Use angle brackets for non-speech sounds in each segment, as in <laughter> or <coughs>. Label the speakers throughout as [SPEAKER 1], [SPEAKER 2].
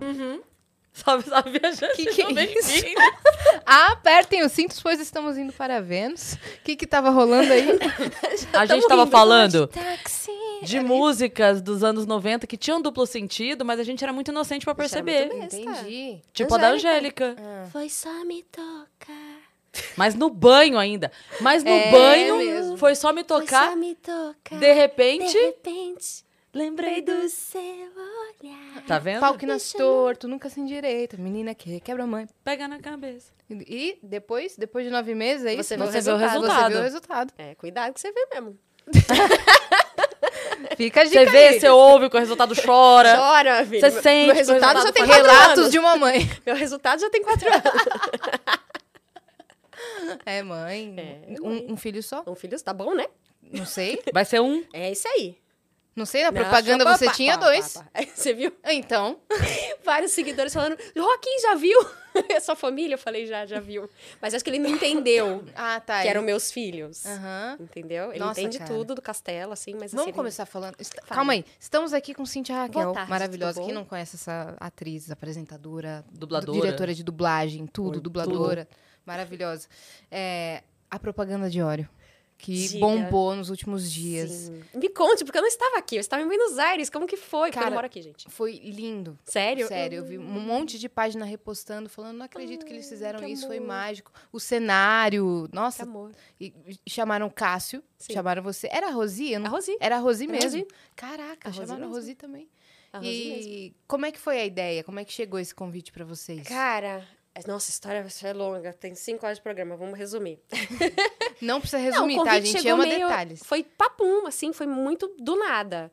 [SPEAKER 1] Uhum. Salve, salve, viajante.
[SPEAKER 2] Que que é isso?
[SPEAKER 1] bem-vindo.
[SPEAKER 2] Apertem os cintos, pois estamos indo para Vênus. O que que tava rolando <laughs> aí?
[SPEAKER 1] A gente
[SPEAKER 2] Tamo
[SPEAKER 1] tava
[SPEAKER 2] rindo.
[SPEAKER 1] falando
[SPEAKER 3] é
[SPEAKER 2] Táxi.
[SPEAKER 1] de músicas dos anos 90 que tinham duplo sentido, mas a gente era muito inocente pra
[SPEAKER 3] Isso era
[SPEAKER 1] perceber.
[SPEAKER 3] muito besta.
[SPEAKER 2] Entendi.
[SPEAKER 1] Tipo a da Angélica.
[SPEAKER 3] Foi só me tocar.
[SPEAKER 1] Mas no banho ainda. Mas no
[SPEAKER 2] É
[SPEAKER 1] banho
[SPEAKER 2] mesmo.
[SPEAKER 1] foi só me
[SPEAKER 3] Foi
[SPEAKER 1] tocar.
[SPEAKER 3] só me tocar.
[SPEAKER 1] De repente,
[SPEAKER 3] De repente,
[SPEAKER 1] lembrei
[SPEAKER 3] lembrei
[SPEAKER 1] do.
[SPEAKER 3] do seu olhar.
[SPEAKER 1] Tá vendo?
[SPEAKER 2] Pau que nasce torto, nunca sem direita. Menina que quebra a mãe.
[SPEAKER 1] Pega na cabeça.
[SPEAKER 2] E depois, depois de nove meses, é isso?
[SPEAKER 3] Você vê o
[SPEAKER 2] Você
[SPEAKER 1] resultado.
[SPEAKER 2] vê o resultado.
[SPEAKER 3] É, cuidado que você vê mesmo.
[SPEAKER 2] Fica a dica
[SPEAKER 1] Você vê,
[SPEAKER 2] aí.
[SPEAKER 1] você ouve, com o resultado
[SPEAKER 3] É. <laughs>
[SPEAKER 1] chora.
[SPEAKER 3] Chora, filho.
[SPEAKER 1] Você
[SPEAKER 3] Meu-
[SPEAKER 1] sente
[SPEAKER 3] Meu
[SPEAKER 1] que o
[SPEAKER 3] resultado já
[SPEAKER 1] resultado
[SPEAKER 3] tem
[SPEAKER 1] foi
[SPEAKER 3] quatro
[SPEAKER 2] Relatos
[SPEAKER 3] anos.
[SPEAKER 2] de uma mãe.
[SPEAKER 3] Meu resultado já tem quatro anos.
[SPEAKER 2] <laughs> É mãe.
[SPEAKER 3] É, mãe.
[SPEAKER 2] um, um filho só?
[SPEAKER 3] Um filho, tá bom, né?
[SPEAKER 2] Não sei.
[SPEAKER 1] Vai ser um.
[SPEAKER 3] É isso aí.
[SPEAKER 2] Não sei, na
[SPEAKER 3] Não,
[SPEAKER 2] É, propaganda
[SPEAKER 3] chupa,
[SPEAKER 2] você
[SPEAKER 3] pá,
[SPEAKER 2] tinha
[SPEAKER 3] pá,
[SPEAKER 2] dois.
[SPEAKER 3] pá, pá. Você viu?
[SPEAKER 2] Então,
[SPEAKER 3] Vários seguidores falando, Joaquim já viu? <laughs> É sua família? Eu falei, já, já viu. Mas acho que ele não entendeu
[SPEAKER 2] ah, tá.
[SPEAKER 3] que
[SPEAKER 2] ele-
[SPEAKER 3] eram meus filhos.
[SPEAKER 2] Aham.
[SPEAKER 3] Entendeu? Ele
[SPEAKER 2] Nossa,
[SPEAKER 3] entende
[SPEAKER 2] cara.
[SPEAKER 3] tudo do castelo, assim, mas
[SPEAKER 2] Vamos
[SPEAKER 3] assim, ele-
[SPEAKER 2] começar falando. est-
[SPEAKER 3] Fala.
[SPEAKER 2] Calma aí. Estamos aqui com Cintia Raquel,
[SPEAKER 3] Boa tarde,
[SPEAKER 2] maravilhosa.
[SPEAKER 3] tudo bom?
[SPEAKER 2] Quem não conhece essa atriz, apresentadora, du-
[SPEAKER 1] Dubladora.
[SPEAKER 2] diretora de dublagem, tudo,
[SPEAKER 1] Oi,
[SPEAKER 2] dubladora, maravilhosa. É, a propaganda de óleo, que
[SPEAKER 3] Diga.
[SPEAKER 2] bombou nos últimos dias.
[SPEAKER 3] Sim. Me conte, porque eu não estava aqui, eu estava em Buenos Aires. Como que foi? Porque eu
[SPEAKER 2] Cara,
[SPEAKER 3] não moro aqui, gente.
[SPEAKER 2] Foi lindo.
[SPEAKER 3] Sério?
[SPEAKER 2] Sério, eu vi um monte de página repostando, falando, não acredito que eles fizeram
[SPEAKER 3] que
[SPEAKER 2] isso, foi
[SPEAKER 3] amor.
[SPEAKER 2] mágico. O cenário,
[SPEAKER 3] Que
[SPEAKER 2] nossa,
[SPEAKER 3] amor.
[SPEAKER 2] e, e chamaram Cássio,
[SPEAKER 3] Sim.
[SPEAKER 2] chamaram você. Era a Rosi? Eu
[SPEAKER 3] A
[SPEAKER 2] não-
[SPEAKER 3] Rosi.
[SPEAKER 2] Era a Rosi
[SPEAKER 3] Era a
[SPEAKER 2] mesmo.
[SPEAKER 3] Rosi.
[SPEAKER 2] Caraca,
[SPEAKER 3] A Rosi
[SPEAKER 2] chamaram a
[SPEAKER 3] mesmo.
[SPEAKER 2] Rosi também.
[SPEAKER 3] A Rosi mesmo.
[SPEAKER 2] E como é que foi a ideia? Como é que chegou esse convite pra vocês?
[SPEAKER 3] Cara, nossa, a história é longa, tem cinco horas de programa, vamos resumir.
[SPEAKER 2] Não precisa
[SPEAKER 3] Não, o
[SPEAKER 2] resumir, tá? A
[SPEAKER 3] convite
[SPEAKER 2] gente
[SPEAKER 3] chegou
[SPEAKER 2] ama
[SPEAKER 3] meio-
[SPEAKER 2] detalhes.
[SPEAKER 3] Foi papum, assim, foi muito do nada.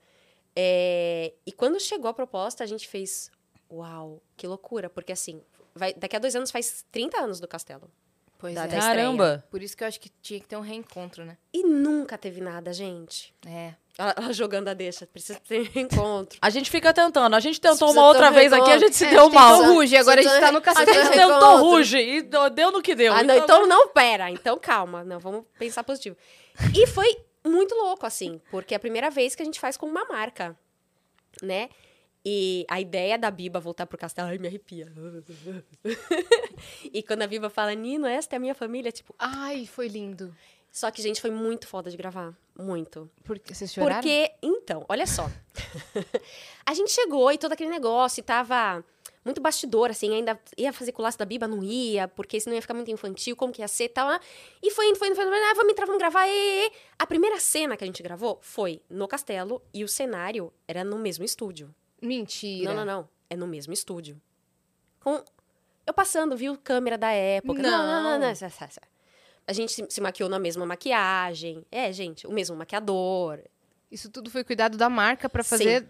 [SPEAKER 3] É, E quando chegou a proposta, a gente fez, uau, que loucura, porque assim, vai- daqui a dois anos faz 30 anos do castelo.
[SPEAKER 2] Pois
[SPEAKER 3] da-
[SPEAKER 2] é.
[SPEAKER 3] da estreia.
[SPEAKER 1] Caramba.
[SPEAKER 2] Por isso que eu acho que tinha que ter um reencontro, né?
[SPEAKER 3] E nunca teve nada, gente.
[SPEAKER 2] É.
[SPEAKER 3] Ela, ela jogando a deixa, precisa ter <laughs> encontro.
[SPEAKER 1] A gente fica tentando. A gente tentou
[SPEAKER 3] Precisa
[SPEAKER 1] uma outra
[SPEAKER 3] tanto
[SPEAKER 1] vez aqui, a
[SPEAKER 3] reencontro.
[SPEAKER 1] gente se
[SPEAKER 2] É,
[SPEAKER 1] deu
[SPEAKER 2] a gente
[SPEAKER 1] mal.
[SPEAKER 2] tentou ruge, agora a gente tá no
[SPEAKER 1] A
[SPEAKER 2] cacete.
[SPEAKER 1] gente
[SPEAKER 2] <laughs>
[SPEAKER 1] tentou ruge e tá do- deu no que deu.
[SPEAKER 3] Ah, não, então não, pera. Então calma. Não, vamos pensar positivo. E foi muito louco, assim, porque é a primeira vez que a gente faz com uma marca, né? E a ideia da Biba voltar pro castelo, ai, me arrepia. <laughs> e quando a Biba fala, Nino, esta é a minha família, tipo.
[SPEAKER 2] Ai, foi lindo.
[SPEAKER 3] Só que, gente, foi muito foda de gravar. Muito.
[SPEAKER 2] Porque vocês choraram?
[SPEAKER 3] Porque, então, olha só. a gente chegou e todo aquele negócio e tava muito bastidor, assim, ainda ia fazer com o laço da Biba, não ia, porque senão ia ficar muito infantil, como que ia ser e tal. ah. E foi indo, foi indo, foi indo, ah, vamos entrar, vamos gravar. E, A primeira cena que a gente gravou foi no castelo e o cenário era no mesmo estúdio.
[SPEAKER 2] Mentira.
[SPEAKER 3] Não, não, não. É no mesmo estúdio. Com. Eu passando, viu câmera da época.
[SPEAKER 2] Não.
[SPEAKER 3] Não, não, não, não. sa- sa- sa. A gente se- se maquiou na mesma maquiagem. É, gente, o mesmo maquiador.
[SPEAKER 2] Isso tudo foi cuidado da marca pra fazer.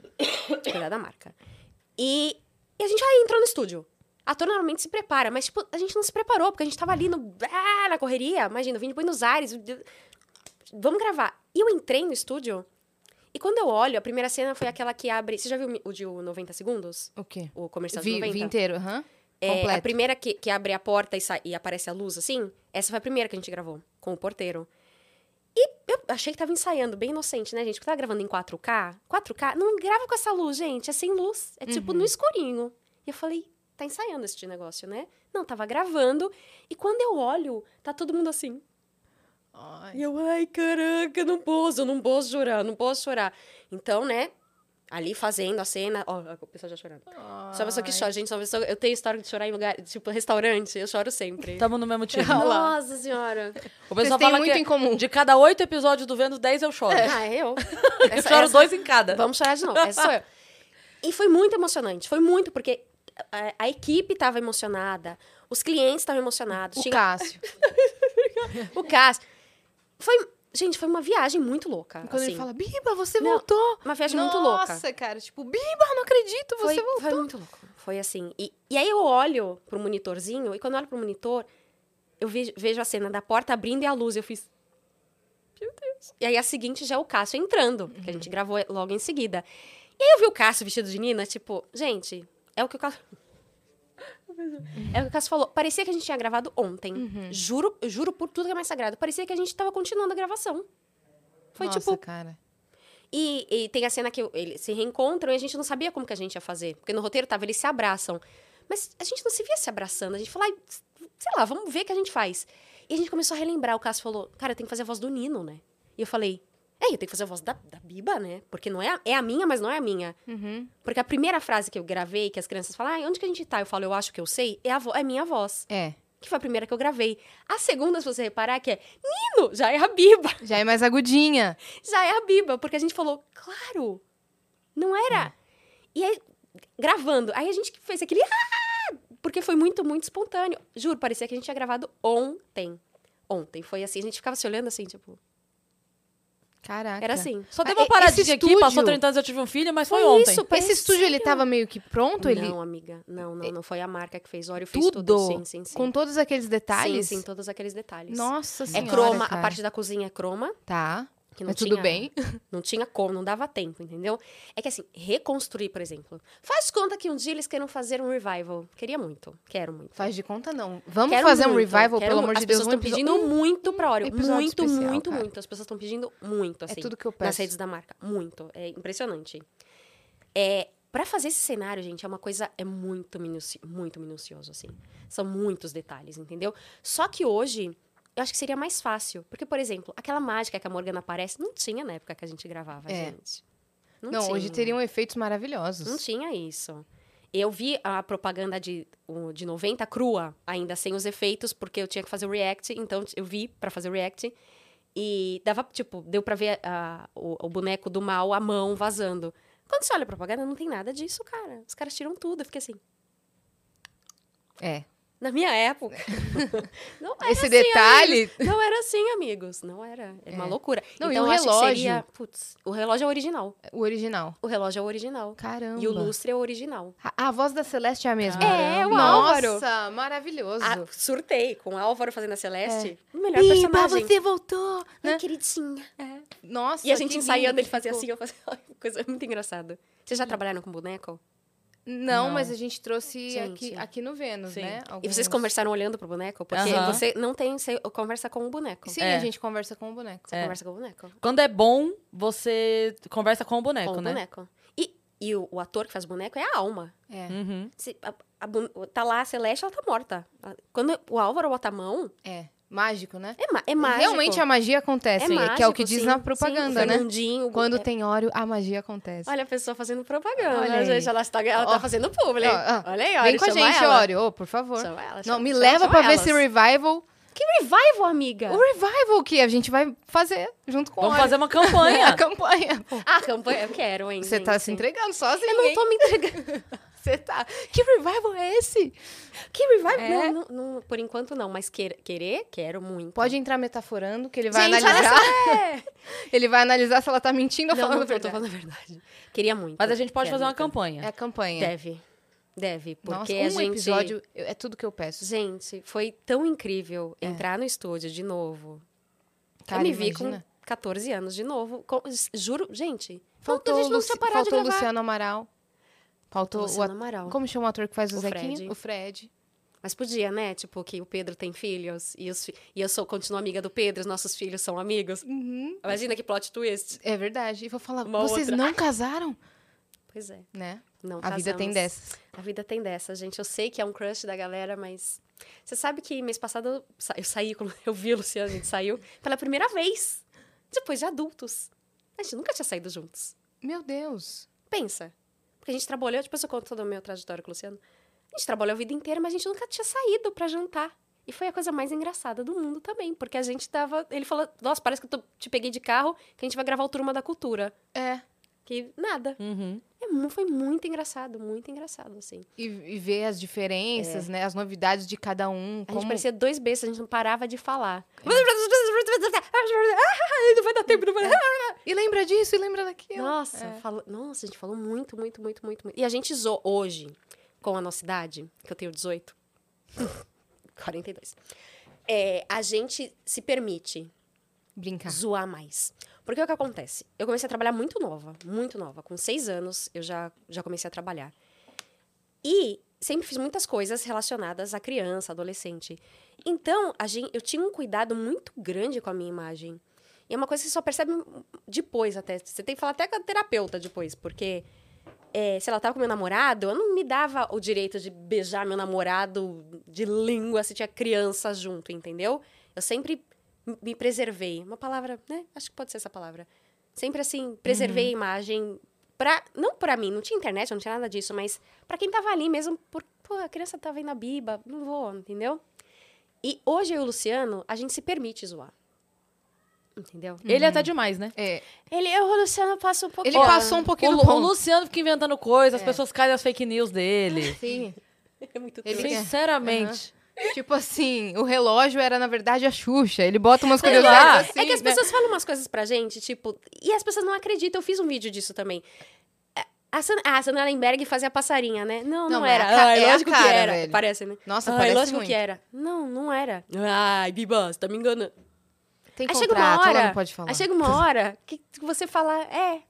[SPEAKER 3] cuidar da marca. E, e a gente já entrou no estúdio. Ator normalmente se prepara, mas tipo, a gente não se preparou, porque a gente tava ali no, ah, na correria. Imagina, eu vim de Buenos Aires. de- Vamos gravar. E eu entrei no estúdio. E quando eu olho, a primeira cena foi aquela que abre. Você já viu o mi- o de o 90 segundos?
[SPEAKER 2] O quê?
[SPEAKER 3] O comercial de
[SPEAKER 2] Vi,
[SPEAKER 3] 90?
[SPEAKER 2] vi inteiro, aham.
[SPEAKER 3] É, a
[SPEAKER 2] Completo.
[SPEAKER 3] primeira que, que abre a porta e, sai, e aparece a luz, assim, essa foi a primeira que a gente gravou, com o porteiro. E eu achei que tava ensaiando, bem inocente, né, gente? Porque tava gravando em 4K. 4K, não grava com essa luz, gente, é sem luz. É tipo
[SPEAKER 2] Uhum.
[SPEAKER 3] no escurinho. E eu falei, tá ensaiando esse negócio, né? Não, tava gravando. E quando eu olho, tá todo mundo assim.
[SPEAKER 2] Ai.
[SPEAKER 3] E eu, ai, caraca, não posso, eu não posso chorar, não posso chorar. Então, né, ali fazendo a cena, ó, a pessoa já chorando. Só pessoa que
[SPEAKER 2] Ai.
[SPEAKER 3] chora, gente. Só pessoa... Eu tenho história de chorar em lugar, tipo, restaurante, eu choro sempre.
[SPEAKER 1] Estamos no mesmo time.
[SPEAKER 3] <laughs>
[SPEAKER 2] Olha lá.
[SPEAKER 3] Então, Nossa senhora.
[SPEAKER 1] O
[SPEAKER 2] Vocês
[SPEAKER 1] pessoal
[SPEAKER 2] têm
[SPEAKER 1] fala
[SPEAKER 2] muito
[SPEAKER 1] que
[SPEAKER 2] em comum.
[SPEAKER 1] de cada oito episódios do Vênus, dez eu choro.
[SPEAKER 3] Ah, é <laughs> eu.
[SPEAKER 1] eu
[SPEAKER 3] Essa-
[SPEAKER 1] choro
[SPEAKER 3] essa-
[SPEAKER 1] dois em cada.
[SPEAKER 3] Vamos chorar de novo. Essa sou eu. E foi muito emocionante. Foi muito, porque a, a equipe tava emocionada, os clientes estavam emocionados,
[SPEAKER 2] O
[SPEAKER 3] tinha
[SPEAKER 2] <laughs> Cássio.
[SPEAKER 3] o cast. Foi, gente, foi uma viagem muito louca.
[SPEAKER 2] Quando ele
[SPEAKER 3] assim.
[SPEAKER 2] fala, Biba, você
[SPEAKER 3] Não,
[SPEAKER 2] voltou.
[SPEAKER 3] Uma viagem muito louca.
[SPEAKER 2] Nossa, cara, tipo, Biba, não acredito,
[SPEAKER 3] Foi,
[SPEAKER 2] você voltou.
[SPEAKER 3] foi muito louco. Foi assim. E, e aí eu olho pro monitorzinho, e quando eu olho pro monitor, eu vejo, vejo a cena da porta abrindo e a luz. Eu fiz. Meu Deus. E aí a seguinte já é o Cássio entrando, que a
[SPEAKER 2] Uhum.
[SPEAKER 3] gente gravou logo em seguida. E aí eu vi o Cássio vestido de Nina, tipo, gente, é o que o Cássio. <laughs> É o que o Cássio falou. Parecia que a gente tinha gravado ontem.
[SPEAKER 2] Uhum.
[SPEAKER 3] Juro, eu juro por tudo que é mais sagrado. Parecia que a gente tava continuando a gravação. Foi
[SPEAKER 2] Nossa,
[SPEAKER 3] tipo,
[SPEAKER 2] cara.
[SPEAKER 3] E, e tem a cena que eles se reencontram e a gente não sabia como que a gente ia fazer. Porque no roteiro tava, eles se abraçam. Mas a gente não se via se abraçando. A gente falou, "Ai, sei lá, vamos ver o que a gente faz. E a gente começou a relembrar. O Cássio falou, cara, eu tenho que fazer a voz do Nino, né? E eu falei, é, eu tenho que fazer a voz da, da Biba, né? Porque não é a, é a minha, mas não é a minha.
[SPEAKER 2] Uhum.
[SPEAKER 3] Porque a primeira frase que eu gravei, que as crianças falam, ai, onde que a gente tá? Eu falo, eu acho que eu sei, é a, vo- é a minha voz.
[SPEAKER 2] É.
[SPEAKER 3] Que foi a primeira que eu gravei. A segunda, se você reparar, que é Nino, já é a Biba.
[SPEAKER 2] Já é mais agudinha.
[SPEAKER 3] Já é a Biba. Porque a gente falou, claro, não
[SPEAKER 2] É.
[SPEAKER 3] era. E aí, gravando, aí a gente fez aquele. "Ah!", Porque foi muito, muito espontâneo. Juro, parecia que a gente tinha gravado ontem. Ontem foi assim, a gente ficava se olhando assim, tipo.
[SPEAKER 2] Caraca.
[SPEAKER 3] Era assim.
[SPEAKER 1] Só
[SPEAKER 2] Ah,
[SPEAKER 1] deu uma
[SPEAKER 2] e-
[SPEAKER 1] paradinha
[SPEAKER 2] esse
[SPEAKER 1] aqui, passou
[SPEAKER 2] estúdio-
[SPEAKER 1] 30 anos, eu tive um filho, mas foi,
[SPEAKER 3] Foi
[SPEAKER 1] ontem.
[SPEAKER 3] isso.
[SPEAKER 2] Esse estúdio, ele tava meio que pronto?
[SPEAKER 3] Não,
[SPEAKER 2] Ele... É
[SPEAKER 3] amiga. Não, não, não foi a marca que fez. Olha, eu fiz
[SPEAKER 2] Tudo?
[SPEAKER 3] tudo. Sim, sim, sim.
[SPEAKER 2] Com todos aqueles detalhes?
[SPEAKER 3] Sim, sim, todos aqueles detalhes.
[SPEAKER 2] Nossa
[SPEAKER 3] É
[SPEAKER 2] senhora,
[SPEAKER 3] croma,
[SPEAKER 2] cara.
[SPEAKER 3] a parte da cozinha é croma,
[SPEAKER 2] Tá,
[SPEAKER 3] que não
[SPEAKER 2] mas
[SPEAKER 3] tinha,
[SPEAKER 2] tudo
[SPEAKER 3] <laughs>
[SPEAKER 2] bem.
[SPEAKER 3] Não tinha como, não dava tempo, entendeu? É que assim, reconstruir, por exemplo. Faz conta que um dia eles queiram fazer um revival. Queria muito, quero muito.
[SPEAKER 2] Faz de conta, não. Vamos
[SPEAKER 3] Quero
[SPEAKER 2] fazer um
[SPEAKER 3] muito,
[SPEAKER 2] revival,
[SPEAKER 3] quero
[SPEAKER 2] pelo
[SPEAKER 3] mu-
[SPEAKER 2] amor de Deus.
[SPEAKER 3] As
[SPEAKER 2] um
[SPEAKER 3] pessoas estão
[SPEAKER 2] episódio-
[SPEAKER 3] pedindo muito pra Oreo.
[SPEAKER 2] um episódio
[SPEAKER 3] Muito,
[SPEAKER 2] especial,
[SPEAKER 3] muito,
[SPEAKER 2] cara.
[SPEAKER 3] muito. As pessoas estão pedindo
[SPEAKER 2] É
[SPEAKER 3] muito, assim.
[SPEAKER 2] tudo que eu
[SPEAKER 3] nas
[SPEAKER 2] peço.
[SPEAKER 3] redes da marca. Muito. É impressionante. É, para fazer esse cenário, gente, é uma coisa é muito minuci muito minucioso assim. São muitos detalhes, entendeu? Só que hoje eu acho que seria mais fácil, porque por exemplo, aquela mágica que a Morgana aparece não tinha na época que a gente gravava,
[SPEAKER 2] É.
[SPEAKER 3] gente.
[SPEAKER 2] Não,
[SPEAKER 3] tinha.
[SPEAKER 2] hoje teriam efeitos maravilhosos.
[SPEAKER 3] Não tinha isso. Eu vi a propaganda de, o- de 90 crua, ainda sem os efeitos, porque eu tinha que fazer o react, então eu vi pra fazer o react. E dava, tipo, deu pra ver a- o, o boneco do mal, a mão vazando. Quando você olha a propaganda, não tem nada disso, cara. Os caras tiram tudo. Eu fiquei assim,
[SPEAKER 2] É.
[SPEAKER 3] na minha
[SPEAKER 2] <laughs>
[SPEAKER 3] época. não era
[SPEAKER 2] Esse
[SPEAKER 3] assim,
[SPEAKER 2] detalhe...
[SPEAKER 3] amigos. Não era assim, amigos. Não era. É, uma
[SPEAKER 2] É.
[SPEAKER 3] loucura.
[SPEAKER 2] Não, e
[SPEAKER 3] então
[SPEAKER 2] o
[SPEAKER 3] eu acho que
[SPEAKER 2] relógio?
[SPEAKER 3] seria. Putz, o relógio é o original.
[SPEAKER 2] O original.
[SPEAKER 3] O relógio é o original.
[SPEAKER 2] Caramba.
[SPEAKER 3] E o lustre é o original.
[SPEAKER 2] A, a voz da Celeste é a mesma.
[SPEAKER 3] É, o Álvaro.
[SPEAKER 2] Nossa, maravilhoso.
[SPEAKER 3] Ah, surtei com o Álvaro fazendo a Celeste. O melhor
[SPEAKER 2] Biba,
[SPEAKER 3] personagem.
[SPEAKER 2] É. você voltou!
[SPEAKER 3] Ai,
[SPEAKER 2] né?
[SPEAKER 3] queridinha.
[SPEAKER 2] Nossa,
[SPEAKER 3] e a gente
[SPEAKER 2] que
[SPEAKER 3] ensaiando,
[SPEAKER 2] lindo
[SPEAKER 3] ele
[SPEAKER 2] que
[SPEAKER 3] fazia
[SPEAKER 2] ficou.
[SPEAKER 3] assim, eu fazia <laughs> coisa muito engraçada. Vocês já trabalharam com boneco?
[SPEAKER 2] Não,
[SPEAKER 1] Não.
[SPEAKER 2] mas a gente trouxe
[SPEAKER 3] Gente.
[SPEAKER 2] aqui, aqui no Vênus,
[SPEAKER 1] Sim.
[SPEAKER 2] né?
[SPEAKER 3] E vocês
[SPEAKER 2] Alguns-
[SPEAKER 3] conversaram olhando pro boneco? Porque
[SPEAKER 1] Aham.
[SPEAKER 3] você não tem... Você conversa com o boneco.
[SPEAKER 2] Sim,
[SPEAKER 1] É.
[SPEAKER 2] a gente conversa com o boneco.
[SPEAKER 3] Você conversa com o boneco.
[SPEAKER 1] Quando é bom, você conversa com o boneco,
[SPEAKER 3] com o
[SPEAKER 1] né?
[SPEAKER 3] boneco. E, e o, o ator que faz boneco é a alma.
[SPEAKER 2] É.
[SPEAKER 1] Uhum.
[SPEAKER 3] Se- a- a bu- tá lá a Celeste, ela tá morta. A- Quando o Álvaro bota a mão,
[SPEAKER 2] É. Mágico, né?
[SPEAKER 3] é, ma é mágico.
[SPEAKER 2] Realmente a magia acontece,
[SPEAKER 3] é mágico,
[SPEAKER 2] que é o que diz
[SPEAKER 3] sim,
[SPEAKER 2] na
[SPEAKER 3] sim.
[SPEAKER 2] propaganda,
[SPEAKER 3] O
[SPEAKER 2] né?
[SPEAKER 3] Fernandinho,
[SPEAKER 2] Quando
[SPEAKER 3] é-
[SPEAKER 2] tem óleo, a magia acontece.
[SPEAKER 3] Olha a pessoa fazendo propaganda,
[SPEAKER 2] Olha aí.
[SPEAKER 3] gente. Ela está, ela tá
[SPEAKER 2] Ó.
[SPEAKER 3] fazendo publi.
[SPEAKER 2] Ó, ó.
[SPEAKER 3] Olha aí, Ori,
[SPEAKER 2] Vem com a
[SPEAKER 3] chama
[SPEAKER 2] gente,
[SPEAKER 3] ela.
[SPEAKER 2] Óleo, ô, por favor.
[SPEAKER 3] Chama ela, É.
[SPEAKER 2] Não,
[SPEAKER 3] chama-
[SPEAKER 2] me
[SPEAKER 3] chama-
[SPEAKER 2] leva
[SPEAKER 3] chama
[SPEAKER 2] pra ver
[SPEAKER 3] elas.
[SPEAKER 2] esse revival.
[SPEAKER 3] Que revival, amiga?
[SPEAKER 2] O revival que a gente vai fazer junto <laughs> com o
[SPEAKER 1] Vamos
[SPEAKER 2] Óleo.
[SPEAKER 1] fazer uma
[SPEAKER 2] a
[SPEAKER 1] campanha.
[SPEAKER 2] campanha.
[SPEAKER 3] Ah, campanha, eu quero, hein?
[SPEAKER 2] Você tá
[SPEAKER 3] gente.
[SPEAKER 2] se entregando sozinho.
[SPEAKER 3] Eu não
[SPEAKER 2] hein?
[SPEAKER 3] tô me entregando.
[SPEAKER 2] <laughs> Você tá. Que revival é esse?
[SPEAKER 3] Que revival?
[SPEAKER 2] É.
[SPEAKER 3] Não, não, não, por enquanto não, mas queira- querer, quero muito.
[SPEAKER 2] Pode entrar metaforando, que ele vai
[SPEAKER 3] Gente, olha É.
[SPEAKER 2] analisar. <laughs> ele vai analisar se ela tá mentindo
[SPEAKER 3] Não,
[SPEAKER 2] ou
[SPEAKER 3] não,
[SPEAKER 2] falando
[SPEAKER 3] não, tô
[SPEAKER 2] verdade.
[SPEAKER 3] falando a verdade. Queria muito.
[SPEAKER 1] Mas a gente pode
[SPEAKER 3] Quero
[SPEAKER 1] fazer uma
[SPEAKER 3] muito.
[SPEAKER 1] campanha.
[SPEAKER 2] É a campanha.
[SPEAKER 3] Deve. Deve,
[SPEAKER 2] Nossa,
[SPEAKER 3] porque
[SPEAKER 2] um
[SPEAKER 3] a gente...
[SPEAKER 2] episódio eu- é tudo que eu peço.
[SPEAKER 3] Gente, foi tão incrível
[SPEAKER 2] É.
[SPEAKER 3] entrar no estúdio de novo.
[SPEAKER 2] Cara,
[SPEAKER 3] eu me vi
[SPEAKER 2] imagina.
[SPEAKER 3] com 14 anos de novo. com- juro, gente,
[SPEAKER 2] Faltou,
[SPEAKER 3] faltou, a gente não
[SPEAKER 2] Luci-
[SPEAKER 3] tinha parado de
[SPEAKER 2] faltou o
[SPEAKER 3] gravar.
[SPEAKER 2] Luciano Amaral. Faltou o
[SPEAKER 3] Luciano
[SPEAKER 2] ator.
[SPEAKER 3] Amaral.
[SPEAKER 2] Como chama o ator que faz o,
[SPEAKER 3] O
[SPEAKER 2] Zequinha?
[SPEAKER 3] Fred.
[SPEAKER 2] O Fred.
[SPEAKER 3] Mas podia, né? Tipo, que o Pedro tem filhos e, os fi- e eu sou, continuo amiga do Pedro, os nossos filhos são amigos.
[SPEAKER 2] Uhum.
[SPEAKER 3] Imagina que plot twist.
[SPEAKER 2] É verdade. E vou falar,
[SPEAKER 3] Uma
[SPEAKER 2] vocês
[SPEAKER 3] outra.
[SPEAKER 2] não casaram?
[SPEAKER 3] Pois é.
[SPEAKER 2] Né?
[SPEAKER 3] Não,
[SPEAKER 2] a vida tem
[SPEAKER 3] casamos.
[SPEAKER 2] dessas.
[SPEAKER 3] A vida tem dessa, gente. Eu sei que é um crush da galera, mas. Você sabe que mês passado eu, sa- eu saí, quando <laughs> eu vi o Luciano, a gente saiu pela primeira vez. Depois de adultos. A gente nunca tinha saído juntos.
[SPEAKER 2] Meu Deus.
[SPEAKER 3] Pensa. Porque a gente trabalhou, depois eu conto toda a minha trajetória com o Luciano. A gente trabalhou a vida inteira, mas a gente nunca tinha saído pra jantar. E foi a coisa mais engraçada do mundo também, porque a gente tava. Ele falou: Nossa, parece que eu tô- te peguei de carro, que a gente vai gravar o Turma da Cultura.
[SPEAKER 2] É.
[SPEAKER 3] Que nada.
[SPEAKER 1] Uhum.
[SPEAKER 3] É mu- foi muito engraçado, muito engraçado, assim.
[SPEAKER 2] E, e ver as diferenças, né? As novidades de cada um.
[SPEAKER 3] É. A
[SPEAKER 2] como...
[SPEAKER 3] gente parecia dois bestas, a gente não parava de <laughs> falar. Não vai dar tempo, não vai dar
[SPEAKER 2] E lembra disso, e lembra daquilo.
[SPEAKER 3] Nossa,
[SPEAKER 2] É.
[SPEAKER 3] falou- nossa, a gente falou muito, muito, muito, muito, muito. E a gente zoou hoje, com a nossa idade, que eu tenho <laughs> 18, 42. É, a gente se permite
[SPEAKER 2] Brincar.
[SPEAKER 3] zoar mais. Porque o que acontece? Eu comecei a trabalhar muito nova, muito nova. Com seis anos, eu já, já comecei a trabalhar. E sempre fiz muitas coisas relacionadas à criança, adolescente. Então, a gente, eu tinha um cuidado muito grande com a minha imagem. E é uma coisa que você só percebe depois até. Você tem que falar até com a terapeuta depois, porque é, sei lá, eu tava com meu namorado, eu não me dava o direito de beijar meu namorado de língua se tinha criança junto, entendeu? Eu sempre me preservei. Uma palavra, né? Acho que pode ser essa palavra. Sempre assim, preservei
[SPEAKER 2] Uhum.
[SPEAKER 3] a imagem pra, não pra mim, não tinha internet, não tinha nada disso, mas pra quem tava ali mesmo, por, pô, a criança tá vendo a biba, não vou, entendeu? E hoje eu e o Luciano, a gente se permite zoar. Entendeu?
[SPEAKER 1] Ele até demais, né?
[SPEAKER 2] É,
[SPEAKER 3] Ele, eu, o Luciano, passa um pouco.
[SPEAKER 2] ele passou um pouquinho
[SPEAKER 1] o,
[SPEAKER 2] do É.
[SPEAKER 1] Lu- o
[SPEAKER 2] ponto.
[SPEAKER 1] Luciano fica inventando coisas, as pessoas caem nas fake news dele.
[SPEAKER 2] Sim.
[SPEAKER 3] <laughs> É muito
[SPEAKER 2] Ele-
[SPEAKER 3] triste.
[SPEAKER 1] Sinceramente.
[SPEAKER 2] Tipo assim, o relógio era, na verdade, a Xuxa. Ele bota umas
[SPEAKER 1] Sei lá.
[SPEAKER 2] curiosidades assim,
[SPEAKER 3] é que as
[SPEAKER 2] né?
[SPEAKER 3] pessoas falam umas coisas pra gente, tipo, e as pessoas não acreditam. Eu fiz um vídeo disso também. A San- ah, a Sandra Lemberg fazia passarinha, né? Não, não,
[SPEAKER 2] Não, mas
[SPEAKER 3] era.
[SPEAKER 2] a ca-
[SPEAKER 3] ah, é
[SPEAKER 2] é a
[SPEAKER 3] lógico que
[SPEAKER 2] cara,
[SPEAKER 3] era.
[SPEAKER 2] velho.
[SPEAKER 3] Parece, né?
[SPEAKER 2] Nossa,
[SPEAKER 3] ah, é
[SPEAKER 2] parece
[SPEAKER 3] lógico
[SPEAKER 2] muito.
[SPEAKER 3] que era. Não, não era. Ai, Biba, você tá me enganando.
[SPEAKER 2] Tem
[SPEAKER 3] Aí
[SPEAKER 2] contrato,
[SPEAKER 3] chega uma hora-
[SPEAKER 2] ela não pode falar.
[SPEAKER 3] Aí chega uma hora que você fala, é,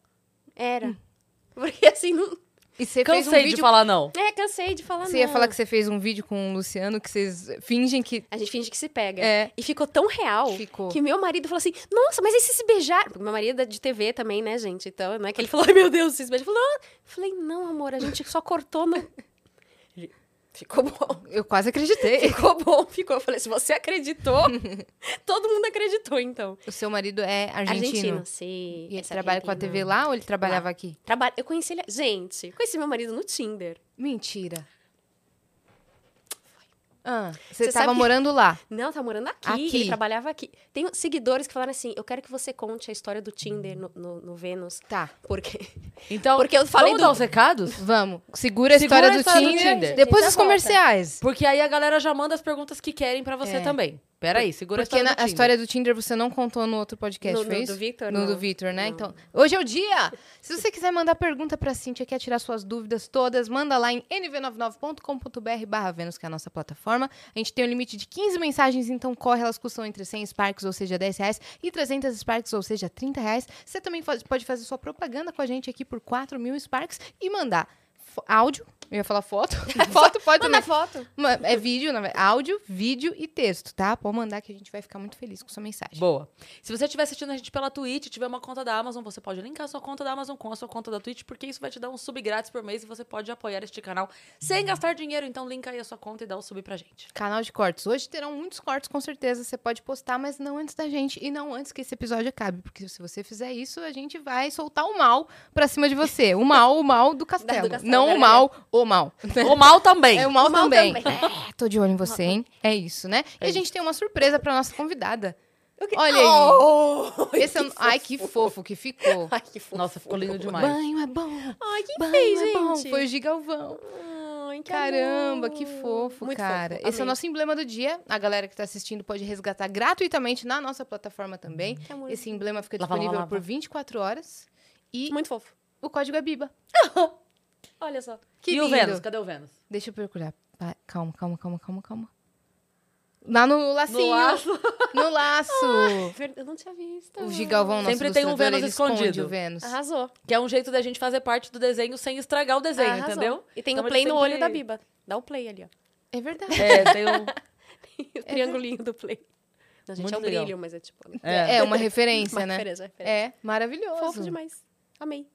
[SPEAKER 3] era. <laughs> Porque assim, não.
[SPEAKER 2] E você fez um
[SPEAKER 1] Cansei de
[SPEAKER 2] vídeo...
[SPEAKER 1] falar não.
[SPEAKER 3] É, cansei de falar
[SPEAKER 2] Você
[SPEAKER 3] não.
[SPEAKER 2] ia falar que você fez um vídeo com o Luciano que vocês fingem que...
[SPEAKER 3] A gente finge que se pega.
[SPEAKER 2] É.
[SPEAKER 3] E ficou tão real.
[SPEAKER 2] Ficou.
[SPEAKER 3] Que meu marido falou assim, nossa, mas aí vocês se beijaram. Porque meu marido é de TV também, né, gente? Então, não é que ele falou, ai meu Deus, vocês se beijaram. Ele falou, "Ah." Eu falei, não, amor, a gente só cortou no... <laughs> Ele, Ficou bom,
[SPEAKER 2] Eu quase acreditei.
[SPEAKER 3] ficou bom, ficou. Eu falei, se você <laughs> acreditou, todo mundo acreditou, então.
[SPEAKER 2] <laughs> o seu marido é argentino.
[SPEAKER 3] sim.
[SPEAKER 2] E ele
[SPEAKER 3] Esse
[SPEAKER 2] trabalha com a
[SPEAKER 3] argentino.
[SPEAKER 2] TV lá ou ele trabalhava aqui?
[SPEAKER 3] Trabalha... Eu conheci ele... Gente, conheci meu marido no Tinder.
[SPEAKER 2] Mentira. Ah, você
[SPEAKER 3] Você
[SPEAKER 2] estava
[SPEAKER 3] sabe-
[SPEAKER 2] morando lá.
[SPEAKER 3] Não, tá morando aqui,
[SPEAKER 2] Aqui.
[SPEAKER 3] ele trabalhava aqui. Tem seguidores que falaram assim, eu quero que você conte a história do Tinder no, no, no Vênus.
[SPEAKER 2] Tá.
[SPEAKER 3] Porque...
[SPEAKER 1] Então,
[SPEAKER 3] Porque eu falei
[SPEAKER 1] vamos
[SPEAKER 3] do-
[SPEAKER 1] dar os recados?
[SPEAKER 2] Vamos. Segura a
[SPEAKER 1] Segura
[SPEAKER 2] história, do, Tinder, tá
[SPEAKER 1] Tinder.
[SPEAKER 2] Depois
[SPEAKER 3] Já
[SPEAKER 2] os
[SPEAKER 3] volta.
[SPEAKER 2] comerciais.
[SPEAKER 1] Porque aí a galera já manda as perguntas que querem pra você
[SPEAKER 2] É.
[SPEAKER 1] também. Peraí, segura
[SPEAKER 2] Porque
[SPEAKER 1] a história
[SPEAKER 2] na-
[SPEAKER 1] do
[SPEAKER 2] a
[SPEAKER 1] Tinder.
[SPEAKER 2] história do Tinder você não contou no outro um podcast,
[SPEAKER 3] No-
[SPEAKER 2] foi
[SPEAKER 3] no
[SPEAKER 2] isso?
[SPEAKER 3] do Victor,
[SPEAKER 2] No
[SPEAKER 3] não.
[SPEAKER 2] do Victor, né?
[SPEAKER 3] Não.
[SPEAKER 2] Então, hoje é o dia! Se você quiser mandar pergunta pra Cintia, quer tirar suas dúvidas todas, manda lá em nv99.com.br barra Vênus, que é a nossa plataforma. A gente tem um limite de 15 mensagens, então corre, elas custam entre 100 Sparks, ou seja, 10 reais, e 300 Sparks, ou seja, 30 reais. Você também faz- pode fazer sua propaganda com a gente aqui por 4 mil Sparks e mandar fo- áudio, eu ia falar
[SPEAKER 3] <laughs>
[SPEAKER 2] foto, <laughs> foto pode também.
[SPEAKER 3] Manda foto.
[SPEAKER 2] Ma- É vídeo, na verdade. áudio, vídeo e texto, tá? Pode mandar que a gente vai ficar muito feliz com sua mensagem.
[SPEAKER 1] Boa. Se você estiver assistindo a gente pela Twitch e tiver uma conta da Amazon, você pode linkar sua conta da Amazon com a sua conta da Twitch, porque isso vai te dar um sub grátis por mês e você pode apoiar este canal sem gastar dinheiro. Então, linka aí a sua conta e dá um sub pra gente.
[SPEAKER 2] <laughs> Canal de cortes. Hoje terão muitos cortes, com certeza. Você pode postar, mas não antes da gente e não antes que esse episódio acabe. Porque se você fizer isso, a gente vai soltar o mal pra cima de você. O mal, o <laughs> mal do castelo.
[SPEAKER 3] castelo,
[SPEAKER 2] não
[SPEAKER 3] né?
[SPEAKER 2] o mal, o mal.
[SPEAKER 1] Ou mal também.
[SPEAKER 2] É o mal,
[SPEAKER 3] O mal
[SPEAKER 2] também.
[SPEAKER 3] também.
[SPEAKER 2] É, tô de olho em você, hein? É isso, né? E a gente tem uma surpresa pra nossa convidada.
[SPEAKER 3] Eu que-
[SPEAKER 2] É.
[SPEAKER 3] <laughs>
[SPEAKER 2] Olha aí.
[SPEAKER 3] Oh!
[SPEAKER 2] Esse é o- Ai, que fofo que ficou.
[SPEAKER 3] Ai, que fofo.
[SPEAKER 1] Nossa, ficou lindo demais.
[SPEAKER 2] <laughs> Banho é bom.
[SPEAKER 3] Ai, quem
[SPEAKER 2] Banho
[SPEAKER 3] fez,
[SPEAKER 2] é bom.
[SPEAKER 3] gente?
[SPEAKER 2] Foi o Gigalvão.
[SPEAKER 3] Ai, que
[SPEAKER 2] Caramba,
[SPEAKER 3] amor.
[SPEAKER 2] que fofo,
[SPEAKER 3] Muito
[SPEAKER 2] cara.
[SPEAKER 3] fofo,
[SPEAKER 2] Esse é o
[SPEAKER 3] amei.
[SPEAKER 2] nosso emblema do dia. A galera que tá assistindo pode resgatar gratuitamente na nossa plataforma também.
[SPEAKER 3] Que amor.
[SPEAKER 2] Esse emblema fica
[SPEAKER 1] Lava,
[SPEAKER 2] disponível
[SPEAKER 1] lava, lava.
[SPEAKER 2] por 24 horas. E
[SPEAKER 3] Muito fofo.
[SPEAKER 2] o código é BIBA.
[SPEAKER 3] Olha só.
[SPEAKER 2] Que
[SPEAKER 1] e
[SPEAKER 2] lindo.
[SPEAKER 1] o Vênus? Cadê o Vênus?
[SPEAKER 2] Deixa eu procurar. Pa- Calma, calma, calma, calma, calma. Lá no lacinho.
[SPEAKER 1] No laço.
[SPEAKER 2] <laughs> No
[SPEAKER 3] <laughs>
[SPEAKER 2] laço.
[SPEAKER 3] é Ver- Eu não tinha visto.
[SPEAKER 2] o Gigalvão, nosso
[SPEAKER 1] Sempre tem um
[SPEAKER 2] ilustrador,
[SPEAKER 1] Vênus
[SPEAKER 2] ele esconde
[SPEAKER 1] escondido.
[SPEAKER 2] o Vênus.
[SPEAKER 3] Arrasou.
[SPEAKER 1] Que é um jeito da gente fazer parte do desenho sem estragar o desenho,
[SPEAKER 3] Arrasou.
[SPEAKER 1] entendeu?
[SPEAKER 3] E tem
[SPEAKER 1] Então
[SPEAKER 3] o
[SPEAKER 1] ele
[SPEAKER 3] play no
[SPEAKER 1] sempre-
[SPEAKER 3] olho da Biba. Dá o play ali, ó.
[SPEAKER 2] É verdade.
[SPEAKER 1] É, tem um...
[SPEAKER 3] <laughs> O triangulinho do play. É Não, gente,
[SPEAKER 1] Muito
[SPEAKER 3] é um
[SPEAKER 1] legal.
[SPEAKER 3] brilho, mas é tipo... né?
[SPEAKER 1] É.
[SPEAKER 2] É, uma referência,
[SPEAKER 3] Uma
[SPEAKER 2] né?
[SPEAKER 3] referência, referência.
[SPEAKER 2] É, maravilhoso.
[SPEAKER 3] Fofo demais. Amei.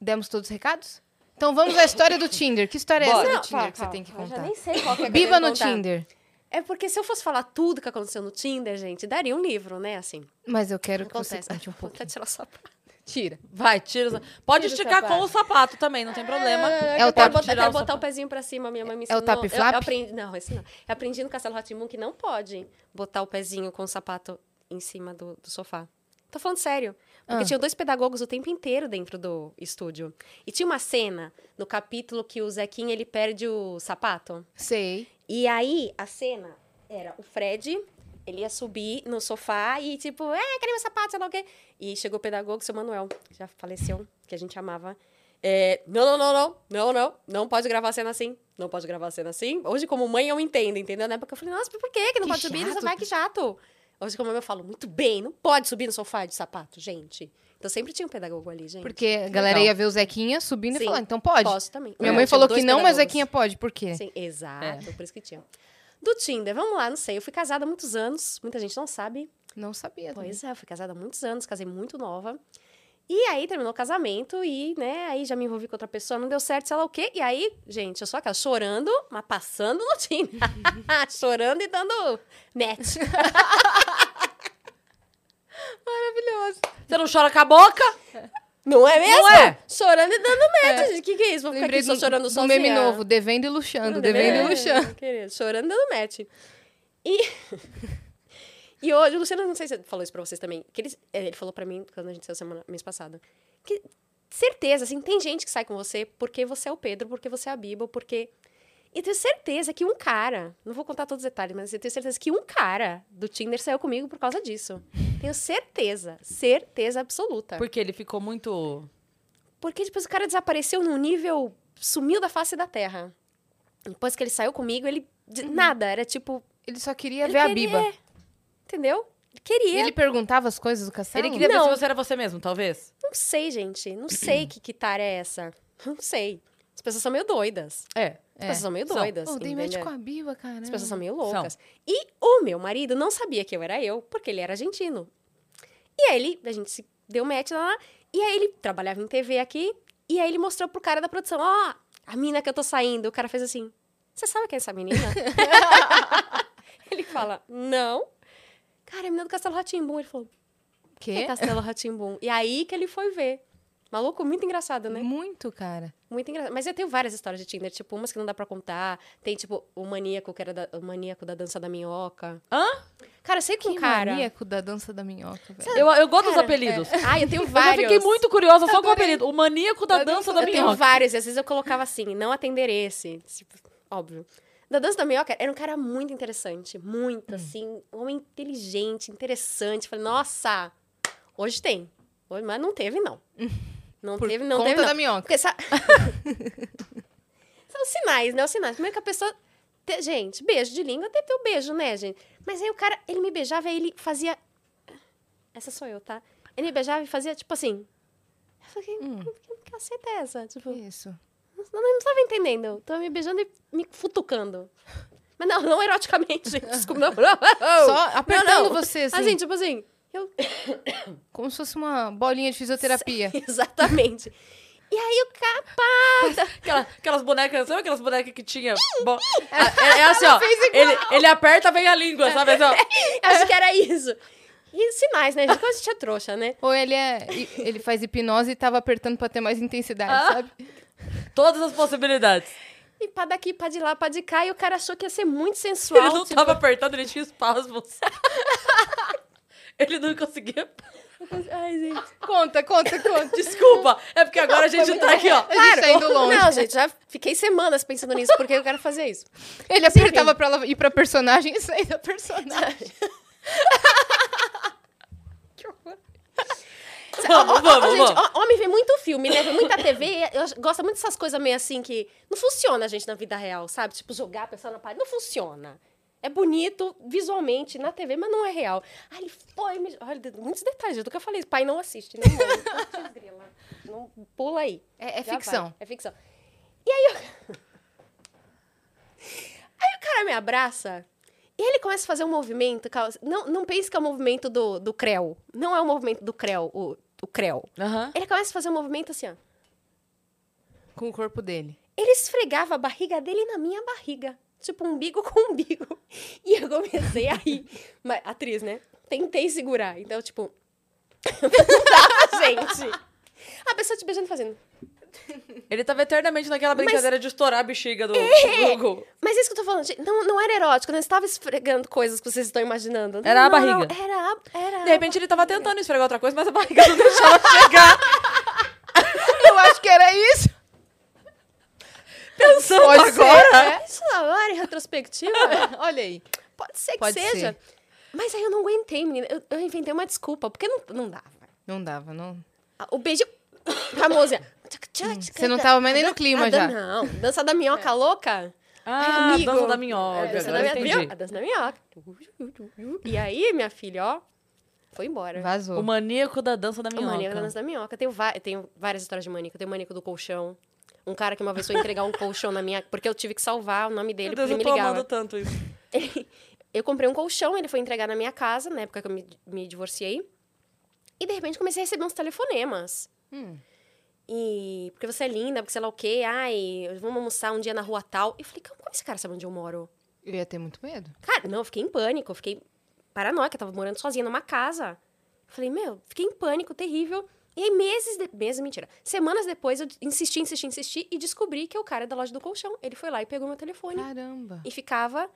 [SPEAKER 2] Demos todos os recados? Então vamos à história do Tinder. Que história é essa
[SPEAKER 1] Bora.
[SPEAKER 2] do Tinder que você tem que
[SPEAKER 3] Eu já
[SPEAKER 2] contar?
[SPEAKER 3] nem sei qual que é que eu
[SPEAKER 2] Biba
[SPEAKER 3] tenho que
[SPEAKER 2] no
[SPEAKER 3] contar.
[SPEAKER 2] Tinder.
[SPEAKER 3] É porque se eu fosse falar tudo que aconteceu no Tinder, gente, daria um livro, né? Assim,
[SPEAKER 2] Mas eu quero que você
[SPEAKER 3] acontece.
[SPEAKER 2] conte um
[SPEAKER 3] <laughs> Vou
[SPEAKER 2] pouco.
[SPEAKER 3] até tirar só pra...
[SPEAKER 2] Tira.
[SPEAKER 1] Vai, tira... o sa- Pode
[SPEAKER 3] Tira o
[SPEAKER 1] esticar
[SPEAKER 3] sapato.
[SPEAKER 1] com o sapato também, não tem problema.
[SPEAKER 2] É o
[SPEAKER 3] Eu quero
[SPEAKER 2] tap
[SPEAKER 3] botar,
[SPEAKER 1] tirar
[SPEAKER 3] quero
[SPEAKER 1] o
[SPEAKER 3] botar o
[SPEAKER 1] sapato.
[SPEAKER 3] pezinho pra cima, minha mãe me
[SPEAKER 2] É o
[SPEAKER 3] ensinou.
[SPEAKER 2] tap
[SPEAKER 3] Eu-
[SPEAKER 2] flap?
[SPEAKER 3] eu aprendi- não, isso não. Eu aprendi no Castelo Ratimun que não pode botar o pezinho com o sapato em cima do, do sofá. Tô falando sério. Porque
[SPEAKER 2] Ah.
[SPEAKER 3] tinha dois pedagogos o tempo inteiro dentro do estúdio. E tinha uma cena no capítulo que o Zequinha, ele perde o sapato.
[SPEAKER 2] Sei.
[SPEAKER 3] E aí, a cena era o Fred, ele ia subir no sofá e tipo, é, cadê meu sapato, sei lá o quê. E chegou o pedagogo, seu Manuel, que já faleceu, que a gente amava. É, não, não, não, não, não, não, não pode gravar cena assim, não pode gravar cena assim. Hoje, como mãe, eu entendo, entendeu? Na época eu falei, nossa, mas por que que não
[SPEAKER 2] Que
[SPEAKER 3] pode subir no
[SPEAKER 2] chato.
[SPEAKER 3] sofá? Que chato. Hoje, como mãe, eu falo, muito bem, não pode subir no sofá de sapato, gente. Então, sempre tinha um pedagogo ali, gente.
[SPEAKER 2] Porque a galera
[SPEAKER 1] Legal.
[SPEAKER 2] ia ver o Zequinha subindo
[SPEAKER 3] Sim.
[SPEAKER 2] e falar, então pode.
[SPEAKER 3] Posso também.
[SPEAKER 2] Minha
[SPEAKER 3] É,
[SPEAKER 2] mãe
[SPEAKER 3] tinha
[SPEAKER 2] falou
[SPEAKER 3] dois
[SPEAKER 2] que não, mas
[SPEAKER 3] pedagogos.
[SPEAKER 2] Zequinha pode. Por quê?
[SPEAKER 3] Sim,
[SPEAKER 2] É.
[SPEAKER 3] exato, por isso que tinha. Do Tinder, vamos lá, não sei. Eu fui casada há muitos anos, muita gente não sabe.
[SPEAKER 2] Não sabia. também.
[SPEAKER 3] Pois é, eu fui casada há muitos anos, casei muito nova. E aí terminou o casamento e, né, aí já me envolvi com outra pessoa, não deu certo, sei lá o quê. E aí, gente, eu só aquela chorando, mas passando no Tinder. <laughs> chorando e dando net.
[SPEAKER 2] Maravilhoso.
[SPEAKER 1] Você não chora com a boca?
[SPEAKER 3] Não é mesmo?
[SPEAKER 1] Não é?
[SPEAKER 3] Chorando e dando net, gente. O que, que é isso? Vou ficar
[SPEAKER 2] Lembrei
[SPEAKER 3] aqui só assim,
[SPEAKER 2] do,
[SPEAKER 3] chorando
[SPEAKER 2] do
[SPEAKER 3] sozinha.
[SPEAKER 2] meme novo, devendo e luxando,
[SPEAKER 3] Não,
[SPEAKER 2] devendo e
[SPEAKER 3] deveria,
[SPEAKER 2] luxando.
[SPEAKER 3] querido. Chorando dando match. E, <laughs> e hoje, o Luciano, não sei se ele falou isso pra vocês também, que ele, é, ele falou pra mim quando a gente saiu semana, mês passado, que certeza, assim, tem gente que sai com você porque você é o Pedro, porque você é a Biba, porque... E tenho certeza que um cara, não vou contar todos os detalhes, mas eu tenho certeza que um cara do Tinder saiu comigo por causa disso. Tenho certeza, certeza absoluta.
[SPEAKER 1] Porque ele ficou muito.
[SPEAKER 3] Porque depois o cara desapareceu num nível. sumiu da face da terra. Depois que ele saiu comigo, ele. de-
[SPEAKER 2] Uhum.
[SPEAKER 3] Nada, era tipo.
[SPEAKER 2] Ele só queria
[SPEAKER 3] ele
[SPEAKER 2] ver a
[SPEAKER 3] queria-
[SPEAKER 2] Biba.
[SPEAKER 3] Entendeu? Ele
[SPEAKER 2] E
[SPEAKER 3] Queria.
[SPEAKER 2] ele perguntava as coisas do Cassaro?
[SPEAKER 1] Ele queria ver
[SPEAKER 3] Não.
[SPEAKER 1] se você era você mesmo, talvez.
[SPEAKER 3] Não sei, gente.
[SPEAKER 2] <clears throat>
[SPEAKER 3] Não sei que, que tara é essa. Não sei. As pessoas são meio doidas.
[SPEAKER 1] É.
[SPEAKER 3] As
[SPEAKER 2] É.
[SPEAKER 3] pessoas são meio
[SPEAKER 1] São.
[SPEAKER 3] doidas.
[SPEAKER 2] Pô, dei
[SPEAKER 3] assim, entendeu?
[SPEAKER 2] match com a Biba, cara.
[SPEAKER 3] As pessoas são meio loucas. E o meu marido não sabia que eu era eu, porque ele era argentino. E aí ele, a gente se deu match lá, lá e aí ele trabalhava em TV aqui, e aí ele mostrou pro cara da produção, ó, a mina que eu tô saindo. O cara fez assim, você sabe quem é essa menina? <laughs> ele fala, não. Cara, é a menina do Castelo Ratimbum. Ele falou, quem é
[SPEAKER 2] Quê?
[SPEAKER 3] Castelo Ratimbum? E aí que ele foi ver. Maluco, muito engraçado, né?
[SPEAKER 2] Muito, cara.
[SPEAKER 3] Muito engraçado. Mas eu tenho várias histórias de Tinder, tipo, umas que não dá pra contar. Tem, tipo, o maníaco que era da- o maníaco da dança da minhoca.
[SPEAKER 1] Hã?
[SPEAKER 3] Cara, eu sei que um
[SPEAKER 2] Que
[SPEAKER 3] cara.
[SPEAKER 2] maníaco da dança da minhoca, velho.
[SPEAKER 1] Eu, eu gosto dos
[SPEAKER 3] Cara,
[SPEAKER 1] apelidos.
[SPEAKER 3] Ah, <laughs> eu tenho
[SPEAKER 1] Mas
[SPEAKER 3] vários.
[SPEAKER 1] eu fiquei muito curiosa só com o
[SPEAKER 2] Adorei.
[SPEAKER 1] apelido. O maníaco da dança da
[SPEAKER 3] Eu tenho
[SPEAKER 1] minhoca.
[SPEAKER 3] vários, e às vezes eu colocava assim, não atender esse. Tipo, óbvio. Da dança da minhoca era um cara muito interessante. Muito, assim, um homem inteligente, interessante. Falei, nossa, hoje tem. Hoje, mas não teve, <laughs> não. Não
[SPEAKER 2] Por
[SPEAKER 3] teve, não
[SPEAKER 2] conta
[SPEAKER 3] teve. não.
[SPEAKER 2] da minhoca.
[SPEAKER 3] Porque sa- <laughs> São sinais, né? Os sinais. Primeiro que a pessoa. te- Gente, beijo de língua tem que ter o beijo, né, gente? Mas aí o cara, ele me beijava e ele fazia. Essa sou eu, tá? Ele me beijava e fazia tipo assim. Eu falei,
[SPEAKER 2] Hum.
[SPEAKER 3] que, que caceta é essa? Tipo, eu
[SPEAKER 2] Isso.
[SPEAKER 3] não, não tava entendendo. Tava me beijando e me futucando. Mas não, não eroticamente, gente. Desculpa, não. Só
[SPEAKER 2] Só apertando
[SPEAKER 3] não.
[SPEAKER 2] você, assim,
[SPEAKER 3] assim, tipo assim. <laughs> Eu
[SPEAKER 2] Como se fosse uma bolinha de fisioterapia.
[SPEAKER 3] Exatamente. E aí o cara.
[SPEAKER 1] Aquela- aquelas bonecas, sabe aquelas bonecas que tinha? Bo... É, é assim, ó.
[SPEAKER 2] fez
[SPEAKER 1] Ele, ele aperta bem a língua, sabe? Assim, ó.
[SPEAKER 3] Acho que era isso. E sinais, né? gente? Como a gente é trouxa, né?
[SPEAKER 2] Ou ele é. e- Ele faz hipnose e tava apertando pra ter mais intensidade,
[SPEAKER 1] Ah.
[SPEAKER 2] sabe?
[SPEAKER 1] Todas as possibilidades.
[SPEAKER 3] E pá daqui, pá de lá, pá de cá. E o cara achou que ia ser muito sensual.
[SPEAKER 1] Ele não
[SPEAKER 3] tipo,
[SPEAKER 1] tava apertando, ele tinha espasmos. <laughs> ele não conseguia.
[SPEAKER 3] Ai,
[SPEAKER 1] <laughs>
[SPEAKER 3] gente.
[SPEAKER 2] Conta, conta, conta.
[SPEAKER 1] Desculpa, é porque agora a gente tá aqui, ó.
[SPEAKER 2] A gente tá indo longe.
[SPEAKER 3] Não, gente, já fiquei semanas pensando nisso, porque eu quero fazer isso.
[SPEAKER 2] Ele apertava pra ela ir pra personagem e sair da personagem. que horror.
[SPEAKER 1] Vamos,
[SPEAKER 3] Ó,
[SPEAKER 1] vamos,
[SPEAKER 3] gente,
[SPEAKER 1] vamos.
[SPEAKER 3] ó, homem vê muito filme, né? Vê muita TV. Eu acho- gosto muito dessas coisas meio assim que não funciona, gente, na vida real, sabe? Tipo, jogar, pensar na parede. Não funciona. É bonito visualmente na TV, mas não é real. Ai, ele foi. me- Olha, muitos detalhes do que eu falei. Pai não assiste, né?
[SPEAKER 1] <laughs>
[SPEAKER 3] Mãe, Putz, grila. não pula aí.
[SPEAKER 2] É, é
[SPEAKER 3] Já vai.
[SPEAKER 2] ficção.
[SPEAKER 3] É ficção. E <laughs> aí, eu... aí o cara me abraça e ele começa a fazer um movimento. Cal- Não, não pense que é o movimento do, do Creu. Não é o movimento do Creu, o, o Creu.
[SPEAKER 1] Aham.
[SPEAKER 3] Ele começa a fazer um movimento assim, ó.
[SPEAKER 2] Com o corpo dele.
[SPEAKER 3] Ele esfregava a barriga dele na minha barriga. Tipo, umbigo <laughs> com umbigo. E eu comecei a rir.
[SPEAKER 2] <laughs>
[SPEAKER 3] Mas, atriz, né? Tentei segurar. Então, tipo. <laughs> Não dava, gente. A pessoa te beijando e fazendo.
[SPEAKER 1] Ele tava eternamente naquela brincadeira de estourar a bexiga do Google.
[SPEAKER 3] Mas isso que eu tô falando, gente, não, não era erótico, eu não estava esfregando coisas que vocês estão imaginando. Não,
[SPEAKER 1] Era a
[SPEAKER 3] não, não,
[SPEAKER 1] barriga.
[SPEAKER 3] Era a. Era
[SPEAKER 1] De repente ele tava tentando esfregar outra coisa, mas a barriga não deixava
[SPEAKER 3] <laughs>
[SPEAKER 1] chegar.
[SPEAKER 2] Eu acho que era isso.
[SPEAKER 1] Pensando assim.
[SPEAKER 2] Pode ser, <laughs>
[SPEAKER 3] <laughs>
[SPEAKER 1] agora.
[SPEAKER 2] né?
[SPEAKER 3] Isso na hora, em
[SPEAKER 2] <laughs>
[SPEAKER 3] retrospectiva.
[SPEAKER 2] Olha aí.
[SPEAKER 3] Pode ser que
[SPEAKER 2] Pode
[SPEAKER 3] seja.
[SPEAKER 2] ser.
[SPEAKER 3] Mas aí eu não aguentei, menina. Eu, eu inventei uma desculpa, porque não, não dava.
[SPEAKER 2] Não dava, não.
[SPEAKER 3] Ah, O beijo. <coughs> Famoso. é, tchac, tchac, tchac,
[SPEAKER 2] Hum, Você não
[SPEAKER 3] tchac.
[SPEAKER 2] tava mais nem
[SPEAKER 3] A
[SPEAKER 2] no
[SPEAKER 3] dan-
[SPEAKER 2] clima
[SPEAKER 3] a
[SPEAKER 2] já.
[SPEAKER 3] dan- Não, dança da minhoca louca.
[SPEAKER 1] Ah,
[SPEAKER 3] amigo.
[SPEAKER 1] dança da minhoca. né?
[SPEAKER 3] É, dança da
[SPEAKER 1] É. agora
[SPEAKER 3] minhoca.
[SPEAKER 1] entendi.
[SPEAKER 3] A dança da minhoca. E aí, minha filha, ó, foi embora.
[SPEAKER 1] O
[SPEAKER 2] Vazou.
[SPEAKER 1] maníaco da dança da
[SPEAKER 3] O
[SPEAKER 1] minhoca.
[SPEAKER 3] maníaco da dança da minhoca. Eu tenho, va- eu tenho várias histórias de maníaco. Eu tenho maníaco do colchão. Um cara que uma vez foi entregar um colchão na minha... Porque eu tive que salvar o nome dele,
[SPEAKER 1] Meu Deus,
[SPEAKER 3] porque
[SPEAKER 1] eu
[SPEAKER 3] ele me
[SPEAKER 1] tô amando
[SPEAKER 3] ligava.
[SPEAKER 1] tanto isso.
[SPEAKER 3] Ele, <laughs> Eu comprei um colchão, ele foi entregar na minha casa, na época que eu me, me divorciei. E de repente comecei a receber uns telefonemas.
[SPEAKER 2] Hum.
[SPEAKER 3] E porque você é linda, porque sei lá o quê, ai, vamos almoçar um dia na rua tal. E eu falei, como como esse cara sabe onde eu moro?
[SPEAKER 2] Eu ia ter muito medo.
[SPEAKER 3] Cara, não, eu fiquei em pânico, eu fiquei paranoica, eu tava morando sozinha numa casa. Eu Falei, meu, fiquei em pânico, terrível. E aí, meses, de... meses, mentira, semanas depois, eu insisti, insisti, insisti e descobri que é o cara da loja do colchão. Ele foi lá e pegou meu telefone
[SPEAKER 2] Caramba.
[SPEAKER 3] e ficava.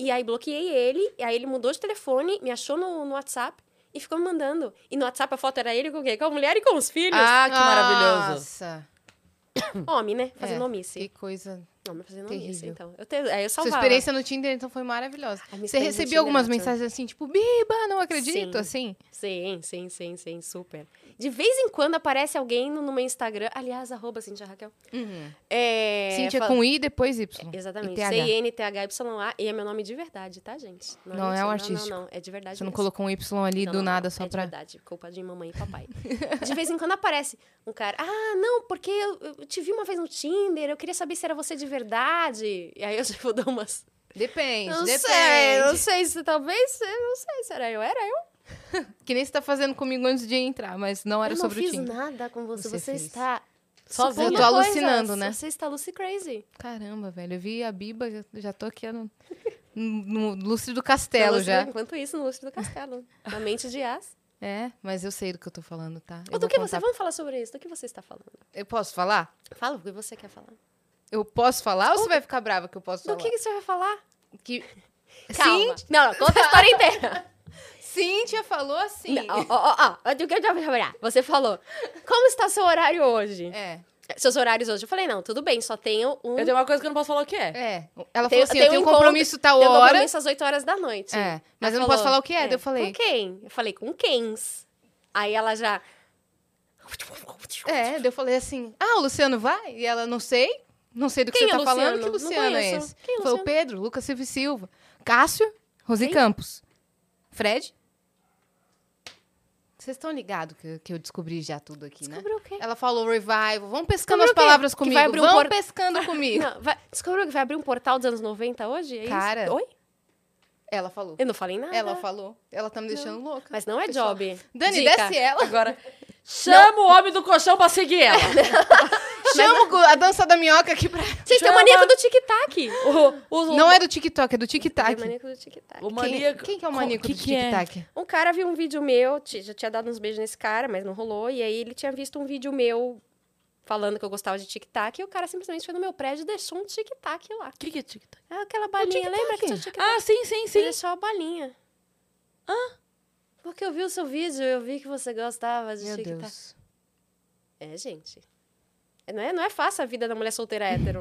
[SPEAKER 3] E aí bloqueei ele, e aí ele mudou de telefone, me achou no, no WhatsApp e ficou me mandando. E no WhatsApp a foto era ele com o quê? Com a mulher e com os filhos.
[SPEAKER 1] Ah, que maravilhoso.
[SPEAKER 2] Nossa.
[SPEAKER 3] Homem, né? Fazendo
[SPEAKER 2] É,
[SPEAKER 3] omisse.
[SPEAKER 2] Que coisa.
[SPEAKER 3] Homem fazendo omisse,
[SPEAKER 2] terrível.
[SPEAKER 3] então. Eu te... Aí eu
[SPEAKER 2] Sua
[SPEAKER 3] salvava.
[SPEAKER 2] experiência no Tinder, então, foi maravilhosa.
[SPEAKER 3] A minha
[SPEAKER 2] Você
[SPEAKER 3] experiência no Tinder
[SPEAKER 2] recebeu algumas
[SPEAKER 3] era ótima.
[SPEAKER 2] mensagens assim, tipo, Biba, não acredito,
[SPEAKER 3] Sim.
[SPEAKER 2] assim?
[SPEAKER 3] Sim, sim, sim, sim, super. De vez em quando aparece alguém no, no meu Instagram, aliás, arroba Cintia Raquel. É,
[SPEAKER 2] Cíntia
[SPEAKER 3] fala-
[SPEAKER 2] com I, depois Y. E
[SPEAKER 3] Exatamente.
[SPEAKER 2] TH.
[SPEAKER 3] C-I-N-T-H-Y-A. E é meu nome de verdade, tá, gente?
[SPEAKER 2] Não é
[SPEAKER 3] mentira,
[SPEAKER 2] o artístico.
[SPEAKER 3] Não, não, é de verdade
[SPEAKER 2] Você não
[SPEAKER 3] mesmo.
[SPEAKER 2] colocou um Y ali
[SPEAKER 3] Não,
[SPEAKER 2] do
[SPEAKER 3] não, não,
[SPEAKER 2] nada só
[SPEAKER 3] é
[SPEAKER 2] pra...
[SPEAKER 3] de verdade, culpa de mamãe e papai. <laughs> de vez em quando aparece um cara, ah, não, porque eu, eu te vi uma vez no Tinder, eu queria saber se era você de verdade. E aí eu tipo dou umas...
[SPEAKER 2] Depende,
[SPEAKER 3] não
[SPEAKER 2] depende.
[SPEAKER 3] sei, não sei se talvez, eu não sei se era eu, era eu.
[SPEAKER 2] Que nem você tá fazendo comigo antes de entrar, mas não era
[SPEAKER 3] eu
[SPEAKER 2] sobre
[SPEAKER 3] não
[SPEAKER 2] o
[SPEAKER 3] fiz
[SPEAKER 2] Tinder.
[SPEAKER 3] nada com você,
[SPEAKER 2] Você
[SPEAKER 3] você
[SPEAKER 2] fez.
[SPEAKER 3] está...
[SPEAKER 1] Sozinha. Eu
[SPEAKER 3] supondo
[SPEAKER 2] tô
[SPEAKER 3] coisas,
[SPEAKER 2] alucinando, né?
[SPEAKER 3] Você está Lucy Crazy.
[SPEAKER 2] Caramba, velho, eu vi a Biba, já- já tô aqui no, no Lúcio do Castelo
[SPEAKER 3] Lúcido-
[SPEAKER 2] já.
[SPEAKER 3] Enquanto isso, no Lúcio do Castelo. na mente de As.
[SPEAKER 2] É, mas eu sei do que eu tô falando, tá? Eu
[SPEAKER 3] Ou do
[SPEAKER 2] vou
[SPEAKER 3] que você...
[SPEAKER 2] contar-
[SPEAKER 3] Vamos falar sobre isso. Do que você está falando?
[SPEAKER 2] Eu posso falar?
[SPEAKER 3] Fala o que você quer falar.
[SPEAKER 2] Eu posso falar ou você vai ficar brava que eu posso
[SPEAKER 3] Do
[SPEAKER 2] falar?
[SPEAKER 3] que que você vai falar?
[SPEAKER 2] que...
[SPEAKER 3] Calma. Não, não, conta a
[SPEAKER 2] <laughs>
[SPEAKER 3] história inteira.
[SPEAKER 2] Cíntia falou assim.
[SPEAKER 3] Não, Ó, ó, ó, ó. Do que eu já vou trabalhar? Você falou, como está seu horário hoje?
[SPEAKER 2] É,
[SPEAKER 3] Seus horários hoje. Eu falei, não, tudo bem, só tenho um...
[SPEAKER 1] Eu tenho uma coisa que eu não posso falar o que
[SPEAKER 3] <laughs>
[SPEAKER 1] é.
[SPEAKER 2] é. Ela
[SPEAKER 3] tenho-
[SPEAKER 2] falou assim, eu tenho um compromisso tal
[SPEAKER 3] Tenho um
[SPEAKER 2] hora.
[SPEAKER 3] compromisso às 8 horas da noite.
[SPEAKER 2] É,
[SPEAKER 3] Ela
[SPEAKER 2] mas eu não posso
[SPEAKER 3] falou,
[SPEAKER 2] falar o que é. Daí eu falei,
[SPEAKER 3] Com quem? Eu falei, com quem? Aí ela já...
[SPEAKER 2] é, daí eu falei assim, ah, o Luciano vai? E ela, não sei, não sei do que
[SPEAKER 3] Quem
[SPEAKER 2] você
[SPEAKER 3] é
[SPEAKER 2] tá falando,
[SPEAKER 3] Luciano?
[SPEAKER 2] que
[SPEAKER 3] Não
[SPEAKER 2] Luciano é
[SPEAKER 3] conheço.
[SPEAKER 2] esse?
[SPEAKER 3] Quem é
[SPEAKER 2] Foi o
[SPEAKER 3] Luciano?
[SPEAKER 2] Pedro, Lucas Silva e Silva, Cássio, Rosi Campos, Fred. Vocês estão ligados que, que eu descobri já tudo aqui, né?
[SPEAKER 3] Descobriu o quê?
[SPEAKER 2] Ela falou revival, vão pescando
[SPEAKER 3] Descobriu
[SPEAKER 2] as
[SPEAKER 3] o quê?
[SPEAKER 2] palavras
[SPEAKER 3] Que vai
[SPEAKER 2] comigo,
[SPEAKER 3] abrir um
[SPEAKER 2] vão
[SPEAKER 3] por-
[SPEAKER 2] pescando
[SPEAKER 3] <laughs>
[SPEAKER 2] comigo.
[SPEAKER 3] Não, vai- descobriu que vai abrir um portal dos anos 90 hoje? É isso?
[SPEAKER 2] Cara.
[SPEAKER 3] Oi?
[SPEAKER 2] Ela falou.
[SPEAKER 3] Eu não falei nada.
[SPEAKER 2] Ela falou. Ela tá me deixando louca.
[SPEAKER 3] Mas não é
[SPEAKER 2] Pessoal.
[SPEAKER 3] job.
[SPEAKER 2] Dani,
[SPEAKER 3] Dica.
[SPEAKER 2] desce ela.
[SPEAKER 1] Agora, chama o homem do colchão pra seguir
[SPEAKER 3] <laughs>
[SPEAKER 1] ela.
[SPEAKER 2] Chama o gu- a dança da minhoca aqui pra.
[SPEAKER 3] Gente, tem o
[SPEAKER 1] Chama-
[SPEAKER 3] maníaco do tic-tac.
[SPEAKER 1] O, o- o-
[SPEAKER 2] Não é do TikTok, é do
[SPEAKER 3] Tem o
[SPEAKER 2] tic-tac.
[SPEAKER 3] maníaco do tic-tac.
[SPEAKER 1] o
[SPEAKER 2] Quem,
[SPEAKER 1] maníaco.
[SPEAKER 2] quem que é o
[SPEAKER 1] Co-
[SPEAKER 2] maníaco
[SPEAKER 1] que
[SPEAKER 2] do
[SPEAKER 1] que é?
[SPEAKER 2] tic-tac?
[SPEAKER 3] Um cara viu um vídeo meu, ti- já tinha dado uns beijos nesse cara, mas não rolou. E aí ele tinha visto um vídeo meu falando que eu gostava de tic-tac. E o cara simplesmente foi no meu prédio e deixou um tic-tac lá.
[SPEAKER 1] Que que é tic-tac?
[SPEAKER 3] Ah, Aquela balinha, lembra que tinha o tic-tac?
[SPEAKER 1] Ah, sim, sim,
[SPEAKER 3] Ele
[SPEAKER 1] sim.
[SPEAKER 3] deixou a balinha. Hã? Porque eu vi o seu vídeo, eu vi que você gostava de
[SPEAKER 2] Meu
[SPEAKER 3] tic-tac.
[SPEAKER 2] Deus.
[SPEAKER 3] tá É, gente. É, Não é, não é fácil a vida da mulher solteira
[SPEAKER 2] <laughs>
[SPEAKER 3] hétero.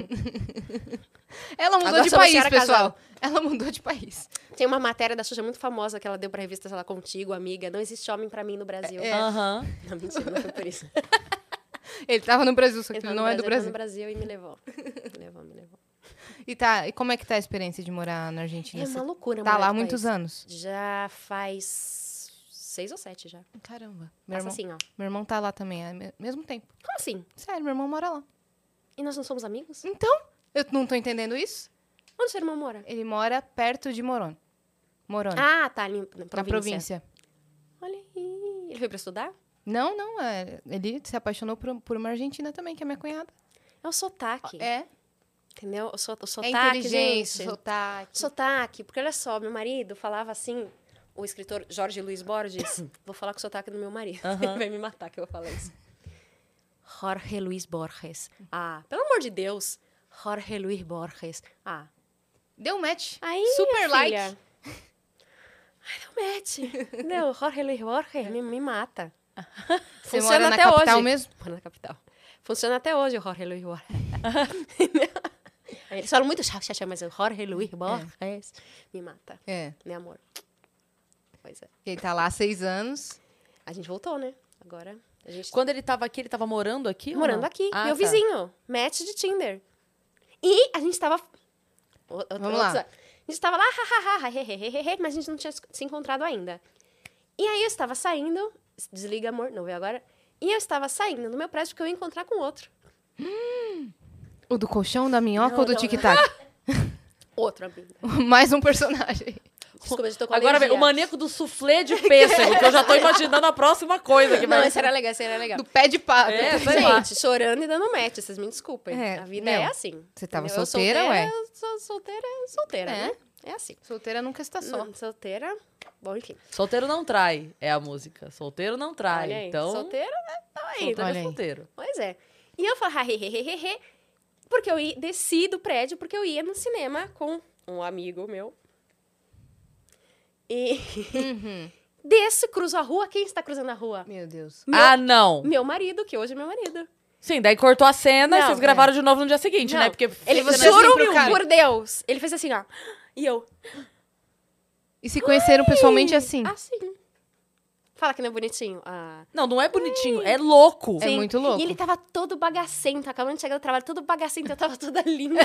[SPEAKER 2] Ela mudou
[SPEAKER 3] Agora
[SPEAKER 2] de
[SPEAKER 3] só você
[SPEAKER 2] país,
[SPEAKER 3] era
[SPEAKER 2] pessoal. <laughs> Ela mudou de país.
[SPEAKER 3] Tem uma matéria da Xuxa muito famosa que ela deu pra revista, sei lá, Contigo, Amiga. Não existe homem pra mim no Brasil.
[SPEAKER 2] É,
[SPEAKER 1] Aham.
[SPEAKER 3] Não, mentira, não foi
[SPEAKER 2] <laughs>
[SPEAKER 3] por isso.
[SPEAKER 2] Ele tava no Brasil, só que ele
[SPEAKER 3] Ele tá no
[SPEAKER 2] não é do
[SPEAKER 3] ele tá
[SPEAKER 2] Brasil.
[SPEAKER 3] no Brasil e me levou. Me levou, me levou.
[SPEAKER 2] E tá, e como é que tá a experiência de morar na Argentina?
[SPEAKER 3] É uma loucura,
[SPEAKER 2] tá
[SPEAKER 3] morar
[SPEAKER 2] lá há
[SPEAKER 3] no
[SPEAKER 2] muitos
[SPEAKER 3] país.
[SPEAKER 2] anos.
[SPEAKER 3] Já faz seis ou sete já.
[SPEAKER 2] Caramba. Meu
[SPEAKER 3] Passa
[SPEAKER 2] irmão,
[SPEAKER 3] assim, ó.
[SPEAKER 2] meu irmão tá lá também, é me- mesmo tempo.
[SPEAKER 3] Como assim?
[SPEAKER 2] Sério, meu irmão mora lá.
[SPEAKER 3] E nós não somos amigos?
[SPEAKER 2] Então, eu não tô entendendo isso.
[SPEAKER 3] Onde seu irmão mora?
[SPEAKER 2] Ele mora perto de Morón. Morón,
[SPEAKER 3] Ah, tá, ali
[SPEAKER 2] na
[SPEAKER 3] na província.
[SPEAKER 2] província.
[SPEAKER 3] Olha aí. Ele foi pra estudar?
[SPEAKER 2] Não, não, é, ele se apaixonou por, por uma argentina também, que é minha cunhada.
[SPEAKER 3] É o sotaque,
[SPEAKER 2] É,
[SPEAKER 3] entendeu? O, so, o sotaque,
[SPEAKER 2] é inteligência,
[SPEAKER 3] gente.
[SPEAKER 2] sotaque.
[SPEAKER 3] Sotaque, porque olha só, meu marido falava assim, o escritor Jorge Luiz <coughs> Borges, vou falar com o sotaque do meu marido, ele vai me matar que eu vou falar isso. Jorge Luiz Borges. Ah, pelo amor de Deus. Jorge Luiz Borges. Ah,
[SPEAKER 2] Deu um match.
[SPEAKER 3] aí,
[SPEAKER 2] Super
[SPEAKER 3] minha
[SPEAKER 2] like.
[SPEAKER 3] filha. Ai, não mete. <laughs> Não, Jorge Luiz Borges me, me mata.
[SPEAKER 2] Você
[SPEAKER 3] Funciona
[SPEAKER 2] mora na
[SPEAKER 3] até
[SPEAKER 2] capital
[SPEAKER 3] hoje.
[SPEAKER 2] mesmo?
[SPEAKER 3] Mora na capital. Funciona até hoje o Jorge Luiz Borges. <laughs> Eles falam muito chá, chá, chá, mas o Jorge Luiz
[SPEAKER 1] É.
[SPEAKER 3] Borges me mata.
[SPEAKER 2] É.
[SPEAKER 3] Né, amor? Pois é.
[SPEAKER 2] Ele tá lá há seis anos.
[SPEAKER 3] A gente voltou, né? Agora a gente
[SPEAKER 1] Quando ele tava aqui, ele tava morando aqui?
[SPEAKER 3] tá morando
[SPEAKER 1] ou não?
[SPEAKER 3] aqui.
[SPEAKER 1] Ah,
[SPEAKER 3] meu
[SPEAKER 1] tá.
[SPEAKER 3] vizinho. Match de Tinder. E a gente tava. o- outra-
[SPEAKER 2] Vamos lá.
[SPEAKER 3] outra- A gente tava lá, hahaha, hehehehe, mas a gente não tinha se encontrado ainda. E aí eu estava saindo. Desliga, amor, não veio agora. E eu estava saindo do meu prédio porque eu ia encontrar com outro.
[SPEAKER 2] O do colchão, da minhoca <laughs>
[SPEAKER 3] Não,
[SPEAKER 2] ou do
[SPEAKER 3] não,
[SPEAKER 2] tic-tac?
[SPEAKER 3] Outro amigo.
[SPEAKER 2] <laughs> Mais um personagem.
[SPEAKER 3] Desculpa, eu tô com
[SPEAKER 1] Agora vem
[SPEAKER 3] alergia.
[SPEAKER 1] o maníaco do suflê de pêssego, que eu já
[SPEAKER 3] <laughs>
[SPEAKER 1] tô imaginando a próxima coisa que
[SPEAKER 3] Não,
[SPEAKER 1] vai
[SPEAKER 3] esse era legal, esse era legal.
[SPEAKER 2] Do pé de pato.
[SPEAKER 1] É, sei lá.
[SPEAKER 3] Gente, chorando e dando match, vocês me desculpem.
[SPEAKER 2] É,
[SPEAKER 3] a vida
[SPEAKER 2] meu,
[SPEAKER 3] é assim.
[SPEAKER 2] você tava
[SPEAKER 3] entendeu? Eu
[SPEAKER 2] solteira, ué?
[SPEAKER 3] eu sou solteira, solteira,
[SPEAKER 2] É?
[SPEAKER 3] né? É assim.
[SPEAKER 2] Solteira nunca está só.
[SPEAKER 3] Não, solteira, bom, enfim.
[SPEAKER 1] Solteiro não trai, é a música. Solteiro não
[SPEAKER 2] Tá,
[SPEAKER 1] trai.
[SPEAKER 3] Olha aí,
[SPEAKER 1] então,
[SPEAKER 3] solteira, né? Então aí,
[SPEAKER 1] solteiro
[SPEAKER 2] Olha
[SPEAKER 1] é
[SPEAKER 2] aí.
[SPEAKER 1] solteiro.
[SPEAKER 3] Pois é. E eu falava, he, he, he, he, he, porque eu ia, desci do prédio, porque eu ia no cinema com um amigo meu. E <laughs>
[SPEAKER 2] Uhum.
[SPEAKER 3] desço, cruzo a rua. Quem está cruzando a rua?
[SPEAKER 2] Meu Deus.
[SPEAKER 3] Meu-
[SPEAKER 1] Ah, não.
[SPEAKER 3] Meu marido, que hoje é meu marido.
[SPEAKER 1] Sim, daí cortou a cena e
[SPEAKER 3] Não,
[SPEAKER 1] vocês
[SPEAKER 3] é.
[SPEAKER 1] gravaram de novo no dia seguinte,
[SPEAKER 3] Não.
[SPEAKER 1] né? Porque
[SPEAKER 3] Ele
[SPEAKER 2] Você
[SPEAKER 1] Juro-
[SPEAKER 2] assim
[SPEAKER 3] juro
[SPEAKER 2] pro cara?
[SPEAKER 3] por Deus. Ele fez assim, ó. E eu,
[SPEAKER 2] E se conheceram pessoalmente assim?
[SPEAKER 3] assim. Fala que não é bonitinho. Ah.
[SPEAKER 1] Não, não é bonitinho, é louco.
[SPEAKER 2] É muito louco.
[SPEAKER 3] E ele tava todo bagacento, acabando de chegar do trabalho, todo bagacento, eu tava
[SPEAKER 2] <laughs>
[SPEAKER 3] toda linda.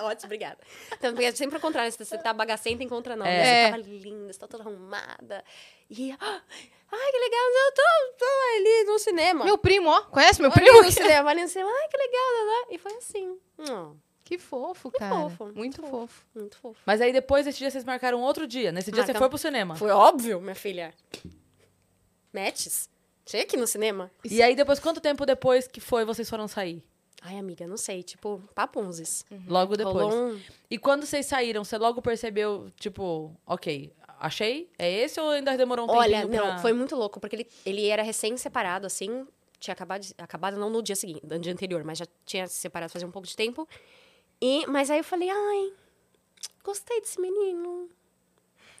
[SPEAKER 3] Ótimo, obrigada. Então, porque é sempre ao contrário, se você tá bagacenta, encontra não.
[SPEAKER 1] É.
[SPEAKER 3] Você tava linda, você tá toda arrumada. E, <gasps> ah, ai, que legal, eu tô, tô ali no cinema.
[SPEAKER 2] Meu primo, ó. Conhece meu
[SPEAKER 3] Olhei
[SPEAKER 2] primo?
[SPEAKER 3] no cinema, ali no cinema, ai, que legal, né? E foi assim. Hum,
[SPEAKER 2] Que fofo, cara.
[SPEAKER 3] fofo,
[SPEAKER 2] Muito,
[SPEAKER 3] muito
[SPEAKER 2] fofo.
[SPEAKER 3] muito fofo.
[SPEAKER 1] Mas aí depois desse dia vocês marcaram outro dia. Nesse dia você
[SPEAKER 3] Marcamos.
[SPEAKER 1] foi pro cinema.
[SPEAKER 3] Ah, tá. Foi óbvio, minha filha. Matches? Cheguei aqui no cinema.
[SPEAKER 1] E aí depois, quanto tempo depois que foi vocês foram sair?
[SPEAKER 3] Ai, amiga, não sei, tipo, papunzes.
[SPEAKER 1] Logo depois.
[SPEAKER 3] Uhum. Rolou um-
[SPEAKER 1] E quando vocês saíram, você logo percebeu, tipo, ok, achei? É esse ou ainda demorou um tempo?
[SPEAKER 3] Olha, não, foi muito louco, porque ele, ele era recém-separado, assim, tinha acabado, de- acabado não no dia seguinte, no dia anterior, mas já tinha se separado fazia um pouco de tempo. E, mas aí eu falei, ai, gostei desse menino.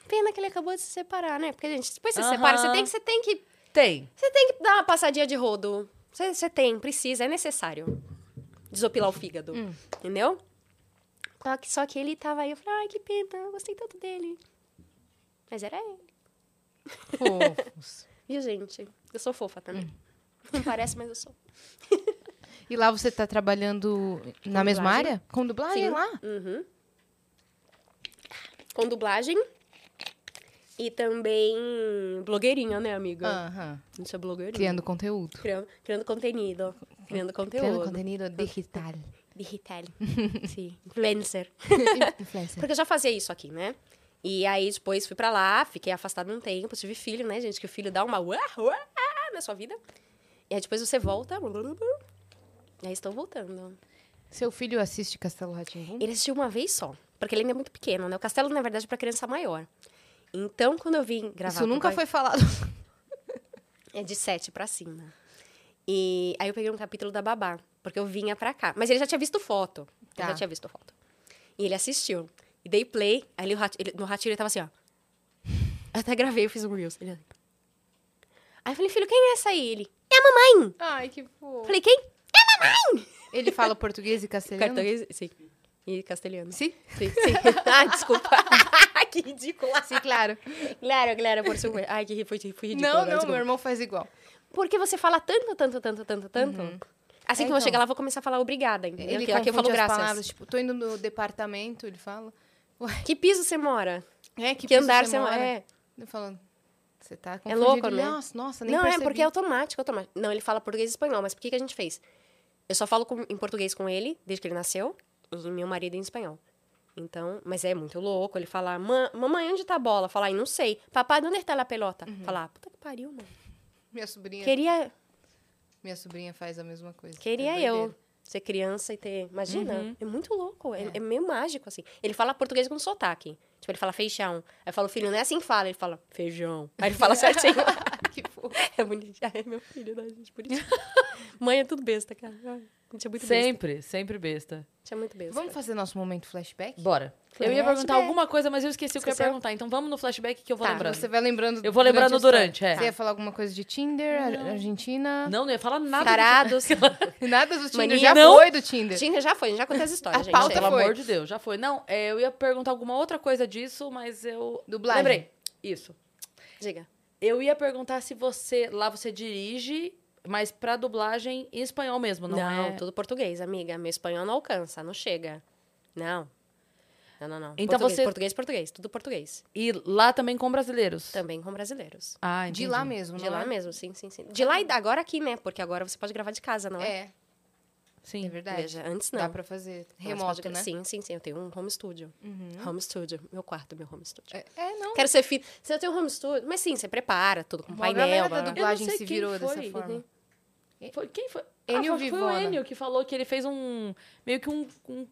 [SPEAKER 3] Pena que ele acabou de se separar, né? Porque, gente, depois que você
[SPEAKER 1] Aham.
[SPEAKER 3] separa, você tem, que- você tem que.
[SPEAKER 1] Tem.
[SPEAKER 3] Você tem que dar uma passadinha de rodo. Você, você tem, precisa, é necessário. Desopilar o fígado. Entendeu? Só que, só que ele tava aí, eu falei, ai, que pena, eu gostei tanto dele. Mas era ele.
[SPEAKER 2] Fofos.
[SPEAKER 3] Viu, gente? Eu sou fofa também. <laughs> Não parece, mas eu sou.
[SPEAKER 2] E lá você tá trabalhando na
[SPEAKER 3] dublagem.
[SPEAKER 2] mesma área? Com dublagem
[SPEAKER 3] Sim.
[SPEAKER 2] lá?
[SPEAKER 3] Uhum. Com dublagem. E também blogueirinha, né, amiga?
[SPEAKER 2] Aham.
[SPEAKER 3] Não sou blogueirinha.
[SPEAKER 2] Criando Uhum. conteúdo.
[SPEAKER 3] Criando, criando conteúdo.
[SPEAKER 2] Criando
[SPEAKER 3] Criando conteúdo.
[SPEAKER 2] conteúdo digital.
[SPEAKER 3] Digital. <laughs> Sim. Influencer.
[SPEAKER 2] Influencer.
[SPEAKER 3] Porque eu já fazia isso aqui, né? E aí depois fui pra lá, fiquei afastada um tempo, tive filho, né, gente? Que o filho dá uma uá, uá, na sua vida. E aí depois você volta. E aí estou voltando.
[SPEAKER 2] Seu filho assiste Castelo Ratimbu?
[SPEAKER 3] Ele assistiu uma vez só, porque ele ainda é muito pequeno, né? O castelo, na verdade, é pra criança maior. Então, quando eu vim gravar...
[SPEAKER 2] Isso
[SPEAKER 3] com o
[SPEAKER 2] nunca
[SPEAKER 3] pai-
[SPEAKER 2] foi falado.
[SPEAKER 3] É de sete pra cima. E aí eu peguei um capítulo da Babá, porque eu vinha pra cá. Mas ele já tinha visto foto.
[SPEAKER 2] Tá.
[SPEAKER 3] Ele já tinha visto foto. E ele assistiu. E dei play, aí ele- o rat- ele- no ratinho ele tava assim, ó. <laughs> Eu até gravei, eu fiz um Reels. Ele... Aí eu falei, filho, quem é essa aí? Ele, é a mamãe!
[SPEAKER 2] <laughs> Ai, que
[SPEAKER 3] Eu
[SPEAKER 2] fofo.
[SPEAKER 3] falei, quem?
[SPEAKER 2] Ele fala português e castelhano?
[SPEAKER 3] Cartão- Sim. E castelhano.
[SPEAKER 2] Sim?
[SPEAKER 3] <laughs> Sim, sim. <laughs> ah, desculpa. que ridícula.
[SPEAKER 2] Sim, claro.
[SPEAKER 3] Claro, claro, por supuesto. Ai, que foi, foi ridículo.
[SPEAKER 2] não,
[SPEAKER 3] né?
[SPEAKER 2] não,
[SPEAKER 3] Desculpa.
[SPEAKER 2] meu irmão faz igual.
[SPEAKER 3] Porque você fala tanto, tanto, tanto, tanto, tanto. Assim
[SPEAKER 2] É,
[SPEAKER 3] que eu vou
[SPEAKER 2] então.
[SPEAKER 3] chegar lá, eu vou começar a falar obrigada, entendeu?
[SPEAKER 2] Ele
[SPEAKER 3] Porque aqui é eu falo
[SPEAKER 2] confunde as
[SPEAKER 3] graças.
[SPEAKER 2] palavras, tipo, tô indo no departamento, ele fala. Ué,
[SPEAKER 3] Que piso você mora?
[SPEAKER 2] é, que,
[SPEAKER 3] Que,
[SPEAKER 2] piso
[SPEAKER 3] andar você mora? É.
[SPEAKER 2] Ele fala, você tá
[SPEAKER 3] É
[SPEAKER 2] confundido.
[SPEAKER 3] louco,
[SPEAKER 2] Ele,
[SPEAKER 3] né?
[SPEAKER 2] Nossa, nossa, nem
[SPEAKER 3] Não,
[SPEAKER 2] percebi.
[SPEAKER 3] é porque é automático, automático. Não, ele fala português e espanhol, mas por que, que a gente fez? Eu só falo com- em português com ele, desde que ele nasceu, e meu marido é em espanhol. Então, mas é muito louco ele falar, "Ma- mamãe, onde tá a bola? Falar, "Ai, não sei. Papai, de onde tá a pelota?
[SPEAKER 2] Uhum.
[SPEAKER 3] Falar, puta que pariu, mano.
[SPEAKER 2] Minha sobrinha,
[SPEAKER 3] Queria,
[SPEAKER 2] minha sobrinha faz a mesma coisa.
[SPEAKER 3] Queria
[SPEAKER 2] É
[SPEAKER 3] eu
[SPEAKER 2] doideira. <laughs>
[SPEAKER 3] ser criança e ter. Imagina, é muito louco, é, é meio mágico, assim. Ele fala português com sotaque. Tipo, ele fala feijão. Aí eu falo, filho, não é assim que fala. Ele fala, feijão. Aí ele fala certinho.
[SPEAKER 2] que
[SPEAKER 3] <laughs>
[SPEAKER 2] fofo.
[SPEAKER 3] é bonito. Ai, É meu filho, né, gente? Bonitinho. <laughs> Mãe é tudo besta, cara. Ai, A gente é muito besta.
[SPEAKER 1] Sempre, sempre besta.
[SPEAKER 3] A gente é muito besta.
[SPEAKER 2] Vamos fazer nosso momento flashback?
[SPEAKER 1] Bora. Eu ia
[SPEAKER 3] Flashback.
[SPEAKER 1] perguntar alguma coisa, mas eu esqueci o que eu ia
[SPEAKER 3] Esqueceu?
[SPEAKER 1] perguntar. Então vamos no flashback que eu vou
[SPEAKER 3] Tá,
[SPEAKER 1] lembrando.
[SPEAKER 2] Você vai lembrando
[SPEAKER 1] Eu vou lembrando
[SPEAKER 2] a história.
[SPEAKER 1] durante, é.
[SPEAKER 2] Você ia falar alguma coisa de Tinder, Ar- Argentina?
[SPEAKER 1] Não, não ia falar nada.
[SPEAKER 3] Tarados.
[SPEAKER 1] <laughs>
[SPEAKER 2] <laughs> Nada do Tinder,
[SPEAKER 3] Mania.
[SPEAKER 2] já
[SPEAKER 1] Não.
[SPEAKER 2] foi do Tinder.
[SPEAKER 3] Gente, já foi, a gente já contou essa história,
[SPEAKER 2] A
[SPEAKER 3] gente.
[SPEAKER 2] pauta
[SPEAKER 1] Pelo
[SPEAKER 3] Chega.
[SPEAKER 2] foi.
[SPEAKER 1] amor de Deus, já foi. Não, é, eu ia perguntar alguma outra coisa disso, mas eu.
[SPEAKER 2] Dublagem.
[SPEAKER 1] Lembrei. Isso.
[SPEAKER 3] Diga.
[SPEAKER 1] Eu ia perguntar se você. Lá você dirige, mas pra dublagem em espanhol mesmo, não,
[SPEAKER 3] Não,
[SPEAKER 1] é?
[SPEAKER 3] tudo português, amiga. Meu espanhol não alcança, não chega. Não. Não, não, não.
[SPEAKER 1] Então
[SPEAKER 3] português,
[SPEAKER 1] você-
[SPEAKER 3] português, português. Tudo português.
[SPEAKER 1] E lá também com brasileiros.
[SPEAKER 3] Também com brasileiros.
[SPEAKER 1] Ah,
[SPEAKER 2] De
[SPEAKER 1] entendi.
[SPEAKER 2] lá mesmo,
[SPEAKER 3] Tá De
[SPEAKER 2] não
[SPEAKER 3] lá
[SPEAKER 2] é?
[SPEAKER 3] mesmo, sim, sim, sim. De lá e agora aqui, né? Porque agora você pode gravar de casa, não é?
[SPEAKER 2] É.
[SPEAKER 1] Sim.
[SPEAKER 2] É verdade.
[SPEAKER 3] Veja, antes não.
[SPEAKER 2] Dá pra fazer
[SPEAKER 3] Mas
[SPEAKER 2] remoto,
[SPEAKER 3] pode-
[SPEAKER 2] né? Uhum.
[SPEAKER 3] Sim, sim, sim. Eu tenho um home studio. Home studio. Meu quarto, meu home studio.
[SPEAKER 2] É, é, não.
[SPEAKER 3] Quero ser fit. Se eu tenho um home studio. Mas sim, você prepara tudo com
[SPEAKER 2] Uma
[SPEAKER 3] painel.
[SPEAKER 2] galera
[SPEAKER 3] blá,
[SPEAKER 2] da
[SPEAKER 3] blá, blá.
[SPEAKER 2] dublagem
[SPEAKER 1] Eu não
[SPEAKER 2] se
[SPEAKER 1] sei
[SPEAKER 2] virou
[SPEAKER 1] quem
[SPEAKER 2] dessa
[SPEAKER 1] foi.
[SPEAKER 2] forma.
[SPEAKER 1] Foi, quem foi?
[SPEAKER 2] Enio
[SPEAKER 1] ah, foi, foi o
[SPEAKER 2] Vivona.
[SPEAKER 1] Enio que falou que ele fez um. meio que um, um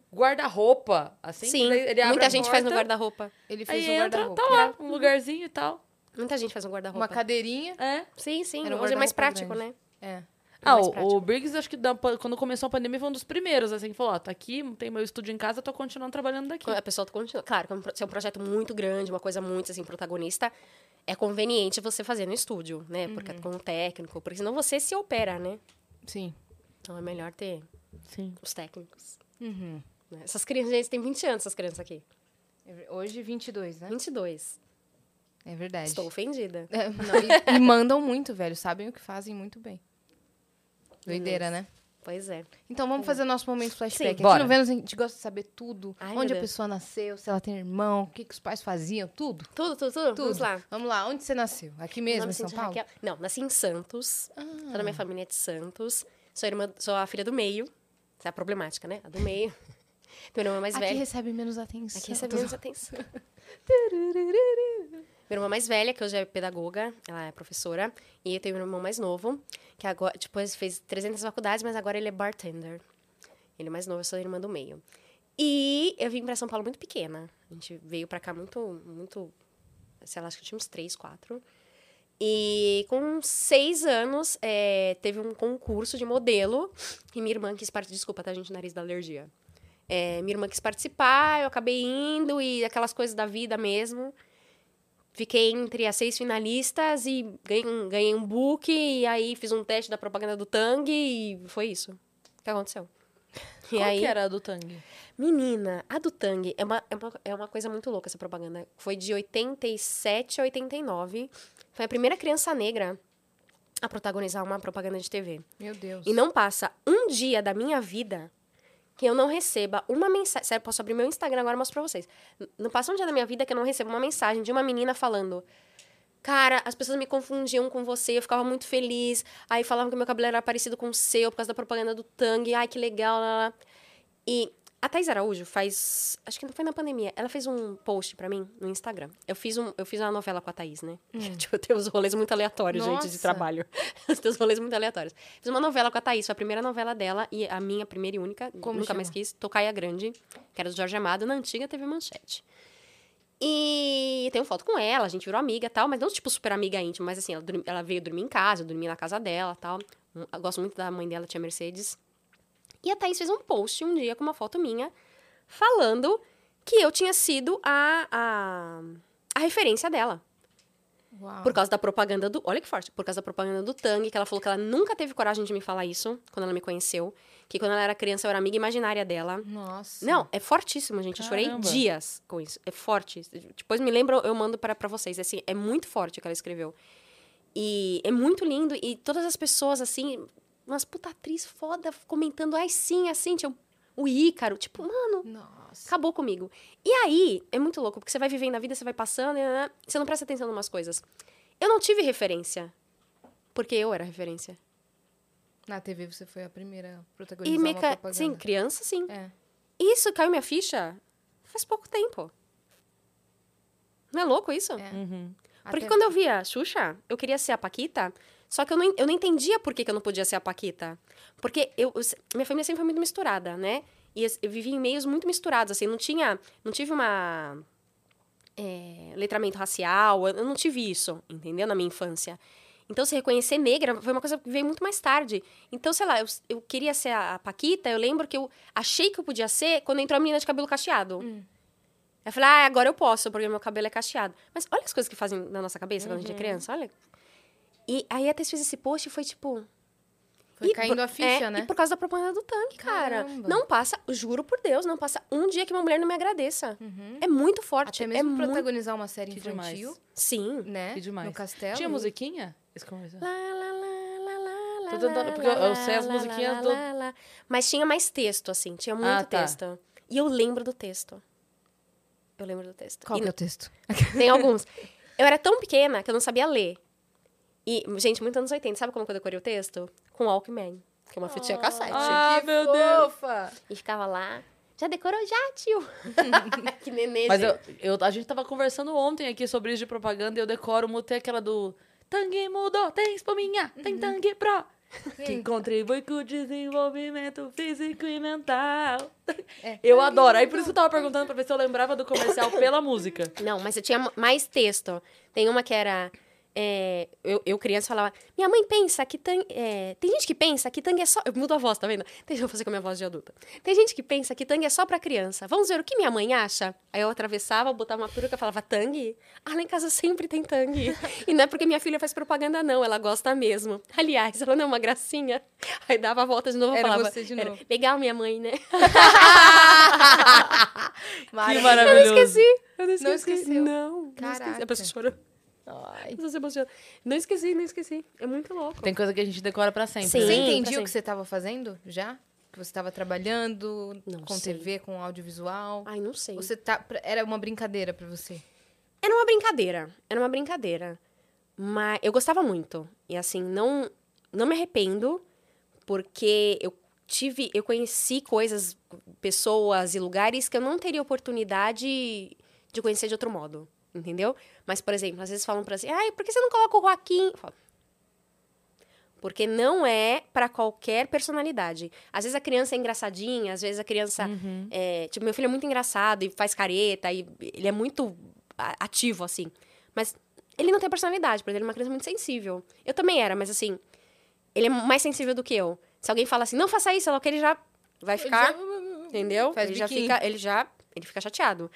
[SPEAKER 1] guarda-roupa, assim.
[SPEAKER 3] Sim,
[SPEAKER 1] que ele- ele abre
[SPEAKER 3] muita
[SPEAKER 1] a
[SPEAKER 3] gente faz no
[SPEAKER 1] porta,
[SPEAKER 3] guarda-roupa.
[SPEAKER 2] Ele
[SPEAKER 1] Aí
[SPEAKER 2] fez um
[SPEAKER 1] entra,
[SPEAKER 2] guarda-roupa.
[SPEAKER 1] tá lá, um lugarzinho e tal.
[SPEAKER 3] Muita gente faz no
[SPEAKER 2] Uma
[SPEAKER 3] guarda-roupa.
[SPEAKER 2] cadeirinha.
[SPEAKER 1] É.
[SPEAKER 3] Sim, sim.
[SPEAKER 2] Era um
[SPEAKER 3] Hoje é mais
[SPEAKER 2] guarda-roupa
[SPEAKER 3] prático,
[SPEAKER 2] grande.
[SPEAKER 3] né?
[SPEAKER 2] É.
[SPEAKER 1] Ah,
[SPEAKER 3] mais
[SPEAKER 1] o,
[SPEAKER 3] prático.
[SPEAKER 1] o Briggs, acho que da pan- quando começou a pandemia, foi um dos primeiros, assim, que falou: ó, tá aqui, tem meu estúdio em casa, tô continuando trabalhando daqui.
[SPEAKER 3] A pessoa continua. Claro, como se é um projeto muito grande, uma coisa muito assim, protagonista, é conveniente você fazer no estúdio, né? Porque
[SPEAKER 2] Uhum.
[SPEAKER 3] com o técnico, porque senão você se opera, né?
[SPEAKER 2] Sim.
[SPEAKER 3] Então é melhor ter
[SPEAKER 1] Sim.
[SPEAKER 3] os técnicos.
[SPEAKER 2] Uhum.
[SPEAKER 3] né? Essas crianças, gente, tem 20 anos essas crianças aqui.
[SPEAKER 2] É ver- Hoje, 22, né?
[SPEAKER 3] 22.
[SPEAKER 2] É verdade.
[SPEAKER 3] Estou ofendida.
[SPEAKER 2] <laughs> É, não, e, e mandam muito, velho. Sabem o que fazem muito bem. Doideira, né?
[SPEAKER 3] Pois é.
[SPEAKER 2] Então vamos fazer nosso momento flashback.
[SPEAKER 3] Sim,
[SPEAKER 2] Aqui
[SPEAKER 1] bora.
[SPEAKER 2] no Vênus a gente gosta de saber tudo.
[SPEAKER 3] Ai, meu
[SPEAKER 2] onde a
[SPEAKER 3] Deus.
[SPEAKER 2] pessoa nasceu, se ela tem irmão, o que, que os pais faziam, tudo.
[SPEAKER 3] Tudo, tudo, tudo.
[SPEAKER 2] Tudo.
[SPEAKER 3] Vamos lá.
[SPEAKER 2] Vamos lá, onde você nasceu? Aqui mesmo,
[SPEAKER 3] Nome é
[SPEAKER 2] em São
[SPEAKER 3] Cintia
[SPEAKER 2] Paulo? Ah.
[SPEAKER 3] Raquel. Não, nasci em Santos. Toda a minha família é de Santos. Sou, a irmã, sou a filha do meio. Essa é a problemática, né? A
[SPEAKER 2] <laughs>
[SPEAKER 3] do meio. Meu irmão é mais
[SPEAKER 2] Aqui
[SPEAKER 3] velho.
[SPEAKER 2] recebe menos atenção.
[SPEAKER 3] Aqui recebe menos atenção. Minha irmã mais velha, que hoje é pedagoga, ela é professora. E eu tenho um irmão mais novo, que agora, depois fez 300 faculdades, mas agora ele é bartender. Ele é mais novo, eu sou a irmã do meio. E eu vim pra São Paulo muito pequena. A gente veio pra cá muito, muito, sei lá, acho que eu tinha uns 3, 4. E com seis anos, eh, teve um concurso de modelo. E minha irmã quis participar. Desculpa, tá, gente? Nariz da alergia. Eh, minha irmã quis participar, eu acabei indo e aquelas coisas da vida mesmo. Fiquei entre as seis finalistas e ganhei um, ganhei um book. E aí fiz um teste da propaganda do Tang e foi isso. O que aconteceu?
[SPEAKER 1] Qual que é era a do Tang?
[SPEAKER 3] Menina, a do Tang é uma, é, uma, é uma coisa muito louca essa propaganda. Foi de 87 a 89. Foi a primeira criança negra a protagonizar uma propaganda de TV.
[SPEAKER 2] Meu Deus.
[SPEAKER 3] E não passa um dia da minha vida que eu não receba uma mensagem. Sério, posso abrir meu Instagram agora e mostro pra vocês. N- Não passa um dia da minha vida que eu não receba uma mensagem de uma menina falando. Cara, as pessoas me confundiam com você, eu ficava muito feliz. Aí falavam que meu cabelo era parecido com o seu por causa da propaganda do Tang. Ai, que legal. Lá, lá. E a Thais Araújo faz. Acho que não foi na pandemia. Ela fez um post pra mim no Instagram. Eu fiz, um, eu fiz uma novela com a Thaís, né? <laughs> tipo, eu tenho uns rolês muito aleatórios, gente,
[SPEAKER 2] Hum. Nossa.
[SPEAKER 3] de trabalho. <laughs> Os teus rolês muito aleatórios. Fiz uma novela com a Thaís, foi a primeira novela dela e a minha primeira e única,
[SPEAKER 2] Como
[SPEAKER 3] nunca
[SPEAKER 2] chama?
[SPEAKER 3] mais quis, Tocaia Grande, que era do Jorge Amado, na antiga TV Manchete. E tenho foto com ela, a gente virou amiga e tal, mas não tipo super amiga íntima, mas assim, ela, dormi- ela veio dormir em casa, eu dormi na casa dela e tal. Hum, eu gosto muito da mãe dela, tinha Mercedes. E a Thaís fez um post um dia com uma foto minha, falando que eu tinha sido a, a, a referência dela.
[SPEAKER 2] Uau.
[SPEAKER 3] Por causa da propaganda do. Olha que forte. Por causa da propaganda do Tang, que ela falou que ela nunca teve coragem de me falar isso quando ela me conheceu. Que quando ela era criança eu era amiga imaginária dela.
[SPEAKER 2] Nossa.
[SPEAKER 3] Não, é fortíssimo, gente. Eu chorei
[SPEAKER 1] Caramba.
[SPEAKER 3] dias com isso. É forte. Depois me lembro, eu mando para pra vocês. Assim, é muito forte o que ela escreveu. E é muito lindo. E todas as pessoas, assim, umas puta atriz foda comentando, ai sim, assim, tinha o Ícaro. Tipo, mano,
[SPEAKER 2] Nossa.
[SPEAKER 3] Acabou comigo. E aí, é muito louco, porque você vai vivendo a vida, você vai passando, e, né, você não presta atenção em umas coisas. Eu não tive referência. Porque eu era referência.
[SPEAKER 2] Na TV você foi a primeira a protagonizar
[SPEAKER 3] E
[SPEAKER 2] uma
[SPEAKER 3] me ca...
[SPEAKER 2] propaganda.
[SPEAKER 3] Sim, criança, sim.
[SPEAKER 2] É.
[SPEAKER 3] Isso caiu minha ficha faz pouco tempo. Não é louco isso?
[SPEAKER 2] É.
[SPEAKER 1] Uhum.
[SPEAKER 3] Porque
[SPEAKER 2] Até-
[SPEAKER 3] quando eu via a Xuxa, eu queria ser a Paquita, só que eu não, en- eu não entendia por que, que eu não podia ser a Paquita. Porque eu, eu se- minha família sempre foi muito misturada, né? E as- eu vivia em meios muito misturados, assim, não tinha... Não tive uma... é, letramento racial, eu eu não tive isso, entendeu? Na minha infância. Então, se reconhecer negra foi uma coisa que veio muito mais tarde. Então, sei lá, eu, s- eu queria ser a, a Paquita, eu lembro que eu achei que eu podia ser quando entrou a menina de cabelo cacheado. Eu falei, ah, agora eu posso, porque meu cabelo é cacheado. Mas olha as coisas que fazem na nossa cabeça quando a gente
[SPEAKER 1] Uhum.
[SPEAKER 3] é criança, olha. E aí a Thaís fez esse post e foi tipo.
[SPEAKER 2] Foi
[SPEAKER 3] e
[SPEAKER 2] caindo
[SPEAKER 3] por-
[SPEAKER 2] a ficha,
[SPEAKER 3] é,
[SPEAKER 2] né?
[SPEAKER 3] E por causa da propaganda do tanque, cara.
[SPEAKER 2] Caramba.
[SPEAKER 3] Não passa, juro por Deus, não passa um dia que uma mulher não me agradeça.
[SPEAKER 2] Uhum.
[SPEAKER 3] É muito
[SPEAKER 2] Até
[SPEAKER 3] forte. é
[SPEAKER 2] mesmo
[SPEAKER 3] muito...
[SPEAKER 2] protagonizar uma série
[SPEAKER 1] Que
[SPEAKER 2] infantil,
[SPEAKER 1] demais.
[SPEAKER 3] Sim.
[SPEAKER 2] né?
[SPEAKER 1] Que demais.
[SPEAKER 2] No castelo.
[SPEAKER 1] Tinha musiquinha? Esse comercial?
[SPEAKER 3] Lá, lá, lá, lá, lá, lá,
[SPEAKER 1] Tô tentando-
[SPEAKER 3] lá,
[SPEAKER 1] porque eu- eu
[SPEAKER 3] lá,
[SPEAKER 1] sei as
[SPEAKER 3] lá,
[SPEAKER 1] musiquinhas
[SPEAKER 3] lá,
[SPEAKER 1] do-
[SPEAKER 3] lá, lá. Mas tinha mais texto, assim. Tinha muito
[SPEAKER 1] Ah, tá.
[SPEAKER 3] texto. E eu lembro do texto. Eu lembro do texto.
[SPEAKER 2] Qual
[SPEAKER 3] E
[SPEAKER 2] que é o texto?
[SPEAKER 3] Tem alguns. Eu era tão pequena que eu não sabia ler. E, gente, muito anos 80. Sabe como que eu decorei o texto? Com Walkman. Que é uma fitinha cassete.
[SPEAKER 1] Ah,
[SPEAKER 2] que
[SPEAKER 1] meu
[SPEAKER 2] fofa.
[SPEAKER 3] E ficava lá. Já decorou já, tio? <laughs> que nenê.
[SPEAKER 1] Mas
[SPEAKER 3] gente.
[SPEAKER 1] eu, eu- a gente tava conversando ontem aqui sobre isso de propaganda e eu decoro muito aquela do Tangue mudou, tem espuminha, tem Tangue <laughs> Pro. Que contribui com o desenvolvimento físico e mental.
[SPEAKER 2] É.
[SPEAKER 1] Eu adoro. Aí por isso eu tava perguntando pra ver se eu lembrava do <laughs> comercial pela música.
[SPEAKER 3] Não, mas eu tinha ma- mais texto. Tem uma que era. é, eu, eu criança falava, minha mãe pensa que tangue. é, tem gente que pensa que tangue é só. Eu mudo a voz, tá vendo? <laughs> Deixa eu fazer com a minha voz de adulta. Tem gente que pensa que tangue é só pra criança. Vamos ver o que minha mãe acha? Aí eu atravessava, botava uma peruca falava, tangue? Ah, lá em casa sempre tem
[SPEAKER 2] <laughs>
[SPEAKER 3] tangue. e não é porque minha filha faz propaganda, não. Ela gosta mesmo. Aliás, ela não é uma gracinha. Aí dava a volta de novo e
[SPEAKER 2] Era
[SPEAKER 3] falava.
[SPEAKER 2] você de
[SPEAKER 3] era,
[SPEAKER 2] novo.
[SPEAKER 3] Legal, minha mãe, né?
[SPEAKER 1] Que
[SPEAKER 3] Eu
[SPEAKER 1] maravilhoso.
[SPEAKER 3] esqueci. Eu não esqueci.
[SPEAKER 2] Não esqueceu.
[SPEAKER 3] Não. não esqueci.
[SPEAKER 2] Caraca.
[SPEAKER 3] A pessoa chorou.
[SPEAKER 2] Ai.
[SPEAKER 3] Você se emociona. Não esqueci, não esqueci. É muito louco.
[SPEAKER 1] Tem coisa que a gente decora pra sempre.
[SPEAKER 3] Sim.
[SPEAKER 2] Você
[SPEAKER 1] né?
[SPEAKER 2] entendia o
[SPEAKER 3] assim.
[SPEAKER 2] que você estava fazendo já? Que você estava trabalhando
[SPEAKER 3] Não
[SPEAKER 2] com
[SPEAKER 3] sei. Ah,
[SPEAKER 2] TV, com audiovisual?
[SPEAKER 3] Ai, não sei.
[SPEAKER 2] Você tá, era uma brincadeira pra você?
[SPEAKER 3] Era uma brincadeira. Era uma brincadeira. Mas eu gostava muito. E assim, não, não me arrependo, porque eu tive, eu conheci coisas, pessoas e lugares que eu não teria oportunidade de conhecer de outro modo. Entendeu? Mas, por exemplo, às vezes falam pra assim, ai, por que você não coloca o Joaquim? Eu falo, Porque não é pra qualquer personalidade. Às vezes a criança é engraçadinha, às vezes a criança. é, tipo, meu filho é muito engraçado e faz careta, e ele é muito a- ativo, assim. Mas ele não tem personalidade, porque ele é uma criança muito sensível. Eu também era, mas assim, ele é mais sensível do que eu. Se alguém fala assim, não faça isso, ela que ele já vai ficar. Entendeu?
[SPEAKER 2] Faz
[SPEAKER 3] ele já
[SPEAKER 2] biquinho.
[SPEAKER 3] fica, ele já, ele fica chateado.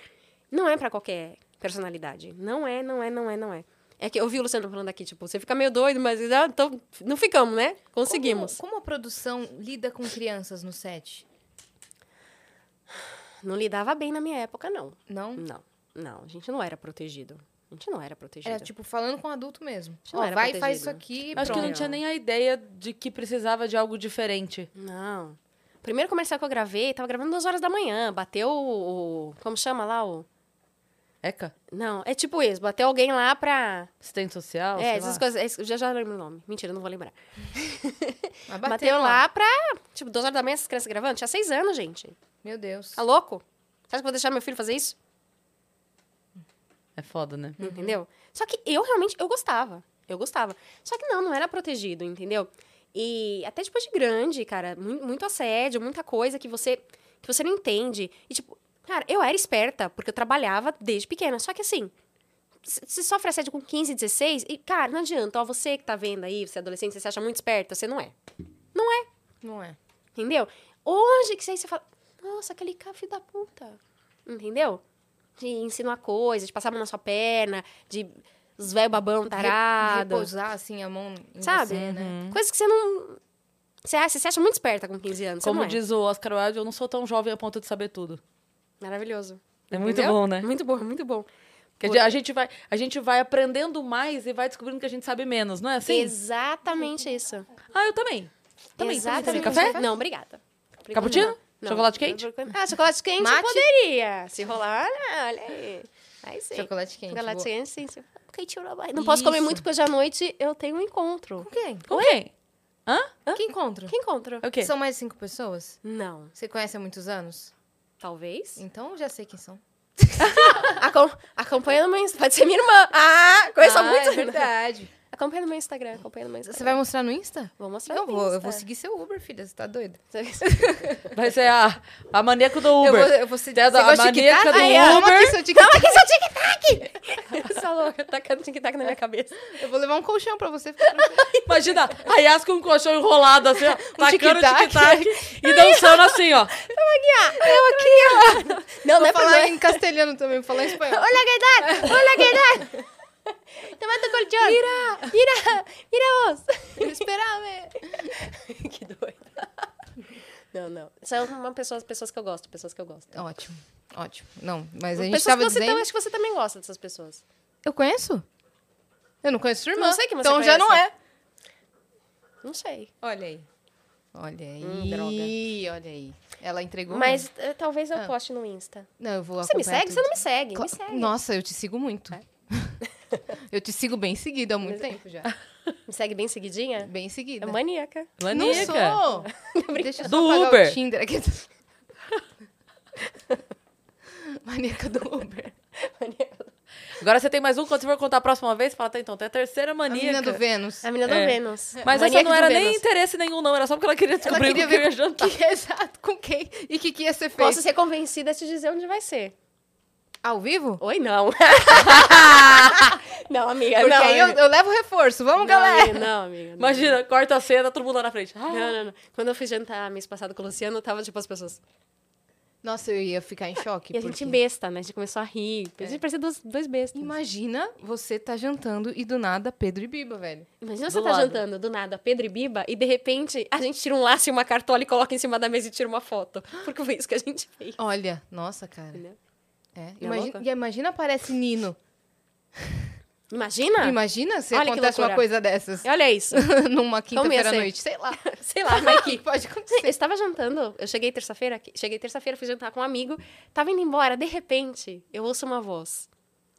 [SPEAKER 3] Não é pra qualquer personalidade. Não é, não é, não é, não é. É que eu vi o Luciano falando aqui, tipo, você fica meio doido, mas ah, então, não ficamos, né? Conseguimos.
[SPEAKER 2] Como, como a produção lida com crianças no set?
[SPEAKER 3] Não lidava bem na minha época, não.
[SPEAKER 2] Não?
[SPEAKER 3] Não, não, a gente não era protegido. A gente não era protegido.
[SPEAKER 2] Era tipo falando com adulto mesmo.
[SPEAKER 3] Isso
[SPEAKER 2] Ó,
[SPEAKER 3] não era
[SPEAKER 2] vai e faz isso
[SPEAKER 3] protegido.
[SPEAKER 2] aqui.
[SPEAKER 1] Acho que eu não
[SPEAKER 2] pronto.
[SPEAKER 1] tinha nem a ideia de que precisava de algo diferente.
[SPEAKER 3] Não. O primeiro comercial que eu gravei, tava gravando duas horas da manhã, bateu o, o- como chama lá o
[SPEAKER 1] Eca?
[SPEAKER 3] Não, é tipo isso, bateu alguém lá pra.
[SPEAKER 1] Assistente social?
[SPEAKER 3] é,
[SPEAKER 1] sei
[SPEAKER 3] essas
[SPEAKER 1] lá.
[SPEAKER 3] coisas. é isso, Já já lembro o nome. Mentira, não vou lembrar.
[SPEAKER 2] Mas
[SPEAKER 3] Bateu, lá. pra. Tipo, duas horas da manhã, essas crianças gravando. Tinha seis anos, gente.
[SPEAKER 2] Meu Deus.
[SPEAKER 3] Tá louco? Você acha que eu vou deixar meu filho fazer isso?
[SPEAKER 1] É foda, né?
[SPEAKER 3] Entendeu? Só que eu realmente, eu gostava. Eu gostava. Só que não, não era protegido, entendeu? E até depois de grande, cara, mu- muito assédio, muita coisa que você que você não entende. E tipo, cara, eu era esperta, porque eu trabalhava desde pequena. Só que assim, c- você sofre assédio com 15, 16, e, cara, não adianta. Ó, você que tá vendo aí, você é adolescente, você se acha muito esperta, você não é.
[SPEAKER 2] Não é.
[SPEAKER 3] Entendeu? Hoje que você, aí você fala, nossa, aquele cara filho da puta. Entendeu? De ensinar coisas, de passar a mão na sua perna, de os velho babão tarado.
[SPEAKER 2] Repousar assim a mão em
[SPEAKER 3] Sabe? Uhum.
[SPEAKER 2] você, né?
[SPEAKER 1] Uhum.
[SPEAKER 3] Coisas que você não. Você acha, você acha muito esperta com 15 anos.
[SPEAKER 1] Como
[SPEAKER 3] você não
[SPEAKER 1] diz o Oscar Wilde, eu não sou tão jovem a ponto de saber tudo.
[SPEAKER 3] é. Maravilhoso.
[SPEAKER 1] É muito
[SPEAKER 3] Entendeu?
[SPEAKER 1] bom, né?
[SPEAKER 3] Muito bom, muito bom.
[SPEAKER 1] Quer dizer, a gente, vai, a gente vai aprendendo mais e vai descobrindo que a gente sabe menos, não é assim?
[SPEAKER 3] Exatamente isso.
[SPEAKER 1] ah, eu também. Também.
[SPEAKER 3] Exatamente.
[SPEAKER 1] Você quer café?
[SPEAKER 3] Não, obrigada.
[SPEAKER 1] Cappuccino?
[SPEAKER 3] Não.
[SPEAKER 1] Chocolate quente?
[SPEAKER 3] Ah, chocolate quente
[SPEAKER 2] Tá. Mate?
[SPEAKER 3] eu poderia. Se rolar, olha aí. Aí sim.
[SPEAKER 2] Chocolate quente.
[SPEAKER 3] Chocolate
[SPEAKER 2] boa.
[SPEAKER 3] quente, sim. sim. Quente, eu Não posso comer
[SPEAKER 2] É, tipo, Isso.
[SPEAKER 3] muito, porque hoje à noite eu tenho um encontro.
[SPEAKER 2] Com quem?
[SPEAKER 1] Com quem?
[SPEAKER 2] Que encontro?
[SPEAKER 3] Que encontro?
[SPEAKER 1] É o quê?
[SPEAKER 2] São mais de cinco pessoas?
[SPEAKER 3] Não.
[SPEAKER 2] Você conhece há muitos anos?
[SPEAKER 3] Talvez.
[SPEAKER 2] Então eu já sei quem são.
[SPEAKER 3] <laughs> Acom acompanha no meu Instagram. Pode ser minha irmã. Ah, conheço
[SPEAKER 2] Ah,
[SPEAKER 3] há muito.
[SPEAKER 2] é <laughs> verdade.
[SPEAKER 3] Acompanha no meu Instagram. Acompanha no meu Instagram.
[SPEAKER 2] Você vai mostrar no Insta?
[SPEAKER 3] Vou mostrar
[SPEAKER 2] Eu
[SPEAKER 3] no
[SPEAKER 2] vou, eu
[SPEAKER 3] Insta. <laughs>
[SPEAKER 2] vou seguir seu Uber, filha. Você tá doida?
[SPEAKER 1] Vai ser a, a maníaca do
[SPEAKER 2] Eu
[SPEAKER 1] Uber.
[SPEAKER 2] vou, eu vou ser
[SPEAKER 1] Você é da
[SPEAKER 2] você gosta de
[SPEAKER 1] maníaca
[SPEAKER 2] tic-tac?
[SPEAKER 1] do
[SPEAKER 2] Ai, eu- Toma
[SPEAKER 1] Uber.
[SPEAKER 2] aqui seu tic-tac. <laughs>
[SPEAKER 3] Essa tá louca tacando tic-tac na minha cabeça.
[SPEAKER 2] Eu vou levar um colchão pra você ficar
[SPEAKER 3] <laughs>
[SPEAKER 2] tranquila.
[SPEAKER 1] Imagina, a Yas com um colchão enrolado
[SPEAKER 3] Um
[SPEAKER 1] assim, ó, tacando
[SPEAKER 2] tic-tac.
[SPEAKER 1] tic-tac e dançando assim, ó.
[SPEAKER 3] Não,
[SPEAKER 2] Vou
[SPEAKER 3] não é pra
[SPEAKER 2] falar
[SPEAKER 3] mim.
[SPEAKER 2] em castelhano também, vou falar em
[SPEAKER 3] <laughs>
[SPEAKER 2] espanhol.
[SPEAKER 3] Hola, ¿qué tal? Hola, <laughs> ¿qué tal? Tomando colchón. Mira, mira, mira vos. né?
[SPEAKER 2] Esperame.
[SPEAKER 3] <laughs> que doida. Não, não. São uma pessoa, pessoas que eu gosto, pessoas que eu gosto.
[SPEAKER 2] Ótimo, ótimo. Não, mas a gente
[SPEAKER 3] Pessoas
[SPEAKER 2] tava
[SPEAKER 3] que você
[SPEAKER 2] dizendo...
[SPEAKER 3] tam- acho que você também gosta dessas pessoas.
[SPEAKER 2] Eu conheço? Eu não conheço sua irmã.
[SPEAKER 3] Não sei quem você
[SPEAKER 2] Então já
[SPEAKER 3] conhece.
[SPEAKER 2] não é.
[SPEAKER 3] Não sei.
[SPEAKER 2] Olha aí. Olha aí.
[SPEAKER 3] Hum, droga.
[SPEAKER 2] Olha aí. Ela entregou.
[SPEAKER 3] Mas eh, talvez eu
[SPEAKER 2] Ah.
[SPEAKER 3] poste no Insta.
[SPEAKER 2] Não, eu vou
[SPEAKER 3] Você me
[SPEAKER 2] acompanhar
[SPEAKER 3] segue? Você
[SPEAKER 2] tudo.
[SPEAKER 3] não me segue. Me
[SPEAKER 2] Cla- <laughs>
[SPEAKER 3] segue.
[SPEAKER 2] Nossa, eu te sigo muito. eu te sigo bem seguido há muito
[SPEAKER 3] Mas-
[SPEAKER 2] tempo já.
[SPEAKER 3] Me segue bem seguidinha?
[SPEAKER 2] Bem em seguida.
[SPEAKER 1] <laughs>
[SPEAKER 3] É maníaca.
[SPEAKER 1] Lanica.
[SPEAKER 2] <laughs> Não sou! Deixa eu só
[SPEAKER 1] Do
[SPEAKER 2] apagar
[SPEAKER 1] Uber.
[SPEAKER 2] o Tinder aqui. <laughs> Maníaca do Uber.
[SPEAKER 1] Agora você tem mais um, quando você for contar a próxima vez, fala, tá, então, tem a terceira
[SPEAKER 2] A menina
[SPEAKER 1] maníaca.
[SPEAKER 2] do Vênus.
[SPEAKER 3] A menina do
[SPEAKER 1] É.
[SPEAKER 3] Vênus.
[SPEAKER 1] Mas essa
[SPEAKER 3] Maníaca
[SPEAKER 1] não
[SPEAKER 3] do
[SPEAKER 1] era nem
[SPEAKER 3] Vênus.
[SPEAKER 1] interesse nenhum, não. Era só porque ela queria
[SPEAKER 2] Ela
[SPEAKER 1] descobrir
[SPEAKER 2] queria
[SPEAKER 1] o que eu
[SPEAKER 2] ver
[SPEAKER 1] ia
[SPEAKER 2] com
[SPEAKER 1] jantar.
[SPEAKER 2] <laughs> que, exato, com quem e o que, que ia ser feito.
[SPEAKER 3] Posso ser convencida a te dizer onde vai ser.
[SPEAKER 2] Ao vivo?
[SPEAKER 3] Oi, <laughs> não. não, amiga,
[SPEAKER 2] Porque
[SPEAKER 3] É, não.
[SPEAKER 2] aí eu,
[SPEAKER 3] amiga.
[SPEAKER 2] eu levo reforço. Vamos,
[SPEAKER 3] não, é.
[SPEAKER 2] galera!
[SPEAKER 3] amiga, não, amiga. não.
[SPEAKER 1] Imagina, corta a cena, todo mundo lá na frente. Ah,
[SPEAKER 3] Não, não, não. Quando eu fui jantar mês passado com o Luciano, tava tipo as pessoas.
[SPEAKER 2] Nossa, eu ia ficar em choque.
[SPEAKER 3] e
[SPEAKER 2] porque-
[SPEAKER 3] a gente besta, né? A gente começou a rir. A
[SPEAKER 1] É.
[SPEAKER 3] gente parecia dois, dois bestas.
[SPEAKER 2] Imagina você tá jantando e do nada Pedro e Biba, velho.
[SPEAKER 3] Imagina
[SPEAKER 1] Do
[SPEAKER 3] você tá
[SPEAKER 1] lado.
[SPEAKER 3] jantando do nada Pedro e Biba e de repente a gente tira um laço e uma cartola e coloca em cima da mesa e tira uma foto. <gasps> Porque foi isso que a gente fez.
[SPEAKER 2] Olha, nossa, cara.
[SPEAKER 3] Entendeu?
[SPEAKER 2] É.
[SPEAKER 3] É
[SPEAKER 2] Imagina,
[SPEAKER 3] louco?
[SPEAKER 2] e imagina aparece Nino.
[SPEAKER 3] Imagina?
[SPEAKER 2] Imagina se
[SPEAKER 3] Ah. Olha que
[SPEAKER 2] acontece uma
[SPEAKER 3] loucura.
[SPEAKER 2] coisa dessas
[SPEAKER 3] Olha isso.
[SPEAKER 2] <laughs> numa quinta-feira à
[SPEAKER 3] ser.
[SPEAKER 2] noite. Sei lá.
[SPEAKER 3] <laughs> Sei lá,
[SPEAKER 2] <laughs>
[SPEAKER 3] vai que.
[SPEAKER 2] Pode acontecer.
[SPEAKER 3] Eu estava jantando, eu cheguei terça-feira, aqui- cheguei terça-feira, fui jantar com um amigo, tava indo embora, de repente, eu ouço uma voz.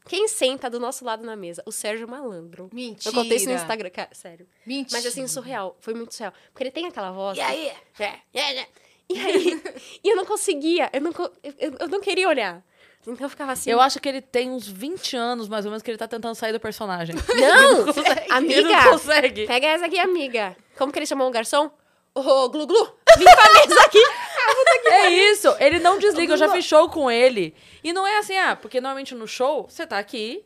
[SPEAKER 3] Quem senta do nosso lado na mesa? O Sérgio Malandro.
[SPEAKER 2] Mentira.
[SPEAKER 3] Eu contei isso no Instagram, cara, sério.
[SPEAKER 2] Mentira.
[SPEAKER 3] Mas assim, surreal, foi muito surreal. Porque ele tem aquela voz.
[SPEAKER 2] E aí?
[SPEAKER 3] É, é, é. E aí? e eu não conseguia, eu não, co- eu- eu, eu não queria olhar. Então eu ficava assim.
[SPEAKER 1] Eu acho que ele tem uns 20 anos, mais ou menos, que ele tá tentando sair do <laughs> personagem.
[SPEAKER 3] Não! <laughs>
[SPEAKER 1] consegue.
[SPEAKER 3] Amiga!
[SPEAKER 1] Ele não consegue.
[SPEAKER 3] Pega essa aqui, amiga. Como que ele chamou o garçom? Ô, Glu Glu, limpa a mesa aqui.
[SPEAKER 1] <laughs> É isso, ele não desliga, eu já fiz show com ele. E não é assim, ah, porque normalmente no show, você tá aqui,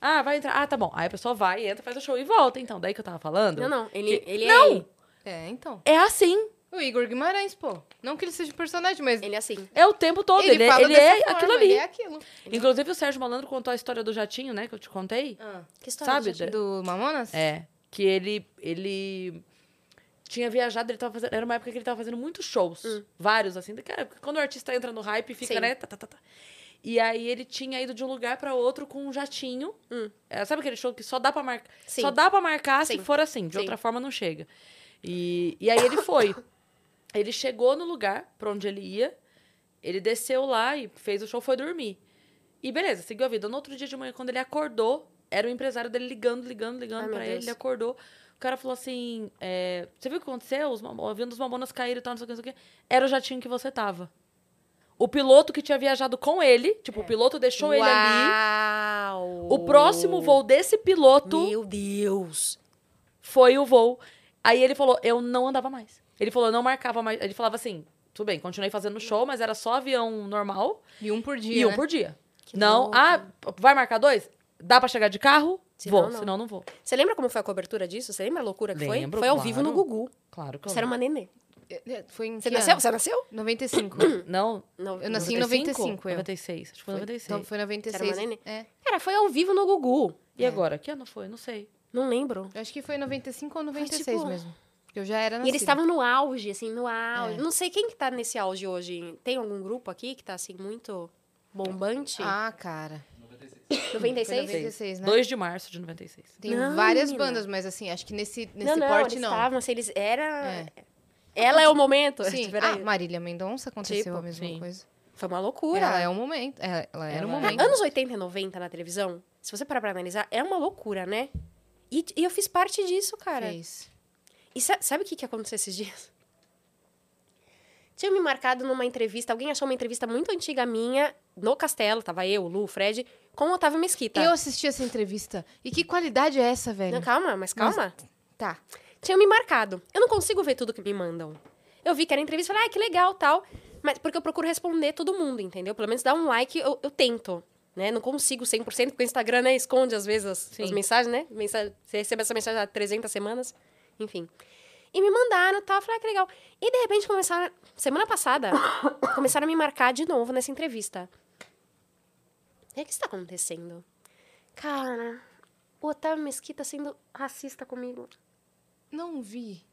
[SPEAKER 1] ah, vai entrar, ah, tá bom. Aí a pessoa vai, entra, faz o show e volta. Então, daí que eu tava falando.
[SPEAKER 3] Não, não, ele,
[SPEAKER 1] Que-
[SPEAKER 3] ele
[SPEAKER 1] Não!
[SPEAKER 3] é.
[SPEAKER 2] É, então.
[SPEAKER 1] É assim,
[SPEAKER 2] O Igor Guimarães, pô. Não que ele seja um personagem, mas
[SPEAKER 3] Ele é assim.
[SPEAKER 1] é o tempo todo, ele, é-
[SPEAKER 2] fala
[SPEAKER 1] ele
[SPEAKER 2] dessa
[SPEAKER 1] é
[SPEAKER 2] forma,
[SPEAKER 1] aquilo ali.
[SPEAKER 2] Ele é aquilo.
[SPEAKER 1] Inclusive o Sérgio Malandro contou a história do jatinho, né, que eu te contei.
[SPEAKER 3] Que história
[SPEAKER 1] Sabe,
[SPEAKER 3] do Jardim?
[SPEAKER 2] Do Mamonas?
[SPEAKER 1] É, que ele ele tinha viajado, ele tava fazendo, era uma época que ele tava fazendo muitos shows, vários assim, cara, quando o artista entra no hype, fica,
[SPEAKER 3] Hum. Sim.
[SPEAKER 1] né, tá, tá, tá, tá. E aí ele tinha ido de um lugar pra outro com um jatinho.
[SPEAKER 3] Hum.
[SPEAKER 1] É, sabe aquele show que só dá pra marcar,
[SPEAKER 3] Sim.
[SPEAKER 1] só dá para marcar se
[SPEAKER 3] Sim.
[SPEAKER 1] for assim, de
[SPEAKER 3] Sim.
[SPEAKER 1] outra forma não chega. E, e aí ele
[SPEAKER 3] <coughs>
[SPEAKER 1] foi. ele chegou no lugar pra onde ele ia, ele desceu lá e fez o show, foi dormir. E beleza, seguiu a vida. No outro dia de manhã, quando ele acordou, era o empresário dele ligando, ligando, ligando
[SPEAKER 3] Ai, meu
[SPEAKER 1] pra ele.
[SPEAKER 3] Deus.
[SPEAKER 1] Ele acordou. O cara falou assim: é, Você viu o que aconteceu? Os mam- o avião dos mamonas caíram e tal, não sei o que, não sei o que. Era o jatinho que você tava. O piloto que tinha viajado com ele, tipo,
[SPEAKER 3] É.
[SPEAKER 1] o piloto deixou ele ali.
[SPEAKER 3] Uau!
[SPEAKER 1] O próximo voo desse piloto
[SPEAKER 3] Meu Deus!
[SPEAKER 1] foi o voo. Aí ele falou, eu não andava mais. Ele falou, eu não marcava mais. Ele falava assim, tudo bem, continuei fazendo show, mas era só avião normal
[SPEAKER 2] E um por dia.
[SPEAKER 1] e um
[SPEAKER 2] né?
[SPEAKER 1] por dia.
[SPEAKER 3] Que
[SPEAKER 1] não,
[SPEAKER 3] louco.
[SPEAKER 1] ah, vai marcar dois? Dá pra chegar de carro?
[SPEAKER 3] Senão,
[SPEAKER 1] vou,
[SPEAKER 3] não.
[SPEAKER 1] senão não vou.
[SPEAKER 3] Você lembra como foi a cobertura disso? Você lembra a loucura que
[SPEAKER 1] Lembro,
[SPEAKER 3] foi? Foi ao
[SPEAKER 1] claro.
[SPEAKER 3] vivo no Gugu.
[SPEAKER 1] Claro que eu
[SPEAKER 3] Você era
[SPEAKER 1] não.
[SPEAKER 3] uma nenê.
[SPEAKER 2] É, é, Foi em
[SPEAKER 3] Você
[SPEAKER 2] que
[SPEAKER 3] nasceu?
[SPEAKER 2] ano?
[SPEAKER 3] Você nasceu?
[SPEAKER 2] 95.
[SPEAKER 1] Não,
[SPEAKER 3] Não.
[SPEAKER 2] Eu nasci em 95, eu.
[SPEAKER 1] 96, acho que foi 96.
[SPEAKER 2] Então foi 96.
[SPEAKER 3] Era uma neném?
[SPEAKER 2] É.
[SPEAKER 3] Cara, foi ao vivo no Gugu.
[SPEAKER 1] E agora? Que ano foi? Não sei.
[SPEAKER 3] Não lembro.
[SPEAKER 2] Eu Acho que foi 95 ou 96
[SPEAKER 3] tipo-
[SPEAKER 2] mesmo. Que eu já era nascida.
[SPEAKER 3] E eles estavam no auge, assim, no
[SPEAKER 2] Ah,
[SPEAKER 3] auge.
[SPEAKER 2] É.
[SPEAKER 3] Não sei quem que tá nesse auge hoje. Tem algum grupo aqui que tá, assim, muito bombante?
[SPEAKER 2] Ah, cara.
[SPEAKER 3] 96?
[SPEAKER 2] Foi 96, né?
[SPEAKER 1] 2 de março de 96.
[SPEAKER 2] Tem
[SPEAKER 3] Não,
[SPEAKER 2] várias
[SPEAKER 3] menina.
[SPEAKER 2] bandas, mas assim, acho que nesse,
[SPEAKER 3] Não,
[SPEAKER 2] nesse
[SPEAKER 3] não,
[SPEAKER 2] porte
[SPEAKER 3] eles
[SPEAKER 2] não.
[SPEAKER 3] estavam, assim, eles... Era...
[SPEAKER 2] É.
[SPEAKER 3] Ela é o momento.
[SPEAKER 2] Sim.
[SPEAKER 3] Peraí.
[SPEAKER 2] Ah, Marília Mendonça aconteceu
[SPEAKER 3] Tipo,
[SPEAKER 2] a mesma
[SPEAKER 1] sim.
[SPEAKER 2] coisa.
[SPEAKER 3] Foi uma loucura.
[SPEAKER 2] Ela é o momento. Ela, ela era o
[SPEAKER 3] é.
[SPEAKER 1] Ela-
[SPEAKER 2] momento.
[SPEAKER 3] Anos 80 e 90 na televisão, se você parar pra analisar, é uma loucura, né? E, e eu fiz parte disso, cara.
[SPEAKER 2] Fez.
[SPEAKER 3] E sa- sabe o que, que aconteceu esses dias? <laughs> Tinha me marcado numa entrevista, alguém achou uma entrevista muito antiga minha, no castelo, tava eu, o Lu, o Fred, com o Otávio Mesquita.
[SPEAKER 2] Eu assisti essa entrevista. E que qualidade é essa, velho?
[SPEAKER 3] Tá. Não, calma, mas calma.
[SPEAKER 2] Tá.
[SPEAKER 3] Tinha me marcado. Eu não consigo ver tudo que me mandam. Eu vi que era entrevista, falei, ah, que legal, tal. Mas porque eu procuro responder todo mundo, entendeu? Pelo menos dar um like, eu, eu tento. Né? Não consigo 100%, porque o Instagram né, esconde às vezes as,
[SPEAKER 1] Sim.
[SPEAKER 3] as mensagens, né? Mensa- você recebe essa mensagem há 300 semanas, enfim. E me mandaram, tal, eu falei, ah, que legal. E de repente começaram, semana passada, começaram a me marcar de novo nessa entrevista. E aí, O que está acontecendo? Cara, o Otávio Mesquita sendo racista comigo.
[SPEAKER 2] Não vi.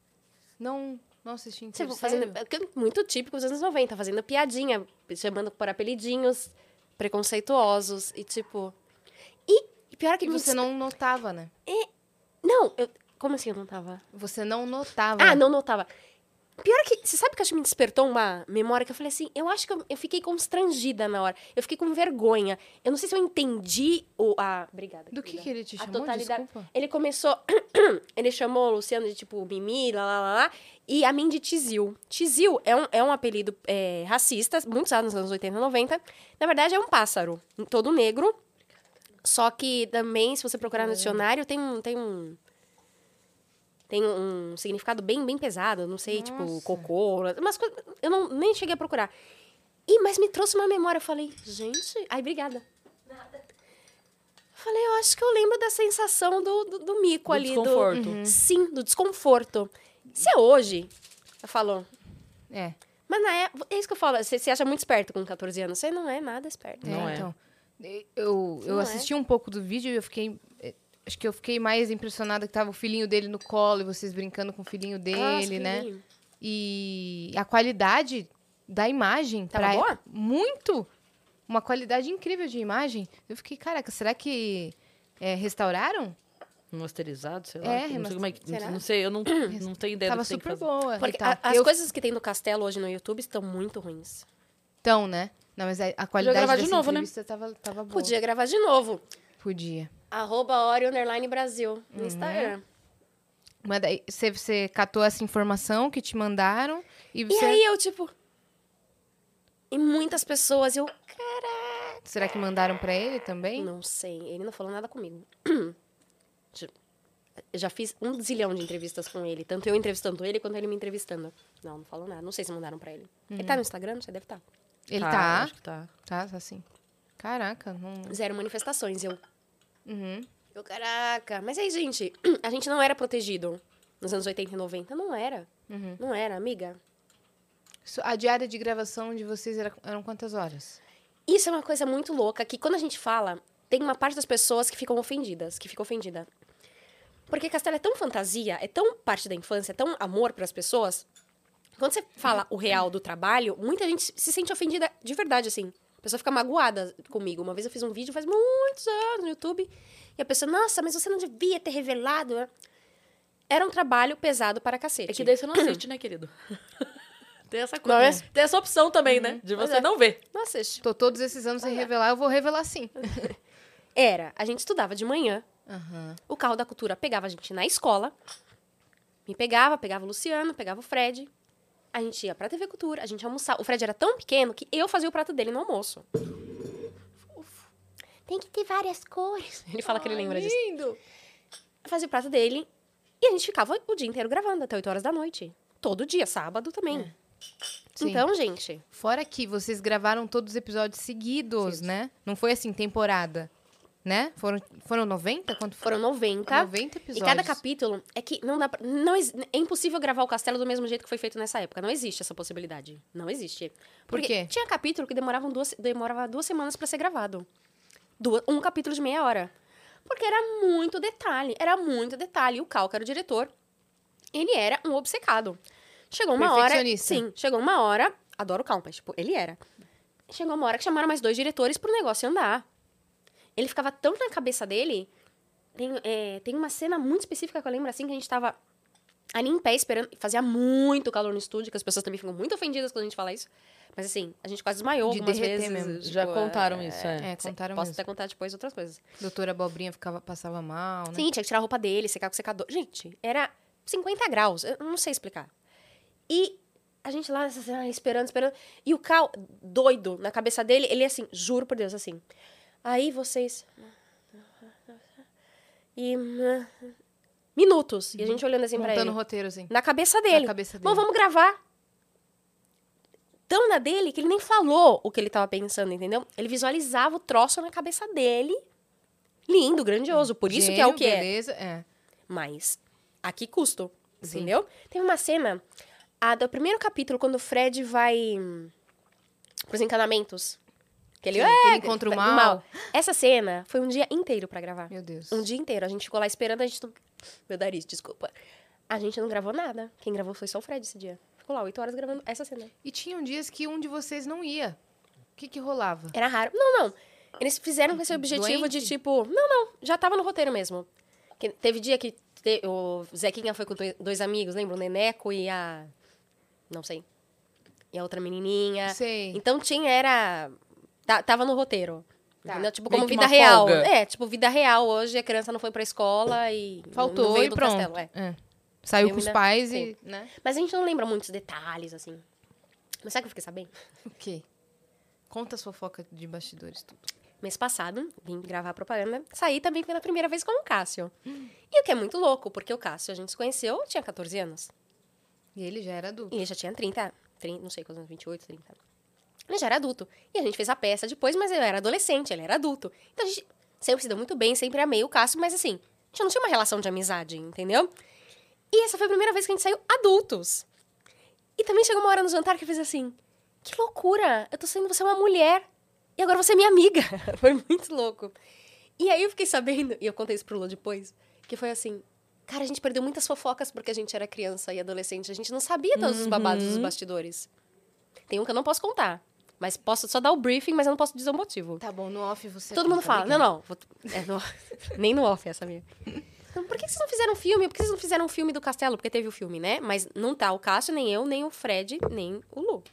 [SPEAKER 2] Não, não assisti inteiro.
[SPEAKER 3] Tipo, fazendo,
[SPEAKER 2] sério?
[SPEAKER 3] muito típico dos anos 90, fazendo piadinha, chamando por apelidinhos preconceituosos e tipo. E, e pior que tá-
[SPEAKER 2] E você não notava, né?
[SPEAKER 3] Não, eu. Como assim eu não tava?
[SPEAKER 2] Você não notava.
[SPEAKER 3] Ah, não notava. Pior que. Você sabe que acho que me despertou uma memória que eu falei assim: eu acho que eu, eu fiquei constrangida na hora. Eu fiquei com vergonha. Eu não sei se eu entendi o. A... Obrigada.
[SPEAKER 2] Do que,
[SPEAKER 3] querida.
[SPEAKER 2] que é? ele te
[SPEAKER 3] A
[SPEAKER 2] chamou?
[SPEAKER 3] totalidade-
[SPEAKER 2] Desculpa.
[SPEAKER 3] Ele começou. ele chamou o Luciano de tipo Mimi, lá, lá, lá, lá. E a mim de Tizil. Tizil é um, é um apelido é, racista, muito usado nos anos 80 e 90. Na verdade, é um pássaro, todo negro. Só que também, se você procurar no dicionário, tem um. Tem um tem um significado bem, bem pesado, não sei, tipo,
[SPEAKER 2] Nossa.
[SPEAKER 3] cocô, umas coisas. Eu não, nem cheguei a procurar. E, mas me trouxe uma memória. Eu falei, gente. Ai, obrigada. Eu falei, eu acho que eu lembro da sensação do, do, do Uhum. mico
[SPEAKER 1] Do
[SPEAKER 3] ali.
[SPEAKER 1] desconforto.
[SPEAKER 3] Do, Sim, do desconforto. Se é hoje, eu falo.
[SPEAKER 2] É,
[SPEAKER 3] Mas na época, é isso que eu falo, você se acha muito esperto com 14 anos. Você não é nada esperto.
[SPEAKER 2] é,
[SPEAKER 1] Não é.
[SPEAKER 2] então. E- Eu, eu
[SPEAKER 3] Não é.
[SPEAKER 2] assisti um pouco do vídeo e eu fiquei. eh, Acho que eu fiquei mais impressionada que tava o filhinho dele no colo e vocês brincando com o filhinho
[SPEAKER 3] Nossa,
[SPEAKER 2] dele,
[SPEAKER 3] que
[SPEAKER 2] né?
[SPEAKER 3] lindo.
[SPEAKER 2] E a qualidade da imagem.
[SPEAKER 3] Tava
[SPEAKER 2] pra-
[SPEAKER 3] boa?
[SPEAKER 2] Muito! Uma qualidade incrível de imagem. Eu fiquei, caraca, será que é, restauraram?
[SPEAKER 1] Remasterizado, Um sei lá.
[SPEAKER 2] É,
[SPEAKER 1] não, sei como é que-
[SPEAKER 3] será?
[SPEAKER 1] não sei, eu não, não tenho ideia
[SPEAKER 2] Tava
[SPEAKER 1] do que tem que
[SPEAKER 2] super
[SPEAKER 1] fazer.
[SPEAKER 2] boa. e
[SPEAKER 3] Porque
[SPEAKER 2] tal.
[SPEAKER 3] a- as
[SPEAKER 2] tá. Eu-
[SPEAKER 3] coisas que tem no castelo hoje no YouTube estão muito ruins.
[SPEAKER 2] Então, né? Não, mas a, a qualidade
[SPEAKER 1] gravar
[SPEAKER 2] dessa
[SPEAKER 1] de novo, né?
[SPEAKER 2] entrevista tava, tava boa.
[SPEAKER 3] Podia gravar de novo.
[SPEAKER 2] Podia.
[SPEAKER 3] Arroba Ori Underline Brasil no Instagram.
[SPEAKER 2] Mas daí você, você catou essa informação que te mandaram e
[SPEAKER 3] E
[SPEAKER 2] você.
[SPEAKER 3] aí eu, tipo. E muitas pessoas, eu. Caraca.
[SPEAKER 2] Será que mandaram pra ele também?
[SPEAKER 3] Não sei, ele não falou nada comigo. <clears throat> Já- Já fiz um zilhão de entrevistas com ele, tanto eu entrevistando ele quanto ele me entrevistando. Não, não falou nada. Não sei se mandaram pra ele. Ele tá no Instagram? Você deve estar.
[SPEAKER 2] Ele
[SPEAKER 1] Tá,
[SPEAKER 2] tá.
[SPEAKER 1] Acho que tá.
[SPEAKER 2] Tá, tá sim. Caraca, não.
[SPEAKER 3] Zero manifestações. Eu,
[SPEAKER 2] Uhum.
[SPEAKER 3] eu, caraca. Mas aí, gente, <clears throat> a gente não era protegido nos anos 80 e 90. Não era.
[SPEAKER 2] Uhum.
[SPEAKER 3] Não era, amiga.
[SPEAKER 2] Isso- A diária de gravação de vocês era- eram quantas horas?
[SPEAKER 3] Isso é uma coisa muito louca que quando a gente fala, tem uma parte das pessoas que ficam ofendidas, que fica ofendida. Porque Castelo é tão fantasia, é tão parte da infância, é tão amor para as pessoas. Quando você fala o real do trabalho, muita gente se sente ofendida de verdade, assim. A pessoa fica magoada comigo. Uma vez eu fiz um vídeo faz muitos anos no YouTube. E a pessoa, nossa, mas você não devia ter revelado. né?" Era um trabalho pesado para cacete.
[SPEAKER 1] É que daí <coughs> você não assiste, né, querido? <laughs> tem essa coisa.
[SPEAKER 3] Não é?
[SPEAKER 1] Tem essa opção também, né? De
[SPEAKER 3] Pois
[SPEAKER 1] você
[SPEAKER 3] é.
[SPEAKER 1] não ver.
[SPEAKER 3] Nossa, gente.
[SPEAKER 2] Tô todos esses anos sem revelar, eu vou revelar sim.
[SPEAKER 3] era. A gente estudava de manhã,
[SPEAKER 2] Aham.
[SPEAKER 3] O carro da cultura pegava a gente na escola, me pegava, pegava o Luciano, pegava o Fred. A gente ia pra TV Cultura, a gente almoçava. O Fred era tão pequeno que eu fazia o prato dele no almoço. Tem que ter várias cores. Ele fala que ele lembra disso.
[SPEAKER 2] Lindo!
[SPEAKER 3] Eu fazia o prato dele e a gente ficava o dia inteiro gravando, até 8 horas da noite. Todo dia, sábado também.
[SPEAKER 2] Sim.
[SPEAKER 3] Então, gente,
[SPEAKER 2] Fora que vocês gravaram todos os episódios seguidos, né? Não foi assim, temporada. Né? Foram, foram 90? Quanto foi?
[SPEAKER 3] foram 90.
[SPEAKER 2] 90
[SPEAKER 3] E
[SPEAKER 2] episódios.
[SPEAKER 3] cada capítulo é que não dá pra, não ex- é impossível gravar o castelo do mesmo jeito que foi feito nessa época. Não existe essa possibilidade. Não existe.
[SPEAKER 2] Por
[SPEAKER 3] Porque
[SPEAKER 2] quê?
[SPEAKER 3] tinha capítulo que demoravam duas, demorava duas semanas pra ser gravado. Duas- um capítulo de meia hora. Porque era muito detalhe, era muito detalhe. E o Cal, que era o diretor, ele era um obcecado. Chegou uma hora.
[SPEAKER 2] Perfeccionista.
[SPEAKER 3] Sim, chegou uma hora. Adoro o Cal, mas tipo, ele era. Chegou uma hora que chamaram mais dois diretores pro negócio andar. Ele ficava tão na cabeça dele. Tem, é, tem uma cena muito específica que eu lembro assim que a gente tava ali em pé esperando. Fazia muito calor no estúdio, que as pessoas também ficam muito ofendidas quando a gente fala isso. Mas assim, a gente quase desmaiou
[SPEAKER 2] De
[SPEAKER 3] algumas
[SPEAKER 2] derreter
[SPEAKER 3] vezes. tipo,
[SPEAKER 2] mesmo.
[SPEAKER 1] Já contaram isso, é.
[SPEAKER 2] É, contaram
[SPEAKER 3] Posso
[SPEAKER 2] mesmo.
[SPEAKER 3] até contar depois outras coisas.
[SPEAKER 2] Doutora Abobrinha ficava, passava mal, né?
[SPEAKER 3] Sim, tinha que tirar a roupa dele, secar com secador. Gente, era 50 graus, eu não sei explicar. E a gente lá nessa cena, esperando, esperando. E o Cal, doido, na cabeça dele, ele assim, juro por Deus, assim. Aí vocês. E. Minutos. E a gente olhando assim pra
[SPEAKER 2] Montando
[SPEAKER 3] ele.
[SPEAKER 2] o roteiro, assim.
[SPEAKER 3] Na cabeça dele.
[SPEAKER 2] cabeça
[SPEAKER 3] Bom,
[SPEAKER 2] dele.
[SPEAKER 3] vamos gravar. Tão na dele que ele nem falou o que ele tava pensando, entendeu? Ele visualizava o troço na cabeça dele. Lindo, grandioso. Por isso que é o
[SPEAKER 2] Gênio,
[SPEAKER 3] que é.
[SPEAKER 2] beleza, é.
[SPEAKER 3] Mas a que custo?
[SPEAKER 2] Sim.
[SPEAKER 3] Entendeu? Tem uma cena, a do primeiro capítulo, quando o Fred vai hum, pros encanamentos. Que ele,
[SPEAKER 2] Sim,
[SPEAKER 3] é,
[SPEAKER 2] que ele encontra o
[SPEAKER 3] vai-
[SPEAKER 2] mal.
[SPEAKER 3] Essa cena foi um dia inteiro pra gravar.
[SPEAKER 2] Meu Deus.
[SPEAKER 3] Um dia inteiro. A gente ficou lá esperando, a gente não... Meu nariz, desculpa. A gente não gravou nada. Quem gravou foi só o Fred esse dia. Ficou lá oito horas gravando essa cena.
[SPEAKER 2] E tinham dias que um de vocês não ia. O que que rolava?
[SPEAKER 3] Era raro. Não, não. Eles fizeram com esse objetivo de,
[SPEAKER 2] Doente?
[SPEAKER 3] tipo... Não, não. Já tava no roteiro mesmo. Que teve dia que te- o Zequinha foi com doi- dois amigos, lembra? O Neneco e a... Não sei. E a outra menininha.
[SPEAKER 2] Sei.
[SPEAKER 3] Então tinha, era. ta- Tava no roteiro.
[SPEAKER 2] Tá.
[SPEAKER 3] entendeu? Tipo,
[SPEAKER 1] Meio
[SPEAKER 3] como
[SPEAKER 1] que
[SPEAKER 3] vida
[SPEAKER 1] uma
[SPEAKER 3] real.
[SPEAKER 1] folga.
[SPEAKER 3] É, tipo, vida real. Hoje a criança não foi pra escola e. não- não
[SPEAKER 2] Faltou
[SPEAKER 3] veio
[SPEAKER 2] e
[SPEAKER 3] do
[SPEAKER 2] pronto.
[SPEAKER 3] castelo, é.
[SPEAKER 2] É. Saiu
[SPEAKER 3] Eu
[SPEAKER 2] com
[SPEAKER 3] me
[SPEAKER 2] os
[SPEAKER 3] lem-
[SPEAKER 2] pais
[SPEAKER 3] Sim.
[SPEAKER 2] e... Né?
[SPEAKER 3] Mas a gente não lembra muitos detalhes, assim. Mas sabe o que eu fiquei sabendo?
[SPEAKER 2] O quê? Conta a sua foca de bastidores, tudo.
[SPEAKER 3] Mês passado, vim gravar propaganda. Saí também pela primeira vez com o Cássio. E o que é muito louco, porque o Cássio a gente se conheceu, eu tinha 14 anos.
[SPEAKER 2] E ele já era adulto.
[SPEAKER 3] E ele já tinha 30, 30 não sei quantos anos, 28, 30. Ele já era adulto. E a gente fez a peça depois, mas eu era adolescente, ele era adulto. Então a gente sempre se deu muito bem, sempre amei o Cássio, mas assim, a gente não tinha uma relação de amizade, entendeu? E essa foi a primeira vez que a gente saiu adultos. E também chegou uma hora no jantar que eu fiz assim: que loucura, eu tô sendo você é uma mulher. E agora você é minha amiga. <laughs> foi muito louco. E aí eu fiquei sabendo, e eu contei isso pro Lô depois, que foi assim. Cara, a gente perdeu muitas fofocas porque a gente era criança e adolescente. A gente não sabia todos os babados dos bastidores. Tem um que eu não posso contar. Mas posso só dar o briefing, mas eu não posso dizer o motivo.
[SPEAKER 2] Tá bom, no off você... tá né?
[SPEAKER 3] Todo mundo fala, não, não. <laughs> vou- é no- nem no off essa minha. Então, por que que vocês não fizeram um filme? Por que vocês não fizeram um filme do Castelo? Porque teve o filme, né? Mas não tá o Cássio, nem eu, nem o Fred, nem o Lu.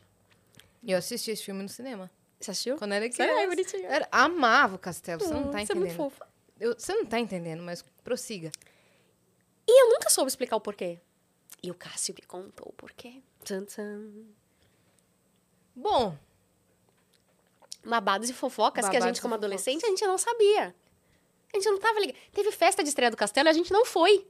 [SPEAKER 2] Eu assisti esse filme no cinema.
[SPEAKER 3] Você assistiu?
[SPEAKER 2] Quando era
[SPEAKER 3] Sério?
[SPEAKER 2] criança.
[SPEAKER 3] Ai, É, bonitinho.
[SPEAKER 2] é Era- amava o Castelo, você não
[SPEAKER 3] Hum,
[SPEAKER 2] tá
[SPEAKER 3] Você é muito
[SPEAKER 2] entendendo.
[SPEAKER 3] fofa.
[SPEAKER 2] Eu- Você não tá entendendo, mas prossiga.
[SPEAKER 3] E eu nunca soube explicar o porquê. E o Cássio me contou o porquê. Tchan, tchan.
[SPEAKER 2] Bom,
[SPEAKER 3] Babados e fofocas que a
[SPEAKER 2] Babados
[SPEAKER 3] gente,
[SPEAKER 2] e
[SPEAKER 3] como
[SPEAKER 2] fofocas.
[SPEAKER 3] adolescente, a gente não sabia. A gente não tava ligado. Teve festa de estreia do Castelo e a gente não foi.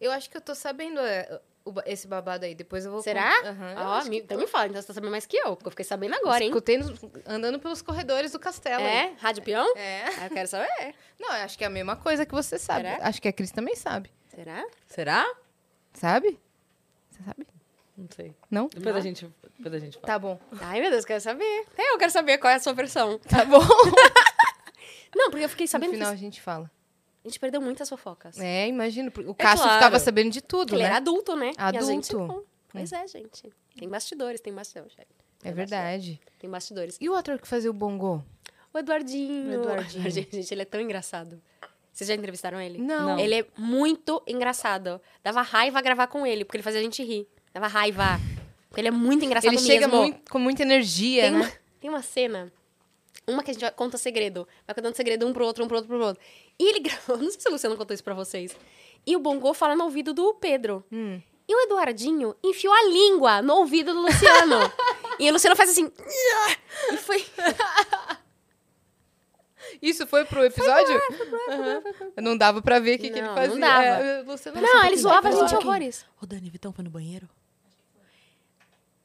[SPEAKER 2] eu acho que eu tô sabendo é, o ba- esse babado aí. Depois eu vou...
[SPEAKER 3] Será?
[SPEAKER 2] con- Aham, eu
[SPEAKER 3] Ó,
[SPEAKER 2] Ah, acho
[SPEAKER 3] me-
[SPEAKER 2] que
[SPEAKER 3] então
[SPEAKER 2] tô.
[SPEAKER 3] me fala, então você tá sabendo mais que eu, porque eu fiquei sabendo agora, hein?
[SPEAKER 2] Escutei nos- andando pelos corredores do castelo. aí.
[SPEAKER 3] É? Rádio Peão?
[SPEAKER 2] É.
[SPEAKER 3] Ah, eu
[SPEAKER 2] <laughs>
[SPEAKER 3] quero saber.
[SPEAKER 2] Não, eu acho que é a mesma coisa que você sabe.
[SPEAKER 3] Será?
[SPEAKER 2] Acho que a Cris também sabe.
[SPEAKER 3] Será?
[SPEAKER 1] Será?
[SPEAKER 2] Sabe? Você sabe?
[SPEAKER 1] Não sei.
[SPEAKER 2] Não?
[SPEAKER 1] Depois a gente, depois a gente fala.
[SPEAKER 2] Tá bom.
[SPEAKER 3] Ai, meu Deus, quero saber. É, eu quero saber qual é a sua versão.
[SPEAKER 2] Tá bom. <laughs>
[SPEAKER 3] Não, porque eu fiquei sabendo
[SPEAKER 2] no final a
[SPEAKER 3] que
[SPEAKER 2] gente fala.
[SPEAKER 3] a gente perdeu muitas fofocas.
[SPEAKER 2] É, imagino. porque O Cássio
[SPEAKER 1] claro.
[SPEAKER 2] ficava sabendo de tudo,
[SPEAKER 3] Porque ele
[SPEAKER 2] né?
[SPEAKER 3] era adulto, né? E a gente
[SPEAKER 2] Adulto.
[SPEAKER 3] não. Pois é, gente. Tem bastidores, tem bastidores. gente.
[SPEAKER 2] É
[SPEAKER 3] Tem
[SPEAKER 2] verdade.
[SPEAKER 3] bastidores, Tem bastidores.
[SPEAKER 2] E o ator que fazia o Bongo?
[SPEAKER 3] O Eduardinho.
[SPEAKER 2] O Eduardinho.
[SPEAKER 3] <laughs> gente, ele é tão engraçado. Vocês já entrevistaram ele?
[SPEAKER 2] Não.
[SPEAKER 1] Não.
[SPEAKER 3] Ele é muito engraçado. Dava raiva gravar com ele, porque ele fazia a gente rir. Dava raiva. Porque ele é muito engraçado
[SPEAKER 2] Ele
[SPEAKER 3] mesmo.
[SPEAKER 2] chega muito- né? com muita energia,
[SPEAKER 3] Tem,
[SPEAKER 2] né?
[SPEAKER 3] uma, tem uma cena. Uma que a gente vai- conta segredo. Vai contando segredo um pro outro, um pro outro, um pro outro. E ele <laughs> gravou. Não sei se o Luciano contou isso pra vocês. E o Bongo fala no ouvido do Pedro.
[SPEAKER 2] Hum.
[SPEAKER 3] E o Eduardinho enfiou a língua no ouvido do
[SPEAKER 2] <laughs>
[SPEAKER 3] Luciano. e o Luciano faz assim. E foi.
[SPEAKER 2] Isso foi pro episódio? Aham. Não dava pra ver o que, que ele
[SPEAKER 3] Não, não
[SPEAKER 2] fazia.
[SPEAKER 3] dava.
[SPEAKER 2] É, você não
[SPEAKER 3] Não,
[SPEAKER 2] sabe
[SPEAKER 3] ele
[SPEAKER 2] o que
[SPEAKER 3] zoava a
[SPEAKER 2] fazia.
[SPEAKER 3] gente horrores.
[SPEAKER 1] Ô, Dani, Vitão foi no banheiro?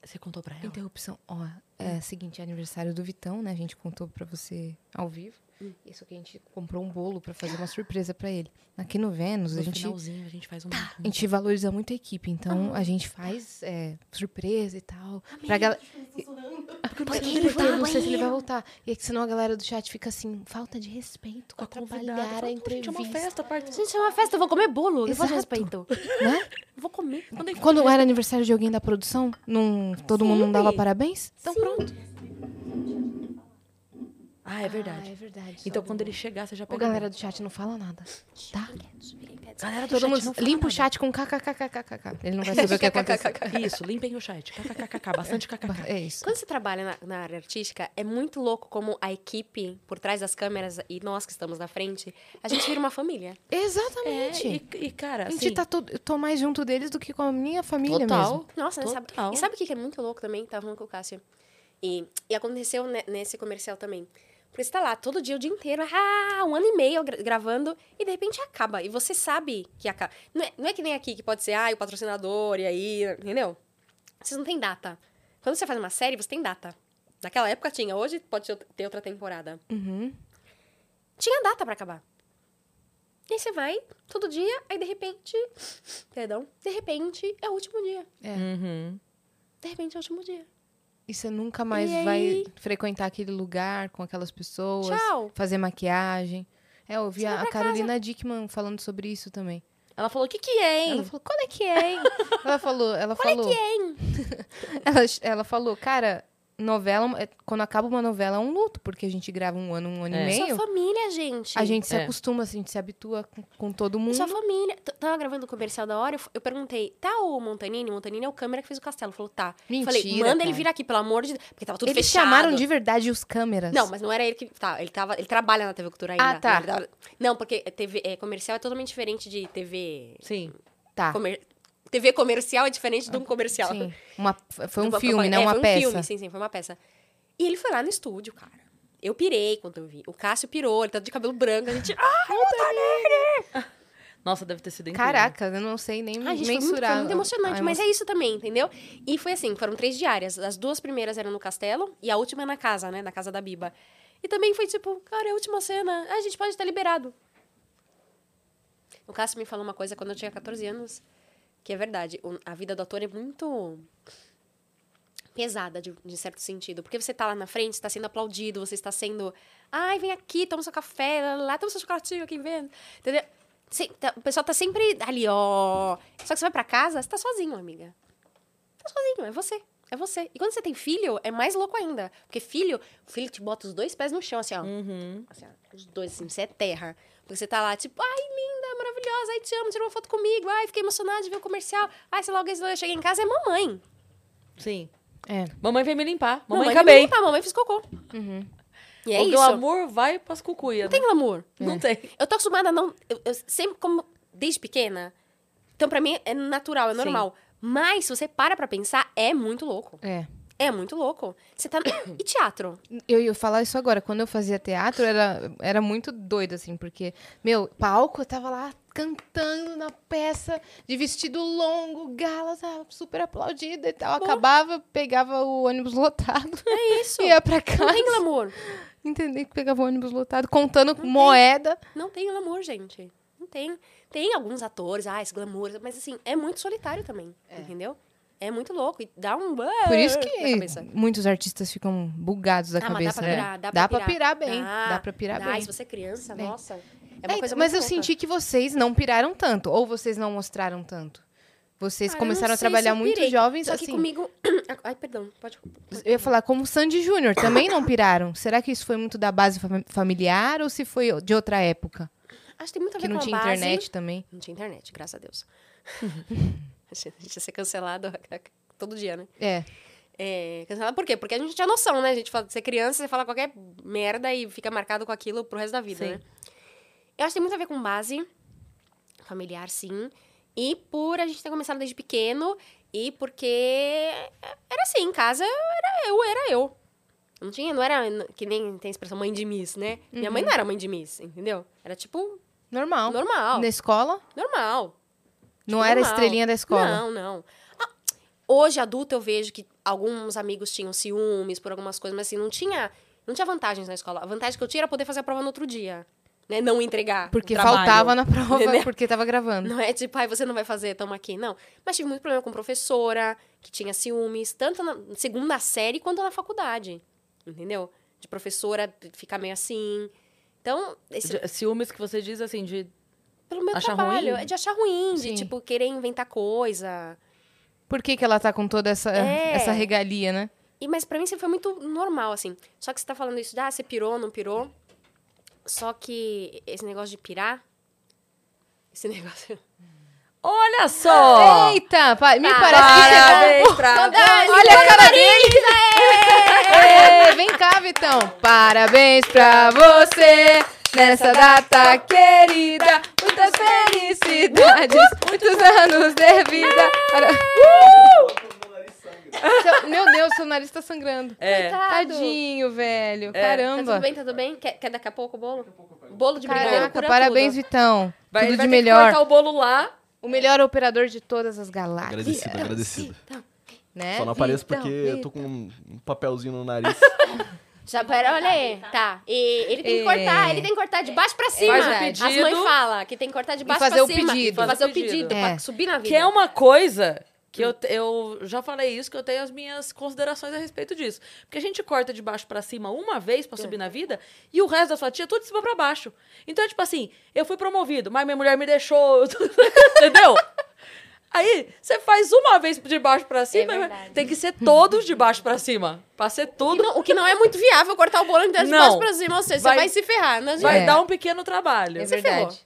[SPEAKER 1] Você contou pra ela?
[SPEAKER 2] Interrupção. Ó, é o seguinte, é aniversário do Vitão, né? A gente contou pra você ao vivo.
[SPEAKER 3] Hum.
[SPEAKER 2] Isso que a gente comprou um bolo pra fazer uma surpresa pra ele. Aqui no Vênus,
[SPEAKER 1] no
[SPEAKER 2] a gente, Tá. a
[SPEAKER 1] finalzinho, a gente faz um... um-
[SPEAKER 2] gente valoriza muito a equipe. Então, a gente faz é, surpresa e tal. Pra galera... Porque ele tá não sei se ele vai voltar. E é que senão a galera do chat fica assim, falta de respeito com
[SPEAKER 1] com
[SPEAKER 2] a
[SPEAKER 1] a convidada. Eu
[SPEAKER 2] trabalhar
[SPEAKER 1] falo,
[SPEAKER 2] a
[SPEAKER 1] "Não, Gente, é
[SPEAKER 2] entrevista.
[SPEAKER 1] uma festa, parte...
[SPEAKER 3] Gente, é uma festa, eu vou comer bolo. Eu vou
[SPEAKER 2] Exato.
[SPEAKER 3] respeito.
[SPEAKER 2] Né?
[SPEAKER 3] Vou comer.
[SPEAKER 1] Quando é que
[SPEAKER 2] Quando era aniversário de alguém da produção, não, todo mundo não dava
[SPEAKER 3] Sempre.
[SPEAKER 2] parabéns? Então
[SPEAKER 3] Sim.
[SPEAKER 2] pronto.
[SPEAKER 1] Ah, é verdade.
[SPEAKER 2] Ah, é verdade.
[SPEAKER 1] Então, quando ele chegar, você já
[SPEAKER 2] Ô,
[SPEAKER 1] pega...
[SPEAKER 2] galera do chat, não fala nada, tá?
[SPEAKER 1] galera
[SPEAKER 2] Todo mundo
[SPEAKER 1] não fala
[SPEAKER 2] limpa o
[SPEAKER 1] nada.
[SPEAKER 2] chat com kkkkk. Ele não vai saber
[SPEAKER 1] <laughs>
[SPEAKER 2] o que aconteceu.
[SPEAKER 1] Isso, limpem o chat. KKKK, bastante kkk.
[SPEAKER 2] É isso.
[SPEAKER 3] Quando você trabalha na, na área artística, é muito louco como a equipe por trás das câmeras e nós que estamos na frente, a gente vira uma família.
[SPEAKER 1] É,
[SPEAKER 2] Exatamente.
[SPEAKER 1] e, e, cara,
[SPEAKER 2] A
[SPEAKER 1] assim...
[SPEAKER 2] gente tá todo, eu tô mais junto deles do que com a minha família
[SPEAKER 1] Total.
[SPEAKER 2] mesmo.
[SPEAKER 3] Nossa, né, sabe?
[SPEAKER 1] Total.
[SPEAKER 3] E sabe o que que é muito louco também? Tava falando com o Cássio. E, e aconteceu ne- nesse comercial também. Porque você tá lá todo dia, o dia inteiro, ah, um ano e meio gra- gravando, e de repente acaba. E você sabe que acaba. Não é, não é que nem aqui, que pode ser, ah, o patrocinador, e aí, entendeu? Vocês não têm data. Quando você faz uma série, você tem data. Naquela época tinha, hoje pode ter outra- ter outra temporada.
[SPEAKER 2] Uhum.
[SPEAKER 3] tinha data pra acabar. E aí você vai, todo dia, aí de repente. Perdão. De repente é o último dia.
[SPEAKER 1] Uhum.
[SPEAKER 3] De repente é o último dia.
[SPEAKER 2] E você nunca mais
[SPEAKER 3] E aí?
[SPEAKER 2] vai frequentar aquele lugar com aquelas pessoas,
[SPEAKER 3] Tchau.
[SPEAKER 2] fazer maquiagem. É, eu ouvi
[SPEAKER 3] Você vai
[SPEAKER 2] a, a
[SPEAKER 3] pra
[SPEAKER 2] Carolina Dickman falando sobre isso também.
[SPEAKER 1] Ela falou, o que que é, hein?
[SPEAKER 2] Ela falou, qual
[SPEAKER 3] <laughs>
[SPEAKER 2] é que é, hein? ela falou, ela
[SPEAKER 3] Qual
[SPEAKER 2] <laughs>
[SPEAKER 3] é
[SPEAKER 2] falou.
[SPEAKER 3] que é, hein?
[SPEAKER 2] Ela, ela falou, cara, novela, é- quando acaba uma novela, é um luto, porque a gente grava um ano, um ano
[SPEAKER 1] É.
[SPEAKER 2] e meio.
[SPEAKER 3] Sua família, gente.
[SPEAKER 2] A gente se
[SPEAKER 1] É.
[SPEAKER 2] acostuma, assim, a gente se habitua com, com todo mundo.
[SPEAKER 3] Sua família. T- Tava gravando o comercial da hora, eu, f- eu perguntei, tá o Montanini? O Montanini é o câmera que fez o castelo. Falou, tá.
[SPEAKER 2] Mentira,
[SPEAKER 3] Falei, manda ele
[SPEAKER 2] cara.
[SPEAKER 3] vir aqui, pelo amor de Deus. Porque tava tudo
[SPEAKER 2] Eles
[SPEAKER 3] fechado.
[SPEAKER 2] chamaram de verdade os câmeras.
[SPEAKER 3] Não, mas não era ele que. Tá, ele, tava, ele trabalha na TV Cultura ainda.
[SPEAKER 2] Ah, tá.
[SPEAKER 3] Ele tava- Não, porque TV é, comercial é totalmente diferente de TV.
[SPEAKER 1] Sim.
[SPEAKER 2] tá.
[SPEAKER 3] comer- TV comercial é diferente de um comercial. <laughs>
[SPEAKER 2] Sim. Uma, foi um
[SPEAKER 3] Uma-
[SPEAKER 2] filme,
[SPEAKER 3] é,
[SPEAKER 2] não uma
[SPEAKER 3] foi um
[SPEAKER 2] peça.
[SPEAKER 3] filme, sim, sim, foi uma peça. E ele foi lá no estúdio, cara. Eu pirei quando eu vi. O Cássio pirou, ele tá de cabelo branco. A gente. Ah,
[SPEAKER 1] Nossa, deve ter sido incrível.
[SPEAKER 2] Caraca, eu não sei nem
[SPEAKER 3] a gente foi muito, foi
[SPEAKER 2] mensurar.
[SPEAKER 3] muito emocionante,
[SPEAKER 2] a
[SPEAKER 3] mas
[SPEAKER 2] emo-
[SPEAKER 3] é isso também, entendeu? E foi assim, foram três diárias. As duas primeiras eram no castelo e a última na casa, né? Na casa da Biba. E também foi tipo, cara, é a última cena. A gente pode estar liberado. O Cássio me falou uma coisa quando eu tinha 14 anos, que é verdade. O- a vida do ator é muito pesada, de, de certo sentido. Porque você tá lá na frente, você tá sendo aplaudido, você está sendo... Ai, vem aqui, toma seu café, lá, lá, lá, toma seu chocolatinho, quem vendo? Entendeu? Você- tá- o pessoal tá sempre ali, ó. Só que você vai pra casa, você tá sozinho, amiga. Tá sozinho, é você. É você. E quando você tem filho, é mais louco ainda. Porque filho, o filho te bota os dois pés no chão, assim, ó.
[SPEAKER 1] Uhum.
[SPEAKER 3] Assim, ó, os dois, assim, você é terra. Porque você tá lá, tipo, ai, linda, maravilhosa, ai, te amo, tirou uma foto comigo, ai, fiquei emocionada de ver o comercial. Ai, sei lá, alguém eu cheguei em casa, é mamãe.
[SPEAKER 1] Sim.
[SPEAKER 2] É.
[SPEAKER 1] Mamãe vem me limpar. Mamãe,
[SPEAKER 3] vai
[SPEAKER 1] acabei.
[SPEAKER 3] me limpar, mamãe fez cocô.
[SPEAKER 2] Uhum.
[SPEAKER 3] E é
[SPEAKER 1] o
[SPEAKER 3] isso.
[SPEAKER 1] meu amor vai pras cucuia.
[SPEAKER 3] Não tem glamour.
[SPEAKER 1] Não
[SPEAKER 2] É.
[SPEAKER 1] tem.
[SPEAKER 3] Eu tô acostumada a não. Eu, eu sempre, como desde pequena. Então, pra mim, é natural, é
[SPEAKER 1] Sim.
[SPEAKER 3] normal. Mas, se você para pra pensar, é muito louco.
[SPEAKER 2] É.
[SPEAKER 3] É muito louco. Você tá. <coughs> E teatro?
[SPEAKER 2] Eu ia falar isso agora. Quando eu fazia teatro, era, era muito doido, assim, porque, meu, palco, eu tava lá cantando na peça, de vestido longo, gala, tava super aplaudida e tal. Acabava, pegava o ônibus <laughs> lotado,
[SPEAKER 3] É isso.
[SPEAKER 2] ia pra
[SPEAKER 3] Não tem
[SPEAKER 2] casa,
[SPEAKER 3] glamour.
[SPEAKER 2] entendeu? Que pegava o ônibus lotado, contando
[SPEAKER 3] Uhum.
[SPEAKER 2] com moeda.
[SPEAKER 3] Não tem glamour, gente. Não tem. Tem alguns atores, ah, esse glamour. Mas, assim, é muito solitário também. Entendeu? É muito louco. E dá um.
[SPEAKER 2] Por isso
[SPEAKER 3] na
[SPEAKER 2] que
[SPEAKER 3] cabeça.
[SPEAKER 2] muitos artistas ficam bugados da
[SPEAKER 3] Ah, mas
[SPEAKER 2] cabeça,
[SPEAKER 3] dá pra
[SPEAKER 2] né?
[SPEAKER 3] pirar, dá
[SPEAKER 2] pra
[SPEAKER 3] pra
[SPEAKER 2] pirar
[SPEAKER 3] pirar.
[SPEAKER 2] bem,
[SPEAKER 3] Dá,
[SPEAKER 2] dá pra pirar
[SPEAKER 3] Dá,
[SPEAKER 2] bem.
[SPEAKER 3] e se você é criança,
[SPEAKER 2] Bem.
[SPEAKER 3] nossa. É uma
[SPEAKER 2] É,
[SPEAKER 3] coisa
[SPEAKER 2] mas
[SPEAKER 3] muito
[SPEAKER 2] eu
[SPEAKER 3] louca.
[SPEAKER 2] senti que vocês não piraram tanto, ou vocês não mostraram tanto. Vocês
[SPEAKER 3] Cara, Ah, eu
[SPEAKER 2] começaram
[SPEAKER 3] não
[SPEAKER 2] a
[SPEAKER 3] sei se
[SPEAKER 2] trabalhar
[SPEAKER 3] eu
[SPEAKER 2] muito
[SPEAKER 3] pirei.
[SPEAKER 2] jovens,
[SPEAKER 3] Só
[SPEAKER 2] assim.
[SPEAKER 3] que comigo. <coughs> Ai, perdão, pode.
[SPEAKER 2] Eu ia falar como Sandy Júnior, também não piraram. Será que isso foi muito da base fam- familiar ou se foi de outra época?
[SPEAKER 3] Acho que tem muito a ver
[SPEAKER 2] Que não
[SPEAKER 3] com
[SPEAKER 2] tinha
[SPEAKER 3] a base.
[SPEAKER 2] internet também?
[SPEAKER 3] Não tinha internet, graças a Deus. <laughs> a gente ia ser cancelado <laughs> todo dia, né?
[SPEAKER 2] É.
[SPEAKER 3] É, cancelado por quê? Porque a gente tinha noção, né? A gente fala, você é criança, você fala qualquer merda e fica marcado com aquilo pro resto da vida,
[SPEAKER 1] Sim.
[SPEAKER 3] né? Eu acho que tem muito a ver com base familiar, sim. E por a gente ter começado desde pequeno e porque era assim, em casa era eu, era eu. Não tinha, não era n- que nem tem a expressão mãe de Miss, né? Minha mãe não era mãe de Miss, entendeu? Era tipo
[SPEAKER 2] Normal.
[SPEAKER 3] normal,
[SPEAKER 2] Na escola?
[SPEAKER 3] normal.
[SPEAKER 2] Não era a
[SPEAKER 3] normal.
[SPEAKER 2] estrelinha da escola.
[SPEAKER 3] Não, não. Ah, Hoje, adulta, eu vejo que alguns amigos tinham ciúmes por algumas coisas, mas assim, não tinha, não tinha vantagens na escola. A vantagem que eu tinha era poder fazer a prova no outro dia, né? Não entregar.
[SPEAKER 2] Porque
[SPEAKER 1] Trabalho.
[SPEAKER 2] faltava na prova,
[SPEAKER 3] Entendeu?
[SPEAKER 2] porque tava gravando.
[SPEAKER 3] Não é tipo, ai, você não vai fazer, toma aqui. Não. Mas tive muito problema com professora, que tinha ciúmes, tanto na segunda série quanto na faculdade. Entendeu? De professora ficar meio assim. Então, esse
[SPEAKER 1] De- Ciúmes que você diz assim, de.
[SPEAKER 3] pelo meu
[SPEAKER 1] achar
[SPEAKER 3] trabalho,
[SPEAKER 1] ruim?
[SPEAKER 3] é de achar ruim,
[SPEAKER 2] Sim.
[SPEAKER 3] de tipo querer inventar coisa.
[SPEAKER 2] Por que, que ela tá com toda essa,
[SPEAKER 3] É.
[SPEAKER 2] essa regalia, né?
[SPEAKER 3] E, mas pra mim sempre foi muito normal, assim. Só que você tá falando isso, de, ah, você pirou, não pirou. Só que esse negócio de pirar. Esse <laughs> negócio.
[SPEAKER 2] Ah,
[SPEAKER 1] Olha
[SPEAKER 2] é
[SPEAKER 1] só!
[SPEAKER 2] Eita, pa- me
[SPEAKER 3] Ah,
[SPEAKER 2] parece que
[SPEAKER 1] Tá. Parabéns
[SPEAKER 2] você
[SPEAKER 1] pra
[SPEAKER 2] tá...
[SPEAKER 1] você.
[SPEAKER 2] Olha a cara dele! Ê, vem cá, Vitão! Parabéns pra você! Nessa data querida, muitas
[SPEAKER 1] Uh,
[SPEAKER 2] felicidades, muitos anos de vida. Para- Seu- Meu Deus, seu nariz tá sangrando.
[SPEAKER 1] Uh. É.
[SPEAKER 2] Tadinho, velho.
[SPEAKER 3] Tá tudo
[SPEAKER 2] Caramba.
[SPEAKER 3] bem, tá tudo bem? Quer, quer daqui a pouco o bolo? Bolo de brigadeiro.
[SPEAKER 2] Caraca,
[SPEAKER 3] cura
[SPEAKER 2] parabéns,
[SPEAKER 3] tudo.
[SPEAKER 2] Vitão.
[SPEAKER 1] Vai,
[SPEAKER 2] tudo
[SPEAKER 1] vai
[SPEAKER 2] de
[SPEAKER 1] ter que
[SPEAKER 2] melhor.
[SPEAKER 1] cortar o bolo lá.
[SPEAKER 2] O melhor operador de todas as galáxias.
[SPEAKER 4] Agradecido, agradecido.
[SPEAKER 3] tá. Então,
[SPEAKER 2] Né?
[SPEAKER 4] Só não apareço
[SPEAKER 2] Vitão,
[SPEAKER 4] porque eu tô com um um papelzinho no nariz.
[SPEAKER 3] Já, pera, olha aí. Tá. E ele tem que
[SPEAKER 2] É.
[SPEAKER 3] cortar, ele tem que cortar de baixo pra cima.
[SPEAKER 1] Faz o pedido.
[SPEAKER 3] As mães falam que tem que cortar de baixo
[SPEAKER 2] fazer
[SPEAKER 3] pra
[SPEAKER 2] o
[SPEAKER 3] cima.
[SPEAKER 2] pedido.
[SPEAKER 3] Fazer,
[SPEAKER 1] Fazer
[SPEAKER 3] o pedido, um
[SPEAKER 2] É.
[SPEAKER 3] pra subir na vida.
[SPEAKER 1] Que é uma coisa que eu, te- eu já falei isso, que eu tenho as minhas considerações a respeito disso. Porque a gente corta de baixo pra cima uma vez pra subir na vida e o resto da sua tia é tudo de cima pra baixo. Então é tipo assim, eu fui promovido, mas minha mulher me deixou. <laughs> Entendeu? Aí, você faz uma vez de baixo pra
[SPEAKER 2] É
[SPEAKER 1] cima,
[SPEAKER 3] verdade.
[SPEAKER 1] tem que ser todos de baixo pra cima. Pra ser
[SPEAKER 3] O que
[SPEAKER 1] tudo,
[SPEAKER 3] não- o que não é muito viável cortar o bolo inteiro de
[SPEAKER 1] Não.
[SPEAKER 3] baixo pra cima. Ou seja,
[SPEAKER 1] Vai-
[SPEAKER 3] você vai se ferrar. né, Não adianta.
[SPEAKER 1] vai
[SPEAKER 2] É.
[SPEAKER 1] dar um pequeno trabalho.
[SPEAKER 2] É
[SPEAKER 3] Você
[SPEAKER 2] verdade.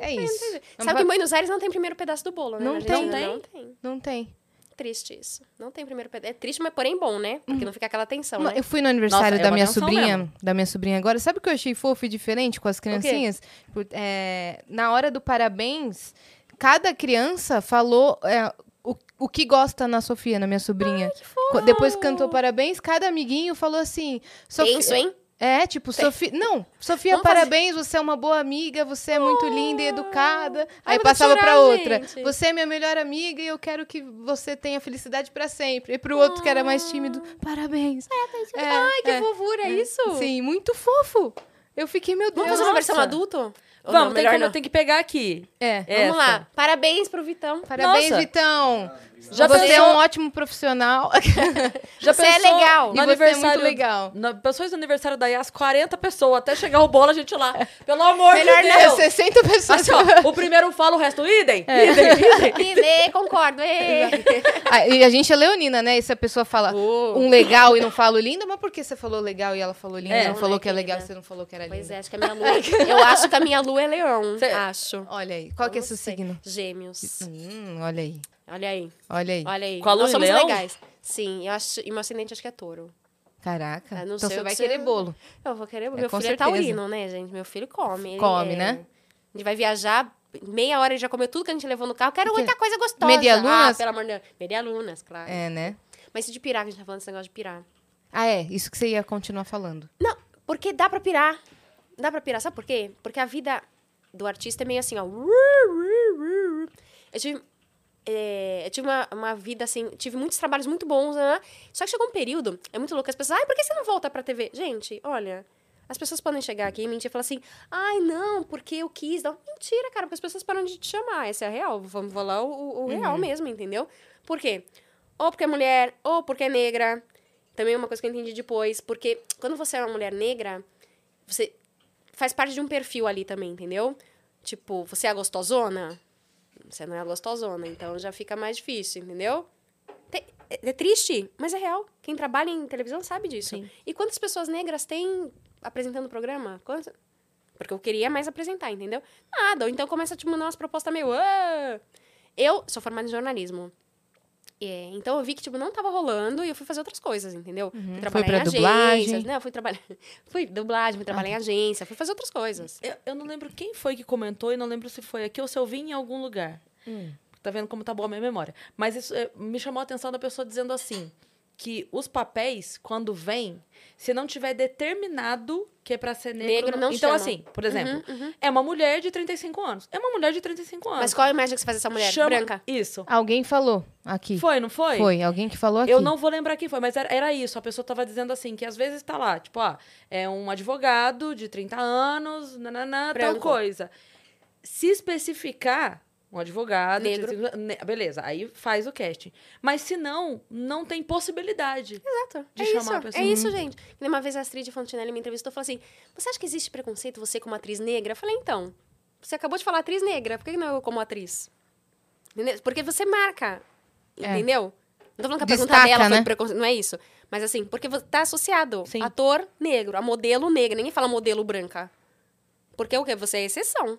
[SPEAKER 2] É isso. Não,
[SPEAKER 3] Sabe que
[SPEAKER 2] vai-
[SPEAKER 3] em Buenos Aires não tem primeiro pedaço do bolo, né?
[SPEAKER 2] Não
[SPEAKER 3] na
[SPEAKER 2] tem.
[SPEAKER 3] Argentina?
[SPEAKER 1] Não
[SPEAKER 3] Não tem.
[SPEAKER 2] não tem.
[SPEAKER 3] Triste isso. Não tem primeiro pedaço. É triste, mas porém bom, né? Porque não fica aquela tensão,
[SPEAKER 2] Uma-
[SPEAKER 3] né?
[SPEAKER 2] Eu fui no aniversário
[SPEAKER 1] Nossa, é
[SPEAKER 2] da
[SPEAKER 1] uma
[SPEAKER 2] minha
[SPEAKER 1] tensão
[SPEAKER 2] sobrinha,
[SPEAKER 1] mesmo.
[SPEAKER 2] da minha sobrinha agora. Sabe o que eu achei fofo e diferente com as criancinhas? Por- é, na hora do parabéns, cada criança falou é, o, o que gosta na Sofia, na minha sobrinha. Co- Depois que cantou parabéns, cada amiguinho falou assim: Sofi-
[SPEAKER 3] Tenso, hein?
[SPEAKER 2] É, tipo, Sofia. Não, Sofia,
[SPEAKER 3] Vamos fazer-
[SPEAKER 2] parabéns, você é uma boa amiga, você é muito linda e educada.
[SPEAKER 3] Ai,
[SPEAKER 2] Aí
[SPEAKER 3] vou
[SPEAKER 2] passava
[SPEAKER 3] chorar,
[SPEAKER 2] pra outra.
[SPEAKER 3] gente.
[SPEAKER 2] Você é minha melhor amiga e eu quero que você tenha felicidade pra sempre. E pro outro que era mais tímido, parabéns. É,
[SPEAKER 3] Ai, que fofura, é isso?
[SPEAKER 2] Sim, muito fofo. Eu fiquei, meu Deus.
[SPEAKER 3] Vamos fazer uma
[SPEAKER 1] Nossa.
[SPEAKER 3] versão adulto? Ou
[SPEAKER 1] Vamos,
[SPEAKER 3] não,
[SPEAKER 1] tem,
[SPEAKER 3] melhor
[SPEAKER 1] que,
[SPEAKER 3] não.
[SPEAKER 1] tem que pegar aqui.
[SPEAKER 2] É.
[SPEAKER 1] Essa.
[SPEAKER 3] Vamos lá. Parabéns pro <laughs> Vitão.
[SPEAKER 2] Parabéns,
[SPEAKER 1] Nossa.
[SPEAKER 2] Vitão.
[SPEAKER 1] Já
[SPEAKER 2] você é
[SPEAKER 1] pensou-
[SPEAKER 2] um ótimo profissional. <laughs>
[SPEAKER 1] Já
[SPEAKER 3] Você é
[SPEAKER 1] pensou no
[SPEAKER 3] legal.
[SPEAKER 2] E você é
[SPEAKER 1] aniversário,
[SPEAKER 2] muito legal.
[SPEAKER 1] Na, pessoas no aniversário da Yas, 40 pessoas. Até chegar o bolo, a gente lá. Pelo amor
[SPEAKER 3] Melhor
[SPEAKER 1] de
[SPEAKER 3] não.
[SPEAKER 1] Deus.
[SPEAKER 2] 60 pessoas.
[SPEAKER 1] Assim, ó, o primeiro fala, o resto, idem,
[SPEAKER 3] É.
[SPEAKER 1] idem,
[SPEAKER 3] <laughs>
[SPEAKER 1] idem.
[SPEAKER 3] Lê, concordo. ê.
[SPEAKER 2] Ah, e a gente é leonina, né? E se a pessoa fala
[SPEAKER 1] Oh.
[SPEAKER 2] um legal e não fala o lindo, mas por que você falou legal e ela falou lindo?
[SPEAKER 1] É,
[SPEAKER 2] não
[SPEAKER 3] né,
[SPEAKER 2] falou que é legal e
[SPEAKER 3] querida?
[SPEAKER 2] você não falou que era lindo.
[SPEAKER 3] Pois é, acho que a minha lua. Eu acho que a minha lua é leão.
[SPEAKER 1] Cê-
[SPEAKER 3] Acho.
[SPEAKER 2] Olha aí, qual que é
[SPEAKER 3] Eu não
[SPEAKER 2] seu
[SPEAKER 3] sei.
[SPEAKER 2] signo?
[SPEAKER 3] Gêmeos.
[SPEAKER 2] Hum, olha aí,
[SPEAKER 3] Olha aí.
[SPEAKER 2] olha aí.
[SPEAKER 3] Olha aí.
[SPEAKER 1] Com a lua
[SPEAKER 3] Nós
[SPEAKER 1] em
[SPEAKER 3] somos
[SPEAKER 1] leão?
[SPEAKER 3] legais. Sim, eu acho. E meu ascendente acho que é touro.
[SPEAKER 2] Caraca,
[SPEAKER 3] Ah, não
[SPEAKER 2] então
[SPEAKER 3] sei
[SPEAKER 2] você
[SPEAKER 3] o
[SPEAKER 2] vai
[SPEAKER 3] que você-
[SPEAKER 2] querer bolo.
[SPEAKER 3] Eu vou querer.
[SPEAKER 2] É,
[SPEAKER 3] meu
[SPEAKER 2] com
[SPEAKER 3] filho é
[SPEAKER 2] certeza.
[SPEAKER 3] taurino, né, gente? Meu filho come. ele
[SPEAKER 2] Come,
[SPEAKER 3] é-
[SPEAKER 2] né?
[SPEAKER 3] A gente vai viajar. Meia hora ele já comeu tudo que a gente levou no carro. Quero
[SPEAKER 2] quê?
[SPEAKER 3] muita coisa gostosa.
[SPEAKER 2] Medialunas?
[SPEAKER 3] Ah, pelo amor de Deus. Medialunas, claro.
[SPEAKER 2] É, né?
[SPEAKER 3] Mas se de pirar, que a gente tá falando desse negócio de pirar.
[SPEAKER 2] Ah, é, isso que você ia continuar falando.
[SPEAKER 3] Não, porque dá pra pirar. Dá pra pirar, sabe por quê? Porque a vida do artista é meio assim, ó. Eu tive, é, eu tive uma, uma vida assim, tive muitos trabalhos muito bons, né? Só que chegou um período, é muito louco, as pessoas, ai, por que você não volta pra TV? Gente, olha, as pessoas podem chegar aqui e mentir e falar assim, ai, não, porque eu quis. Não, mentira, cara, porque as pessoas param de te chamar, essa é a real, vamos falar o, o- o real mesmo, entendeu? Por quê? Ou porque é mulher, ou porque é negra. Também é uma coisa que eu entendi depois, porque quando você é uma mulher negra, você faz parte de um perfil ali também, entendeu? Tipo, você é a gostosona? Você não é a gostosona, então já fica mais difícil, entendeu? Te- É é triste, mas é real. Quem trabalha em televisão sabe disso. E quantas pessoas negras tem apresentando o programa? Quantas? Porque eu queria mais apresentar, entendeu? Nada. Ou então começa a te mandar umas propostas meio. "Ah". Eu sou formada em jornalismo. É, então eu vi que, tipo, não tava rolando e eu fui fazer outras coisas, entendeu? Fui trabalhar
[SPEAKER 2] pra
[SPEAKER 3] em
[SPEAKER 2] dublagem.
[SPEAKER 3] agências. Não, fui trabalhar. <laughs> Fui dublagem, fui trabalhar em agência, fui fazer outras coisas.
[SPEAKER 1] Eu, eu não lembro quem foi que comentou e não lembro se foi aqui ou se eu vi em algum lugar.
[SPEAKER 3] Hum.
[SPEAKER 1] Tá vendo como tá boa a minha memória. Mas isso é, me chamou a atenção da pessoa dizendo assim: que os papéis, quando vêm, se não tiver determinado que é pra ser negro.
[SPEAKER 3] Negro não
[SPEAKER 1] então,
[SPEAKER 3] chama. Uhum.
[SPEAKER 1] assim, por exemplo, é uma mulher de 35 anos. É uma mulher de 35 anos.
[SPEAKER 3] Mas qual a imagem que você faz dessa mulher?
[SPEAKER 1] Chama-
[SPEAKER 3] Branca.
[SPEAKER 1] Isso.
[SPEAKER 2] Alguém falou aqui.
[SPEAKER 1] Foi, não foi?
[SPEAKER 2] Foi, alguém que falou aqui.
[SPEAKER 1] Eu não vou lembrar quem foi, mas era, era isso. A pessoa tava dizendo assim, que às vezes tá lá, tipo, ó, é um advogado de 30 anos, nananã, tal
[SPEAKER 3] Branco.
[SPEAKER 1] coisa. Se especificar um advogado... de
[SPEAKER 3] Negro.
[SPEAKER 1] 35 ne- beleza, aí faz o casting. Mas se não, não tem possibilidade.
[SPEAKER 3] Exato.
[SPEAKER 1] De
[SPEAKER 3] é
[SPEAKER 1] chamar
[SPEAKER 3] isso,
[SPEAKER 1] a pessoa. Uhum.
[SPEAKER 3] É isso, gente. Que nem Uma vez a Astrid Fontinelli me entrevistou e falou assim: Você acha que existe preconceito você como atriz negra? Eu falei, então, você acabou de falar atriz negra, por que que não eu como atriz? Entendeu? Porque você marca.
[SPEAKER 2] É.
[SPEAKER 3] Entendeu? Não tô falando que a
[SPEAKER 2] Destaca,
[SPEAKER 3] pergunta dela
[SPEAKER 2] né?
[SPEAKER 3] foi preconceito. Não é isso. Mas assim, porque vo- tá associado
[SPEAKER 1] Sim.
[SPEAKER 3] ator negro, a modelo negra. Ninguém fala modelo branca. Porque o quê? Você é exceção.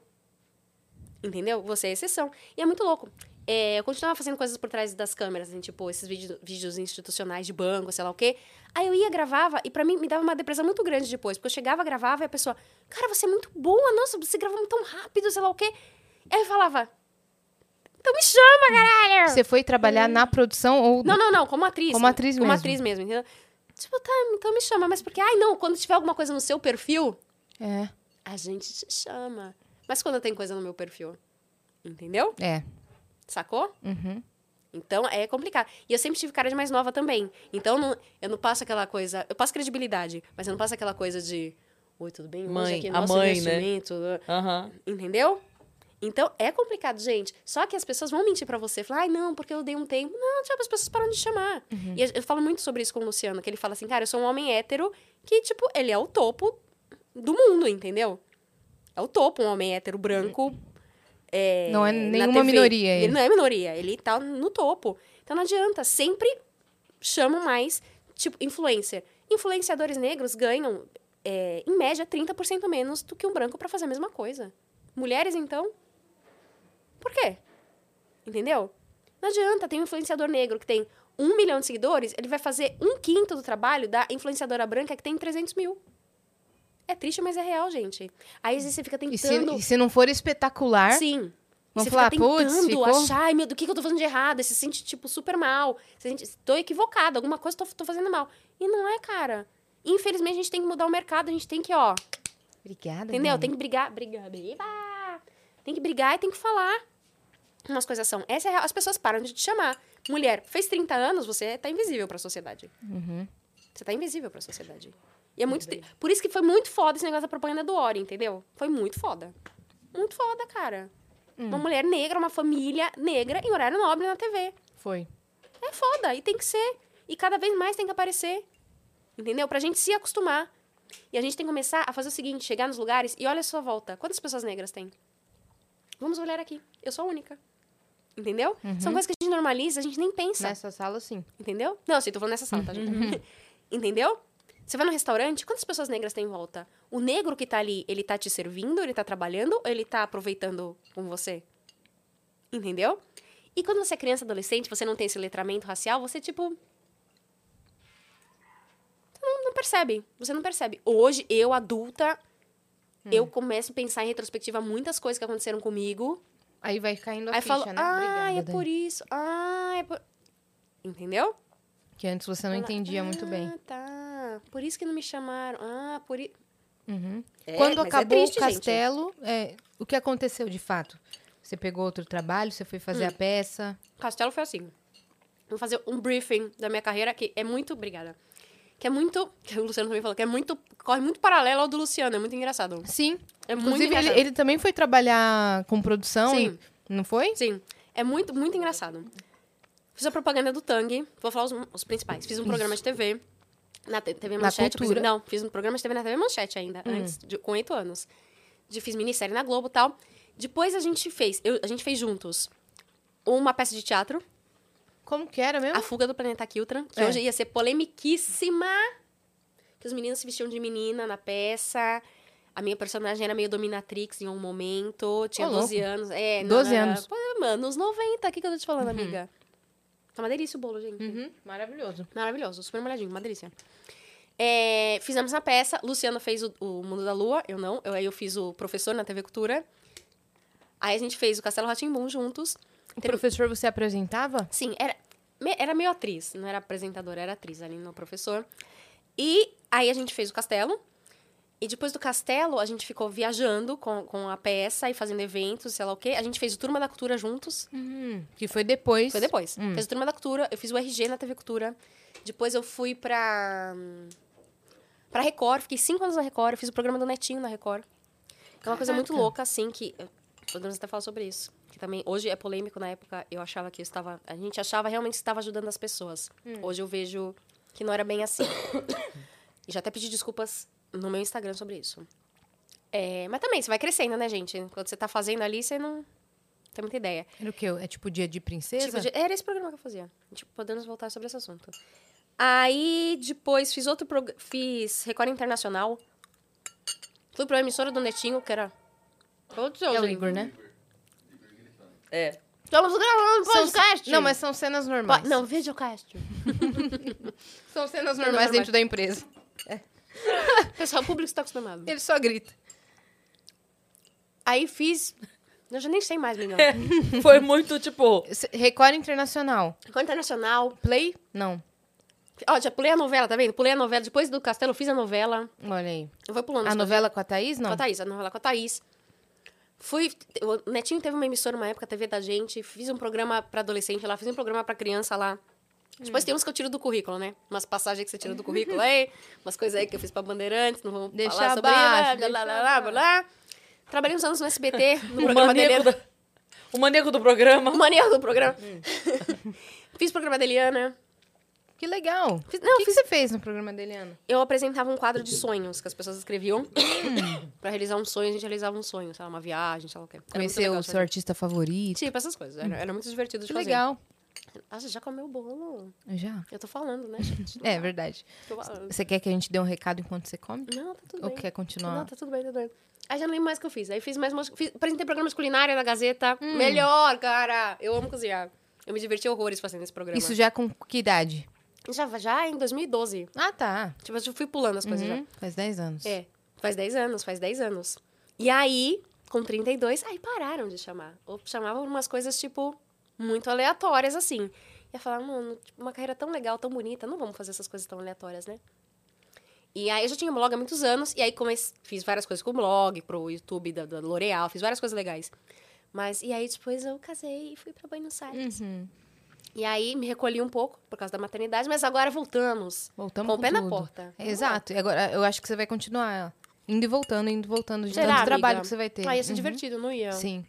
[SPEAKER 3] Entendeu? Você é exceção. E é muito louco. É, eu continuava fazendo coisas por trás das câmeras, assim, tipo, esses vídeo- vídeos institucionais de banco, sei lá o quê. Aí eu ia, gravava, e pra mim me dava uma depressão muito grande depois. Porque eu chegava, gravava, e a pessoa, cara, você é muito boa, nossa, você gravou tão rápido, sei lá o quê. Aí eu falava, então me chama, caralho!
[SPEAKER 2] Você foi trabalhar na produção ou...
[SPEAKER 3] Não, não, não, como atriz.
[SPEAKER 2] Como atriz
[SPEAKER 3] Como
[SPEAKER 2] mesmo.
[SPEAKER 3] atriz mesmo, entendeu? Tipo, tá, então me chama, mas porque, ai não, quando tiver alguma coisa no seu perfil,
[SPEAKER 2] É,
[SPEAKER 3] a gente te chama. Mas quando tem coisa no meu perfil, entendeu?
[SPEAKER 2] é.
[SPEAKER 3] Sacou?
[SPEAKER 2] Uhum.
[SPEAKER 3] Então é complicado. E eu sempre tive cara de mais nova também. Então não- eu não passo aquela coisa. Eu passo credibilidade, mas eu não passo aquela coisa de. Oi, tudo bem? Hoje
[SPEAKER 1] Mãe,
[SPEAKER 3] aqui é
[SPEAKER 1] a
[SPEAKER 3] nosso
[SPEAKER 1] mãe, né?
[SPEAKER 3] investimento.
[SPEAKER 1] Aham.
[SPEAKER 3] Entendeu? Então é complicado, gente. Só que as pessoas vão mentir pra você. Falar, ai, não, porque eu dei um tempo. Não, tipo, as pessoas param de chamar. E eu- eu falo muito sobre isso com o Luciano, que ele fala assim, cara, eu sou um homem hétero que, tipo, ele é o topo do mundo, entendeu? É o topo, um homem hétero branco. é,
[SPEAKER 2] Não é
[SPEAKER 3] na
[SPEAKER 2] nenhuma
[SPEAKER 3] TV.
[SPEAKER 2] minoria ele.
[SPEAKER 3] Ele não é minoria, ele tá no topo. Então não adianta, sempre chamam mais, tipo, influencer. Influenciadores negros ganham, é, em média, 30% menos do que um branco pra fazer a mesma coisa. Mulheres, então? Por quê? Entendeu? Não adianta, tem um influenciador negro que tem um milhão de seguidores, ele vai fazer um quinto do trabalho da influenciadora branca que tem 300 mil. É triste, mas é real, gente. Aí às vezes você fica
[SPEAKER 2] E se,
[SPEAKER 3] tá tentando...
[SPEAKER 2] e se é? não for espetacular,
[SPEAKER 3] Sim.
[SPEAKER 2] Vão
[SPEAKER 3] você
[SPEAKER 2] falar,
[SPEAKER 3] fica
[SPEAKER 2] "Putz,
[SPEAKER 3] tentando
[SPEAKER 2] ficou?"
[SPEAKER 3] achar, ai meu, do que, que eu tô fazendo de errado? Aí Você se sente, tipo, super mal. Você sente, tô equivocado, alguma coisa tô, tô fazendo mal. E não é, cara. Infelizmente, a gente tem que mudar o mercado, a gente tem que, ó,
[SPEAKER 2] obrigada.
[SPEAKER 3] entendeu?
[SPEAKER 2] Dani.
[SPEAKER 3] Tem que brigar, brigar, brigar. Tem que brigar e tem que falar. Umas coisas são. Essa é a real. As pessoas param de te chamar. Mulher, fez 30 anos, você tá invisível pra sociedade.
[SPEAKER 2] Uhum.
[SPEAKER 3] Você tá invisível pra sociedade. E é muito. tri- Por isso que foi muito foda esse negócio da propaganda do Ori, entendeu? Foi muito foda. Muito foda, cara. Uma
[SPEAKER 2] Hum.
[SPEAKER 3] mulher negra, uma família negra em horário nobre na TV.
[SPEAKER 2] Foi.
[SPEAKER 3] É foda, e tem que ser. E cada vez mais tem que aparecer. Entendeu? Pra gente se acostumar. E a gente tem que começar a fazer o seguinte: chegar nos lugares e olha a sua volta. Quantas pessoas negras tem? Vamos olhar aqui. Eu sou a única. Entendeu? São coisas que a gente normaliza, a gente nem pensa.
[SPEAKER 2] Nessa sala, sim.
[SPEAKER 3] Entendeu? Não, assim, tô falando nessa sala, tá,
[SPEAKER 2] Uhum.
[SPEAKER 3] gente? <laughs> Entendeu? Você vai no restaurante, quantas pessoas negras tem em volta? O negro que tá ali, ele tá te servindo, ele tá trabalhando ou ele tá aproveitando com você? Entendeu? E quando você é criança, adolescente, você não tem esse letramento racial, você, tipo... Você não, não percebe. Você não percebe. Hoje, eu, adulta,
[SPEAKER 2] Hum.
[SPEAKER 3] eu começo a pensar em retrospectiva muitas coisas que aconteceram comigo.
[SPEAKER 2] Aí vai caindo a
[SPEAKER 3] Aí
[SPEAKER 2] ficha,
[SPEAKER 3] falo,
[SPEAKER 2] né?
[SPEAKER 3] ah, é
[SPEAKER 2] Obrigada,
[SPEAKER 3] por
[SPEAKER 2] Dani.
[SPEAKER 3] isso. Ah, é por... Entendeu?
[SPEAKER 2] Que antes você não
[SPEAKER 3] Ela,
[SPEAKER 2] entendia muito bem.
[SPEAKER 3] Ah, tá. Por isso que não me chamaram. Ah, por isso.
[SPEAKER 2] Uhum.
[SPEAKER 3] É,
[SPEAKER 2] Quando
[SPEAKER 3] mas é
[SPEAKER 2] acabou
[SPEAKER 3] triste,
[SPEAKER 2] o
[SPEAKER 3] gente.
[SPEAKER 2] castelo, é, o que aconteceu de fato? Você pegou outro trabalho, você foi fazer
[SPEAKER 3] Hum.
[SPEAKER 2] a peça.
[SPEAKER 3] Castelo foi assim. Vou fazer um briefing da minha carreira, que é muito. Obrigada. Que é muito. <laughs> Que o Luciano também falou, que é muito. Corre muito paralelo ao do Luciano, é muito engraçado.
[SPEAKER 2] Sim.
[SPEAKER 3] É muito
[SPEAKER 2] Inclusive, ele,
[SPEAKER 3] engraçado.
[SPEAKER 2] ele também foi trabalhar com produção.
[SPEAKER 3] Sim.
[SPEAKER 2] e- não foi?
[SPEAKER 3] Sim. É muito, muito engraçado. Fiz a propaganda do Tang, vou falar os, os principais. Fiz um programa de TV. Na te- TV
[SPEAKER 2] Na
[SPEAKER 3] Manchete. eu fiz-
[SPEAKER 2] cultura. Hum.
[SPEAKER 3] não, fiz um programa de TV na TV Manchete ainda, antes, de- com oito anos. De, fiz minissérie na Globo e tal. Depois a gente fez, eu- a gente fez juntos uma peça de teatro,
[SPEAKER 2] Como que era mesmo?
[SPEAKER 3] A Fuga do Planeta Kiltran, que
[SPEAKER 2] Uhum. É.
[SPEAKER 3] hoje ia ser polemiquíssima. Que os meninos se vestiam de menina na peça. A minha personagem era meio dominatrix em um momento. Tinha
[SPEAKER 2] Ô,
[SPEAKER 3] 12 anos. É,
[SPEAKER 2] 12 anos.
[SPEAKER 3] Pô, mano, os 90, o que, que eu tô te falando, amiga? Tá uma delícia o bolo, gente.
[SPEAKER 2] Uhum, Maravilhoso.
[SPEAKER 3] Maravilhoso, super molhadinho, uma delícia. É, fizemos a peça, Luciano fez o, o Mundo da Lua, eu não. Eu, aí eu fiz o Professor na TV Cultura. Aí a gente fez o Castelo Ratimbum juntos.
[SPEAKER 2] O
[SPEAKER 3] Teve-
[SPEAKER 2] professor você apresentava?
[SPEAKER 3] Sim, era, me- era meio atriz, não era apresentadora, era atriz ali no professor. E aí a gente fez o castelo. E depois do castelo, a gente ficou viajando com, com a peça e fazendo eventos, sei lá o quê. A gente fez o Turma da Cultura juntos.
[SPEAKER 2] Hum, que foi depois.
[SPEAKER 3] Uhum.
[SPEAKER 2] Hum.
[SPEAKER 3] Foi depois. Fez o Turma da Cultura, eu fiz o RG na TV Cultura. Depois eu fui pra. pra Record, fiquei cinco anos na Record, eu fiz o programa do Netinho na Record. Que é uma coisa muito
[SPEAKER 2] Caraca.
[SPEAKER 3] louca, assim, que. Podemos até falar sobre isso. Que também hoje é polêmico, na época eu achava que eu estava. A gente achava realmente que estava ajudando as pessoas.
[SPEAKER 2] Hum.
[SPEAKER 3] Hoje eu vejo que não era bem assim. <coughs> e já até pedi desculpas no meu Instagram sobre isso. É, mas também, você vai crescendo, né, gente? Quando você tá fazendo ali, você não tem muita ideia.
[SPEAKER 2] Era o quê? É tipo dia de princesa?
[SPEAKER 3] Tipo, de- era esse programa que eu fazia. Tipo, podemos voltar sobre esse assunto. Aí, depois, fiz outro programa. Fiz Record Internacional. Fui pra emissora do Netinho, que era. Todos
[SPEAKER 2] É o Igor, né?
[SPEAKER 1] É.
[SPEAKER 3] Estamos gravando
[SPEAKER 2] São-
[SPEAKER 3] Um podcast!
[SPEAKER 2] Não, mas são cenas normais.
[SPEAKER 3] Não, videocast.
[SPEAKER 2] São cenas normais
[SPEAKER 3] Cenas normais.
[SPEAKER 2] dentro da empresa.
[SPEAKER 3] <laughs> Pessoal, o público está acostumado.
[SPEAKER 2] Ele só grita.
[SPEAKER 3] Aí fiz. Eu já nem sei mais, <laughs> menina.
[SPEAKER 1] <laughs> Foi muito,
[SPEAKER 2] <laughs>
[SPEAKER 1] tipo...
[SPEAKER 2] Se- Record Internacional.
[SPEAKER 3] Record Internacional.
[SPEAKER 2] Play? Não.
[SPEAKER 3] Ó, já pulei a novela, tá vendo? Pulei a novela. Depois do Castelo, eu fiz a novela.
[SPEAKER 2] Olha aí.
[SPEAKER 3] Eu vou pulando.
[SPEAKER 2] A
[SPEAKER 3] as coisas.
[SPEAKER 2] novela com a Thaís, não?
[SPEAKER 3] Com a Thaís, a novela com a Thaís. Fui, o Netinho teve uma emissora uma época, a TV da gente, fiz um programa pra adolescente lá, fiz um programa pra criança lá.
[SPEAKER 2] É.
[SPEAKER 3] Depois tem uns que eu tiro do currículo, né? Umas passagens que você
[SPEAKER 2] <laughs>
[SPEAKER 3] tira do currículo aí, umas coisas aí que eu fiz pra Bandeirantes, não vamos
[SPEAKER 2] Deixa
[SPEAKER 3] falar sobre
[SPEAKER 2] abaixo,
[SPEAKER 3] blá, blá,
[SPEAKER 2] deixa
[SPEAKER 3] blá, blá, blá, blá. Trabalhei uns anos no SBT,
[SPEAKER 2] <laughs>
[SPEAKER 3] no
[SPEAKER 1] O
[SPEAKER 3] programa dele.
[SPEAKER 1] maníaco, da- o maníaco do programa.
[SPEAKER 2] Hum.
[SPEAKER 3] <laughs> O maníaco do programa. Fiz o programa da Eliana.
[SPEAKER 2] Que legal.
[SPEAKER 3] Fiz-
[SPEAKER 2] o
[SPEAKER 3] Não,
[SPEAKER 2] que, que você fez no programa dele, Ana?
[SPEAKER 3] eu apresentava um quadro de sonhos que as pessoas escreviam.
[SPEAKER 2] Hum.
[SPEAKER 3] <coughs> pra realizar um sonho, a gente realizava um sonho, sei lá, uma viagem, sei lá o quê. Era muito
[SPEAKER 2] Conhecer
[SPEAKER 3] legal
[SPEAKER 2] o
[SPEAKER 3] de
[SPEAKER 2] seu artista favorito.
[SPEAKER 3] fazer. Tipo, essas coisas. Era, era muito divertido de
[SPEAKER 2] Hum. Que
[SPEAKER 3] fazer.
[SPEAKER 2] legal.
[SPEAKER 3] Ah, você já comeu bolo?
[SPEAKER 2] Já.
[SPEAKER 3] Eu tô falando, né, gente?
[SPEAKER 2] É verdade.
[SPEAKER 3] Tô falando.
[SPEAKER 2] Você quer que a gente dê um recado enquanto você come?
[SPEAKER 3] Não, tá tudo
[SPEAKER 2] Ou
[SPEAKER 3] bem.
[SPEAKER 2] quer
[SPEAKER 3] Não,
[SPEAKER 2] continuar?
[SPEAKER 3] tá tudo bem, tá tudo bem. Aí já não lembro mais o que eu fiz. Aí fiz mais umas... Fiz, apresentei programa de culinária da Gazeta.
[SPEAKER 2] Hum.
[SPEAKER 3] Melhor, cara! Eu amo cozinhar. Eu me diverti horrores fazendo esse programa.
[SPEAKER 2] Isso já com que idade?
[SPEAKER 3] Já, já em 2012.
[SPEAKER 2] Ah, tá.
[SPEAKER 3] Tipo, eu fui pulando as coisas
[SPEAKER 2] Uhum, Faz 10 anos.
[SPEAKER 3] já. É, faz 10 anos, faz 10 anos. E aí, com 32, aí pararam de chamar. Ou chamavam umas coisas, tipo, muito aleatórias, assim. Ia falar, mano, tipo, uma carreira tão legal, tão bonita, não vamos fazer essas coisas tão aleatórias, né? E aí, eu já tinha um blog há muitos anos, e aí comecei, fiz várias coisas com o blog, pro YouTube da, da L'Oreal, fiz várias coisas legais. Mas, e aí, depois eu casei e fui pra Buenos
[SPEAKER 2] Hum.
[SPEAKER 3] Aires.
[SPEAKER 2] Uhum.
[SPEAKER 3] E aí, me recolhi um pouco, por causa da maternidade, mas agora voltamos.
[SPEAKER 2] Voltamos
[SPEAKER 3] com o
[SPEAKER 2] com
[SPEAKER 3] pé na
[SPEAKER 2] tudo.
[SPEAKER 3] porta.
[SPEAKER 2] É, Exato. E agora eu acho que você vai continuar indo e voltando, indo e voltando de
[SPEAKER 3] Será,
[SPEAKER 2] tanto
[SPEAKER 3] amiga?
[SPEAKER 2] trabalho que você vai ter.
[SPEAKER 3] Ah, ia ser
[SPEAKER 2] Uhum.
[SPEAKER 3] divertido, não ia?
[SPEAKER 2] Sim.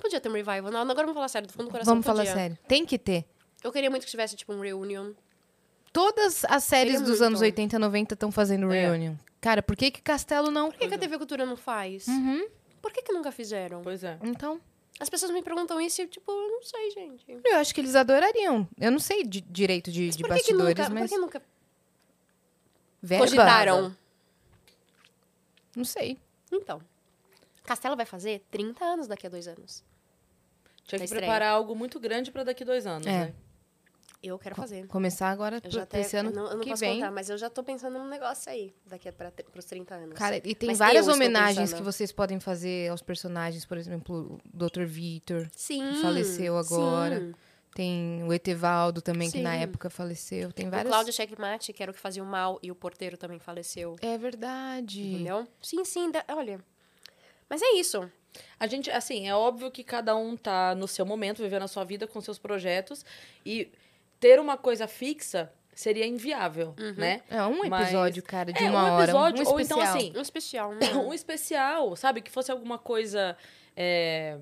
[SPEAKER 3] Podia ter um revival. Não, agora vamos falar sério, do fundo do coração.
[SPEAKER 2] Vamos falar
[SPEAKER 3] podia.
[SPEAKER 2] sério. Tem que ter.
[SPEAKER 3] Eu queria muito que tivesse, tipo, um reunion.
[SPEAKER 2] Todas as séries
[SPEAKER 3] Seria
[SPEAKER 2] dos
[SPEAKER 3] muito É.
[SPEAKER 2] anos
[SPEAKER 3] bom.
[SPEAKER 2] 80 e 90 estão fazendo reunion. Cara, por que que Castelo não?
[SPEAKER 3] Por que, que a TV Cultura não faz?
[SPEAKER 2] Hum.
[SPEAKER 3] Por que, que nunca fizeram?
[SPEAKER 1] Pois é.
[SPEAKER 2] Então,
[SPEAKER 3] As pessoas me perguntam isso e, eu, tipo, eu não sei, gente. Por
[SPEAKER 2] eu acho que eles adorariam. Eu não sei de- direito de, de
[SPEAKER 3] que que
[SPEAKER 2] bastidores,
[SPEAKER 3] nunca,
[SPEAKER 2] mas...
[SPEAKER 3] Por que nunca
[SPEAKER 2] Verba?
[SPEAKER 3] cogitaram?
[SPEAKER 2] Não sei.
[SPEAKER 3] Então. Castelo vai fazer 30 anos daqui a dois anos.
[SPEAKER 1] Tinha
[SPEAKER 3] Da
[SPEAKER 1] que
[SPEAKER 3] estreia.
[SPEAKER 1] preparar algo muito grande pra daqui dois anos,
[SPEAKER 2] É.
[SPEAKER 1] né?
[SPEAKER 3] Eu quero fazer.
[SPEAKER 2] Começar agora,
[SPEAKER 3] Eu já
[SPEAKER 2] pra- pra
[SPEAKER 3] até,
[SPEAKER 2] esse ano
[SPEAKER 3] eu não, eu não
[SPEAKER 2] que
[SPEAKER 3] posso
[SPEAKER 2] vem.
[SPEAKER 3] contar, mas eu já tô pensando num negócio aí, daqui para os 30 anos.
[SPEAKER 2] Cara, e tem
[SPEAKER 3] Mas
[SPEAKER 2] várias
[SPEAKER 3] eu estou
[SPEAKER 2] homenagens
[SPEAKER 3] pensando.
[SPEAKER 2] que vocês podem fazer aos personagens, por exemplo, o Dr. Vitor,
[SPEAKER 3] sim,
[SPEAKER 2] faleceu agora.
[SPEAKER 3] sim.
[SPEAKER 2] tem o Etevaldo também, que na
[SPEAKER 3] Sim.
[SPEAKER 2] época faleceu, tem
[SPEAKER 3] O
[SPEAKER 2] várias...
[SPEAKER 3] Cláudio Checkmate, que era o que fazia o mal, e o porteiro também faleceu.
[SPEAKER 2] É verdade.
[SPEAKER 3] Entendeu? Sim, sim. da- Olha. Mas é isso.
[SPEAKER 1] A gente, assim, é óbvio que cada um tá no seu momento, vivendo a sua vida com seus projetos. E ter uma coisa fixa seria inviável,
[SPEAKER 3] Uhum.
[SPEAKER 1] né?
[SPEAKER 2] É um
[SPEAKER 1] Mas-
[SPEAKER 2] episódio, cara, de
[SPEAKER 1] É,
[SPEAKER 2] uma
[SPEAKER 1] um
[SPEAKER 2] hora,
[SPEAKER 1] episódio,
[SPEAKER 2] um
[SPEAKER 1] ou então,
[SPEAKER 2] especial.
[SPEAKER 1] assim,
[SPEAKER 3] Um especial. né?
[SPEAKER 1] <coughs> um especial, sabe? Que fosse alguma coisa. é,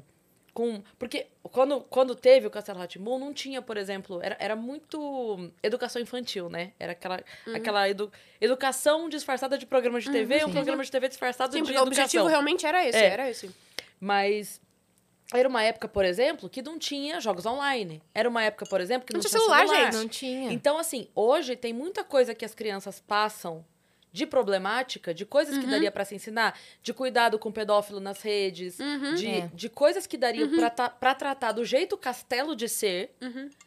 [SPEAKER 1] com... Porque quando, quando teve o Castelo Ratimbu, não tinha, por exemplo, era, era muito educação infantil, né? Era aquela,
[SPEAKER 3] Uhum.
[SPEAKER 1] aquela edu- educação disfarçada de programa de TV, um programa de TV disfarçado
[SPEAKER 3] Sim,
[SPEAKER 1] de
[SPEAKER 3] porque tipo, o
[SPEAKER 1] educação.
[SPEAKER 3] objetivo realmente era esse.
[SPEAKER 1] É.
[SPEAKER 3] Era esse.
[SPEAKER 1] Mas era uma época, por exemplo, que não tinha jogos online. Era uma época, por exemplo, que não,
[SPEAKER 3] Não tinha celular, gente.
[SPEAKER 2] Não tinha.
[SPEAKER 1] Então, assim, hoje tem muita coisa que as crianças passam de problemática, de coisas que daria pra se ensinar, de cuidado com pedófilo nas redes, de,
[SPEAKER 2] É.
[SPEAKER 1] de coisas que daria pra ta- pra tratar do jeito castelo de ser,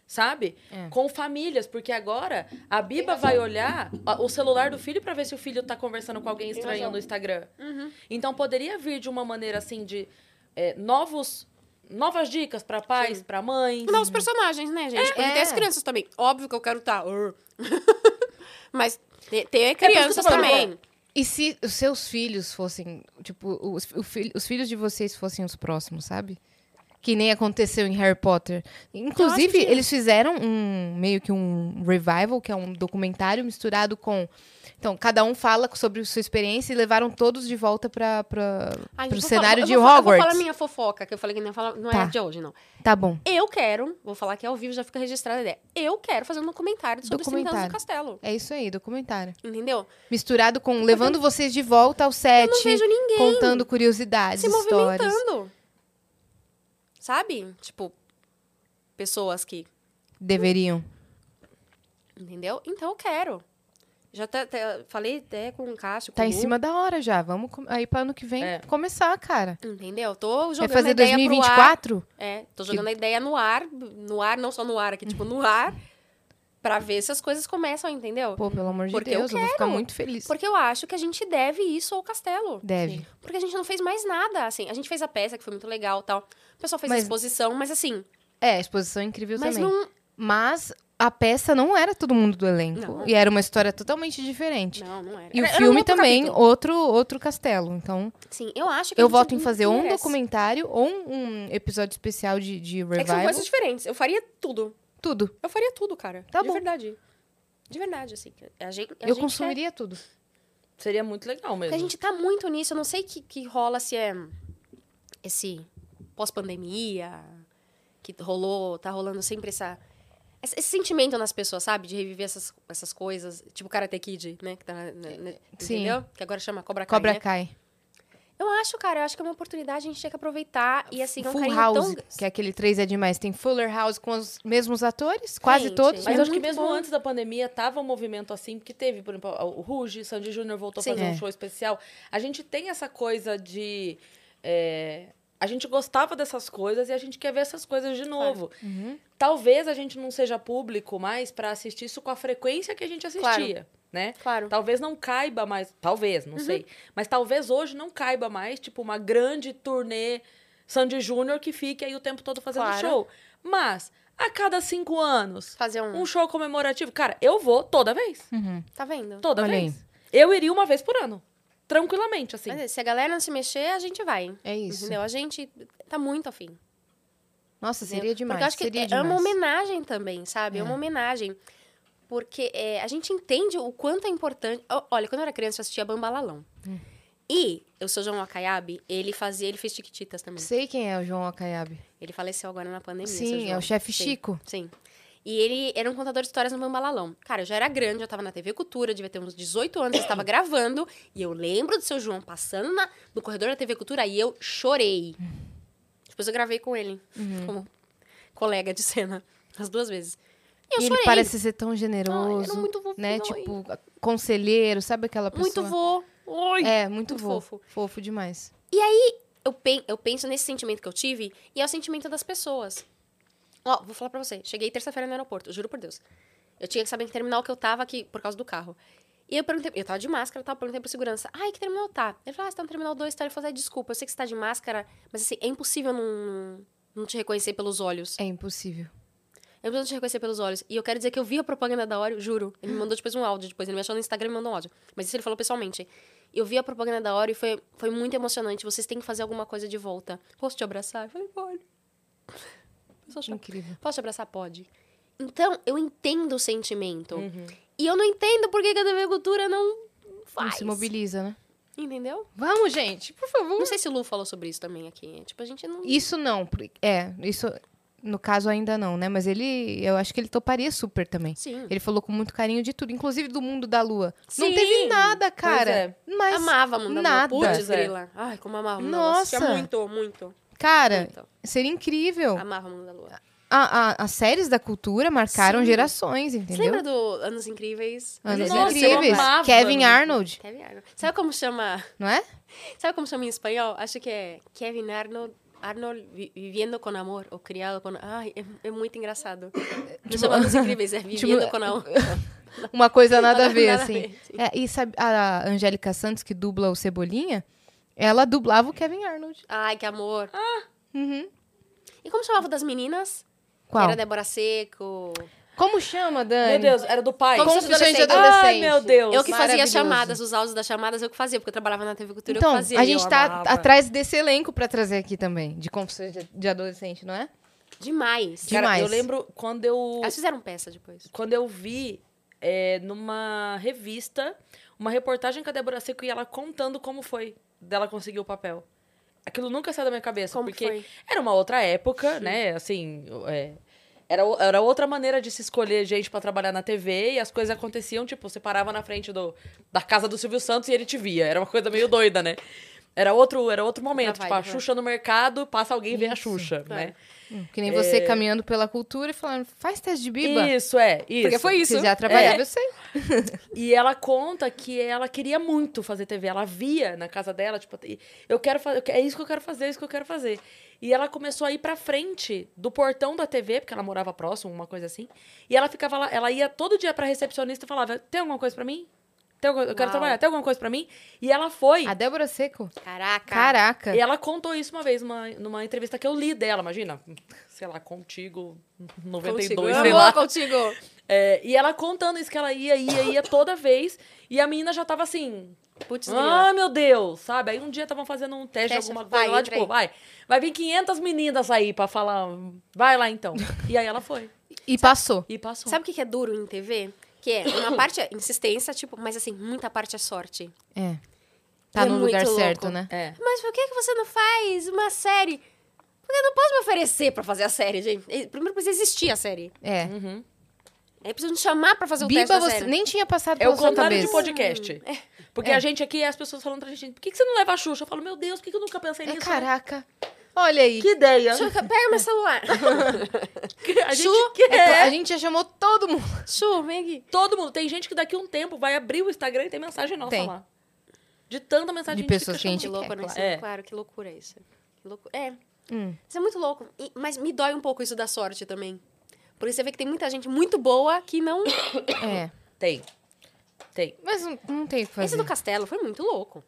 [SPEAKER 1] sabe?
[SPEAKER 2] É.
[SPEAKER 1] Com famílias, porque agora a Biba vai olhar a- o celular do filho pra ver se o filho tá conversando com alguém estranho no Instagram. Então poderia vir de uma maneira assim de é, novos novas dicas pra pais, pra mães.
[SPEAKER 3] E Novos personagens, né, gente? Porque
[SPEAKER 2] É.
[SPEAKER 3] tem as crianças também. Óbvio que eu quero estar. <laughs> Mas te- ter
[SPEAKER 1] É que eu tô
[SPEAKER 3] crianças
[SPEAKER 1] falando.
[SPEAKER 3] também.
[SPEAKER 2] E se os seus filhos fossem, tipo, os, o filho- os filhos de vocês fossem os próximos, sabe? Que nem aconteceu em Harry Potter. Inclusive,
[SPEAKER 3] que-
[SPEAKER 2] eles fizeram um meio que um revival, que é um documentário misturado com. Então, cada um fala sobre sua experiência e levaram todos de volta para
[SPEAKER 3] Ai,
[SPEAKER 2] o
[SPEAKER 3] eu vou
[SPEAKER 2] cenário
[SPEAKER 3] falar-
[SPEAKER 2] de
[SPEAKER 3] eu vou, falar- Eu
[SPEAKER 2] Hogwarts.
[SPEAKER 3] vou falar minha fofoca, que eu falei que não, ia falar, não
[SPEAKER 2] Tá.
[SPEAKER 3] é de hoje, não.
[SPEAKER 2] Tá bom.
[SPEAKER 3] Eu quero, vou falar que é ao vivo, já fica registrada a ideia. Eu quero fazer um documentário sobre os 30 anos
[SPEAKER 2] Documentário.
[SPEAKER 3] do castelo.
[SPEAKER 2] É isso aí, documentário.
[SPEAKER 3] Entendeu?
[SPEAKER 2] Misturado com levando vocês de volta ao set,
[SPEAKER 3] Não vejo ninguém
[SPEAKER 2] contando curiosidades,
[SPEAKER 3] se
[SPEAKER 2] tipo histórias.
[SPEAKER 3] movimentando. Sabe? Tipo, pessoas que
[SPEAKER 2] Deveriam.
[SPEAKER 3] Entendeu? Então eu quero. Já até, até- falei até com o Cássio. com
[SPEAKER 2] Tá
[SPEAKER 3] o
[SPEAKER 2] em
[SPEAKER 3] Lu,
[SPEAKER 2] cima da hora já. Vamos com- aí para ano que vem
[SPEAKER 1] É.
[SPEAKER 2] começar, cara.
[SPEAKER 3] Entendeu? Tô
[SPEAKER 2] Vai
[SPEAKER 3] jogando a
[SPEAKER 2] fazer
[SPEAKER 3] ideia pro ar.
[SPEAKER 2] 2024?
[SPEAKER 3] É, tô jogando a ideia no ar. No ar, não só no ar aqui, tipo, no ar. Pra ver se as coisas começam, entendeu?
[SPEAKER 2] Pô, pelo amor de
[SPEAKER 3] Porque eu
[SPEAKER 2] Deus, eu, vou ficar
[SPEAKER 3] quero.
[SPEAKER 2] muito feliz.
[SPEAKER 3] Porque eu acho que a gente deve isso ao castelo.
[SPEAKER 2] Deve.
[SPEAKER 3] Porque a gente não fez mais nada, assim. A gente fez a peça, que foi muito legal tal. O pessoal fez a
[SPEAKER 2] Mas-
[SPEAKER 3] exposição, mas assim...
[SPEAKER 2] É, a exposição é incrível
[SPEAKER 3] Mas
[SPEAKER 2] também.
[SPEAKER 3] não...
[SPEAKER 2] Mas a peça não era todo mundo do elenco.
[SPEAKER 3] Não.
[SPEAKER 2] E era uma história totalmente diferente.
[SPEAKER 3] Não, não era.
[SPEAKER 2] E o
[SPEAKER 3] Era- era um
[SPEAKER 2] filme
[SPEAKER 3] outro
[SPEAKER 2] também,
[SPEAKER 3] capítulo.
[SPEAKER 2] outro outro castelo. Então,
[SPEAKER 3] Sim, eu acho que a
[SPEAKER 2] eu
[SPEAKER 3] gente
[SPEAKER 2] voto em fazer um
[SPEAKER 3] merece.
[SPEAKER 2] documentário ou um episódio especial de, de
[SPEAKER 3] É que são
[SPEAKER 2] revival.
[SPEAKER 3] coisas diferentes. Eu faria tudo.
[SPEAKER 2] Tudo.
[SPEAKER 3] Eu faria tudo, cara.
[SPEAKER 2] Tá
[SPEAKER 3] de
[SPEAKER 2] bom.
[SPEAKER 3] verdade. De verdade, assim. A gente, a
[SPEAKER 2] eu
[SPEAKER 3] gente quer-
[SPEAKER 2] consumiria tudo.
[SPEAKER 1] Seria muito legal
[SPEAKER 3] Porque
[SPEAKER 1] mesmo.
[SPEAKER 3] a gente tá muito nisso. Eu não sei que, que rola se é esse pós-pandemia que rolou, tá rolando sempre essa. Esse, esse sentimento nas pessoas, sabe? De reviver essas, essas coisas. Tipo o Karate Kid, né? Que tá na- na- na-
[SPEAKER 2] Sim.
[SPEAKER 3] Entendeu? Que agora chama Cobra Kai.
[SPEAKER 2] Cobra
[SPEAKER 3] né?
[SPEAKER 2] Kai.
[SPEAKER 3] Eu acho, cara, eu acho que é uma oportunidade, a gente tem que aproveitar. E assim, é um
[SPEAKER 2] Full
[SPEAKER 3] carinho
[SPEAKER 2] House,
[SPEAKER 3] tão.
[SPEAKER 2] que é aquele 3 é demais. Tem Fuller House com os mesmos atores, quase
[SPEAKER 3] Gente,
[SPEAKER 2] todos. né?
[SPEAKER 1] Mas
[SPEAKER 3] É
[SPEAKER 1] acho que
[SPEAKER 3] muito
[SPEAKER 1] mesmo
[SPEAKER 3] bom.
[SPEAKER 1] antes da pandemia tava um movimento assim, porque teve, por exemplo, o Ruge, Sandy Júnior voltou a
[SPEAKER 3] Sim.
[SPEAKER 1] fazer um
[SPEAKER 2] É.
[SPEAKER 1] show especial. A gente tem essa coisa de. é, a gente gostava dessas coisas e a gente quer ver essas coisas de novo.
[SPEAKER 2] Uhum.
[SPEAKER 1] Talvez a gente não seja público mais pra assistir isso com a frequência que a gente assistia, né?
[SPEAKER 3] Claro.
[SPEAKER 2] Tá.
[SPEAKER 1] Talvez não caiba mais, talvez,
[SPEAKER 3] Uhum.
[SPEAKER 1] não sei. Mas talvez hoje não caiba mais, tipo, uma grande turnê Sandy Júnior que fique aí o tempo todo fazendo
[SPEAKER 3] Claro.
[SPEAKER 1] show. Mas, a cada cinco anos,
[SPEAKER 3] Fazer um.
[SPEAKER 1] um show comemorativo, cara, eu vou toda vez.
[SPEAKER 2] Uhum.
[SPEAKER 3] Tá vendo?
[SPEAKER 1] Toda
[SPEAKER 2] Olha
[SPEAKER 1] vez. Eu iria uma vez por ano. Tranquilamente, assim.
[SPEAKER 3] Mas é, se a galera não se mexer, a gente vai. hein?
[SPEAKER 2] É isso.
[SPEAKER 3] Entendeu? A gente tá muito afim.
[SPEAKER 2] Nossa,
[SPEAKER 3] entendeu?
[SPEAKER 2] seria demais.
[SPEAKER 3] Porque eu acho que
[SPEAKER 2] seria
[SPEAKER 3] é, é
[SPEAKER 2] demais.
[SPEAKER 3] uma homenagem também, sabe? É, uma homenagem. Porque é, a gente entende o quanto é importante. Ó, Olha, quando eu era criança, eu assistia Bambalalão.
[SPEAKER 2] Hum.
[SPEAKER 3] E eu sou João Acaiabe, ele fazia, ele fez Tiquititas também.
[SPEAKER 2] Sei quem é o João Acaiabe.
[SPEAKER 3] Ele faleceu agora na pandemia. seu
[SPEAKER 2] Sim, é
[SPEAKER 3] João.
[SPEAKER 2] o chefe
[SPEAKER 3] Sim.
[SPEAKER 2] Chico.
[SPEAKER 3] Sim. E ele era um contador de histórias no Bambalalão. Cara, eu já era grande, eu tava na TV Cultura, eu devia ter uns 18 anos, eu
[SPEAKER 2] <coughs>
[SPEAKER 3] estava gravando. E eu lembro do seu João passando na- no corredor da TV Cultura e eu chorei. Depois eu gravei com ele,
[SPEAKER 2] Uhum.
[SPEAKER 3] como colega de cena, as duas vezes. E eu
[SPEAKER 2] E ele
[SPEAKER 3] chorei.
[SPEAKER 2] parece ser tão
[SPEAKER 3] Ai,
[SPEAKER 2] generoso.
[SPEAKER 3] era é muito fofinho.
[SPEAKER 2] né?
[SPEAKER 3] ai,
[SPEAKER 2] Tipo, conselheiro, sabe aquela pessoa?
[SPEAKER 3] muito vô. Oi.
[SPEAKER 2] É, muito,
[SPEAKER 3] muito
[SPEAKER 2] fofo. Fofo demais.
[SPEAKER 3] eu, pen- eu penso nesse sentimento que eu tive e é o sentimento das pessoas. Ó, vou falar pra você. Cheguei terça-feira no aeroporto, juro por Deus. Eu tinha que saber em que terminal que eu tava aqui por causa do carro. E eu perguntei, eu tava de máscara, tá? Eu perguntei pro segurança, ai, que terminal tá? Ele falou, ah, você tá no terminal 2, tá? Ele falou, "Ah, desculpa, eu sei que você tá de máscara, mas assim, é impossível não, não te reconhecer pelos olhos.
[SPEAKER 2] É impossível.
[SPEAKER 3] Eu preciso te reconhecer pelos olhos. E eu quero dizer que eu vi a propaganda da Oreo, juro. Ele me mandou depois um áudio, depois ele me achou no Instagram e me mandou um áudio. Mas isso ele falou pessoalmente. Eu vi a propaganda da Oreo e foi, foi muito emocionante. Vocês têm que fazer alguma coisa de volta. Posso te abraçar? Eu falei, pode. Eu só choro.
[SPEAKER 2] Incrível.
[SPEAKER 3] Posso te abraçar? Pode. Então, eu entendo o sentimento. E eu não entendo por que que a TV Cultura não
[SPEAKER 2] Uhum. Não
[SPEAKER 3] faz.
[SPEAKER 2] se mobiliza, Uhum. né?
[SPEAKER 3] Entendeu?
[SPEAKER 2] Vamos, gente, por favor.
[SPEAKER 3] Não sei se o Lu falou sobre isso também aqui. Tipo, a gente não...
[SPEAKER 2] Isso não. por- É, isso no caso ainda não, né? Mas ele, eu acho que ele toparia super também.
[SPEAKER 3] Sim.
[SPEAKER 2] Ele falou com muito carinho de tudo, inclusive do mundo da lua. Não
[SPEAKER 3] Sim.
[SPEAKER 2] teve nada, cara.
[SPEAKER 1] é.
[SPEAKER 2] Mas,
[SPEAKER 3] amava Mundo
[SPEAKER 2] nada.
[SPEAKER 3] Amor. Putz,
[SPEAKER 1] Pois é.
[SPEAKER 3] grila. Ai, como amava Mundo Amor. Assistia
[SPEAKER 2] Nossa.
[SPEAKER 3] Muito, muito.
[SPEAKER 2] cara,
[SPEAKER 3] muito.
[SPEAKER 2] seria incrível.
[SPEAKER 3] Amava Mundo da Lua.
[SPEAKER 2] A- a- as séries da cultura marcaram
[SPEAKER 3] Sim.
[SPEAKER 2] gerações,
[SPEAKER 3] Você
[SPEAKER 2] entendeu?
[SPEAKER 3] lembra do Anos Incríveis?
[SPEAKER 2] Anos
[SPEAKER 1] Nossa, eu
[SPEAKER 2] incríveis.
[SPEAKER 1] amava
[SPEAKER 2] Kevin
[SPEAKER 1] Anos
[SPEAKER 2] Arnold,
[SPEAKER 3] Kevin Arnold. Sabe como chama?
[SPEAKER 2] não é?
[SPEAKER 3] Sabe como chama em espanhol? Acho que é Kevin Arnold. Arnold vi- vivendo com amor, ou criado com... Ai, é, é
[SPEAKER 2] <laughs>
[SPEAKER 3] muito engraçado. Não chama Anos Incríveis,
[SPEAKER 2] Tipo,
[SPEAKER 3] é vivendo com amor.
[SPEAKER 2] Uma coisa nada a
[SPEAKER 3] Nada-
[SPEAKER 2] ver,
[SPEAKER 3] nada a
[SPEAKER 2] assim.
[SPEAKER 3] ver, sim.
[SPEAKER 2] É, e sabe, a Angélica Santos, que dubla o Cebolinha, ela dublava o Kevin Arnold.
[SPEAKER 3] Ai, que amor.
[SPEAKER 2] Uhum.
[SPEAKER 3] E como chamava das meninas?
[SPEAKER 2] Qual?
[SPEAKER 3] Era Débora Seco.
[SPEAKER 2] Como chama, É,
[SPEAKER 1] Meu
[SPEAKER 2] Dani?
[SPEAKER 1] Deus, era do pai.
[SPEAKER 3] Como
[SPEAKER 2] Confissões de
[SPEAKER 3] Adolescente.
[SPEAKER 2] adolescente.
[SPEAKER 1] Ai, meu Deus.
[SPEAKER 3] Eu que fazia as
[SPEAKER 2] Maravilhoso.
[SPEAKER 3] chamadas, os áudios das chamadas, eu que fazia, porque eu trabalhava na TV Cultura, eu
[SPEAKER 2] Então,
[SPEAKER 3] que fazia.
[SPEAKER 2] a
[SPEAKER 3] e eu
[SPEAKER 2] gente tá
[SPEAKER 1] amava.
[SPEAKER 2] atrás desse elenco pra trazer aqui também, de confissões de, de adolescente, não é?
[SPEAKER 3] Demais.
[SPEAKER 2] De-
[SPEAKER 1] Cara,
[SPEAKER 2] demais.
[SPEAKER 1] eu lembro quando eu.
[SPEAKER 3] Elas fizeram peça depois.
[SPEAKER 1] quando eu vi é, numa revista uma reportagem com a Débora Seco e ela contando como foi dela conseguir o papel. Aquilo nunca saiu da minha cabeça,
[SPEAKER 3] Como
[SPEAKER 1] porque
[SPEAKER 3] foi?
[SPEAKER 1] era uma outra época, né? Assim, é, era, o- era outra maneira de se escolher gente pra trabalhar na TV e as coisas aconteciam, tipo, você parava na frente do, da casa do Silvio Santos e ele te via. Era uma coisa meio doida, né? Era outro, era outro momento, tipo,
[SPEAKER 3] vibe,
[SPEAKER 1] a
[SPEAKER 3] né?
[SPEAKER 1] Xuxa no mercado, passa alguém e vê a Xuxa,
[SPEAKER 3] É.
[SPEAKER 1] né?
[SPEAKER 2] Que nem você caminhando pela cultura e falando, faz teste de biba.
[SPEAKER 1] Isso, é, isso.
[SPEAKER 2] Porque foi isso. né? Se já
[SPEAKER 1] É.
[SPEAKER 2] trabalhava, eu sei.
[SPEAKER 1] E ela conta que ela queria muito fazer TV. Ela via na casa dela, tipo, e eu quero fazer, é isso que eu quero fazer, é isso que eu quero fazer. E ela começou a ir pra frente do portão da TV, porque ela morava próximo, uma coisa assim. E ela ficava lá, ela ia todo dia pra recepcionista e falava: "Tem alguma coisa pra mim? Tem alguma- eu quero
[SPEAKER 3] Uau.
[SPEAKER 1] trabalhar, tem alguma coisa pra mim?" E ela foi.
[SPEAKER 2] A Débora Seco.
[SPEAKER 3] Caraca.
[SPEAKER 2] Caraca.
[SPEAKER 1] E ela contou isso uma vez numa, numa entrevista que eu li dela, imagina, sei lá, contigo 92,
[SPEAKER 3] Contigo.
[SPEAKER 1] sei
[SPEAKER 3] Eu
[SPEAKER 1] lá.
[SPEAKER 3] amo contigo.
[SPEAKER 1] É, e ela contando isso que ela ia, ia, ia toda vez, e a menina já tava assim,
[SPEAKER 3] Putz, grila.
[SPEAKER 1] Ah, meu Deus, sabe? Aí um dia estavam fazendo um teste de
[SPEAKER 3] Teste,
[SPEAKER 1] alguma
[SPEAKER 3] vai,
[SPEAKER 1] coisa lá,
[SPEAKER 3] entra
[SPEAKER 1] tipo,
[SPEAKER 3] aí.
[SPEAKER 1] vai, vai vir 500 meninas aí pra falar, vai lá
[SPEAKER 2] <laughs>
[SPEAKER 1] então. E aí ela foi
[SPEAKER 2] E passou.
[SPEAKER 1] e passou.
[SPEAKER 3] Sabe o que que é duro em TV? Que é
[SPEAKER 2] <coughs>
[SPEAKER 3] uma parte é insistência, tipo, mas assim, muita parte é sorte.
[SPEAKER 2] É. Tá
[SPEAKER 3] É
[SPEAKER 2] no lugar
[SPEAKER 3] muito
[SPEAKER 2] certo,
[SPEAKER 3] louco.
[SPEAKER 2] né?
[SPEAKER 1] É.
[SPEAKER 3] Mas por que, que você não faz uma série? Porque eu não posso me oferecer pra fazer a série, gente. Eh, Primeiro precisa existir a série.
[SPEAKER 2] É.
[SPEAKER 1] Uhum.
[SPEAKER 3] Aí precisa me chamar pra fazer o teste
[SPEAKER 2] Biba,
[SPEAKER 3] da
[SPEAKER 2] você
[SPEAKER 3] série.
[SPEAKER 2] nem tinha passado
[SPEAKER 1] É o
[SPEAKER 2] pela sua
[SPEAKER 1] contrário
[SPEAKER 2] cabeça. É.
[SPEAKER 1] de podcast. Porque a gente aqui, as pessoas falando pra gente, por que, que você não leva a Xuxa? Eu falo, meu Deus, por que, que eu nunca pensei
[SPEAKER 2] É,
[SPEAKER 3] né?
[SPEAKER 1] nisso? né?"
[SPEAKER 2] caraca. Olha aí.
[SPEAKER 1] Que ideia. <laughs>
[SPEAKER 2] <laughs>
[SPEAKER 3] Deixa eu- Pega meu celular.
[SPEAKER 1] A gente
[SPEAKER 3] Chu-
[SPEAKER 1] quer.
[SPEAKER 2] É, A gente já chamou todo mundo.
[SPEAKER 3] Chu, vem aqui.
[SPEAKER 1] Todo mundo. Tem gente que daqui a um tempo vai abrir o Instagram e tem mensagem nossa
[SPEAKER 2] Tem.
[SPEAKER 1] lá. De tanta mensagem
[SPEAKER 2] De
[SPEAKER 1] a gente
[SPEAKER 2] pessoas
[SPEAKER 1] fica
[SPEAKER 2] que a
[SPEAKER 3] Que
[SPEAKER 1] chamando.
[SPEAKER 2] gente-
[SPEAKER 3] louco,
[SPEAKER 2] quer,
[SPEAKER 1] É.
[SPEAKER 2] claro.
[SPEAKER 3] né? Isso- Claro, que loucura isso. Que louco... É,
[SPEAKER 2] Hum.
[SPEAKER 3] isso é muito louco. E- mas me dói um pouco isso da sorte também. Porque você vê que tem muita gente muito boa que não...
[SPEAKER 2] É.
[SPEAKER 1] Tem. Tem.
[SPEAKER 2] Mas não, não tem o que
[SPEAKER 3] Esse
[SPEAKER 2] fazer.
[SPEAKER 3] do castelo foi muito louco.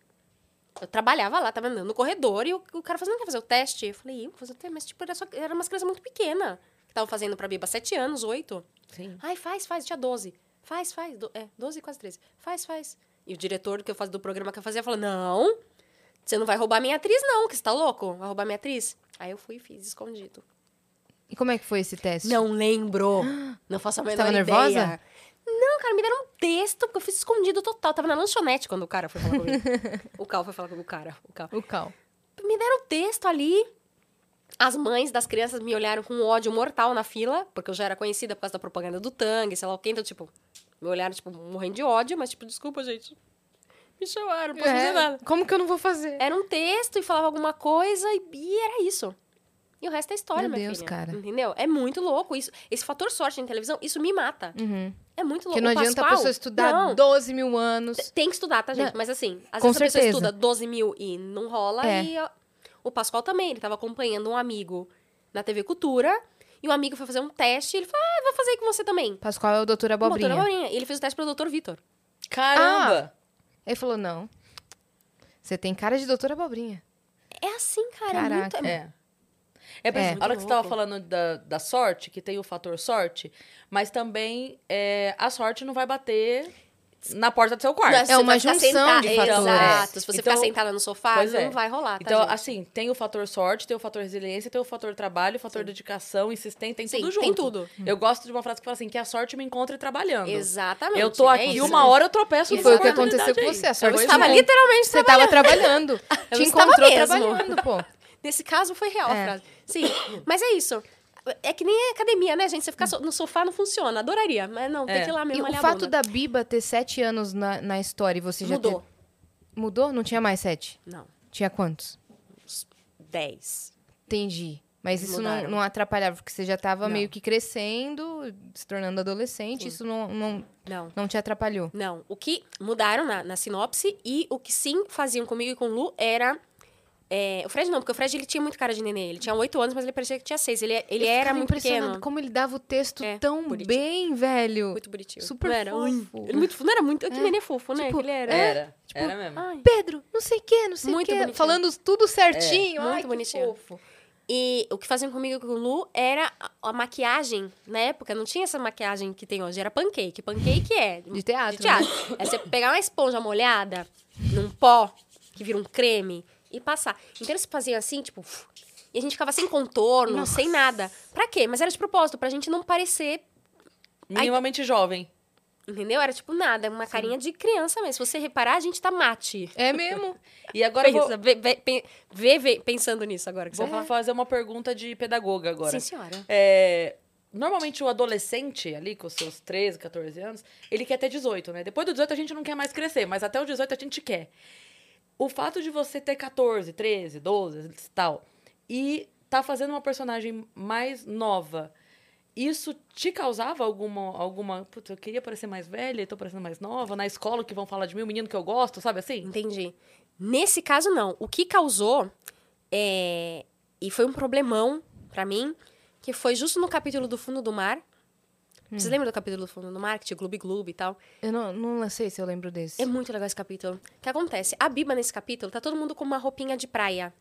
[SPEAKER 3] Eu trabalhava lá, tava andando no corredor e o, o cara falou, "Você não quer fazer o teste? Eu falei, eu vou fazer o teste, mas tipo, era, só, era umas crianças muito pequenas. Que tava fazendo pra Biba, sete anos, oito.
[SPEAKER 1] Sim.
[SPEAKER 3] Ai, faz, faz, tinha 12. Faz, faz. do- é, 12, quase 13. Faz, faz. E o diretor que eu fazia do programa que eu fazia falou: Não, você não vai roubar minha atriz, não, que você tá louco? Vai roubar minha atriz? Aí eu fui e fiz escondido.
[SPEAKER 2] E como é que foi esse teste?
[SPEAKER 3] Não
[SPEAKER 2] <gasps>
[SPEAKER 3] lembro. Não faço a
[SPEAKER 2] Você
[SPEAKER 3] menor
[SPEAKER 2] tava
[SPEAKER 3] ideia.
[SPEAKER 2] nervosa?
[SPEAKER 3] Não, cara, me deram um texto, porque eu fiz escondido total. Tava na lanchonete quando o cara foi falar
[SPEAKER 2] <laughs>
[SPEAKER 3] comigo. o Cal foi falar comigo, o cara. O Cal.
[SPEAKER 2] O cal.
[SPEAKER 3] Me deram o texto ali. As mães das crianças me olharam com ódio mortal na fila, porque eu já era conhecida por causa da propaganda do Tang, sei lá o quê. Então, tipo, me olharam, tipo, morrendo de ódio, mas, tipo, desculpa, gente. Me chamaram, não posso
[SPEAKER 2] É,
[SPEAKER 3] fazer nada.
[SPEAKER 2] Como que eu não vou fazer?
[SPEAKER 3] Era um texto e falava alguma coisa e, e era isso. E o resto é história,
[SPEAKER 2] Meu
[SPEAKER 3] minha
[SPEAKER 2] Deus,
[SPEAKER 3] filha.
[SPEAKER 2] cara.
[SPEAKER 3] Entendeu? É muito louco isso. Esse fator sorte em televisão, isso me mata.
[SPEAKER 2] Uhum.
[SPEAKER 3] É muito louco.
[SPEAKER 2] Porque não
[SPEAKER 3] O
[SPEAKER 2] adianta a
[SPEAKER 3] Pascoal,
[SPEAKER 2] pessoa estudar
[SPEAKER 3] não.
[SPEAKER 2] 12 mil anos.
[SPEAKER 3] Tem que estudar, tá, gente?
[SPEAKER 2] Não.
[SPEAKER 3] Mas assim, às
[SPEAKER 2] Com
[SPEAKER 3] vezes a pessoa
[SPEAKER 2] certeza.
[SPEAKER 3] estuda 12 mil e não rola.
[SPEAKER 2] É.
[SPEAKER 3] E ó, o Pascoal também, ele tava acompanhando um amigo na TV Cultura. E o amigo foi fazer um teste e ele falou: Ah, eu vou fazer com você também.
[SPEAKER 2] Pascoal é o doutor
[SPEAKER 3] Botou na
[SPEAKER 2] Abobrinha.
[SPEAKER 3] Abobrinha. E ele fez o teste pro Dr. Vitor.
[SPEAKER 2] Ah,
[SPEAKER 1] Caramba!
[SPEAKER 2] Ele falou, não. Você tem cara de doutor Abobrinha.
[SPEAKER 3] É assim, cara. é muito-
[SPEAKER 2] Caraca.
[SPEAKER 1] É. É, por
[SPEAKER 2] É.
[SPEAKER 1] isso, a hora que você
[SPEAKER 3] Muito
[SPEAKER 1] tava
[SPEAKER 3] louco.
[SPEAKER 1] falando da, da sorte, que tem o fator sorte, mas também é, a sorte não vai bater na porta do seu quarto.
[SPEAKER 3] Não, se
[SPEAKER 2] É
[SPEAKER 3] você
[SPEAKER 2] uma
[SPEAKER 3] vai ficar
[SPEAKER 2] junção
[SPEAKER 3] sentada-
[SPEAKER 2] de
[SPEAKER 3] Exato.
[SPEAKER 1] fatores.
[SPEAKER 3] Se você
[SPEAKER 1] Então-
[SPEAKER 3] ficar sentada no sofá,
[SPEAKER 1] Pois
[SPEAKER 3] não
[SPEAKER 1] é.
[SPEAKER 3] vai rolar, tá?
[SPEAKER 1] Então,
[SPEAKER 3] gente?
[SPEAKER 1] assim, tem o fator sorte, tem o fator resiliência, tem o fator trabalho, o fator dedicação, insistência, tem
[SPEAKER 3] Sim,
[SPEAKER 1] tudo junto. Uhum.
[SPEAKER 3] tem tudo.
[SPEAKER 1] Eu gosto de uma frase que fala assim, que a sorte me encontre trabalhando.
[SPEAKER 3] Exatamente.
[SPEAKER 1] Eu tô
[SPEAKER 3] é
[SPEAKER 1] aqui,
[SPEAKER 3] isso. é
[SPEAKER 1] uma hora eu tropeço.
[SPEAKER 2] E
[SPEAKER 1] nessa
[SPEAKER 2] foi o que
[SPEAKER 1] oportunidade
[SPEAKER 2] aconteceu com
[SPEAKER 1] aí.
[SPEAKER 2] você. A
[SPEAKER 1] Eu
[SPEAKER 2] sorte
[SPEAKER 3] Eu
[SPEAKER 2] te
[SPEAKER 3] estava
[SPEAKER 2] encontrou.
[SPEAKER 3] literalmente
[SPEAKER 2] Você tava trabalhando.
[SPEAKER 3] <laughs>
[SPEAKER 2] Te
[SPEAKER 3] estava
[SPEAKER 2] encontrou
[SPEAKER 3] mesmo.
[SPEAKER 2] trabalhando,
[SPEAKER 3] <laughs>
[SPEAKER 2] pô.
[SPEAKER 3] Nesse caso, foi real
[SPEAKER 2] É.
[SPEAKER 3] a frase. Sim, mas é isso. É que nem academia, né, gente? Você ficar so- no sofá não funciona. Adoraria, mas não, tem
[SPEAKER 1] É.
[SPEAKER 3] que ir lá
[SPEAKER 2] E
[SPEAKER 3] mesmo
[SPEAKER 2] o
[SPEAKER 3] olhar a
[SPEAKER 2] fato da
[SPEAKER 3] bunda.
[SPEAKER 2] Biba ter sete anos na, na história e você já
[SPEAKER 3] Mudou.
[SPEAKER 2] ter- Mudou? Não tinha mais sete?
[SPEAKER 3] Não,
[SPEAKER 2] Tinha quantos?
[SPEAKER 3] 10.
[SPEAKER 2] Entendi. Mas isso não,
[SPEAKER 3] Mudaram.
[SPEAKER 2] não atrapalhava, porque você já estava
[SPEAKER 3] Não.
[SPEAKER 2] meio que crescendo, se tornando adolescente. Isso não, não,
[SPEAKER 3] Não,
[SPEAKER 2] não te atrapalhou.
[SPEAKER 3] não. O que mudaram na, na sinopse e o que sim faziam comigo e com o Lu era... é, o Fred não, porque o Fred ele tinha muito cara de nenê. Ele tinha 8 anos, mas ele parecia que tinha 6. Ele, é, ele
[SPEAKER 2] Eu
[SPEAKER 3] era
[SPEAKER 2] ficava
[SPEAKER 3] muito pequeno.
[SPEAKER 2] como ele dava o texto
[SPEAKER 3] É,
[SPEAKER 2] tão
[SPEAKER 3] bonitinho.
[SPEAKER 2] bem, velho.
[SPEAKER 3] Muito bonitinho.
[SPEAKER 2] Super
[SPEAKER 3] não era? um
[SPEAKER 2] fofo.
[SPEAKER 3] Ele é muito, fofo, não era muito... Que nenê fofo, né?
[SPEAKER 2] Tipo,
[SPEAKER 3] que ele era... tipo,
[SPEAKER 1] Era, tipo, era mesmo.
[SPEAKER 3] Ai.
[SPEAKER 2] Pedro, não sei o que, não sei o
[SPEAKER 3] Muito
[SPEAKER 2] que.
[SPEAKER 3] bonitinho.
[SPEAKER 2] Falando tudo certinho.
[SPEAKER 3] É,
[SPEAKER 2] Ai,
[SPEAKER 3] muito
[SPEAKER 2] que
[SPEAKER 3] bonitinho.
[SPEAKER 2] fofo.
[SPEAKER 3] E o que faziam comigo e com o Lu era a, a maquiagem. Na época, não tinha essa maquiagem que tem hoje. Era pancake. Pancake é...
[SPEAKER 2] De teatro.
[SPEAKER 3] De teatro. É você pegar uma esponja molhada num pó, que vira um creme, e passar. Então eles faziam assim, tipo. uf, E a gente ficava sem contorno, sem nada. Pra quê? Mas era de propósito, pra gente não parecer.
[SPEAKER 1] Minimamente jovem.
[SPEAKER 3] Entendeu? Era tipo nada, uma carinha de criança mesmo. Se você reparar, a gente tá mate.
[SPEAKER 2] É mesmo.
[SPEAKER 1] E agora eu vou,
[SPEAKER 3] Pensa, vê, vê- pen- vê- vê- pensando nisso agora. Que você
[SPEAKER 1] vou
[SPEAKER 3] vai falar.
[SPEAKER 1] fazer uma pergunta de pedagoga agora.
[SPEAKER 3] Sim, senhora.
[SPEAKER 1] É, normalmente o adolescente ali, com seus 13, 14 anos, ele quer até 18, né? Depois do 18 a gente não quer mais crescer, mas até o 18 a gente quer. O fato de você ter 14, 13, 12 e tal, e tá fazendo uma personagem mais nova, isso te causava alguma. alguma Putz, eu queria parecer mais velha e tô parecendo mais nova. Na escola que vão falar de mim, o menino que eu gosto, sabe assim?
[SPEAKER 3] Entendi. Nesse caso, não. O que causou, é, e foi um problemão pra mim, que foi justo no capítulo do Fundo do Mar. Vocês lembram do capítulo do Fundo do Mar, que tinha o Gloob Gloob e tal?
[SPEAKER 2] Eu não, não sei se eu lembro desse.
[SPEAKER 3] É muito legal esse capítulo. O que acontece? A Biba, nesse capítulo, tá todo mundo com uma roupinha de praia.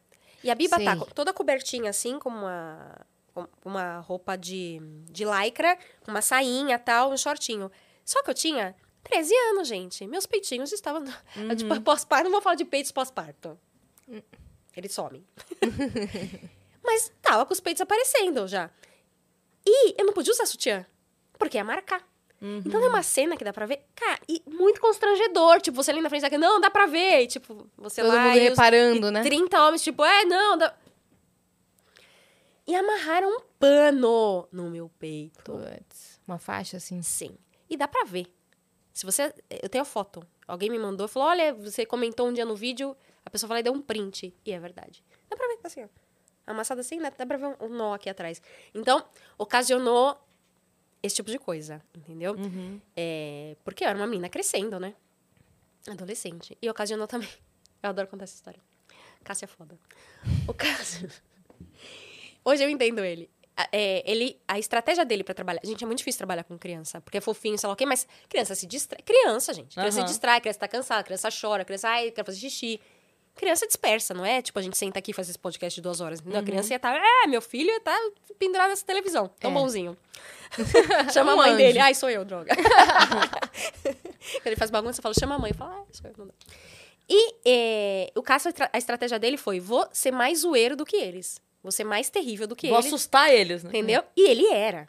[SPEAKER 3] E a Biba tá
[SPEAKER 2] Sei.
[SPEAKER 3] co- toda cobertinha, assim, com uma, com uma roupa de, de lycra, com uma sainha tal, um shortinho. Só que eu tinha 13 anos, gente. Meus peitinhos estavam... Eu, <laughs> tipo, pós-parto, não vou falar de peitos pós-parto. Eles somem. <laughs> Mas tava com os peitos aparecendo já. E eu não podia usar sutiã, porque ia marcar.
[SPEAKER 2] Uhum.
[SPEAKER 3] Então tem uma cena que dá pra ver, cara, e muito constrangedor. Tipo, você ali na frente da câmera, não, dá pra ver. E, tipo, você
[SPEAKER 2] Todo
[SPEAKER 3] lá
[SPEAKER 2] mundo né?
[SPEAKER 3] e os-
[SPEAKER 2] reparando,
[SPEAKER 3] e
[SPEAKER 2] né?
[SPEAKER 3] 30 homens, tipo, é, não, dá... e amarraram um pano no meu peito.
[SPEAKER 2] Putz, Uma faixa assim.
[SPEAKER 3] Sim. E dá pra ver. Se você. Eu tenho a foto. Alguém me mandou e falou: olha, você comentou um dia no vídeo, a pessoa falou e deu um print. E é verdade. Dá pra ver, assim, ó. Amassada assim, né? Dá pra ver um nó aqui atrás. Então, ocasionou esse tipo de coisa, entendeu? É, porque eu era uma menina crescendo, né? Adolescente. E ocasionou também. <laughs> Eu adoro contar essa história. Cássio é foda. O Cássio. <laughs> Hoje eu entendo ele. A- é, ele, a estratégia dele pra trabalhar. Gente, é muito difícil trabalhar com criança, porque é fofinho, sei lá o quê, mas criança se distrai. Criança, gente. Criança
[SPEAKER 1] Aham.
[SPEAKER 3] se distrai, criança tá cansada, criança chora, criança, ai, quer fazer xixi. Criança dispersa, não é? Tipo, a gente senta aqui e faz esse podcast de duas horas. entendeu? A criança ia estar, é, meu filho tá pendurado nessa televisão. Tão
[SPEAKER 2] É.
[SPEAKER 3] bonzinho. Chama a
[SPEAKER 2] Um
[SPEAKER 3] mãe
[SPEAKER 2] anjo.
[SPEAKER 3] dele. Ai, sou eu, droga. Quando ele faz bagunça, eu falo, chama a mãe. Fala, ah, sou eu, não dá. E é, o Cássio, a tra- a estratégia dele foi, vou ser mais zoeiro do que eles. Vou ser mais terrível do que
[SPEAKER 1] Vou
[SPEAKER 3] eles.
[SPEAKER 1] assustar eles, né?
[SPEAKER 3] Entendeu? E ele era.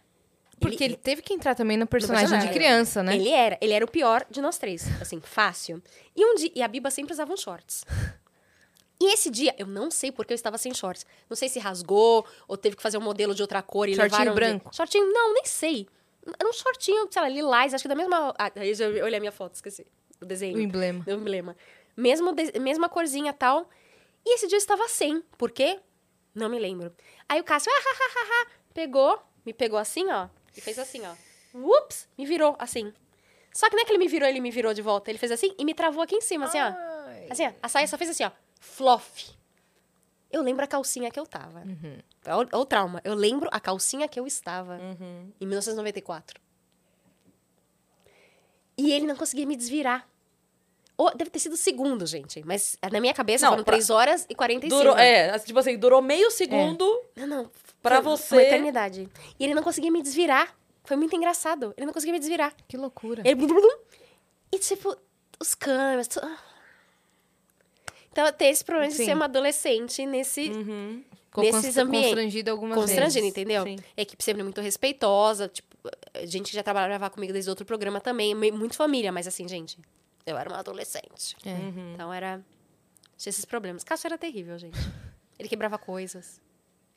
[SPEAKER 2] Porque ele teve que entrar também no personagem, de
[SPEAKER 3] personagem.
[SPEAKER 2] criança, né?
[SPEAKER 3] Ele era. Ele era o pior de nós três. Assim, fácil. E um dia... E a Biba sempre usava uns shorts. E esse dia, eu não sei porque eu estava sem shorts. Não sei se rasgou, ou teve que fazer um modelo de outra cor e
[SPEAKER 2] Shortinho
[SPEAKER 3] levaram... de-
[SPEAKER 2] branco.
[SPEAKER 3] Shortinho, não, nem sei. Era um shortinho, sei lá, lilás, acho que da mesma... Ah, aí eu já olhei a minha foto, esqueci. O desenho.
[SPEAKER 2] O emblema.
[SPEAKER 3] do um emblema. Mesmo de- mesma corzinha tal. E esse dia eu estava sem. Por quê? Não me lembro. Aí o Cássio, ah, ha, ha, ha, ha, pegou, me pegou assim, ó. E fez assim, ó. Ups! Me virou, assim. Só que não é que ele me virou, ele me virou de volta. Ele fez assim e me travou aqui em cima, assim, ó.
[SPEAKER 2] Ai.
[SPEAKER 3] Assim, ó, a saia só fez assim, ó. Floff. Eu lembro a calcinha que eu tava. Olha o trauma. Eu lembro a calcinha que eu estava
[SPEAKER 1] Uhum.
[SPEAKER 3] em 1994. E ele não conseguia me desvirar. Ou- deve ter sido segundo, gente. Mas eh, na minha cabeça
[SPEAKER 1] Não,
[SPEAKER 3] foram
[SPEAKER 1] pra-
[SPEAKER 3] 3 horas e 45.
[SPEAKER 1] Durou, é, tipo assim, durou meio segundo.
[SPEAKER 3] Não, não.
[SPEAKER 1] Pra
[SPEAKER 3] Foi
[SPEAKER 1] você-
[SPEAKER 3] Uma eternidade. E ele não conseguia me desvirar. Foi muito engraçado. Ele não conseguia me desvirar.
[SPEAKER 2] Que loucura.
[SPEAKER 3] Ele... blum, blum, blum. E, tipo, os câmeras... tu- ah. Então, tem esse problema
[SPEAKER 2] Sim.
[SPEAKER 3] de ser uma adolescente nesse...
[SPEAKER 2] Ficou
[SPEAKER 3] nesses
[SPEAKER 2] cons-
[SPEAKER 3] ambientes-
[SPEAKER 2] constrangido algumas
[SPEAKER 3] Constrangido, então.
[SPEAKER 2] vezes.
[SPEAKER 3] entendeu?
[SPEAKER 1] Sim.
[SPEAKER 3] Equipe sempre é muito respeitosa, tipo, gente que já trabalhava comigo desde outro programa também, me- muito família, mas assim, gente, eu era uma adolescente.
[SPEAKER 2] É.
[SPEAKER 3] Então era. Tinha esses problemas. Cássio era terrível, gente. Ele quebrava coisas.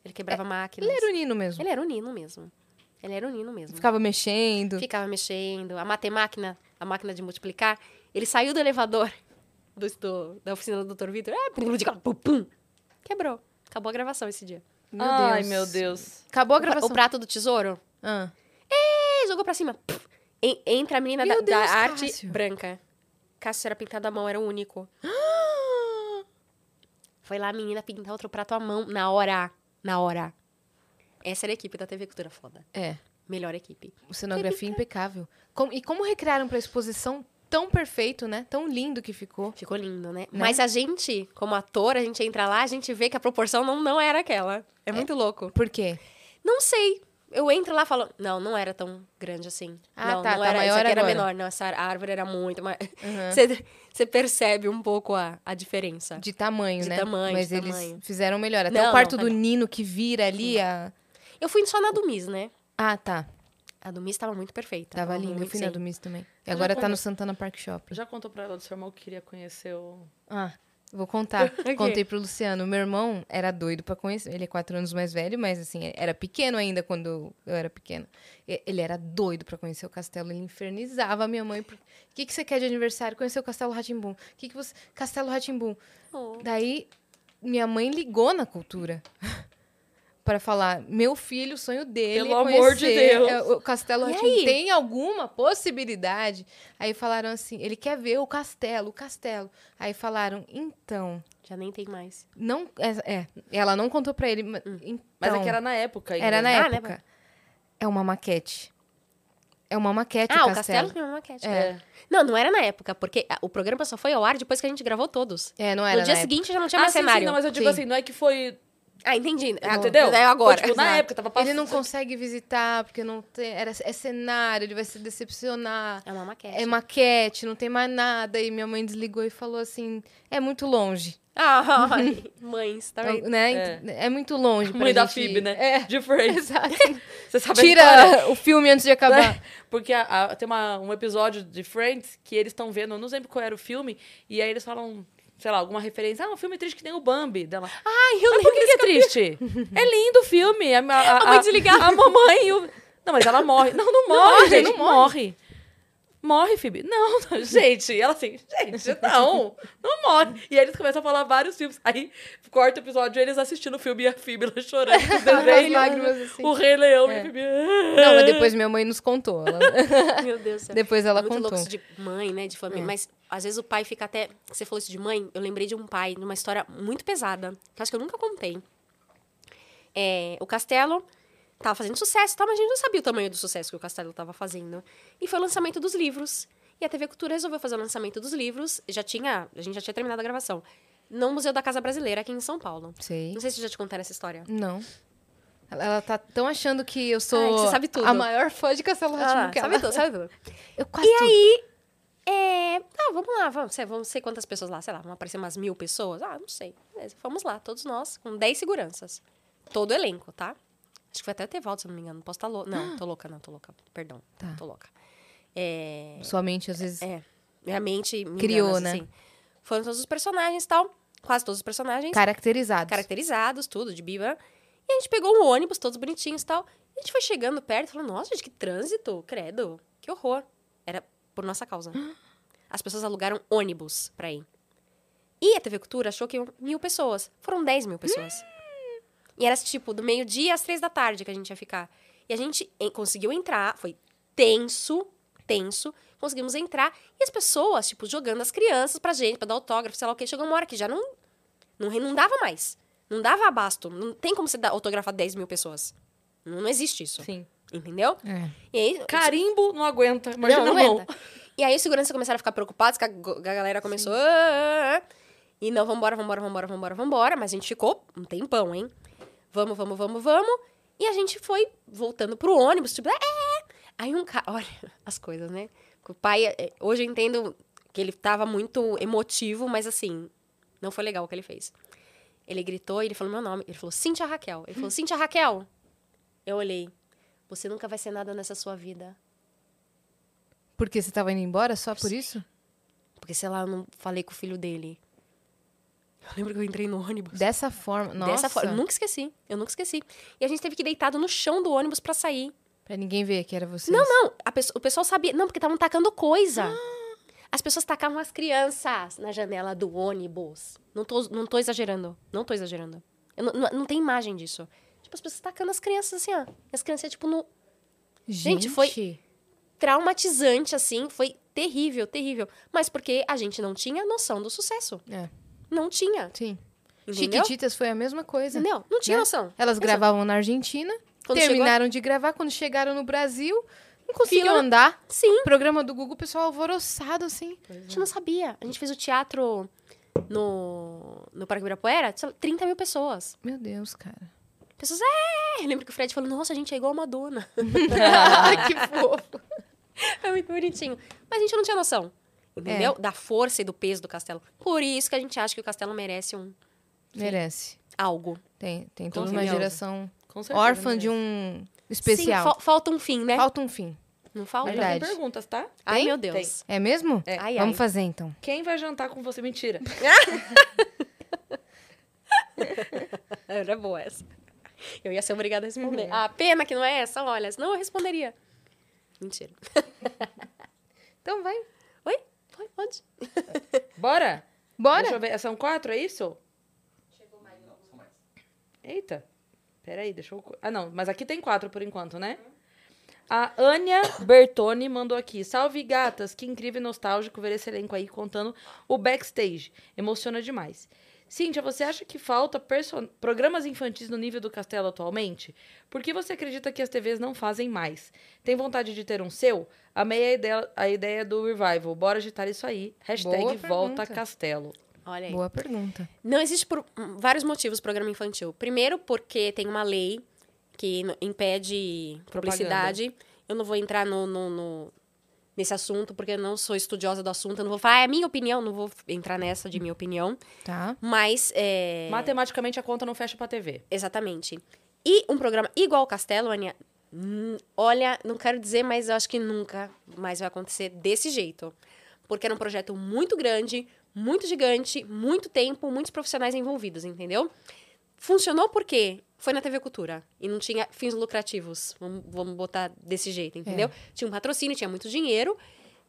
[SPEAKER 3] Ele quebrava máquinas.
[SPEAKER 2] É, Ele era o Nino mesmo.
[SPEAKER 3] Ele era um nino mesmo. Ele era um nino mesmo.
[SPEAKER 2] Ficava mexendo.
[SPEAKER 3] Ficava mexendo. A matemáquina, a máquina de multiplicar. Ele saiu do elevador <laughs> do, do- da oficina do Dr. Vitor. É, pum, pum, pum. Quebrou. Acabou a gravação esse dia.
[SPEAKER 2] Meu
[SPEAKER 1] Ai,
[SPEAKER 2] Deus.
[SPEAKER 1] meu Deus.
[SPEAKER 2] Acabou a
[SPEAKER 3] O pra-
[SPEAKER 2] gravação.
[SPEAKER 3] O prato do tesouro
[SPEAKER 2] Ah.
[SPEAKER 3] Aí jogou pra cima. Puf. En- Entra a menina da,
[SPEAKER 2] Meu
[SPEAKER 3] da
[SPEAKER 2] Deus,
[SPEAKER 3] arte
[SPEAKER 2] Cássio.
[SPEAKER 3] branca. Cássio era pintado à mão, era o único. Foi lá a menina pintar outro prato à mão, na hora. Na hora. Essa era a equipe da TV Cultura Foda.
[SPEAKER 2] É.
[SPEAKER 3] Melhor equipe.
[SPEAKER 2] Cenografia impecável. Com- e como recriaram pra exposição tão perfeito, né? Tão lindo que ficou.
[SPEAKER 3] Ficou lindo, né? Mas a gente, como ator, a gente entra lá, a gente vê que a proporção não, não era aquela. É, muito louco.
[SPEAKER 2] Por quê?
[SPEAKER 3] Não sei. Eu entro lá e falo, não, não era tão grande assim.
[SPEAKER 2] Ah,
[SPEAKER 3] não,
[SPEAKER 2] tá,
[SPEAKER 3] não
[SPEAKER 2] tá
[SPEAKER 3] era,
[SPEAKER 2] maior
[SPEAKER 3] essa aqui
[SPEAKER 2] agora.
[SPEAKER 3] era
[SPEAKER 2] Uhum.
[SPEAKER 3] menor. Não, essa árvore era muito maior. <laughs> Você você percebe um pouco a, a diferença.
[SPEAKER 2] De tamanho,
[SPEAKER 3] De
[SPEAKER 2] né?
[SPEAKER 3] tamanho,
[SPEAKER 2] Mas
[SPEAKER 3] de
[SPEAKER 2] eles
[SPEAKER 3] tamanho.
[SPEAKER 2] fizeram melhor. Até
[SPEAKER 3] Não,
[SPEAKER 2] o quarto
[SPEAKER 3] não, tá
[SPEAKER 2] do
[SPEAKER 3] bom.
[SPEAKER 2] Nino que vira ali a...
[SPEAKER 3] Eu fui só na do Miss, né?
[SPEAKER 2] Ah, tá.
[SPEAKER 3] A do Miss tava muito perfeita.
[SPEAKER 2] Tava
[SPEAKER 3] lindo
[SPEAKER 2] lindo. Eu fui na do Miss também. E
[SPEAKER 1] Eu
[SPEAKER 2] agora
[SPEAKER 1] já
[SPEAKER 2] tá no
[SPEAKER 1] conheço.
[SPEAKER 2] Santana Park Shopping.
[SPEAKER 1] Já contou pra ela do seu irmão que queria conhecer o.
[SPEAKER 2] Ah, vou contar.
[SPEAKER 3] <laughs> Ok.
[SPEAKER 2] Contei pro Luciano. Meu irmão era doido pra conhecer. Ele é quatro anos mais velho, mas assim, era pequeno ainda quando eu era pequena. E- Ele era doido pra conhecer o castelo. Ele infernizava a minha mãe. por- O que, que você quer de aniversário? Conhecer o Castelo Ratimbum. O que, que você. Castelo Ratimbum.
[SPEAKER 3] Oh,
[SPEAKER 2] Daí, minha mãe ligou na cultura. <laughs> Pra falar, meu filho, o sonho dele
[SPEAKER 1] Pelo
[SPEAKER 2] é
[SPEAKER 1] amor de
[SPEAKER 2] conhecer
[SPEAKER 1] Deus.
[SPEAKER 2] é, o Castelo
[SPEAKER 3] E
[SPEAKER 2] Rá-Tim-Bum.
[SPEAKER 3] aí?
[SPEAKER 2] Tem alguma possibilidade? Aí falaram assim, ele quer ver o castelo, o castelo. Aí falaram, então,
[SPEAKER 3] Já nem tem mais.
[SPEAKER 2] não, é, é, ela não contou pra ele, mas, então,
[SPEAKER 1] Mas é que era na época ainda.
[SPEAKER 2] era na
[SPEAKER 3] Ah, né,
[SPEAKER 2] época. É uma maquete. É uma maquete
[SPEAKER 3] ah,
[SPEAKER 2] o castelo.
[SPEAKER 3] o castelo tem uma maquete. né?
[SPEAKER 1] É.
[SPEAKER 3] Não, não era na época, porque a- o programa só foi ao ar depois que a gente gravou todos.
[SPEAKER 2] É, não era
[SPEAKER 3] no dia
[SPEAKER 2] na época.
[SPEAKER 3] seguinte já não tinha
[SPEAKER 1] Ah,
[SPEAKER 3] mais
[SPEAKER 1] sim, sim,
[SPEAKER 3] cenário.
[SPEAKER 1] não, mas eu digo
[SPEAKER 2] Sim.
[SPEAKER 1] assim, não é que foi.
[SPEAKER 3] Ah, entendi. Ah,
[SPEAKER 1] Entendeu?
[SPEAKER 3] É agora.
[SPEAKER 1] Foi, tipo, na
[SPEAKER 3] Exato.
[SPEAKER 1] época, tava passando.
[SPEAKER 2] Ele não consegue visitar porque não tem, era, é cenário, ele vai se decepcionar.
[SPEAKER 3] É uma maquete.
[SPEAKER 2] É maquete, não tem mais nada. E minha mãe desligou e falou assim: é muito longe.
[SPEAKER 3] Ah, <laughs> ai, mães, tá vendo?
[SPEAKER 2] Então, né? Ent- É. muito
[SPEAKER 3] <laughs>
[SPEAKER 2] longe. pra
[SPEAKER 1] Mãe da
[SPEAKER 2] gente
[SPEAKER 1] FIB,
[SPEAKER 2] ir.
[SPEAKER 1] né?
[SPEAKER 2] É. <laughs>
[SPEAKER 1] De Friends.
[SPEAKER 2] Exato.
[SPEAKER 1] Você
[SPEAKER 3] Tá
[SPEAKER 1] sabe a história?
[SPEAKER 2] Tira o filme antes de
[SPEAKER 3] <laughs>
[SPEAKER 2] acabar.
[SPEAKER 1] Né? Porque a- a- tem uma- um episódio de Friends que eles estão vendo, eu não lembro qual era o filme, e aí eles falam. sei lá, alguma referência. Ah, um filme triste que tem o Bambi dela.
[SPEAKER 3] Ai, eu
[SPEAKER 1] Mas por que, que é triste? É lindo o filme. A, a, a,
[SPEAKER 3] mãe desligada.
[SPEAKER 1] <laughs> a mamãe e o... Não, mas ela morre. Não, não morre,
[SPEAKER 2] morre,
[SPEAKER 1] gente.
[SPEAKER 2] <laughs> não
[SPEAKER 1] morre. Morre, Phoebe. Não, não, <laughs> gente. E Ela assim, gente, não. Não morre. E aí eles começam a falar vários filmes. Aí corta o episódio eles assistindo o filme e a Phoebe lá chorando. com os
[SPEAKER 2] <laughs> As
[SPEAKER 3] Tá
[SPEAKER 1] desenhos.
[SPEAKER 2] lágrimas assim.
[SPEAKER 1] O Rei Leão e
[SPEAKER 2] É.
[SPEAKER 1] a Phoebe...
[SPEAKER 2] Não,
[SPEAKER 3] <laughs>
[SPEAKER 2] mas depois minha mãe nos contou. ela-
[SPEAKER 3] Meu Deus do céu.
[SPEAKER 2] depois ela
[SPEAKER 3] É muito
[SPEAKER 2] contou.
[SPEAKER 3] louco isso de mãe, né? De família.
[SPEAKER 2] É.
[SPEAKER 3] Mas às vezes o pai fica até. Você falou isso de mãe, eu lembrei de um pai, numa história muito pesada, que eu acho que eu nunca contei. É, o Castelo tava fazendo sucesso, tá? mas a gente não sabia o tamanho do sucesso que o Castelo tava fazendo. E foi o lançamento dos livros. E a TV Cultura resolveu fazer o lançamento dos livros. Já tinha. A gente já tinha terminado a gravação. No Museu da Casa Brasileira, aqui em São Paulo.
[SPEAKER 2] Sei.
[SPEAKER 3] Não sei se já te contaram essa história.
[SPEAKER 2] Não. Ela, ela tá tão achando que eu sou
[SPEAKER 3] Ai, você sabe tudo.
[SPEAKER 2] a maior fã de Castelo Rá-Tim-Bum
[SPEAKER 3] Ah,
[SPEAKER 2] que
[SPEAKER 3] sabe
[SPEAKER 2] ela.
[SPEAKER 3] tudo, sabe tudo.
[SPEAKER 2] <laughs> Eu quase tudo.
[SPEAKER 3] É, tá, vamos lá, vamos, sei, vamos sei quantas pessoas lá, sei lá, vão aparecer umas mil pessoas? Ah, não sei. Beleza, fomos lá, todos nós, com 10 seguranças. Todo o elenco, tá? Acho que foi até o Tevaldo, se eu não me engano. Posso estar louca. Não, tô louca, não, tô louca. Perdão,
[SPEAKER 2] Ah. Tá.
[SPEAKER 3] tô louca. É,
[SPEAKER 2] Sua mente às vezes.
[SPEAKER 3] é, minha mente me
[SPEAKER 2] Criou,
[SPEAKER 3] engana,
[SPEAKER 2] né?
[SPEAKER 3] Assim. Foram todos os personagens e tal, quase todos os personagens
[SPEAKER 2] Caracterizados.
[SPEAKER 3] caracterizados, tudo, de biba. E a gente pegou um ônibus, todos bonitinhos e tal. E a gente foi chegando perto, falou, nossa, gente, que trânsito, credo, que horror. Era por nossa causa. As pessoas alugaram ônibus pra ir. E a TV Cultura achou que iam mil pessoas. Foram 10 mil pessoas. E era tipo, do meio-dia às três da tarde que a gente ia ficar. E a gente en- conseguiu entrar, foi tenso, tenso. Conseguimos entrar e as pessoas, tipo, jogando as crianças pra gente, pra dar autógrafo, sei lá o quê. Chegou uma hora que já não não, re- não dava mais. Não dava abasto. Não tem como você dar, autografar 10 mil pessoas. Não, não existe isso.
[SPEAKER 1] Sim.
[SPEAKER 3] Entendeu?
[SPEAKER 2] É.
[SPEAKER 3] E aí.
[SPEAKER 1] Carimbo não aguenta. Imagina não,
[SPEAKER 3] não, não aguenta. E aí os seguranças começaram a ficar preocupados, que a, go- a galera começou. "Ah, ah, ah". E não, vambora, vambora, vambora, vambora, vambora. Mas a gente ficou um tempão, hein? Vamos, vamos, vamos, vamos. E a gente foi voltando pro ônibus, tipo, é. Aí um cara. <laughs> Olha as coisas, né? O pai, eh, hoje eu entendo que ele tava muito emotivo, mas assim, não foi legal o que ele fez. Ele gritou e ele falou meu nome. Ele falou, Cintia Raquel. Ele falou, Cintia Raquel. Eu olhei. Você nunca vai ser nada nessa sua vida.
[SPEAKER 2] Porque você tava indo embora só por isso?
[SPEAKER 3] Porque, sei lá, eu não falei com o filho dele. Eu lembro que eu entrei no ônibus.
[SPEAKER 2] Dessa forma. Nossa.
[SPEAKER 3] Dessa forma. Eu nunca esqueci. Eu nunca esqueci. E a gente teve que ir deitado no chão do ônibus pra sair.
[SPEAKER 2] Pra ninguém ver que era você.
[SPEAKER 3] Não, não. a pesso- o pessoal sabia. Não, porque estavam tacando coisa.
[SPEAKER 2] Ah.
[SPEAKER 3] As pessoas tacavam as crianças na janela do ônibus. Não tô, não tô exagerando. Não tô exagerando. Eu não, não, não tem imagem disso. Tipo, as pessoas tacando as crianças assim, ó. E as crianças, tipo, no
[SPEAKER 2] Gente,
[SPEAKER 3] Gente,
[SPEAKER 2] foi.
[SPEAKER 3] foi- traumatizante, assim. Foi terrível, terrível. Mas porque a gente não tinha noção do sucesso.
[SPEAKER 2] É.
[SPEAKER 3] Não tinha.
[SPEAKER 2] Sim.
[SPEAKER 3] Entendeu?
[SPEAKER 2] Chiquititas foi a mesma coisa.
[SPEAKER 3] Entendeu? Não tinha
[SPEAKER 2] Né?
[SPEAKER 3] noção.
[SPEAKER 2] Elas
[SPEAKER 3] Exato.
[SPEAKER 2] gravavam na Argentina,
[SPEAKER 3] Quando
[SPEAKER 2] terminaram de gravar, quando chegaram no Brasil, não conseguiam
[SPEAKER 3] Fila.
[SPEAKER 2] andar.
[SPEAKER 3] Sim.
[SPEAKER 2] Programa do Google, o pessoal alvoroçado, assim.
[SPEAKER 3] A gente não sabia. A gente fez o teatro no, no Parque Ibirapuera, sei lá, 30 mil pessoas.
[SPEAKER 2] Meu Deus, cara.
[SPEAKER 3] Pessoas, é! Eu lembro que o Fred falou, nossa, a gente é igual a <laughs> Madonna.
[SPEAKER 2] que fofo.
[SPEAKER 3] é muito bonitinho. Mas a gente não tinha noção, entendeu? Da força e do peso do castelo. Por isso que a gente acha que o castelo merece um
[SPEAKER 2] Merece.
[SPEAKER 3] algo.
[SPEAKER 2] Tem, tem
[SPEAKER 1] Com
[SPEAKER 2] toda uma
[SPEAKER 1] certeza.
[SPEAKER 2] geração
[SPEAKER 1] Com certeza,
[SPEAKER 2] órfã
[SPEAKER 1] né,
[SPEAKER 2] de um especial.
[SPEAKER 3] Sim, fal- falta um fim, né?
[SPEAKER 2] Falta um fim.
[SPEAKER 3] Não falta?
[SPEAKER 1] Mas já tem
[SPEAKER 2] Verdade.
[SPEAKER 1] perguntas, tá?
[SPEAKER 3] Ai,
[SPEAKER 1] Tem?
[SPEAKER 3] meu Deus.
[SPEAKER 2] É mesmo?
[SPEAKER 1] É.
[SPEAKER 3] Ai,
[SPEAKER 2] Vamos
[SPEAKER 3] ai.
[SPEAKER 2] fazer, então.
[SPEAKER 1] Quem vai jantar com você? Mentira.
[SPEAKER 3] Era boa essa. Eu ia ser obrigada a responder. Ah, pena que não é essa, olha. Senão eu responderia. Mentira.
[SPEAKER 2] Então vai.
[SPEAKER 3] Oi? Oi, pode?
[SPEAKER 1] Bora? Deixa eu
[SPEAKER 2] Bora.
[SPEAKER 1] ver. São quatro, é isso? Eita. Peraí, deixa eu... co- Ah, não. Mas aqui tem quatro por enquanto, né? A Ania Bertoni mandou aqui. Salve, gatas. Que incrível e nostálgico ver esse elenco aí contando o backstage. Emociona demais. Cíntia, você acha que falta perso- programas infantis no nível do Castelo atualmente? Por que você acredita que as TVs não fazem mais? Tem vontade de ter um seu? Amei a ideia, a ideia do revival. Bora agitar isso aí.
[SPEAKER 2] Boa
[SPEAKER 1] Hashtag
[SPEAKER 2] pergunta.
[SPEAKER 1] volta Castelo.
[SPEAKER 3] Olha aí.
[SPEAKER 2] Boa pergunta.
[SPEAKER 3] Não existe por hum, vários motivos programa infantil. Primeiro, porque tem uma lei que no- impede publicidade. Eu não vou entrar no, no- no- nesse assunto, porque eu não sou estudiosa do assunto. Eu não vou falar, ah, é minha opinião, não vou f- entrar nessa de minha opinião.
[SPEAKER 2] Tá.
[SPEAKER 3] Mas. é,
[SPEAKER 1] Matematicamente, a conta não fecha pra TV.
[SPEAKER 3] Exatamente. E um programa igual ao Castelo, Aninha, hum, olha, não quero dizer, mas eu acho que nunca mais vai acontecer desse jeito. Porque era um projeto muito grande, muito gigante, muito tempo, muitos profissionais envolvidos, entendeu? Funcionou por quê? Foi na TV Cultura e não tinha fins lucrativos, vamos, vamos botar desse jeito, entendeu? Tinha um patrocínio, tinha muito dinheiro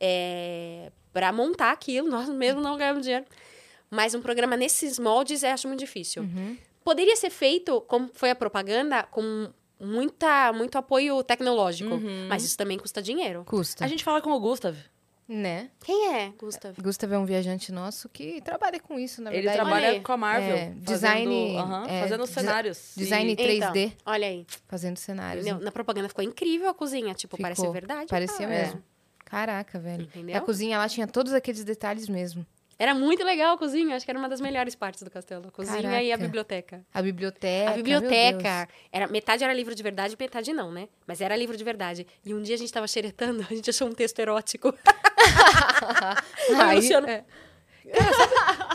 [SPEAKER 3] é, para montar aquilo, <laughs> nós mesmo não ganhamos dinheiro. Mas um programa nesses moldes eu acho muito difícil. Poderia ser feito, como foi a propaganda, com muita, muito apoio tecnológico, mas isso também custa dinheiro.
[SPEAKER 2] Custa.
[SPEAKER 1] A gente fala com o Gustav.
[SPEAKER 2] Né?
[SPEAKER 3] Quem é, Gustav?
[SPEAKER 2] Gustavo é um viajante nosso que trabalha com isso, na
[SPEAKER 1] Ele
[SPEAKER 2] verdade.
[SPEAKER 1] trabalha
[SPEAKER 3] Olha aí.
[SPEAKER 1] com a Marvel.
[SPEAKER 2] É,
[SPEAKER 1] fazendo-
[SPEAKER 2] design,
[SPEAKER 1] aham,
[SPEAKER 2] é,
[SPEAKER 1] fazendo
[SPEAKER 2] desi-
[SPEAKER 1] cenários.
[SPEAKER 2] design-
[SPEAKER 1] E-
[SPEAKER 3] Então,
[SPEAKER 2] 3D.
[SPEAKER 3] olha aí.
[SPEAKER 2] Fazendo cenários.
[SPEAKER 3] Não, na propaganda ficou incrível a cozinha, tipo,
[SPEAKER 2] Ficou.
[SPEAKER 3] parecia verdade.
[SPEAKER 2] Parecia
[SPEAKER 3] Ah,
[SPEAKER 2] mesmo. É. Caraca, velho.
[SPEAKER 3] Entendeu?
[SPEAKER 2] E A cozinha lá tinha todos aqueles detalhes mesmo.
[SPEAKER 3] Era muito legal a cozinha, acho que era uma das melhores partes do castelo. A cozinha e
[SPEAKER 2] Caraca.
[SPEAKER 3] a biblioteca.
[SPEAKER 2] A biblioteca.
[SPEAKER 3] a
[SPEAKER 2] meu
[SPEAKER 3] biblioteca. Era, metade era livro de verdade, metade não, né? Mas era livro de verdade. E um dia a gente tava xeretando, <laughs> a gente achou um texto erótico. <laughs>
[SPEAKER 1] <laughs>
[SPEAKER 2] Deus.
[SPEAKER 3] Aí,
[SPEAKER 2] Aí,
[SPEAKER 3] Luciano,
[SPEAKER 1] é.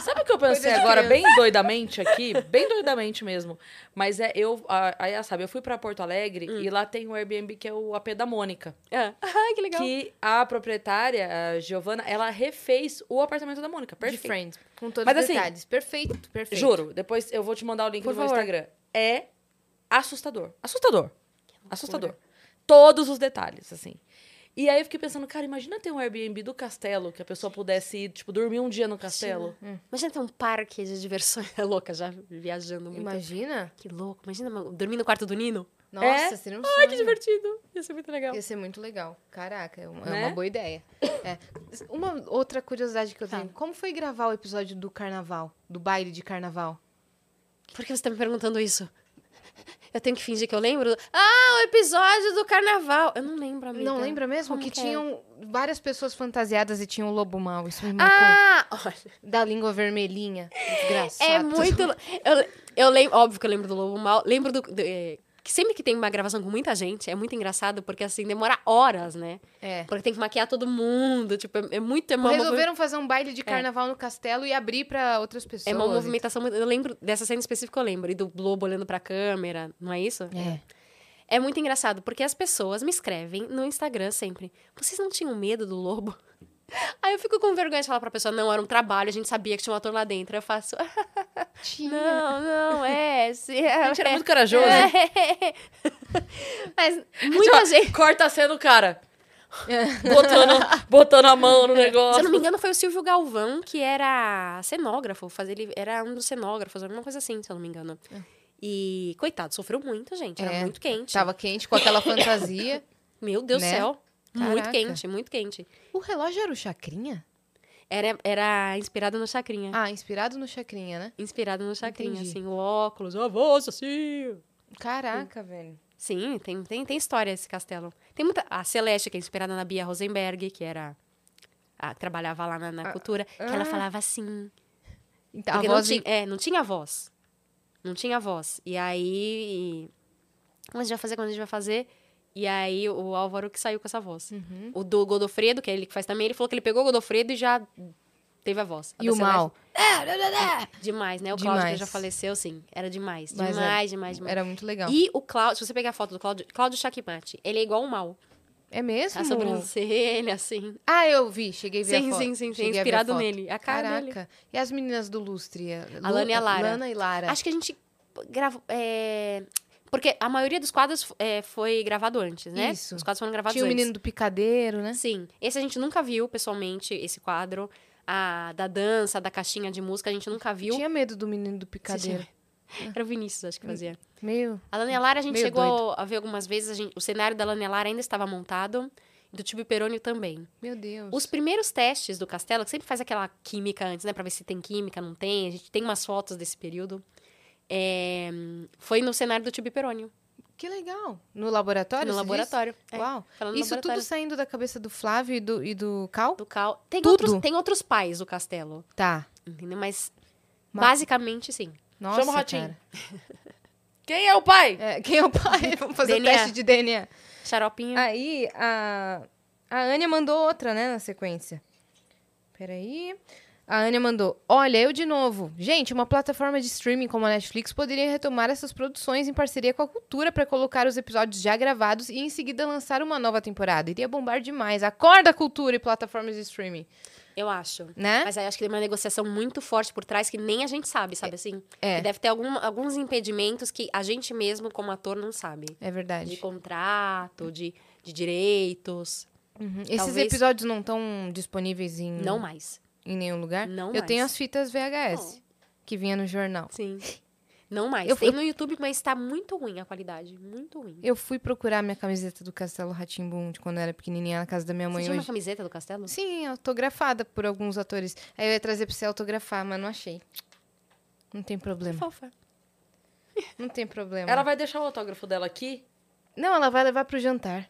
[SPEAKER 1] Sabe o que eu pensei agora, bem doidamente aqui? Bem doidamente mesmo. Mas é, eu. a- Aí, sabe, eu fui pra Porto Alegre e lá tem um Airbnb que é o AP da Mônica.
[SPEAKER 3] ah, ai, que legal.
[SPEAKER 1] Que a proprietária, a Giovana, ela refez o apartamento da Mônica.
[SPEAKER 2] de
[SPEAKER 1] Perfeito.
[SPEAKER 2] Friends. Com todos
[SPEAKER 1] Mas
[SPEAKER 2] os
[SPEAKER 1] assim,
[SPEAKER 2] detalhes. Perfeito, perfeito.
[SPEAKER 1] Juro, depois eu vou te mandar o link
[SPEAKER 3] Por
[SPEAKER 1] do meu
[SPEAKER 3] favor.
[SPEAKER 1] Instagram. É assustador. Assustador. Assustador. Todos os detalhes, assim. E aí eu fiquei pensando, cara, imagina ter um Airbnb do castelo, que a pessoa pudesse ir, tipo, dormir um dia no castelo.
[SPEAKER 3] Imagina ter um parque de diversões. <laughs> É louca, já viajando muito.
[SPEAKER 2] Imagina.
[SPEAKER 3] Que louco. Imagina mano, dormir no quarto do Nino.
[SPEAKER 2] Nossa,
[SPEAKER 1] É?
[SPEAKER 2] seria um
[SPEAKER 3] Ai, que
[SPEAKER 2] sonho.
[SPEAKER 3] divertido. Ia ser muito legal.
[SPEAKER 2] Ia ser muito legal. Caraca, é uma, é
[SPEAKER 1] Né?
[SPEAKER 2] uma boa ideia. É. Uma outra curiosidade que eu
[SPEAKER 3] Tá.
[SPEAKER 2] tenho. Como foi gravar o episódio do carnaval? Do baile de carnaval?
[SPEAKER 3] Por que você tá me perguntando isso? Eu tenho que fingir que eu lembro? Ah, o episódio do carnaval. Eu não lembro, amiga.
[SPEAKER 2] Não lembra mesmo?
[SPEAKER 3] Como
[SPEAKER 2] que um
[SPEAKER 3] é?
[SPEAKER 2] tinham várias pessoas fantasiadas e tinha o lobo mau. Isso me marcou.
[SPEAKER 3] Ah, olha,
[SPEAKER 2] Da língua vermelhinha. Desgraçado.
[SPEAKER 3] é muito... Eu, eu lembro... Óbvio que eu lembro do Lobo Mal. Lembro do... do- é, que sempre que tem uma gravação com muita gente, é muito engraçado, porque assim, demora horas, né?
[SPEAKER 2] É.
[SPEAKER 3] Porque tem que maquiar todo mundo, tipo, é, é muito... É uma,
[SPEAKER 2] Resolveram fazer um baile de carnaval no castelo e abrir pra outras pessoas.
[SPEAKER 3] é uma movimentação muito... Eu lembro dessa cena específica, eu lembro. E do Lobo olhando pra câmera, não é isso?
[SPEAKER 2] É.
[SPEAKER 3] É muito engraçado, porque as pessoas me escrevem no Instagram sempre. Vocês não tinham medo do lobo? <laughs> Aí eu fico com vergonha de falar pra pessoa, não, era um trabalho, a gente sabia que tinha um ator lá dentro. Eu faço, "Ah,
[SPEAKER 2] Tinha.
[SPEAKER 3] não, não, é. Se, é
[SPEAKER 1] A gente era muito corajoso.
[SPEAKER 3] É. <laughs> Mas muita
[SPEAKER 1] Tipo,
[SPEAKER 3] gente.
[SPEAKER 1] Corta a cena o cara. Botando, botando a mão no
[SPEAKER 3] Se
[SPEAKER 1] negócio.
[SPEAKER 3] eu É. não me engano, foi o Silvio Galvão, que era cenógrafo, fazia, ele era um dos cenógrafos, alguma coisa assim, se eu não me engano. E, coitado, sofreu muito, gente. Era
[SPEAKER 2] É.
[SPEAKER 3] muito quente.
[SPEAKER 2] Tava quente com aquela
[SPEAKER 3] <laughs>
[SPEAKER 2] fantasia.
[SPEAKER 3] Meu Deus do
[SPEAKER 2] Né?
[SPEAKER 3] céu. Muito
[SPEAKER 2] Caraca.
[SPEAKER 3] quente, muito quente.
[SPEAKER 2] O relógio era o Chacrinha?
[SPEAKER 3] Era, era inspirado no Chacrinha.
[SPEAKER 2] Ah, inspirado no Chacrinha, né?
[SPEAKER 3] Inspirado no Chacrinha,
[SPEAKER 2] Entendi.
[SPEAKER 3] assim, o óculos,
[SPEAKER 2] "Ah,
[SPEAKER 3] a voz, assim.
[SPEAKER 2] Caraca, velho.
[SPEAKER 3] Sim, tem, tem, tem história esse castelo. Tem muita. A Celeste, que é inspirada na Bia Rosenberg, que era. a- que trabalhava lá na, na cultura, que ela
[SPEAKER 2] ah.
[SPEAKER 3] falava assim.
[SPEAKER 2] Então, a
[SPEAKER 3] porque
[SPEAKER 2] voz
[SPEAKER 3] não, tinha, é, não tinha voz. Não tinha voz. E aí. Como a gente vai fazer? Quando a gente vai fazer? E aí o Álvaro que saiu com essa voz.
[SPEAKER 2] Uhum.
[SPEAKER 3] O do Godofredo, que é ele que faz também, ele falou que ele pegou o Godofredo e já teve a voz. A
[SPEAKER 2] e
[SPEAKER 3] da
[SPEAKER 2] o
[SPEAKER 3] Celeste-
[SPEAKER 2] mal.
[SPEAKER 3] Demais, né? O Cláudio que
[SPEAKER 2] Demais. né?
[SPEAKER 3] já faleceu, sim. Era demais.
[SPEAKER 2] Mas
[SPEAKER 3] Demais,
[SPEAKER 2] era-
[SPEAKER 3] demais, demais.
[SPEAKER 2] Era muito legal.
[SPEAKER 3] E o Cláudio, se você pegar a foto do Cláudio, Cláudio Chacmate, ele é igual o mal.
[SPEAKER 2] É mesmo?
[SPEAKER 3] A sobrancelha, assim.
[SPEAKER 2] Ah, eu vi. Cheguei a ver
[SPEAKER 3] Sim,
[SPEAKER 2] a foto.
[SPEAKER 3] sim, sim, sim.
[SPEAKER 2] Cheguei a ver a
[SPEAKER 3] Inspirado
[SPEAKER 2] foto.
[SPEAKER 3] nele. A cara
[SPEAKER 2] Caraca.
[SPEAKER 3] dele.
[SPEAKER 2] E as meninas do Lustre?
[SPEAKER 3] A Lana e a Lara.
[SPEAKER 2] Lana e Lara.
[SPEAKER 3] Acho que a gente gravou. é, Porque a maioria dos quadros é, foi gravado antes, né?
[SPEAKER 2] Isso.
[SPEAKER 3] Os quadros foram gravados
[SPEAKER 2] Tinha o
[SPEAKER 3] antes.
[SPEAKER 2] menino do picadeiro, né?
[SPEAKER 3] Sim. Esse a gente nunca viu pessoalmente, esse quadro. A da dança, da caixinha de música, a gente nunca viu.
[SPEAKER 2] Tinha medo do menino do picadeiro.
[SPEAKER 3] Era o Vinícius, acho que fazia.
[SPEAKER 2] Meio.
[SPEAKER 3] A Lana e a Lara a gente
[SPEAKER 2] Meio
[SPEAKER 3] chegou a ver algumas vezes. a gente- o cenário da Lana e a Lara ainda estava montado. e Do Tibio Perônio também.
[SPEAKER 2] Meu Deus.
[SPEAKER 3] Os primeiros testes do castelo, que sempre faz aquela química antes, né? Pra ver se tem química, não tem. A gente tem umas fotos desse período. É, foi no cenário do Tibio Perônio.
[SPEAKER 2] Que legal. No laboratório?
[SPEAKER 3] No
[SPEAKER 2] você
[SPEAKER 3] laboratório.
[SPEAKER 2] disse?
[SPEAKER 3] é.
[SPEAKER 2] Uau.
[SPEAKER 3] Fala no
[SPEAKER 2] Isso
[SPEAKER 3] laboratório.
[SPEAKER 2] tudo saindo da cabeça do Flávio e do, e do Cal?
[SPEAKER 3] Do cal... tem,
[SPEAKER 2] Tudo?
[SPEAKER 3] outros, tem outros pais do castelo,
[SPEAKER 2] Tá.
[SPEAKER 3] entendeu? Mas,
[SPEAKER 2] Mas-
[SPEAKER 3] basicamente, sim.
[SPEAKER 2] Nossa,
[SPEAKER 1] Chama o Ratinho.
[SPEAKER 2] cara.
[SPEAKER 1] Quem é o pai?
[SPEAKER 2] É, quem é o
[SPEAKER 1] <laughs>
[SPEAKER 2] pai? Vamos fazer o
[SPEAKER 3] DNA.
[SPEAKER 2] teste de DNA. Ah.
[SPEAKER 3] Xaropinho.
[SPEAKER 2] Aí, a, a Ania mandou outra, né, na sequência. Peraí. A Ania mandou. Olha, eu de novo. Gente, uma plataforma de streaming como a Netflix poderia retomar essas produções em parceria com a cultura para colocar os episódios já gravados e em seguida lançar uma nova temporada. Iria bombar demais. Acorda, cultura e plataformas de streaming.
[SPEAKER 3] Eu acho.
[SPEAKER 2] né?
[SPEAKER 3] Mas aí acho que tem uma negociação muito forte por trás que nem a gente sabe, sabe assim?
[SPEAKER 2] É.
[SPEAKER 3] Que deve ter algum- alguns impedimentos que a gente mesmo, como ator, não sabe.
[SPEAKER 2] É
[SPEAKER 3] De
[SPEAKER 2] verdade.
[SPEAKER 3] contrato, de, de direitos.
[SPEAKER 2] Uhum. Esses
[SPEAKER 3] talvez-
[SPEAKER 2] episódios não estão disponíveis em,
[SPEAKER 3] Não mais.
[SPEAKER 2] em nenhum lugar?
[SPEAKER 3] Não
[SPEAKER 2] Eu
[SPEAKER 3] mais.
[SPEAKER 2] tenho as fitas VHS, que vinha no jornal.
[SPEAKER 3] Sim. <laughs> Não mais.
[SPEAKER 2] Eu-
[SPEAKER 3] tem
[SPEAKER 2] eu-
[SPEAKER 3] no YouTube, mas tá muito ruim a qualidade. Muito ruim.
[SPEAKER 2] Eu fui procurar minha camiseta do Castelo Ratimbum de quando eu era pequenininha na casa da minha
[SPEAKER 3] Você
[SPEAKER 2] mãe
[SPEAKER 3] tinha uma
[SPEAKER 2] hoje.
[SPEAKER 3] camiseta do Castelo?
[SPEAKER 2] Sim, autografada por alguns atores. Aí eu ia trazer pra você autografar, mas não achei. Não tem problema.
[SPEAKER 3] Fofa.
[SPEAKER 2] Não tem
[SPEAKER 3] É.
[SPEAKER 2] problema.
[SPEAKER 1] Ela vai deixar o autógrafo dela aqui?
[SPEAKER 2] Não, ela vai levar pro jantar.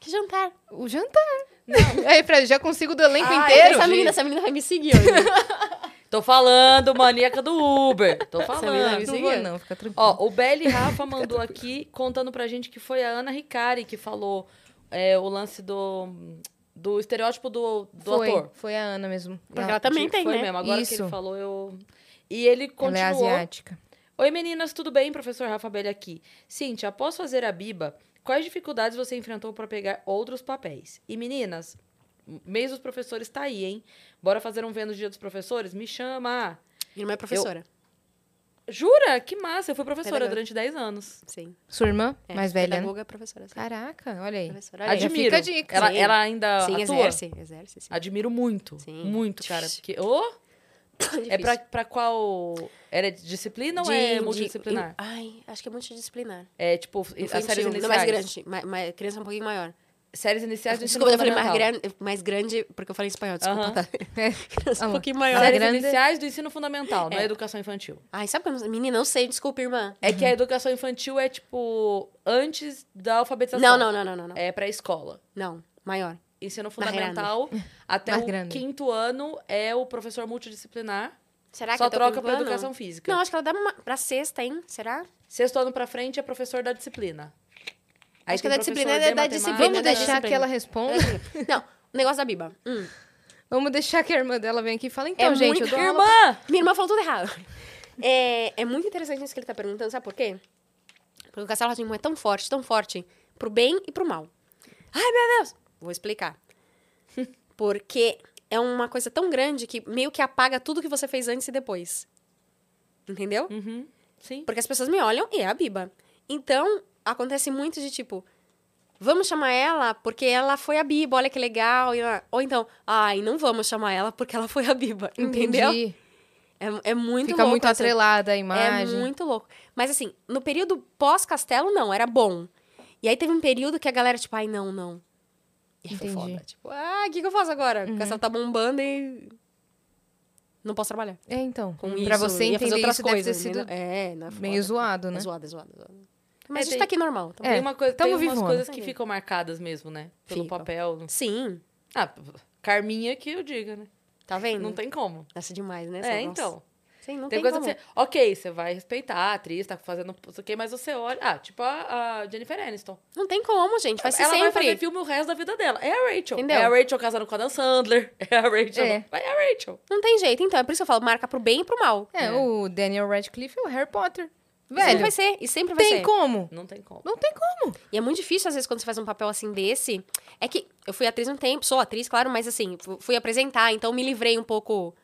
[SPEAKER 3] Que jantar.
[SPEAKER 2] O jantar. <laughs> Aí, pra, já consigo do elenco
[SPEAKER 1] Ai,
[SPEAKER 2] inteiro.
[SPEAKER 3] Ah, essa,
[SPEAKER 1] gente.
[SPEAKER 3] menina, essa menina vai me seguir <laughs> hoje.
[SPEAKER 1] Tô falando, maníaca do Uber. Tô
[SPEAKER 2] Essa
[SPEAKER 3] é
[SPEAKER 2] menina
[SPEAKER 1] falando.
[SPEAKER 2] me seguiu, não, fica tranquilo.
[SPEAKER 1] Ó, o Belly Rafa mandou aqui contando pra gente que foi a Ana Ricari que falou é, o lance do, do estereótipo do, do
[SPEAKER 2] foi,
[SPEAKER 1] ator.
[SPEAKER 2] foi a Ana mesmo.
[SPEAKER 3] Porque ela também
[SPEAKER 1] De-
[SPEAKER 3] tem,
[SPEAKER 1] foi
[SPEAKER 3] né?
[SPEAKER 1] mesmo, agora que
[SPEAKER 2] Isso.
[SPEAKER 1] ele falou, eu. E ele
[SPEAKER 2] ela é
[SPEAKER 1] continuou.
[SPEAKER 2] asiática.
[SPEAKER 1] Oi meninas, tudo bem? Professor Rafa Belli aqui. Cintia, após fazer a Biba, quais dificuldades você enfrentou pra pegar outros papéis? E meninas, o mês dos professores tá aí, hein? Bora fazer um Vênus Dia dos Professores? Me chama!
[SPEAKER 3] Minha irmã é professora.
[SPEAKER 1] Jura? Que massa! Eu fui professora
[SPEAKER 3] legal.
[SPEAKER 1] durante 10 anos.
[SPEAKER 3] Sim.
[SPEAKER 2] Sua irmã,
[SPEAKER 3] É,
[SPEAKER 2] mais velha, né?
[SPEAKER 3] Pedagoga é professora. Sim.
[SPEAKER 2] Caraca, olha aí.
[SPEAKER 3] professora. olha aí.
[SPEAKER 1] Admiro.
[SPEAKER 2] fica a dica.
[SPEAKER 1] Ela,
[SPEAKER 3] Sim.
[SPEAKER 1] ela ainda
[SPEAKER 3] Sim,
[SPEAKER 1] atua?
[SPEAKER 3] exerce. Exerce, sim.
[SPEAKER 1] Admiro muito.
[SPEAKER 3] Sim.
[SPEAKER 1] Muito, cara.
[SPEAKER 3] Difícil.
[SPEAKER 1] Porque, ô, é
[SPEAKER 3] Difícil.
[SPEAKER 1] pra, pra qual... Era de disciplina ou
[SPEAKER 3] De-
[SPEAKER 1] é
[SPEAKER 3] de-
[SPEAKER 1] multidisciplinar?
[SPEAKER 3] eu- ai, acho que é multidisciplinar.
[SPEAKER 1] É, tipo, as séries
[SPEAKER 3] Infantil,
[SPEAKER 1] iniciais.
[SPEAKER 3] não mais grande, mais, mais, criança um pouquinho maior.
[SPEAKER 1] Séries iniciais do ensino
[SPEAKER 3] Desculpa, eu falei mais
[SPEAKER 1] fundamental.
[SPEAKER 3] grande, mais grande porque eu falei espanhol, desculpa,
[SPEAKER 1] Aham.
[SPEAKER 3] <laughs> tá? Criança um
[SPEAKER 2] Amor.
[SPEAKER 3] pouquinho maior.
[SPEAKER 1] Séries
[SPEAKER 2] grande-
[SPEAKER 1] iniciais do ensino fundamental, não é educação infantil.
[SPEAKER 3] Ai, sabe que eu não, menina, não sei, desculpa, irmã.
[SPEAKER 1] É que a educação infantil é, tipo, antes da alfabetização.
[SPEAKER 3] Não, não, não, não, não, não.
[SPEAKER 1] É pré-escola.
[SPEAKER 3] Não, maior.
[SPEAKER 1] Ensino
[SPEAKER 3] grande. <laughs>
[SPEAKER 1] fundamental, até
[SPEAKER 2] Mais
[SPEAKER 1] o
[SPEAKER 2] grande.
[SPEAKER 1] quinto ano, é o professor multidisciplinar.
[SPEAKER 3] Será que
[SPEAKER 1] só
[SPEAKER 3] eu tô
[SPEAKER 1] troca
[SPEAKER 3] com
[SPEAKER 1] pra
[SPEAKER 3] plano?
[SPEAKER 1] educação física.
[SPEAKER 3] Não, acho que ela dá uma, pra sexta, hein? Será?
[SPEAKER 1] Sexto ano pra frente é professor da disciplina. Aí
[SPEAKER 3] Acho que
[SPEAKER 1] tem
[SPEAKER 3] é da disciplina,
[SPEAKER 1] professor
[SPEAKER 3] é da
[SPEAKER 1] de
[SPEAKER 3] disciplina,
[SPEAKER 1] matemática.
[SPEAKER 2] Vamos
[SPEAKER 3] né,
[SPEAKER 2] deixar
[SPEAKER 3] da
[SPEAKER 2] que
[SPEAKER 3] disciplina.
[SPEAKER 2] ela responda.
[SPEAKER 3] É não, o negócio da Biba. Hum.
[SPEAKER 2] Vamos deixar que a irmã dela venha aqui e fale, então,
[SPEAKER 3] É
[SPEAKER 2] gente,
[SPEAKER 3] muito-
[SPEAKER 2] eu dou aula
[SPEAKER 1] Irmã!
[SPEAKER 3] Minha irmã falou tudo errado. É, é muito interessante isso que ele tá perguntando, sabe por quê? Porque o castelo Rá-Tim-Bum é tão forte, tão forte, pro bem e pro mal. Ai, meu Deus! Vou <laughs> explicar. Porque é uma coisa tão grande que meio que apaga tudo que você fez antes e depois. Entendeu?
[SPEAKER 1] Uhum, sim.
[SPEAKER 3] Porque as pessoas me olham e é a Biba. Então, acontece muito de tipo, vamos chamar ela porque ela foi a Biba, olha que legal. e ela- Ou então, ai, não vamos chamar ela porque ela foi a Biba. Entendeu?
[SPEAKER 2] Entendi.
[SPEAKER 3] É, é muito
[SPEAKER 2] Fica
[SPEAKER 3] louco
[SPEAKER 2] muito
[SPEAKER 3] essa-
[SPEAKER 2] atrelada a
[SPEAKER 3] É
[SPEAKER 2] imagem.
[SPEAKER 3] muito louco. Mas assim, no período pós-castelo, não, era bom. E aí teve um período que a galera, tipo, ai, não, não. E aí foi
[SPEAKER 2] Entendi. Uhum.
[SPEAKER 3] foda. Tipo, ah, o que, que eu faço agora? O castelo tá bombando e. Não posso trabalhar.
[SPEAKER 2] É, então.
[SPEAKER 3] Com
[SPEAKER 2] pra
[SPEAKER 3] isso,
[SPEAKER 2] você
[SPEAKER 3] ia
[SPEAKER 2] entender
[SPEAKER 3] fazer outras
[SPEAKER 2] isso
[SPEAKER 3] coisas.
[SPEAKER 2] deve ter sido
[SPEAKER 3] entendeu? É, não é foda.
[SPEAKER 2] meio zoado, né?
[SPEAKER 3] É zoado, é zoado, é zoado. Mas a gente
[SPEAKER 1] tem-
[SPEAKER 3] tá aqui normal. tá bom?
[SPEAKER 2] É,
[SPEAKER 1] tem uma coisa,
[SPEAKER 2] tamo
[SPEAKER 1] tem umas
[SPEAKER 2] vivona.
[SPEAKER 1] coisas que
[SPEAKER 3] Entendi.
[SPEAKER 1] ficam marcadas mesmo, né? Pelo
[SPEAKER 3] Ficam.
[SPEAKER 1] papel.
[SPEAKER 3] Sim,
[SPEAKER 1] Ah, p- Carminha que eu diga, né?
[SPEAKER 3] tá vendo?
[SPEAKER 1] Não tem como.
[SPEAKER 3] Nossa, demais, né?
[SPEAKER 1] é,
[SPEAKER 3] Nossa.
[SPEAKER 1] então.
[SPEAKER 3] Sim, não
[SPEAKER 1] tem,
[SPEAKER 3] tem,
[SPEAKER 1] coisa
[SPEAKER 3] como.
[SPEAKER 1] que você. Ok, você vai respeitar a atriz, tá fazendo não sei o quê, mas você olha. Ah, tipo a, a Jennifer Aniston.
[SPEAKER 3] Não tem como, gente. Vai ser
[SPEAKER 1] ela vai
[SPEAKER 3] sempre.
[SPEAKER 1] fazer filme o resto da vida dela. É a Rachel.
[SPEAKER 3] Entendeu?
[SPEAKER 1] É a Rachel casando com a Dan Sandler. <laughs> É a Rachel.
[SPEAKER 2] É.
[SPEAKER 1] É, a Rachel.
[SPEAKER 3] Não tem jeito. Então, é por isso que eu falo, marca pro bem e pro mal.
[SPEAKER 2] É,
[SPEAKER 1] É.
[SPEAKER 2] o Daniel Radcliffe é o Harry Potter.
[SPEAKER 3] Sempre
[SPEAKER 2] Velho,
[SPEAKER 3] vai ser. E sempre vai
[SPEAKER 2] tem
[SPEAKER 3] ser.
[SPEAKER 2] como.
[SPEAKER 1] Não tem como.
[SPEAKER 2] Não tem como.
[SPEAKER 3] E é muito difícil, às vezes, quando você faz um papel assim desse. É que eu fui atriz um tempo, sou atriz, claro, mas assim, fu- fui apresentar, então me livrei um pouco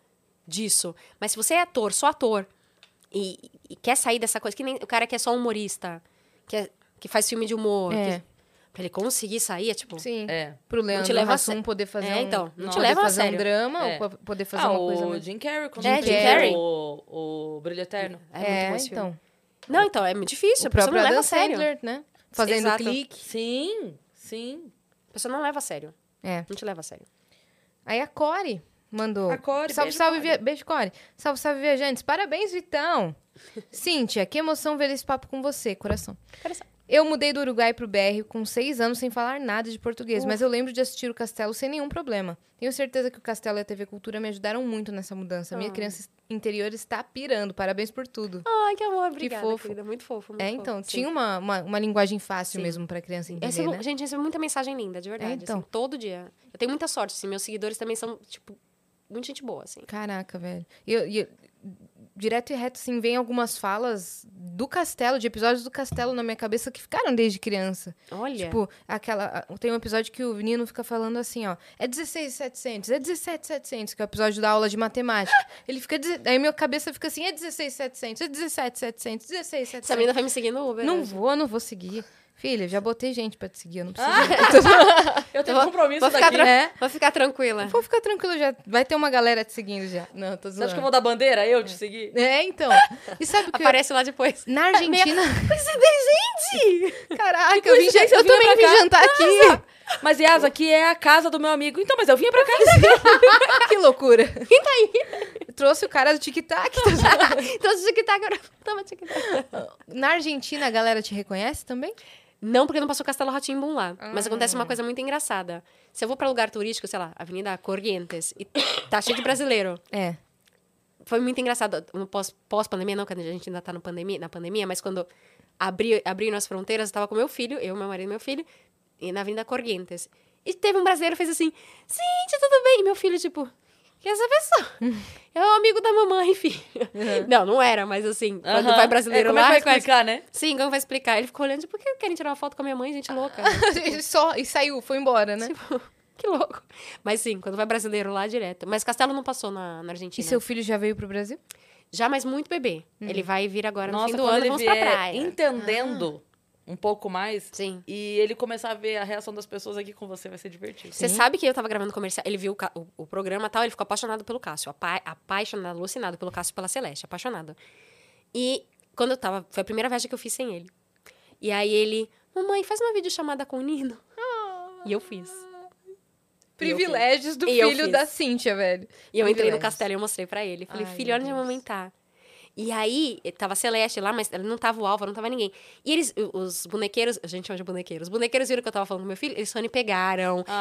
[SPEAKER 3] disso. Mas se você é ator, só ator, e, e quer sair dessa coisa, que nem o cara que é só humorista, que, é- que faz filme de humor,
[SPEAKER 2] É.
[SPEAKER 3] que- pra ele conseguir sair, é tipo.
[SPEAKER 2] Sim.
[SPEAKER 1] É.
[SPEAKER 2] Pro Leandro
[SPEAKER 3] leva a
[SPEAKER 2] Hassum
[SPEAKER 3] sé-
[SPEAKER 2] poder fazer
[SPEAKER 3] É,
[SPEAKER 2] um...
[SPEAKER 3] então, não te
[SPEAKER 2] poder
[SPEAKER 3] leva a
[SPEAKER 2] fazer um
[SPEAKER 3] sério.
[SPEAKER 2] drama
[SPEAKER 1] É.
[SPEAKER 2] ou po- poder fazer
[SPEAKER 1] Ah,
[SPEAKER 2] uma
[SPEAKER 1] o
[SPEAKER 2] coisa... mais-
[SPEAKER 1] Jim Carrey quando
[SPEAKER 3] É,
[SPEAKER 1] fez
[SPEAKER 3] Jim Carrey.
[SPEAKER 1] O, o Brilho Eterno.
[SPEAKER 3] É, muito
[SPEAKER 2] É,
[SPEAKER 3] bom esse filme.
[SPEAKER 2] então.
[SPEAKER 3] Não, então, é muito difícil,
[SPEAKER 2] O
[SPEAKER 3] a pessoa não
[SPEAKER 2] próprio
[SPEAKER 3] leva
[SPEAKER 2] Adam
[SPEAKER 3] a sério.
[SPEAKER 2] Sandler, né? Fazendo
[SPEAKER 3] Exato.
[SPEAKER 2] clique.
[SPEAKER 1] Sim, sim.
[SPEAKER 3] A pessoa não leva a sério.
[SPEAKER 2] É.
[SPEAKER 3] Não te leva a sério.
[SPEAKER 2] Aí a Core mandou.
[SPEAKER 1] A Core,
[SPEAKER 2] Salve,
[SPEAKER 1] beijo,
[SPEAKER 2] salve,
[SPEAKER 1] Core.
[SPEAKER 2] via- beijo, Core. Salve, salve, viajantes. Parabéns, Vitão. Cíntia, que emoção ver esse papo com você, coração.
[SPEAKER 3] Coração.
[SPEAKER 2] Eu mudei do Uruguai pro BR com seis anos sem falar nada de português, mas eu lembro de assistir o Castelo sem nenhum problema. Tenho certeza que o Castelo e a TV Cultura me ajudaram muito nessa mudança. Minha
[SPEAKER 3] Ah.
[SPEAKER 2] criança interior está pirando. Parabéns por tudo.
[SPEAKER 3] Ai, que amor, obrigada,
[SPEAKER 2] fofo.
[SPEAKER 3] querida. Muito fofo, muito
[SPEAKER 2] é,
[SPEAKER 3] fofo.
[SPEAKER 2] então,
[SPEAKER 3] Sim.
[SPEAKER 2] tinha uma, uma, uma linguagem fácil
[SPEAKER 3] Sim.
[SPEAKER 2] mesmo pra criança
[SPEAKER 3] Eu
[SPEAKER 2] entender,
[SPEAKER 3] recebo-
[SPEAKER 2] né?
[SPEAKER 3] Gente, eu recebo muita mensagem linda, de verdade.
[SPEAKER 2] É, então.
[SPEAKER 3] assim, todo dia. Eu tenho muita sorte, assim. Meus seguidores também são, tipo, muita gente boa, assim.
[SPEAKER 2] Caraca, velho. E Eu, e eu- direto e reto, assim, vem algumas falas do castelo, de episódios do castelo na minha cabeça que ficaram desde criança.
[SPEAKER 3] Olha.
[SPEAKER 2] Tipo, aquela. Tem um episódio que o menino fica falando assim, ó. É 16,700, é 17,700, que é o episódio da aula de matemática. Ele fica. deze- Aí minha cabeça fica assim, é 16,700, é 17,700,
[SPEAKER 3] essa
[SPEAKER 2] 16,700.
[SPEAKER 3] menina vai me seguir no Uber. né?
[SPEAKER 2] Não
[SPEAKER 3] hoje.
[SPEAKER 2] vou, não vou seguir. Filha, já botei gente pra te seguir, eu não preciso.
[SPEAKER 1] Ah, é. Eu tenho
[SPEAKER 3] Vou-
[SPEAKER 1] compromisso
[SPEAKER 3] vou ficar
[SPEAKER 1] daqui. né?
[SPEAKER 3] tra-
[SPEAKER 2] É.
[SPEAKER 3] Vou ficar tranquila.
[SPEAKER 2] Pô, fica tranquilo, já vai ter uma galera te seguindo já. Não, tô
[SPEAKER 1] Você acha que eu
[SPEAKER 2] zoando.
[SPEAKER 1] vou dar bandeira? Eu te seguir?
[SPEAKER 2] É, então. E sabe o que?
[SPEAKER 3] Aparece lá depois. <laughs>
[SPEAKER 2] Na <laughs> Argentina.
[SPEAKER 3] Gente!
[SPEAKER 2] Caraca, eu, vim jan-
[SPEAKER 1] coincidência,
[SPEAKER 2] eu
[SPEAKER 1] eu vinha
[SPEAKER 2] também
[SPEAKER 1] pra
[SPEAKER 2] vim
[SPEAKER 1] cá.
[SPEAKER 2] jantar aqui.
[SPEAKER 1] Mas Yas, aqui é a casa do meu amigo. Então, mas eu vinha pra cá.
[SPEAKER 2] que loucura. <laughs> Quem tá aí? Trouxe o cara do <laughs> tic-tac. tá zoando.
[SPEAKER 3] Trouxe o tic-tac agora. Toma tic-tac.
[SPEAKER 2] Na Argentina, a galera te reconhece também?
[SPEAKER 3] Não, porque não passou Castelo Ratimbum lá. Mas acontece
[SPEAKER 2] Ah.
[SPEAKER 3] uma coisa muito engraçada. Se eu vou pra lugar turístico, sei lá, Avenida Corrientes, e tá cheio de brasileiro.
[SPEAKER 2] É.
[SPEAKER 3] Foi muito engraçado. No pós- pós-pandemia, não, que a gente ainda tá no pandemia, na pandemia, mas quando abri, abriram as fronteiras, eu tava com meu filho, eu, meu marido e meu filho, e na Avenida Corrientes. E teve um brasileiro que fez assim: Gente, tudo bem? E meu filho, tipo, que é essa
[SPEAKER 1] <laughs>
[SPEAKER 3] pessoa? É o amigo da mamãe, <laughs> filho. Não, não era, mas assim, <laughs> quando
[SPEAKER 1] Aham.
[SPEAKER 3] vai brasileiro
[SPEAKER 1] É, como
[SPEAKER 3] lá.
[SPEAKER 1] é que vai
[SPEAKER 3] reconhece-
[SPEAKER 1] explicar, né?
[SPEAKER 3] Sim, como vai explicar? Ele ficou olhando, tipo, por que querem tirar uma foto com a minha mãe, gente louca?
[SPEAKER 1] <laughs>
[SPEAKER 2] <laughs> E Só, e saiu, foi embora, né?
[SPEAKER 3] tipo, que louco. Mas sim, quando vai brasileiro lá, direto. Mas Castelo não passou na, na
[SPEAKER 2] E
[SPEAKER 3] Argentina.
[SPEAKER 2] seu filho já veio pro Brasil?
[SPEAKER 3] Já, mas muito bebê. Ele vai vir agora no
[SPEAKER 1] Uhum. Nossa,
[SPEAKER 3] fim do
[SPEAKER 1] quando
[SPEAKER 3] ano,
[SPEAKER 1] ele
[SPEAKER 3] vamos
[SPEAKER 1] vier
[SPEAKER 3] pra praia. Ah.
[SPEAKER 1] entendendo um pouco mais
[SPEAKER 3] Sim.
[SPEAKER 1] e ele começar a ver a reação das pessoas aqui com você, vai ser divertido.
[SPEAKER 3] Você sabe que eu tava gravando comercial, ele viu o, ca- o- o programa e tal, ele ficou apaixonado pelo Cássio. apa- apaixonado, alucinado pelo Cássio e pela Celeste, apaixonado. E quando eu tava, foi a primeira viagem que eu fiz sem ele. E aí ele, mamãe, faz uma videochamada com o Nino.
[SPEAKER 1] Ah.
[SPEAKER 3] E eu fiz.
[SPEAKER 2] Privilégios do
[SPEAKER 3] E eu
[SPEAKER 2] filho
[SPEAKER 3] fiz.
[SPEAKER 2] da Cíntia, velho.
[SPEAKER 3] E eu entrei no
[SPEAKER 2] Privilégios.
[SPEAKER 3] castelo e eu mostrei pra ele. Falei,
[SPEAKER 2] Ai,
[SPEAKER 3] filho,
[SPEAKER 2] meu
[SPEAKER 3] olha onde a
[SPEAKER 2] Deus.
[SPEAKER 3] mamãe tá. E aí, eh, tava a Celeste lá, mas não tava o Álvaro, não tava ninguém. E eles, os bonequeiros, a gente chama de bonequeiros, os bonequeiros viram que eu tava falando com meu filho, eles foram e pegaram. E fa-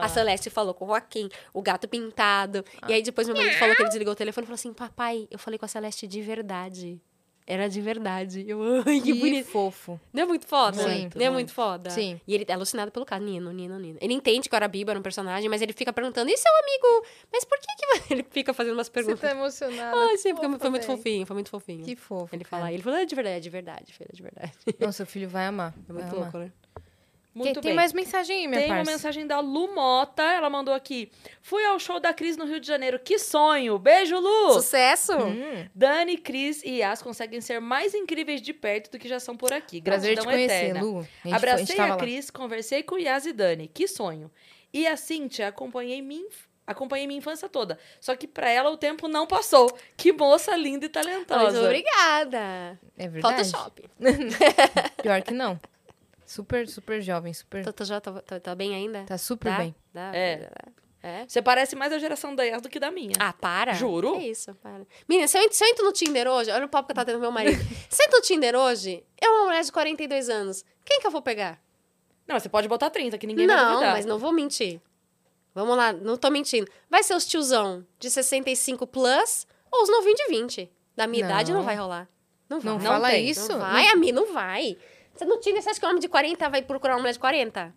[SPEAKER 1] Ah.
[SPEAKER 3] a Celeste falou com o Joaquim, o gato pintado. E aí depois meu marido falou que ele desligou o telefone e falou assim: Papai, eu falei com a Celeste de verdade. Era de verdade. Eu, ai, que bonito.
[SPEAKER 2] fofo.
[SPEAKER 3] Não é muito foda?
[SPEAKER 2] Sim.
[SPEAKER 3] Não é muito foda?
[SPEAKER 2] Sim.
[SPEAKER 3] E ele é alucinado pelo cara. Nino, Nino, Nino. Ele entende que o Arabiba era um personagem, mas ele fica perguntando, e seu amigo? Mas por que que... <laughs> Ele fica fazendo umas
[SPEAKER 2] Você
[SPEAKER 3] perguntas.
[SPEAKER 2] tá emocionada.
[SPEAKER 3] Ai, sim, porque
[SPEAKER 2] Fofa,
[SPEAKER 3] foi muito
[SPEAKER 2] velho.
[SPEAKER 3] fofinho, foi muito fofinho.
[SPEAKER 2] Que fofo.
[SPEAKER 3] Ele fala, ele falou, é de verdade, é de verdade, filho, é de verdade.
[SPEAKER 2] Não, seu filho vai amar.
[SPEAKER 3] É
[SPEAKER 2] vai
[SPEAKER 3] muito
[SPEAKER 2] amar.
[SPEAKER 3] louco, né?
[SPEAKER 1] Muito
[SPEAKER 2] Tem-
[SPEAKER 1] bem.
[SPEAKER 2] Tem mais mensagem aí, minha
[SPEAKER 1] Tem uma
[SPEAKER 2] parça.
[SPEAKER 1] mensagem da Lu Mota, ela mandou aqui. Fui ao show da Cris no Rio de Janeiro, que sonho! Beijo, Lu!
[SPEAKER 3] Sucesso!
[SPEAKER 2] Hum,
[SPEAKER 1] Dani, Cris e Yas conseguem ser mais incríveis de perto do que já são por aqui.
[SPEAKER 2] prazer
[SPEAKER 3] então é
[SPEAKER 1] Gratidão
[SPEAKER 2] te conhecer,
[SPEAKER 1] eterna.
[SPEAKER 2] Lu. A gente foi- a gente
[SPEAKER 1] Abracei
[SPEAKER 2] tava
[SPEAKER 1] a
[SPEAKER 2] lá.
[SPEAKER 1] Cris, conversei com Yas e Dani. Que sonho. E a Cíntia, acompanhei minha, inf- acompanhei minha infância toda. Só que pra ela o tempo não passou. Que moça linda e
[SPEAKER 3] Muito
[SPEAKER 1] talentosa.
[SPEAKER 3] obrigada!
[SPEAKER 2] É verdade.
[SPEAKER 3] Photoshop.
[SPEAKER 2] Pior que não. Super, super jovem, super.
[SPEAKER 3] Tô, tô, já- tô, tô, tô bem ainda?
[SPEAKER 2] Hum. Tá super
[SPEAKER 3] Dá?
[SPEAKER 2] bem.
[SPEAKER 3] Dá?
[SPEAKER 1] É.
[SPEAKER 3] É?
[SPEAKER 1] Você parece mais a geração da Yas do que da minha.
[SPEAKER 3] Ah, para.
[SPEAKER 1] Juro.
[SPEAKER 3] É isso, para. Menina, se eu, entro- se eu entro no Tinder hoje, olha o papo que eu tava tendo com meu <laughs> marido. se eu entro no Tinder hoje, eu uma mulher de 42 anos. Quem que eu vou pegar?
[SPEAKER 1] Não, você pode botar 30, que ninguém vai
[SPEAKER 3] não,
[SPEAKER 1] duvidar.
[SPEAKER 3] mas não vou mentir. Vamos lá, não tô mentindo. Vai ser os tiozão de 65 plus ou os novinhos de 20. Da minha
[SPEAKER 2] Não.
[SPEAKER 3] idade não vai rolar. Não vai.
[SPEAKER 2] Não,
[SPEAKER 1] Não
[SPEAKER 2] fala
[SPEAKER 1] tem, não
[SPEAKER 2] isso. né?
[SPEAKER 3] Não vai, Ami, não vai. Você no Tinder, você acha que um homem de 40 vai procurar uma mulher de 40?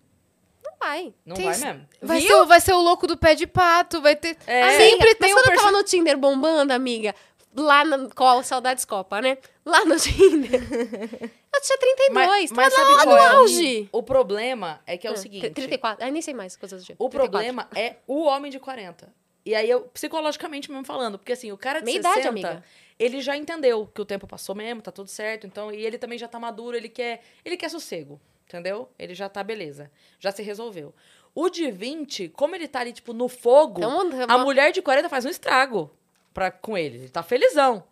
[SPEAKER 3] Não vai.
[SPEAKER 1] Não
[SPEAKER 2] Tem
[SPEAKER 1] vai
[SPEAKER 2] isso-
[SPEAKER 1] mesmo.
[SPEAKER 2] Vai
[SPEAKER 3] Viu?
[SPEAKER 2] ser, o- vai ser o louco do pé de pato, vai ter.
[SPEAKER 1] É.
[SPEAKER 2] Sempre
[SPEAKER 3] mas
[SPEAKER 2] tem um
[SPEAKER 3] quando eu
[SPEAKER 2] personagem.
[SPEAKER 3] tava no Tinder bombando, amiga, lá na qual Saudades Copa, né? Lá no <laughs> Tinder. eu tinha 32,
[SPEAKER 1] Mas, mas
[SPEAKER 3] tava
[SPEAKER 1] sabe
[SPEAKER 3] lá
[SPEAKER 1] qual
[SPEAKER 3] tá no
[SPEAKER 1] é o-
[SPEAKER 3] auge.
[SPEAKER 1] O problema é que é o
[SPEAKER 3] Ah,
[SPEAKER 1] seguinte.
[SPEAKER 3] 34, ai, nem sei mais quantas eu tinha.
[SPEAKER 1] O
[SPEAKER 3] 34.
[SPEAKER 1] problema é o homem de 40. E aí eu, psicologicamente mesmo falando, porque assim, o cara de
[SPEAKER 3] Meia idade,
[SPEAKER 1] 60,
[SPEAKER 3] amiga.
[SPEAKER 1] ele já entendeu que o tempo passou mesmo, tá tudo certo, então, e ele também já tá maduro, ele quer, ele quer sossego, entendeu? Ele já tá beleza, já se resolveu. O de 20, como ele tá ali tipo no fogo,
[SPEAKER 3] Então,
[SPEAKER 1] a
[SPEAKER 3] uma-
[SPEAKER 1] mulher de 40 faz um estrago pra, com ele, ele tá felizão.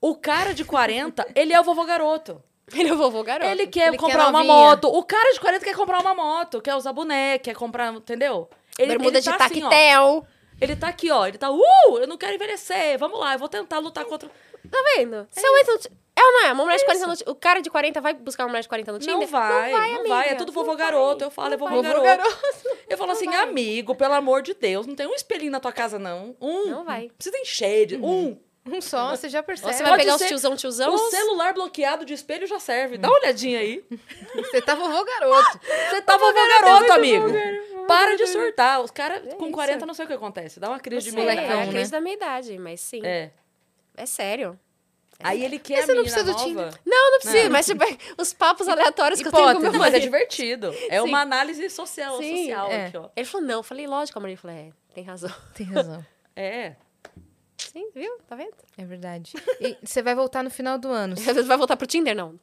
[SPEAKER 1] O cara de 40, ele é o vovô garoto.
[SPEAKER 3] <laughs> Ele é o vovô garoto.
[SPEAKER 1] Ele quer comprar uma
[SPEAKER 2] novinha.
[SPEAKER 1] moto. O cara de 40 quer comprar uma moto, quer usar boné, quer comprar, entendeu? Ele,
[SPEAKER 3] Bermuda
[SPEAKER 1] ele tá
[SPEAKER 3] de
[SPEAKER 1] assim, ó.
[SPEAKER 3] tactel.
[SPEAKER 1] Ele tá aqui, ó. Ele tá, uh, eu não quero envelhecer. Vamos lá, eu vou tentar lutar contra.
[SPEAKER 3] Tá vendo? Se eu entro no... Ti- É ou não é? Uma mulher de 40 no... Ti- O cara de 40 vai buscar uma mulher de 40 no Tinder?
[SPEAKER 1] Não vai, não vai,
[SPEAKER 3] amiga,
[SPEAKER 1] É tudo vovô
[SPEAKER 3] não vai,
[SPEAKER 1] garoto. Eu falo, é
[SPEAKER 3] não
[SPEAKER 1] vovô,
[SPEAKER 3] vai.
[SPEAKER 1] garoto. Eu falo assim, amigo, pelo amor de Deus, não tem um espelhinho na tua casa, não. Um.
[SPEAKER 3] Não vai.
[SPEAKER 1] Precisa encher de. Um.
[SPEAKER 2] Um só, você já percebe.
[SPEAKER 3] Você
[SPEAKER 1] Você
[SPEAKER 3] vai
[SPEAKER 1] pode
[SPEAKER 3] pegar os
[SPEAKER 1] ser
[SPEAKER 3] tiozão, tiozão?
[SPEAKER 1] o celular bloqueado de espelho já serve. Dá uma olhadinha aí.
[SPEAKER 2] Você tá vovô garoto.
[SPEAKER 1] Você tá vovô garoto, amigo. Para de surtar. Os caras com 40 não sei o que acontece. Dá uma crise de
[SPEAKER 3] Sim, é
[SPEAKER 1] molecão,
[SPEAKER 3] a
[SPEAKER 2] né?
[SPEAKER 1] né?
[SPEAKER 3] crise da minha idade, mas sim. É,
[SPEAKER 1] É.
[SPEAKER 3] sério.
[SPEAKER 1] Aí ele quer
[SPEAKER 2] Mas
[SPEAKER 1] a
[SPEAKER 2] você não
[SPEAKER 1] menina
[SPEAKER 2] precisa do
[SPEAKER 1] nova.
[SPEAKER 2] Tinder.
[SPEAKER 3] Não, não precisa, mas tipo, os papos aleatórios que eu tenho com
[SPEAKER 1] Hipótese,
[SPEAKER 3] meu
[SPEAKER 1] mas é
[SPEAKER 3] marido.
[SPEAKER 1] divertido. É
[SPEAKER 3] Sim.
[SPEAKER 1] uma análise social,
[SPEAKER 2] Sim,
[SPEAKER 1] social
[SPEAKER 2] é.
[SPEAKER 1] aqui, ó.
[SPEAKER 3] Ele falou, não, eu falei, lógico, a Maria falou, é, tem razão. <laughs>
[SPEAKER 2] Tem razão.
[SPEAKER 1] É.
[SPEAKER 3] Sim, viu? Tá vendo?
[SPEAKER 2] É verdade. E você vai voltar no final do ano.
[SPEAKER 3] Você vai voltar pro Tinder, não?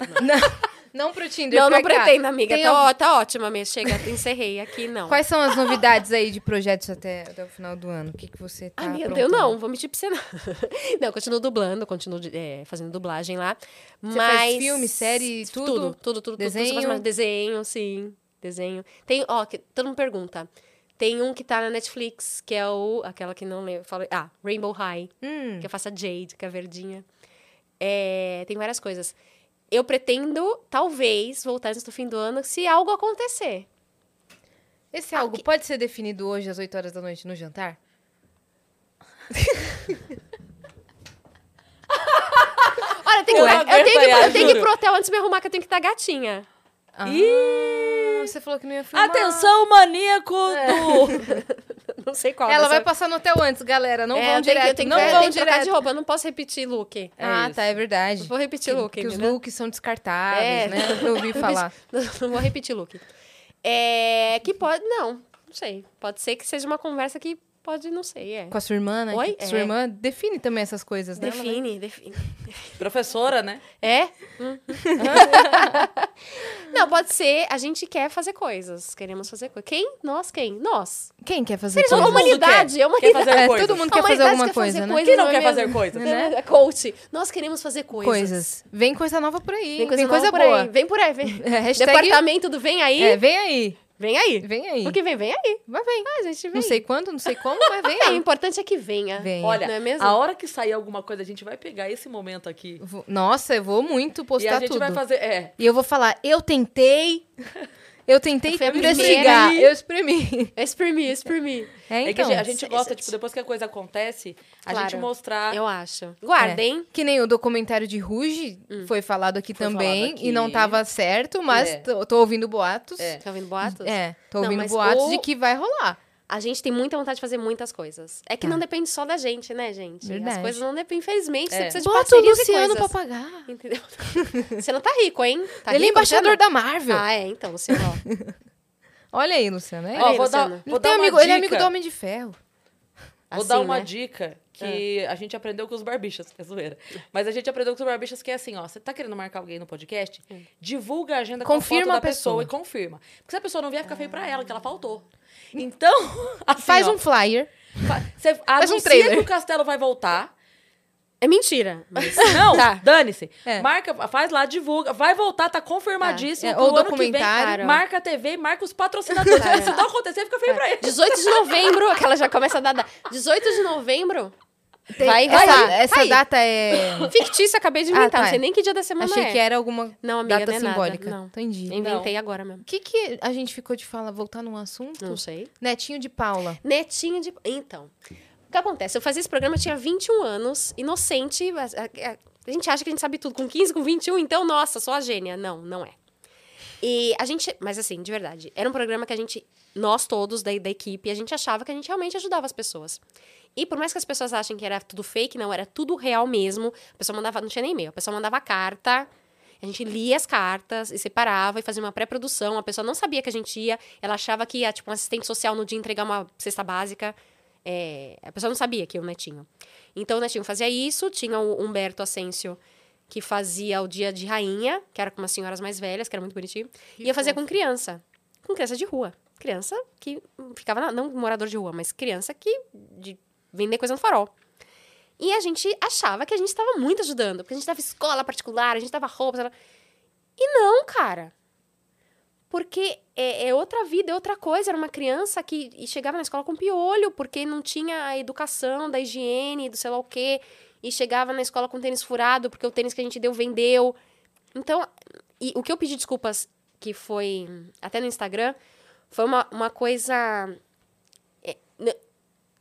[SPEAKER 2] Não pro Tinder.
[SPEAKER 3] Não, não,
[SPEAKER 2] pra cá.
[SPEAKER 3] pretendo, amiga.
[SPEAKER 2] Tem
[SPEAKER 3] Tá,
[SPEAKER 2] algum-
[SPEAKER 3] ó- tá ótima mesmo. Chega, encerrei aqui, não.
[SPEAKER 2] Quais são as novidades aí de projetos até, até o final do ano? O que, que você tá
[SPEAKER 3] Ai, Ah, meu
[SPEAKER 2] aprontando?
[SPEAKER 3] Deus, não, vou mentir pra você não. <laughs> Não, eu continuo dublando, continuo eh, fazendo dublagem lá. mas...
[SPEAKER 2] faz filme, série, tudo?
[SPEAKER 3] Tudo, tudo, tudo. Tudo, tudo,
[SPEAKER 2] Desenho?
[SPEAKER 3] tudo mas desenho, sim. Desenho. Tem, ó, que, todo mundo pergunta. Tem um que tá na Netflix, que é o... Aquela que não lembro. Falei, ah, Rainbow High.
[SPEAKER 2] Hum,
[SPEAKER 3] Que eu faço a Jade, que é a verdinha. É, tem várias coisas. Eu pretendo, talvez, voltar antes do fim do ano, se algo acontecer.
[SPEAKER 2] esse é algo pode ser definido hoje às 8 horas da noite no jantar?
[SPEAKER 3] Olha, eu tenho,
[SPEAKER 1] Eu
[SPEAKER 3] que- eu
[SPEAKER 1] aguento
[SPEAKER 3] tenho que,
[SPEAKER 1] aí,
[SPEAKER 3] eu tenho que ir
[SPEAKER 1] juro.
[SPEAKER 3] pro hotel antes de me arrumar, que eu tenho que estar gatinha. <laughs>
[SPEAKER 2] Ah, você falou que não ia filmar.
[SPEAKER 1] Atenção, maníaco
[SPEAKER 2] É. <laughs>
[SPEAKER 1] do...
[SPEAKER 3] Não sei qual.
[SPEAKER 2] Ela
[SPEAKER 3] mas
[SPEAKER 2] vai
[SPEAKER 3] eu-
[SPEAKER 2] passar no hotel antes, galera. Não
[SPEAKER 3] É,
[SPEAKER 2] vão
[SPEAKER 3] eu tenho que-
[SPEAKER 2] direto.
[SPEAKER 3] eu tenho que-
[SPEAKER 2] não
[SPEAKER 3] eu
[SPEAKER 2] vão
[SPEAKER 3] tenho que trocar
[SPEAKER 2] direto.
[SPEAKER 3] de roupa, eu não posso repetir look.
[SPEAKER 1] É
[SPEAKER 2] ah,
[SPEAKER 1] isso.
[SPEAKER 2] tá, é verdade.
[SPEAKER 3] Não vou repetir
[SPEAKER 2] que,
[SPEAKER 3] look,
[SPEAKER 2] que os
[SPEAKER 3] menina.
[SPEAKER 2] looks são descartáveis,
[SPEAKER 3] né? É.
[SPEAKER 2] né? Eu
[SPEAKER 3] <laughs>
[SPEAKER 2] ouvi falar.
[SPEAKER 3] Não, não vou repetir look. É, que pode... Não, não sei. Pode ser que seja uma conversa que pode, não sei, é.
[SPEAKER 2] Com a sua irmã, né?
[SPEAKER 3] Oi?
[SPEAKER 2] Que Sua
[SPEAKER 3] É.
[SPEAKER 2] irmã define também essas coisas, né? Ela vai-
[SPEAKER 3] Define, define.
[SPEAKER 1] Professora, né?
[SPEAKER 3] <laughs> É? não, pode ser. A gente quer fazer coisas. Queremos fazer coisas. Quem? Nós quem? Nós.
[SPEAKER 2] Quem quer fazer
[SPEAKER 3] Eles
[SPEAKER 2] coisas?
[SPEAKER 3] são a humanidade. É
[SPEAKER 1] Quer
[SPEAKER 3] a humanidade.
[SPEAKER 1] fazer
[SPEAKER 2] É,
[SPEAKER 1] coisas.
[SPEAKER 2] todo mundo
[SPEAKER 3] A
[SPEAKER 2] quer fazer
[SPEAKER 3] humanidade
[SPEAKER 2] alguma
[SPEAKER 3] quer
[SPEAKER 2] coisa,
[SPEAKER 3] fazer
[SPEAKER 2] né?
[SPEAKER 3] coisas,
[SPEAKER 1] Quem não
[SPEAKER 3] é
[SPEAKER 1] quer fazer
[SPEAKER 3] mesmo?
[SPEAKER 1] coisas?
[SPEAKER 3] Né? A Coach. Nós queremos fazer coisas.
[SPEAKER 2] Coisas. Vem coisa nova por aí. hein?
[SPEAKER 3] Vem coisa, nova por
[SPEAKER 2] boa.
[SPEAKER 3] aí. Vem por aí. Vem.
[SPEAKER 2] <laughs> É, hashtag...
[SPEAKER 3] Departamento do Vem Aí.
[SPEAKER 2] É, vem aí.
[SPEAKER 3] Vem aí.
[SPEAKER 2] Vem aí.
[SPEAKER 3] O que vem, vem aí.
[SPEAKER 2] Mas vem.
[SPEAKER 3] Ah, gente, vem.
[SPEAKER 2] Não sei quando, não sei como, mas vem
[SPEAKER 3] É, o
[SPEAKER 2] aí.
[SPEAKER 3] importante é que venha.
[SPEAKER 2] Venha.
[SPEAKER 1] Olha,
[SPEAKER 3] Não é mesmo?
[SPEAKER 1] a hora que sair alguma coisa, a gente vai pegar esse momento aqui.
[SPEAKER 2] Vou- Nossa, eu vou muito
[SPEAKER 1] e a
[SPEAKER 2] postar
[SPEAKER 1] gente
[SPEAKER 2] tudo.
[SPEAKER 1] vai fazer... É.
[SPEAKER 2] E eu vou falar, eu tentei... Eu tentei
[SPEAKER 3] Eu fui a
[SPEAKER 2] investigar,
[SPEAKER 1] primeira.
[SPEAKER 2] eu exprimi.
[SPEAKER 3] Exprimi, exprimi.
[SPEAKER 2] É,
[SPEAKER 1] é que a
[SPEAKER 2] então,
[SPEAKER 1] gente- a gente gosta,
[SPEAKER 3] interessante.
[SPEAKER 1] tipo, depois que a coisa acontece, a
[SPEAKER 3] Claro.
[SPEAKER 1] gente
[SPEAKER 2] É.
[SPEAKER 1] mostrar...
[SPEAKER 3] Eu acho. Guardem.
[SPEAKER 2] que nem o documentário de Ruge
[SPEAKER 3] Hum.
[SPEAKER 2] foi falado aqui
[SPEAKER 1] Foi
[SPEAKER 2] também
[SPEAKER 1] falado aqui.
[SPEAKER 2] e não tava certo, mas
[SPEAKER 1] É.
[SPEAKER 2] tô, tô ouvindo boatos.
[SPEAKER 1] É.
[SPEAKER 3] Tá ouvindo boatos?
[SPEAKER 2] É, tô
[SPEAKER 3] Não,
[SPEAKER 2] ouvindo
[SPEAKER 3] mas
[SPEAKER 2] boatos
[SPEAKER 3] o-
[SPEAKER 2] de que vai rolar.
[SPEAKER 3] A gente tem muita vontade de fazer muitas coisas. É que
[SPEAKER 2] Tá.
[SPEAKER 3] não depende só da gente, né, gente?
[SPEAKER 2] Verdade.
[SPEAKER 3] As coisas não dependem. Infelizmente, você
[SPEAKER 1] É.
[SPEAKER 3] precisa de
[SPEAKER 2] Bota o
[SPEAKER 3] parcerias
[SPEAKER 2] Luciano
[SPEAKER 3] e
[SPEAKER 2] pra
[SPEAKER 3] coisas.
[SPEAKER 2] pagar.
[SPEAKER 3] Entendeu? <laughs> Você não tá rico, hein? Tá
[SPEAKER 2] Ele é
[SPEAKER 3] rico,
[SPEAKER 2] embaixador
[SPEAKER 3] Luciano?
[SPEAKER 2] da Marvel.
[SPEAKER 3] Ah, é, então, Luciano. ó.
[SPEAKER 2] Olha aí, Luciano. É.
[SPEAKER 3] Olha
[SPEAKER 1] Ó,
[SPEAKER 3] aí,
[SPEAKER 1] vou dar,
[SPEAKER 3] Luciana.
[SPEAKER 1] vou
[SPEAKER 2] Ele
[SPEAKER 1] dar
[SPEAKER 2] tem
[SPEAKER 1] uma
[SPEAKER 2] amigo,
[SPEAKER 1] dica.
[SPEAKER 2] ele é amigo do Homem de Ferro.
[SPEAKER 1] Vou
[SPEAKER 3] Assim,
[SPEAKER 1] dar uma
[SPEAKER 3] né?
[SPEAKER 1] dica que
[SPEAKER 2] Ah.
[SPEAKER 1] a gente aprendeu com os barbichas, <laughs> que é zoeira. Mas a gente aprendeu com os barbichas que é assim, ó, você tá querendo marcar alguém no podcast? Divulga a agenda
[SPEAKER 2] Confirma
[SPEAKER 1] com a foto
[SPEAKER 2] a
[SPEAKER 1] da pessoa.
[SPEAKER 2] pessoa.
[SPEAKER 1] e confirma. Porque se a pessoa não vier, fica feio pra ela, que ela faltou. Então, <laughs> assim,
[SPEAKER 2] Faz
[SPEAKER 1] ó,
[SPEAKER 2] um flyer.
[SPEAKER 1] fa-
[SPEAKER 2] <laughs>
[SPEAKER 1] Você
[SPEAKER 2] um
[SPEAKER 1] anuncia
[SPEAKER 2] trailer.
[SPEAKER 1] que o Castelo vai voltar.
[SPEAKER 3] É mentira. Mas...
[SPEAKER 1] Não,
[SPEAKER 2] Tá.
[SPEAKER 1] dane-se.
[SPEAKER 2] É.
[SPEAKER 1] Marca, faz lá, divulga. Vai voltar, tá confirmadíssimo.
[SPEAKER 2] É,
[SPEAKER 1] pro
[SPEAKER 2] ou
[SPEAKER 1] ano que vem,
[SPEAKER 2] documentário. Tá.
[SPEAKER 1] marca a TV, marca os patrocinadores. <laughs>
[SPEAKER 3] Cara.
[SPEAKER 1] Se não acontecer, fica feio pra eles.
[SPEAKER 3] 18 de novembro, <laughs> que ela já começa a dar. da- 18 de novembro? Vai, vai.
[SPEAKER 2] essa
[SPEAKER 3] aí,
[SPEAKER 2] essa
[SPEAKER 3] vai aí.
[SPEAKER 2] data é.
[SPEAKER 3] Fictícia, acabei de
[SPEAKER 2] Ah,
[SPEAKER 3] inventar.
[SPEAKER 2] tá.
[SPEAKER 3] Não sei nem que dia da semana
[SPEAKER 2] Achei
[SPEAKER 3] é.
[SPEAKER 2] que era alguma
[SPEAKER 3] Não, amiga,
[SPEAKER 2] data
[SPEAKER 3] não é nada,
[SPEAKER 2] simbólica. Então.
[SPEAKER 3] não.
[SPEAKER 2] Entendi.
[SPEAKER 3] Inventei agora mesmo.
[SPEAKER 2] O que, que a gente ficou de falar? Voltar num assunto?
[SPEAKER 3] Não sei.
[SPEAKER 2] Netinho de Paula.
[SPEAKER 3] Tipo, Netinho de. Então. O que acontece? Eu fazia esse programa, eu tinha 21 anos, inocente. mas, A, a- a gente acha que a gente sabe tudo. Com 15, com 21, então, nossa, sou a gênia. Não, não é. E a gente. Mas assim, de verdade, era um programa que a gente. Nós todos, da, da equipe, a gente achava que a gente realmente ajudava as pessoas. E por mais que as pessoas achem que era tudo fake, não, era tudo real mesmo. A pessoa mandava. Não tinha nem e-mail, a pessoa mandava carta. A gente lia as cartas e separava e fazia uma pré-produção. A pessoa não sabia que a gente ia. Ela achava que ia, tipo, um assistente social no dia entregar uma cesta básica. É, a pessoa não sabia que ia o Netinho. Então, o Netinho fazia isso. Tinha o Humberto Asensio, que fazia o Dia de Rainha, que era com umas senhoras mais velhas, que era muito bonitinho. e ia fazer com criança. Com criança de rua. Criança que ficava... na- não morador de rua, mas criança que... De vender coisa no farol. E a gente achava que a gente estava muito ajudando. Porque a gente dava escola particular, a gente dava roupa, sei lá. E não, cara. Porque é, é outra vida, é outra coisa. Era uma criança que e chegava na escola com piolho, porque não tinha a educação da higiene, do sei lá o quê. E chegava na escola com tênis furado, porque o tênis que a gente deu vendeu. Então, e o que eu pedi desculpas, que foi até no Instagram, foi uma, uma coisa. é, n-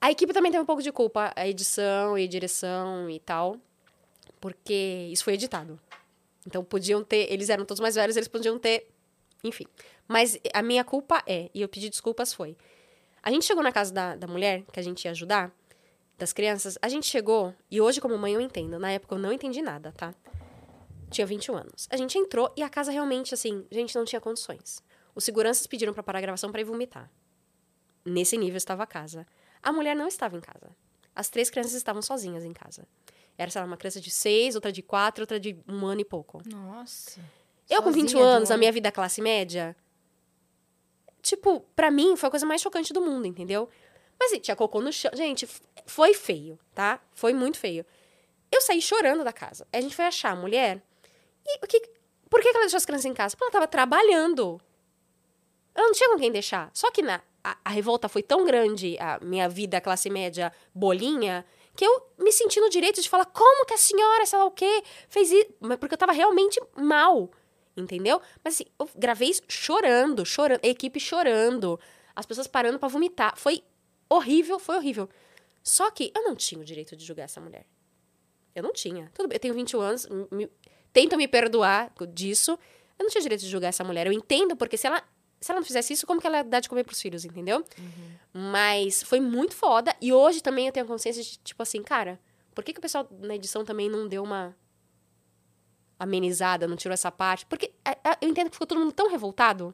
[SPEAKER 3] a equipe também tem um pouco de culpa, a edição e direção e tal, porque isso foi editado. Então podiam ter, eles eram todos mais velhos, eles podiam ter, enfim. Mas a minha culpa é, e eu pedi desculpas foi. A gente chegou na casa da, da mulher que a gente ia ajudar, das crianças, a gente chegou, e hoje, como mãe, eu entendo. Na época eu não entendi nada, tá? Tinha 21 anos. A gente entrou e a casa realmente, assim, gente, não tinha condições. Os seguranças pediram pra parar a gravação pra ir vomitar. Nesse nível estava a casa. A mulher não estava em casa. As três crianças estavam sozinhas em casa. Era, sei lá, uma criança de seis, outra de quatro, outra de um ano e pouco.
[SPEAKER 2] Nossa.
[SPEAKER 3] Eu, com
[SPEAKER 2] Sozinha
[SPEAKER 3] 21
[SPEAKER 2] de um
[SPEAKER 3] anos, a
[SPEAKER 2] ano.
[SPEAKER 3] minha vida é classe média, tipo, pra mim foi a coisa mais chocante do mundo, entendeu? Mas assim, tinha cocô no chão. Gente, f- foi feio, tá? Foi muito feio. Eu saí chorando da casa. Aí A gente foi achar a mulher. E o que, por que que ela deixou as crianças em casa? Porque ela tava trabalhando. Ela não tinha com quem deixar. Só que na, a, a revolta foi tão grande, a minha vida classe média bolinha, que eu me senti no direito de falar como que a senhora, sei lá o quê, fez isso. Mas Porque eu tava realmente mal, entendeu? Mas assim, eu gravei isso chorando, chorando, a equipe chorando, as pessoas parando pra vomitar. Foi horrível, foi horrível. Só que eu não tinha o direito de julgar essa mulher. Eu não tinha. Tudo bem, eu tenho 21 anos, m- me, tentam me perdoar disso. Eu não tinha direito de julgar essa mulher. Eu entendo, porque se ela, se ela não fizesse isso, como que ela ia dar de comer pros filhos, entendeu? Mas foi muito foda. E hoje também eu tenho a consciência de, tipo assim, cara, por que, que o pessoal na edição também não deu uma amenizada, não tirou essa parte? Porque é, é, eu entendo que ficou todo mundo tão revoltado.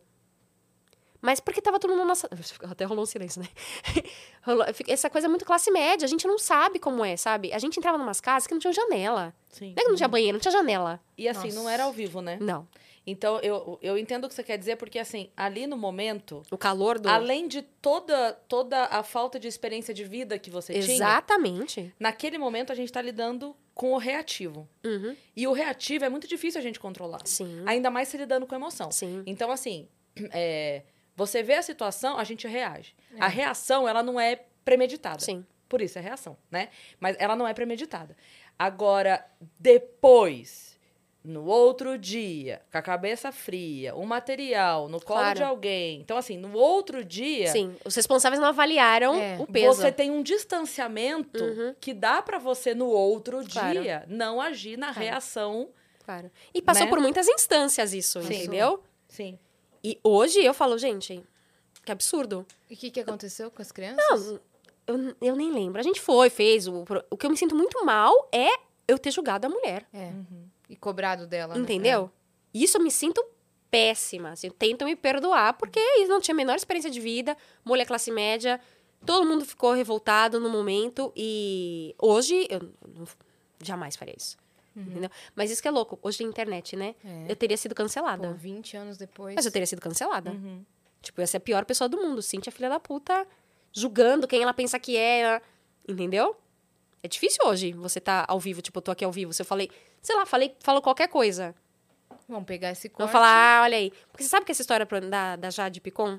[SPEAKER 3] Mas porque tava todo mundo na nossa. <laughs> Até rolou um silêncio, né? <laughs> Rolou- Essa coisa é muito classe média. A gente não sabe como é, sabe? A gente entrava numas casas que não tinha janela.
[SPEAKER 1] Sim.
[SPEAKER 3] Não é que não tinha banheiro, não tinha janela.
[SPEAKER 1] E assim, não era ao vivo, né?
[SPEAKER 3] Não.
[SPEAKER 1] Então, eu, eu entendo o que você quer dizer, porque assim, ali no momento,
[SPEAKER 3] O calor do.
[SPEAKER 1] além de toda, toda a falta de experiência de vida que você tinha,
[SPEAKER 3] Exatamente.
[SPEAKER 1] naquele momento a gente tá lidando com o reativo.
[SPEAKER 3] Uhum.
[SPEAKER 1] E o reativo é muito difícil a gente controlar.
[SPEAKER 3] Sim.
[SPEAKER 1] Ainda mais se lidando com emoção.
[SPEAKER 3] Sim.
[SPEAKER 1] Então, assim, <clears throat> é, você vê a situação, a gente reage.
[SPEAKER 3] É.
[SPEAKER 1] A reação, ela não é premeditada.
[SPEAKER 3] Sim.
[SPEAKER 1] Por isso é reação, né? Mas ela não é premeditada. Agora, depois, no outro dia, com a cabeça fria, o material no colo
[SPEAKER 3] Claro.
[SPEAKER 1] de alguém. Então, assim, no outro dia,
[SPEAKER 3] Sim. Os responsáveis não avaliaram
[SPEAKER 2] É.
[SPEAKER 3] o peso.
[SPEAKER 1] É. você tem um distanciamento
[SPEAKER 3] Uhum.
[SPEAKER 1] que dá pra você, no outro
[SPEAKER 3] Claro.
[SPEAKER 1] dia, não agir na
[SPEAKER 3] Claro.
[SPEAKER 1] reação.
[SPEAKER 3] Claro. E passou
[SPEAKER 1] Né?
[SPEAKER 3] por muitas instâncias isso,
[SPEAKER 1] Sim.
[SPEAKER 3] entendeu?
[SPEAKER 1] Sim.
[SPEAKER 3] E hoje eu falo, gente, que absurdo.
[SPEAKER 2] E o que, que aconteceu com as crianças? Não.
[SPEAKER 3] Eu, eu nem lembro. A gente foi, fez. O, pro- o que eu me sinto muito mal é eu ter julgado a mulher.
[SPEAKER 2] É. E cobrado dela. né?
[SPEAKER 3] Entendeu? Isso eu me sinto péssima. Assim, tentam me perdoar, porque eu não tinha a menor experiência de vida, mulher classe média. Todo mundo ficou revoltado no momento e hoje eu não- jamais faria isso. Entendeu? Mas isso que é louco. Hoje tem internet, né?
[SPEAKER 2] Uhum. É.
[SPEAKER 3] Eu teria sido cancelada.
[SPEAKER 2] Pô, 20 anos depois.
[SPEAKER 3] Mas eu teria sido cancelada. Tipo, ia ser a pior pessoa do mundo. Cintia, é filha da puta, julgando quem ela pensa que é. Entendeu? É difícil hoje você tá ao vivo, tipo, eu tô aqui ao vivo. Se eu falei, sei lá, falei, falo qualquer coisa.
[SPEAKER 2] Vamos pegar esse corte.
[SPEAKER 3] Vão falar, ah, olha aí. Porque você sabe que essa história pro- da, da Jade Picon?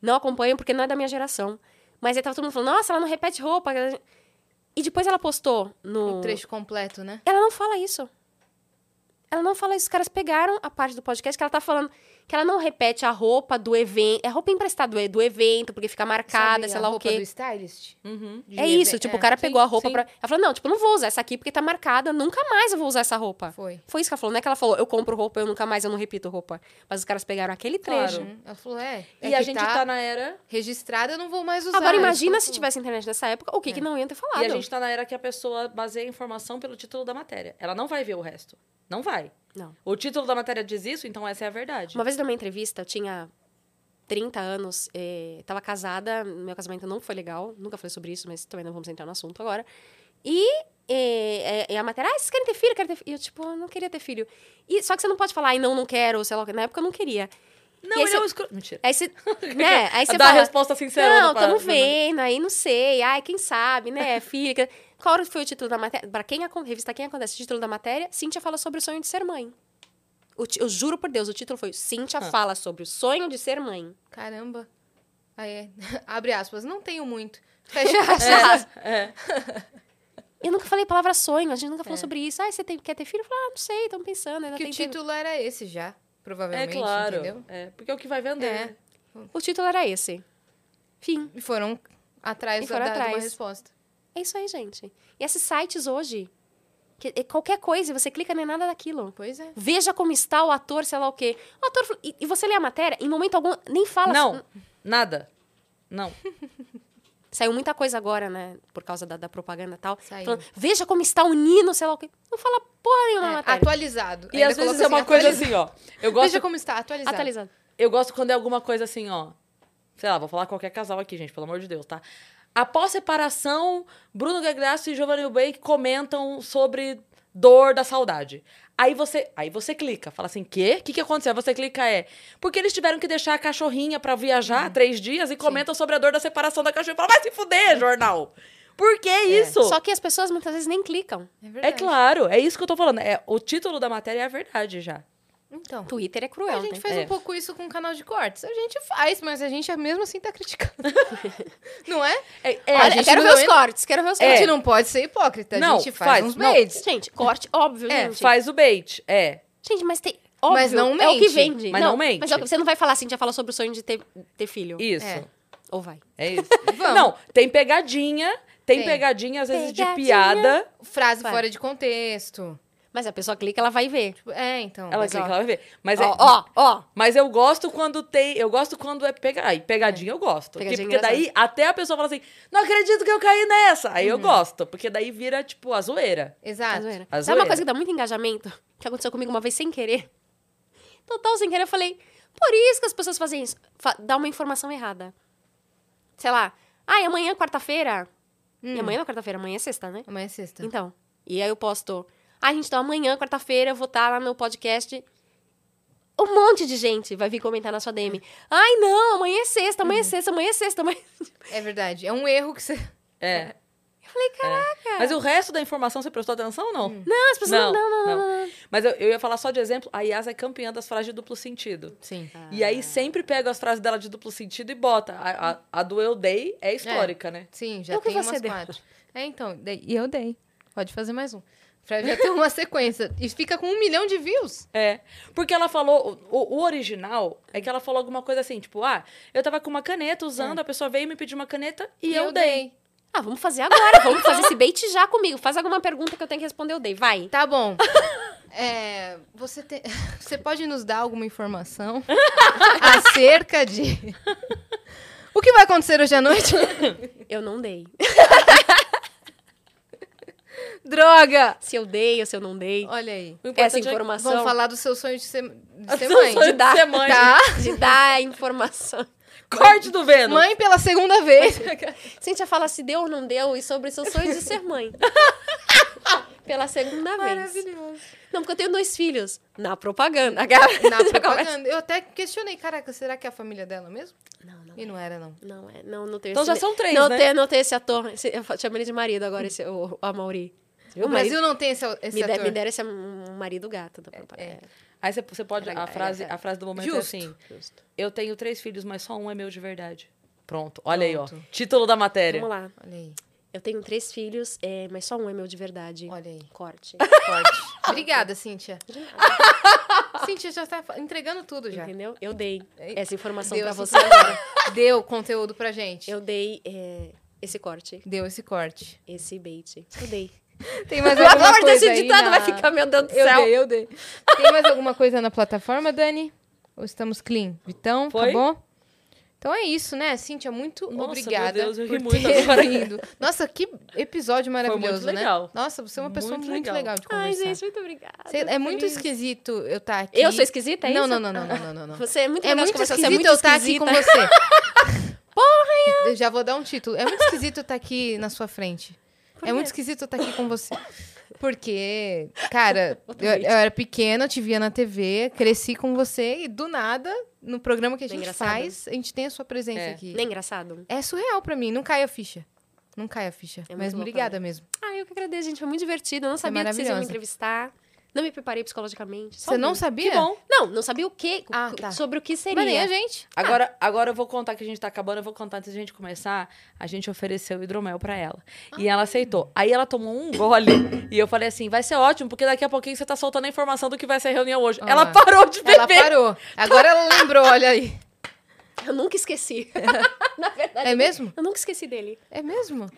[SPEAKER 3] Não acompanho porque não é da minha geração. Mas aí tava todo mundo falando, nossa, ela não repete roupa. E depois ela postou no.
[SPEAKER 2] O trecho completo, né?
[SPEAKER 3] Ela não fala isso. Ela não fala isso. Os caras pegaram a parte do podcast que ela tá falando que ela não repete a roupa do evento. É roupa emprestada do- do evento, porque fica marcada,
[SPEAKER 2] Sabe
[SPEAKER 3] sei
[SPEAKER 2] a
[SPEAKER 3] lá o
[SPEAKER 2] roupa do
[SPEAKER 3] quê.
[SPEAKER 2] stylist?
[SPEAKER 1] Uhum.
[SPEAKER 2] De
[SPEAKER 3] É isso,
[SPEAKER 2] even-
[SPEAKER 3] tipo,
[SPEAKER 2] é,
[SPEAKER 3] o cara
[SPEAKER 2] sim,
[SPEAKER 3] pegou a roupa
[SPEAKER 2] sim.
[SPEAKER 3] pra. Ela falou: não, tipo, não vou usar essa aqui porque tá marcada, nunca mais eu vou usar essa roupa.
[SPEAKER 2] Foi.
[SPEAKER 3] Foi isso que ela falou, não é que ela falou, eu compro roupa, eu nunca mais, eu não repito roupa. Mas os caras pegaram aquele
[SPEAKER 1] Claro.
[SPEAKER 3] trecho.
[SPEAKER 2] Uhum. Ela falou, é. é
[SPEAKER 1] E
[SPEAKER 2] que
[SPEAKER 1] a gente tá na era
[SPEAKER 2] Registrada, eu não vou mais usar.
[SPEAKER 3] Agora
[SPEAKER 2] É isso que
[SPEAKER 3] imagina
[SPEAKER 2] ela
[SPEAKER 3] se
[SPEAKER 2] falou.
[SPEAKER 3] tivesse internet nessa época, o que,
[SPEAKER 2] É.
[SPEAKER 3] que não ia ter falado.
[SPEAKER 1] E a gente tá na era que a pessoa baseia a informação pelo título da matéria. Ela não vai ver o resto. Não vai.
[SPEAKER 3] Não.
[SPEAKER 1] O título da matéria diz isso, então essa é a verdade.
[SPEAKER 3] Uma vez numa entrevista, eu tinha 30 anos, eh, tava casada, meu casamento não foi legal, nunca falei sobre isso, mas também não vamos entrar no assunto agora. E, eh, eh, e a matéria, ah, vocês querem ter filho? Querem ter filho? E eu, tipo, "Eu não queria ter filho. E, só que você não pode falar, ai, não, não quero, sei lá, o quê. na época eu não queria.
[SPEAKER 1] Não,
[SPEAKER 3] E aí
[SPEAKER 1] ele
[SPEAKER 3] você-
[SPEAKER 1] é um escro... Mentira.
[SPEAKER 3] Aí você, né, aí você
[SPEAKER 1] Dá a
[SPEAKER 3] fala,
[SPEAKER 1] resposta sincera.
[SPEAKER 3] não,
[SPEAKER 1] da
[SPEAKER 3] tamo
[SPEAKER 1] parada.
[SPEAKER 3] vendo, aí não sei, ai, quem sabe, né, <laughs> filho. que- Qual foi o título da matéria? Pra quem, acon- revista Quem Acontece, o título da matéria, Cíntia fala sobre o sonho de ser mãe. O ti- eu juro por Deus, o título foi Cíntia
[SPEAKER 1] Ah.
[SPEAKER 3] fala sobre o sonho de ser mãe.
[SPEAKER 2] Caramba. Aí, é. <laughs> abre aspas, não tenho
[SPEAKER 3] <laughs>
[SPEAKER 2] muito. Fecha aspas.
[SPEAKER 1] <laughs> É, é.
[SPEAKER 3] Eu nunca falei a palavra sonho, a gente nunca falou sobre isso. Ah, você tem- quer ter filho? Eu falo, ah, não sei, estamos pensando. Ainda
[SPEAKER 2] Que o
[SPEAKER 3] tem
[SPEAKER 2] título era esse já,
[SPEAKER 1] É
[SPEAKER 2] provavelmente,
[SPEAKER 1] claro.
[SPEAKER 2] entendeu?
[SPEAKER 1] É, porque é o que vai vender.
[SPEAKER 2] É.
[SPEAKER 1] né?
[SPEAKER 3] tempo." O título era esse. Fim.
[SPEAKER 2] E foram atrás
[SPEAKER 3] E foram
[SPEAKER 2] da, da- de uma
[SPEAKER 3] atrás.
[SPEAKER 2] resposta.
[SPEAKER 3] É isso aí, gente. E esses sites hoje, que é qualquer coisa, você clica, não é nada daquilo.
[SPEAKER 2] Pois é.
[SPEAKER 3] Veja como está o ator, sei lá o quê. O ator. falou- assim, E, e você lê a matéria, em momento algum, nem fala.
[SPEAKER 1] Não, nada. Não.
[SPEAKER 3] Saiu muita coisa agora, né? Por causa da, da propaganda e tal.
[SPEAKER 2] Saiu.
[SPEAKER 3] Falando, veja como está unindo, sei lá o quê. Não fala porra nenhuma na
[SPEAKER 2] É,
[SPEAKER 3] matéria.
[SPEAKER 2] atualizado.
[SPEAKER 1] E
[SPEAKER 2] Ainda
[SPEAKER 1] às vezes
[SPEAKER 2] coloca
[SPEAKER 1] é uma
[SPEAKER 2] assim,
[SPEAKER 1] coisa
[SPEAKER 2] atualiza-
[SPEAKER 1] assim, ó. Eu gosto,
[SPEAKER 2] Veja como está, atualizado.
[SPEAKER 3] Atualizado.
[SPEAKER 1] eu gosto quando é alguma coisa assim, ó. Sei lá, vou falar qualquer casal aqui, gente, pelo amor de Deus, tá? Após separação, Bruno Gagliasso e Giovanni Bake comentam sobre dor da saudade. Aí você, aí você clica, fala assim, quê? O que, que aconteceu? Aí você clica é. Porque eles tiveram que deixar a cachorrinha pra viajar três dias e comentam sobre a dor da separação da cachorrinha. Fala, vai se fuder, jornal! Por que isso?
[SPEAKER 3] Só que as pessoas muitas vezes nem clicam.
[SPEAKER 2] É
[SPEAKER 1] É
[SPEAKER 2] verdade.
[SPEAKER 1] claro, é isso que eu tô falando. É, o título da matéria é a verdade já.
[SPEAKER 2] Então.
[SPEAKER 3] Twitter é
[SPEAKER 2] A
[SPEAKER 3] cruel,
[SPEAKER 2] gente
[SPEAKER 3] né?
[SPEAKER 2] faz
[SPEAKER 1] É.
[SPEAKER 2] um pouco isso com o canal de cortes. A gente faz, mas a gente mesmo assim
[SPEAKER 1] <laughs>
[SPEAKER 2] tá criticando. não é?
[SPEAKER 1] É,
[SPEAKER 2] É,
[SPEAKER 3] Olha,
[SPEAKER 2] a gente
[SPEAKER 3] quero
[SPEAKER 2] não É,
[SPEAKER 3] ver os
[SPEAKER 2] entra-
[SPEAKER 3] cortes, quero ver os
[SPEAKER 2] A
[SPEAKER 3] cortes.
[SPEAKER 2] gente não pode ser hipócrita.
[SPEAKER 1] Não,
[SPEAKER 2] a gente faz,
[SPEAKER 1] faz,
[SPEAKER 2] uns
[SPEAKER 1] não.
[SPEAKER 2] meios.
[SPEAKER 3] Gente, corte, óbvio,
[SPEAKER 1] É,
[SPEAKER 3] gente.
[SPEAKER 1] faz o bait. É.
[SPEAKER 3] Gente, mas tem. Óbvio,
[SPEAKER 2] Mas não
[SPEAKER 3] É o que
[SPEAKER 2] mente.
[SPEAKER 3] vende.
[SPEAKER 1] Mas não mente.
[SPEAKER 3] Mas é o que- você não vai falar assim, já falou sobre o sonho de ter, ter filho.
[SPEAKER 1] Isso.
[SPEAKER 2] É.
[SPEAKER 3] Ou vai.
[SPEAKER 1] É
[SPEAKER 3] <laughs>
[SPEAKER 1] isso.
[SPEAKER 2] Vamos.
[SPEAKER 1] Não, tem pegadinha. Tem,
[SPEAKER 2] Tem.
[SPEAKER 1] pegadinha, às vezes, de
[SPEAKER 3] Pegadinha.
[SPEAKER 1] piada.
[SPEAKER 2] Frase
[SPEAKER 3] Vai.
[SPEAKER 2] fora de contexto.
[SPEAKER 3] Mas a pessoa clica, ela vai ver.
[SPEAKER 2] Tipo, É, então.
[SPEAKER 1] Ela
[SPEAKER 2] mas,
[SPEAKER 1] clica,
[SPEAKER 2] ó,
[SPEAKER 1] ela vai ver. Mas, é-
[SPEAKER 3] ó, ó, ó.
[SPEAKER 1] mas eu gosto quando tem. Eu gosto quando é pega, aí, pegadinha, eu gosto. Porque-
[SPEAKER 3] Pegadinha é
[SPEAKER 1] porque daí até a pessoa fala assim: não acredito que eu caí nessa. Aí
[SPEAKER 3] Uhum.
[SPEAKER 1] eu gosto. Porque daí vira, tipo, a zoeira.
[SPEAKER 3] Tá
[SPEAKER 2] Exato.
[SPEAKER 3] zoeira.
[SPEAKER 1] A
[SPEAKER 3] Sabe
[SPEAKER 1] zoeira.
[SPEAKER 3] uma coisa que dá muito engajamento? Que aconteceu comigo uma vez sem querer. Total, sem querer, eu falei, por isso que as pessoas fazem isso. Fa- dá uma informação errada. Sei lá, ai, amanhã é quarta-feira. E amanhã não é quarta-feira, amanhã é sexta, né?
[SPEAKER 2] Amanhã é sexta.
[SPEAKER 3] Então. E aí eu posto. Ah, gente, então amanhã, quarta-feira, eu vou estar lá no podcast. Um monte de gente vai vir comentar na sua DM. Ai, não, amanhã é sexta, amanhã é sexta, amanhã é sexta, amanhã. <laughs>
[SPEAKER 2] É verdade. É um erro que você.
[SPEAKER 1] É.
[SPEAKER 3] Eu falei, caraca.
[SPEAKER 1] Mas o resto da informação, você prestou atenção ou não?
[SPEAKER 3] Não, as pessoas. Não, não, não. não, não.
[SPEAKER 1] Mas eu, eu ia falar só de exemplo: a Yas é campeã das frases de duplo sentido.
[SPEAKER 2] <laughs> Sim.
[SPEAKER 1] E
[SPEAKER 3] Ah.
[SPEAKER 1] aí sempre pego as frases dela de duplo sentido e bota. A, a- a do eu dei é histórica, né?
[SPEAKER 2] Sim, já
[SPEAKER 3] Eu que
[SPEAKER 2] tem
[SPEAKER 3] você
[SPEAKER 2] umas
[SPEAKER 3] deu.
[SPEAKER 2] quatro. É, então. daí- E eu dei. Pode fazer mais um. Pra já ter uma <laughs> sequência. E fica com um milhão de views.
[SPEAKER 1] É. Porque ela falou, o, o original é que ela falou alguma coisa assim, tipo, ah, eu tava com uma caneta usando, a pessoa veio me pedir uma caneta e, eu, dei.
[SPEAKER 3] Ah, vamos fazer agora. Vamos fazer esse bait já comigo. Faz alguma pergunta que eu tenho que responder, eu dei. Vai.
[SPEAKER 2] Tá bom. <laughs> É, você, tem- <laughs> você pode nos dar alguma
[SPEAKER 3] <laughs>
[SPEAKER 2] informação acerca de. <laughs> O que vai acontecer hoje à noite?
[SPEAKER 3] <laughs> Eu não dei.
[SPEAKER 2] Droga!
[SPEAKER 3] Se eu dei ou se eu não dei.
[SPEAKER 2] Olha aí.
[SPEAKER 1] O importante
[SPEAKER 3] Essa
[SPEAKER 1] é que-
[SPEAKER 3] informação.
[SPEAKER 2] Vamos falar do seu sonho de ser, é
[SPEAKER 1] <laughs>
[SPEAKER 2] de ser
[SPEAKER 1] Seu
[SPEAKER 2] mãe.
[SPEAKER 1] sonho
[SPEAKER 3] de dar,
[SPEAKER 1] ser
[SPEAKER 2] <laughs>
[SPEAKER 1] mãe.
[SPEAKER 2] Tá?
[SPEAKER 3] <laughs> De dar a informação.
[SPEAKER 1] Corte do Vênus.
[SPEAKER 2] Mãe pela segunda vez.
[SPEAKER 3] <laughs> Cintia fala se deu ou não deu e sobre seus sonhos de ser <laughs> mãe. Pela segunda vez. Não, porque eu tenho dois filhos. Na propaganda. <laughs>
[SPEAKER 2] Na propaganda. Tá Eu até questionei, caraca, será que é a família dela mesmo?
[SPEAKER 3] Não, não.
[SPEAKER 2] E não era, não.
[SPEAKER 3] Não, é, não, não tenho
[SPEAKER 1] Então
[SPEAKER 3] esse-
[SPEAKER 1] já são três,
[SPEAKER 3] não
[SPEAKER 1] né?
[SPEAKER 3] Tem, não tem esse ator. Esse, eu fa- chamo ele de marido agora, esse, o, o Amaury.
[SPEAKER 2] O Brasil não tem esse, esse
[SPEAKER 3] Me, de,
[SPEAKER 2] ator.
[SPEAKER 3] me deram esse é. um marido gato da propaganda.
[SPEAKER 1] Aí você, você pode.
[SPEAKER 3] Era-
[SPEAKER 1] A
[SPEAKER 3] era-
[SPEAKER 1] frase, a frase do momento é
[SPEAKER 2] Justo.
[SPEAKER 1] assim:
[SPEAKER 3] Justo.
[SPEAKER 1] Eu tenho três filhos, mas só um é meu de verdade. Pronto. Olha aí,
[SPEAKER 2] Pronto.
[SPEAKER 1] ó. Título da matéria.
[SPEAKER 3] Vamos lá.
[SPEAKER 2] Olha aí,
[SPEAKER 3] Eu tenho três filhos, é, mas só um é meu de verdade.
[SPEAKER 2] olha aí.
[SPEAKER 3] Corte. <laughs>
[SPEAKER 2] Forte. Obrigada, Cíntia. Cíntia já tá fa- entregando tudo já.
[SPEAKER 3] Entendeu? Eu dei essa informação
[SPEAKER 2] Deu
[SPEAKER 3] pra
[SPEAKER 2] essa
[SPEAKER 3] você agora.
[SPEAKER 2] informação. <laughs> Deu conteúdo pra gente.
[SPEAKER 3] Eu dei é, esse corte,
[SPEAKER 2] Deu esse corte.
[SPEAKER 3] esse bait. Eu <laughs> dei.
[SPEAKER 2] Tem mais
[SPEAKER 3] Pelo
[SPEAKER 2] alguma
[SPEAKER 3] amor
[SPEAKER 2] coisa
[SPEAKER 3] desse
[SPEAKER 2] aí
[SPEAKER 3] ditado
[SPEAKER 2] na-
[SPEAKER 3] vai ficar, meu Deus do
[SPEAKER 2] Eu
[SPEAKER 3] céu.
[SPEAKER 2] dei, eu dei. Tem mais alguma coisa na plataforma, Dani? Ou estamos clean? Vitão,
[SPEAKER 1] Foi?
[SPEAKER 2] acabou? Então é isso, né? Cíntia, muito
[SPEAKER 1] Nossa,
[SPEAKER 2] obrigada
[SPEAKER 1] meu Deus, eu
[SPEAKER 2] por
[SPEAKER 1] ri muito
[SPEAKER 2] ter
[SPEAKER 1] agora.
[SPEAKER 2] <laughs> vindo. Nossa, que episódio maravilhoso,
[SPEAKER 1] muito legal.
[SPEAKER 2] né? Nossa, você é uma pessoa
[SPEAKER 1] Muito
[SPEAKER 2] muito,
[SPEAKER 1] legal.
[SPEAKER 2] legal. de conversar.
[SPEAKER 3] Ai, gente, muito obrigada.
[SPEAKER 2] Você- é muito esquisito eu estar aqui.
[SPEAKER 3] Eu sou esquisita, é
[SPEAKER 2] não,
[SPEAKER 3] isso?
[SPEAKER 2] não, não, não, não, não, não, não.
[SPEAKER 3] Você é muito
[SPEAKER 2] É
[SPEAKER 3] legal de
[SPEAKER 2] muito
[SPEAKER 3] conversar,
[SPEAKER 2] esquisito
[SPEAKER 3] você é muito
[SPEAKER 2] eu estar aqui com você.
[SPEAKER 3] esquisita.
[SPEAKER 2] Porra, <laughs> Eu já vou dar um título. <laughs> É muito esquisito eu estar aqui na sua frente. é
[SPEAKER 3] Por quê?
[SPEAKER 2] muito esquisito eu estar aqui com você. Porque, <laughs> cara,
[SPEAKER 3] Outro
[SPEAKER 2] eu,
[SPEAKER 3] vídeo.
[SPEAKER 2] eu era pequena, eu te via na TV, cresci com você e do nada, no programa que a
[SPEAKER 3] Não é
[SPEAKER 2] gente
[SPEAKER 3] engraçado?
[SPEAKER 2] faz, a gente tem a sua presença
[SPEAKER 1] É.
[SPEAKER 2] aqui.
[SPEAKER 3] Não é engraçado?
[SPEAKER 2] É surreal pra mim, não cai a ficha. Não cai a ficha.
[SPEAKER 3] muito
[SPEAKER 2] Mesmo,
[SPEAKER 3] louco,
[SPEAKER 2] obrigada mesmo.
[SPEAKER 3] Ah, eu que agradeço, gente. Foi muito divertido. Eu não
[SPEAKER 2] Você é
[SPEAKER 3] sabia que vocês iam me
[SPEAKER 2] maravilhosa.
[SPEAKER 3] entrevistar. Não me preparei psicologicamente. só
[SPEAKER 2] Você não
[SPEAKER 3] ouvindo.
[SPEAKER 2] sabia?
[SPEAKER 1] Que bom.
[SPEAKER 3] Não, não sabia o que,
[SPEAKER 2] Ah, tá.
[SPEAKER 3] sobre o que seria.
[SPEAKER 2] Mas nem a gente.
[SPEAKER 1] Agora, agora eu vou contar que a gente tá acabando, eu vou contar antes da gente começar. A gente ofereceu hidromel pra ela. E
[SPEAKER 2] Ah.
[SPEAKER 1] ela aceitou. Aí ela tomou um gole e eu falei assim: vai ser ótimo, porque daqui a pouquinho você tá soltando a informação do que vai ser a reunião hoje.
[SPEAKER 2] Olha
[SPEAKER 1] Ela
[SPEAKER 2] lá.
[SPEAKER 1] parou de beber.
[SPEAKER 2] Ah. Ela parou. Agora ela lembrou, olha aí.
[SPEAKER 3] Eu nunca esqueci. Na verdade.
[SPEAKER 2] É mesmo?
[SPEAKER 3] Eu nunca esqueci dele.
[SPEAKER 2] É mesmo?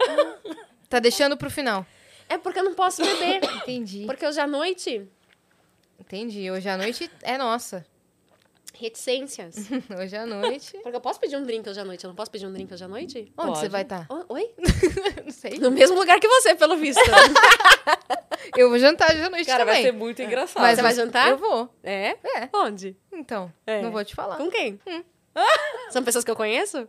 [SPEAKER 2] tá deixando pro final.
[SPEAKER 3] É porque eu não posso <coughs> beber.
[SPEAKER 2] Entendi.
[SPEAKER 3] porque hoje à noite.
[SPEAKER 2] Entendi. Hoje à noite é nossa. <laughs>
[SPEAKER 3] Reticências.
[SPEAKER 2] Hoje à noite.
[SPEAKER 3] Porque eu posso pedir um drink hoje à noite? Eu não posso pedir um drink hoje à noite?
[SPEAKER 2] Onde
[SPEAKER 1] Pode.
[SPEAKER 2] você vai estar?
[SPEAKER 3] O- Oi?
[SPEAKER 2] <laughs> Não sei.
[SPEAKER 3] No mesmo lugar que você, pelo <laughs> visto.
[SPEAKER 2] Eu vou jantar hoje à noite
[SPEAKER 1] Cara, vai
[SPEAKER 2] também. É.
[SPEAKER 1] ser muito engraçado.
[SPEAKER 2] Mas
[SPEAKER 3] Você vai
[SPEAKER 2] você-
[SPEAKER 3] jantar?
[SPEAKER 2] Eu vou.
[SPEAKER 3] é?
[SPEAKER 2] É,
[SPEAKER 3] Onde?
[SPEAKER 2] então.
[SPEAKER 3] É.
[SPEAKER 2] Não vou te falar.
[SPEAKER 3] Com quem? São pessoas que eu conheço?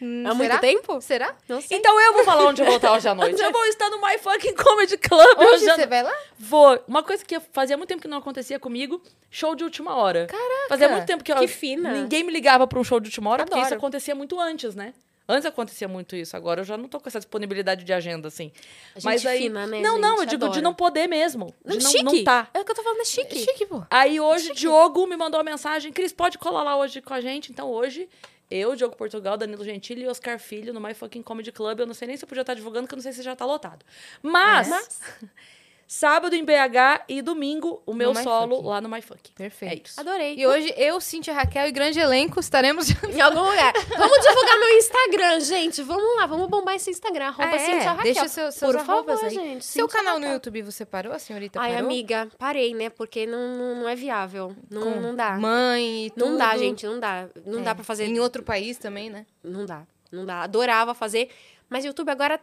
[SPEAKER 2] Hum,
[SPEAKER 3] Há muito
[SPEAKER 2] será?
[SPEAKER 3] tempo? <laughs>
[SPEAKER 2] Será?
[SPEAKER 3] Não sei.
[SPEAKER 1] Então eu vou falar onde eu vou estar hoje à noite. eu vou estar no My Fucking Comedy Club
[SPEAKER 2] é. Onde
[SPEAKER 1] hoje à
[SPEAKER 2] você vai lá?
[SPEAKER 1] Vou. Uma coisa que eu fazia muito tempo que não acontecia comigo, show de última hora. Caraca! Fazia muito tempo que, eu,
[SPEAKER 3] que fina.
[SPEAKER 1] ninguém me ligava pra um show de última hora, porque isso
[SPEAKER 3] Adoro.
[SPEAKER 1] acontecia muito antes, né? Antes acontecia muito isso, agora eu já não tô com essa disponibilidade de agenda, assim.
[SPEAKER 3] Gente
[SPEAKER 1] Mas aí...
[SPEAKER 3] fina, né,
[SPEAKER 1] Não, não,
[SPEAKER 3] gente?
[SPEAKER 1] eu digo de
[SPEAKER 3] Adoro.
[SPEAKER 1] não poder mesmo.
[SPEAKER 3] Não,
[SPEAKER 1] de
[SPEAKER 3] chique.
[SPEAKER 1] não, não tá.
[SPEAKER 3] É o que eu tô falando, é chique.
[SPEAKER 2] Chique, pô.
[SPEAKER 1] Aí hoje, Diogo me mandou uma mensagem. Cris, pode colar lá hoje com a gente? Então hoje, eu, Diogo Portugal, Danilo Gentili e Oscar Filho no My Fucking Comedy Club. Eu não sei nem se eu podia estar divulgando, porque eu não sei se já tá lotado. Mas, <laughs> sábado em BH e domingo, o meu
[SPEAKER 2] My
[SPEAKER 1] solo
[SPEAKER 2] Fucking.
[SPEAKER 1] lá no My Fucking.
[SPEAKER 2] Perfeito.
[SPEAKER 1] É isso.
[SPEAKER 3] Adorei.
[SPEAKER 2] E hoje eu, Cintia Raquel e grande elenco estaremos <laughs> jantando.
[SPEAKER 3] <laughs> Em algum lugar. Vamos divulgar meu Instagram, gente. Vamos lá, vamos bombar esse Instagram. Arroba
[SPEAKER 2] Ah, é?
[SPEAKER 3] Cintia Raquel.
[SPEAKER 2] Deixa seu, seus
[SPEAKER 3] Por favor,
[SPEAKER 2] arrobas aí.
[SPEAKER 3] gente.
[SPEAKER 2] Seu
[SPEAKER 3] Cintia
[SPEAKER 2] canal no
[SPEAKER 3] Raquel.
[SPEAKER 2] YouTube você parou, a senhorita
[SPEAKER 3] Ai,
[SPEAKER 2] parou?
[SPEAKER 3] amiga, parei, né? Porque não, não, não é viável. Não,
[SPEAKER 2] Com
[SPEAKER 3] não dá.
[SPEAKER 2] Mãe e
[SPEAKER 3] Não
[SPEAKER 2] tudo.
[SPEAKER 3] dá, gente. Não dá. Não
[SPEAKER 2] É.
[SPEAKER 3] dá pra fazer.
[SPEAKER 2] Em outro país também, né?
[SPEAKER 3] Não dá. Não dá. Adorava fazer. Mas YouTube agora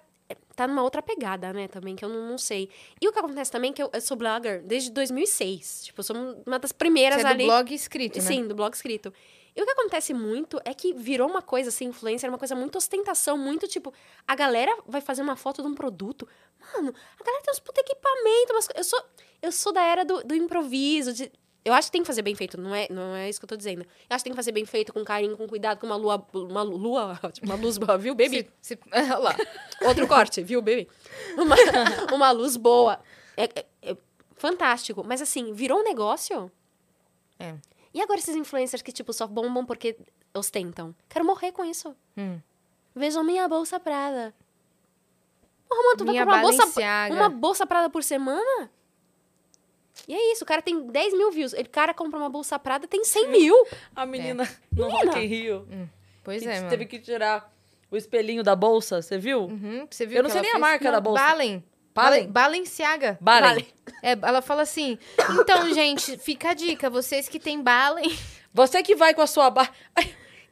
[SPEAKER 3] tá numa outra pegada, né? Também, que eu não, não sei. E o que acontece também é que eu, eu sou blogger desde 2006. Tipo, eu sou uma das primeiras
[SPEAKER 2] Você é do
[SPEAKER 3] ali.
[SPEAKER 2] blog escrito, né?
[SPEAKER 3] Sim, do blog escrito. E o que acontece muito é que virou uma coisa assim, influencer, uma coisa muito ostentação, muito tipo, a galera vai fazer uma foto de um produto. Mano, a galera tem uns puta equipamento, umas co- eu sou eu sou da era do, do improviso, de- eu acho que tem que fazer bem feito, não é, não é isso que eu tô dizendo. Eu acho que tem que fazer bem feito, com carinho, com cuidado, com uma lua. Uma lu- lua, <laughs> tipo, uma luz boa, viu, baby?
[SPEAKER 2] Se, se, <laughs> olha lá.
[SPEAKER 3] Outro corte, viu, baby? Uma, uma luz boa. É, é- é fantástico. Mas assim, virou um negócio.
[SPEAKER 2] É.
[SPEAKER 3] E agora esses influencers que, tipo, só bombam porque ostentam? Quero morrer com isso.
[SPEAKER 2] Hum.
[SPEAKER 3] Vejam minha bolsa Prada. Porra, mano, tu
[SPEAKER 2] Minha
[SPEAKER 3] vai comprar uma bolsa,
[SPEAKER 2] Balenciaga.
[SPEAKER 3] uma bolsa Prada por semana? E é isso, o cara tem 10 mil views. O cara compra uma bolsa Prada, tem 100 mil.
[SPEAKER 1] A menina no Rock in Rio.
[SPEAKER 2] É. Pois
[SPEAKER 1] que
[SPEAKER 2] é, mano.
[SPEAKER 1] teve que tirar o espelhinho da bolsa, você viu?
[SPEAKER 2] Uhum, você viu
[SPEAKER 1] Eu não
[SPEAKER 2] que
[SPEAKER 1] sei
[SPEAKER 2] ela
[SPEAKER 1] nem a
[SPEAKER 2] fez?
[SPEAKER 1] marca
[SPEAKER 2] Não,
[SPEAKER 1] da bolsa.
[SPEAKER 2] Balen.
[SPEAKER 1] Balen?
[SPEAKER 2] Balenciaga.
[SPEAKER 1] Balen.
[SPEAKER 2] É, ela fala assim, então, <laughs> gente, fica a dica, vocês que tem Balen, <laughs>
[SPEAKER 1] Você que vai com a sua barra.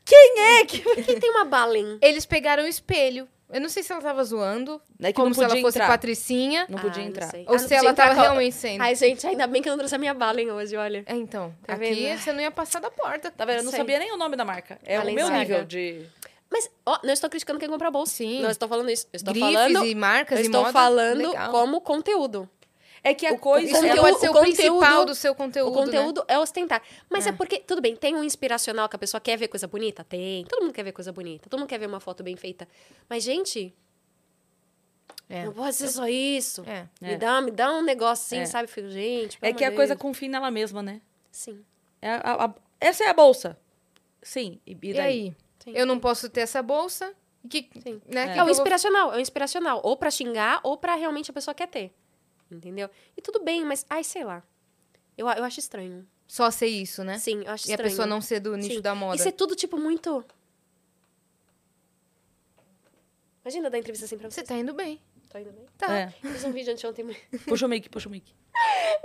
[SPEAKER 1] Quem é que.
[SPEAKER 3] Por que tem uma Balen?
[SPEAKER 2] eles pegaram o espelho. Eu não sei se ela tava zoando,
[SPEAKER 1] É que
[SPEAKER 2] como
[SPEAKER 1] não
[SPEAKER 2] se ela
[SPEAKER 1] podia
[SPEAKER 2] fosse
[SPEAKER 1] entrar.
[SPEAKER 2] patricinha,
[SPEAKER 1] Não podia
[SPEAKER 3] Ah, não
[SPEAKER 1] entrar.
[SPEAKER 3] sei.
[SPEAKER 2] ou
[SPEAKER 3] Ah, não
[SPEAKER 2] se
[SPEAKER 3] podia
[SPEAKER 2] ela
[SPEAKER 3] entrar
[SPEAKER 2] tava
[SPEAKER 3] com a-
[SPEAKER 2] realmente sendo.
[SPEAKER 3] Ai, gente, ainda bem que eu não trouxe a minha Balen hoje, olha.
[SPEAKER 2] É, então,
[SPEAKER 3] Tá
[SPEAKER 2] aqui
[SPEAKER 3] vendo?
[SPEAKER 2] você não ia passar da porta.
[SPEAKER 1] Tá vendo? Eu não
[SPEAKER 3] Sei.
[SPEAKER 1] sabia nem o nome da marca. É o meu
[SPEAKER 3] Balenciaga.
[SPEAKER 1] nível de.
[SPEAKER 3] Mas, ó, não estou criticando quem compra bolsa.
[SPEAKER 2] Sim.
[SPEAKER 3] Não estou falando isso. Eu estou
[SPEAKER 2] Grifes
[SPEAKER 3] falando.
[SPEAKER 2] e
[SPEAKER 3] eu
[SPEAKER 2] marcas e
[SPEAKER 3] estou
[SPEAKER 2] moda.
[SPEAKER 3] falando
[SPEAKER 2] Legal.
[SPEAKER 3] como conteúdo.
[SPEAKER 1] É que a
[SPEAKER 3] O-
[SPEAKER 1] coisa.
[SPEAKER 2] Isso
[SPEAKER 3] conteúdo-
[SPEAKER 2] pode ser o,
[SPEAKER 3] o
[SPEAKER 2] principal
[SPEAKER 3] conteúdo-
[SPEAKER 2] do seu conteúdo,
[SPEAKER 3] O
[SPEAKER 2] né?
[SPEAKER 3] conteúdo é ostentar. Mas
[SPEAKER 2] É.
[SPEAKER 3] é. porque, tudo bem, tem um inspiracional que a pessoa quer ver coisa bonita? Tem. Todo mundo quer ver coisa bonita. Todo mundo quer ver uma foto bem feita. Mas, gente,
[SPEAKER 2] É.
[SPEAKER 3] não pode ser só isso.
[SPEAKER 2] É.
[SPEAKER 1] É.
[SPEAKER 3] Me, dá, me dá um negocinho,
[SPEAKER 1] É.
[SPEAKER 3] sabe? Fico, gente, pelo
[SPEAKER 1] É que a
[SPEAKER 3] amor de
[SPEAKER 1] coisa
[SPEAKER 3] Deus.
[SPEAKER 1] confia nela mesma, né?
[SPEAKER 3] Sim.
[SPEAKER 1] É a- a- essa é a bolsa. Sim. E, e
[SPEAKER 2] E,
[SPEAKER 1] daí?
[SPEAKER 2] aí?
[SPEAKER 3] Sim.
[SPEAKER 2] Eu não posso ter essa bolsa? Que,
[SPEAKER 3] Sim.
[SPEAKER 2] né, que
[SPEAKER 3] É,
[SPEAKER 2] que eu
[SPEAKER 3] o
[SPEAKER 2] vou-
[SPEAKER 3] inspiracional, é o inspiracional. Ou pra xingar, ou pra realmente a pessoa quer ter. Entendeu? E tudo bem, mas, ai, sei lá. Eu, eu acho estranho.
[SPEAKER 2] Só ser isso, né?
[SPEAKER 3] Sim, eu acho
[SPEAKER 2] E a
[SPEAKER 3] estranho.
[SPEAKER 2] pessoa não ser do nicho
[SPEAKER 3] Sim.
[SPEAKER 2] da moda.
[SPEAKER 3] Isso é tudo, tipo, muito. Imagina dar entrevista assim pra você.
[SPEAKER 2] Você tá indo bem.
[SPEAKER 3] Tô indo bem?
[SPEAKER 2] Tá.
[SPEAKER 1] É. <laughs>
[SPEAKER 3] Eu Fiz um vídeo anteontem. muito-
[SPEAKER 1] Puxa o mic, puxa o mic.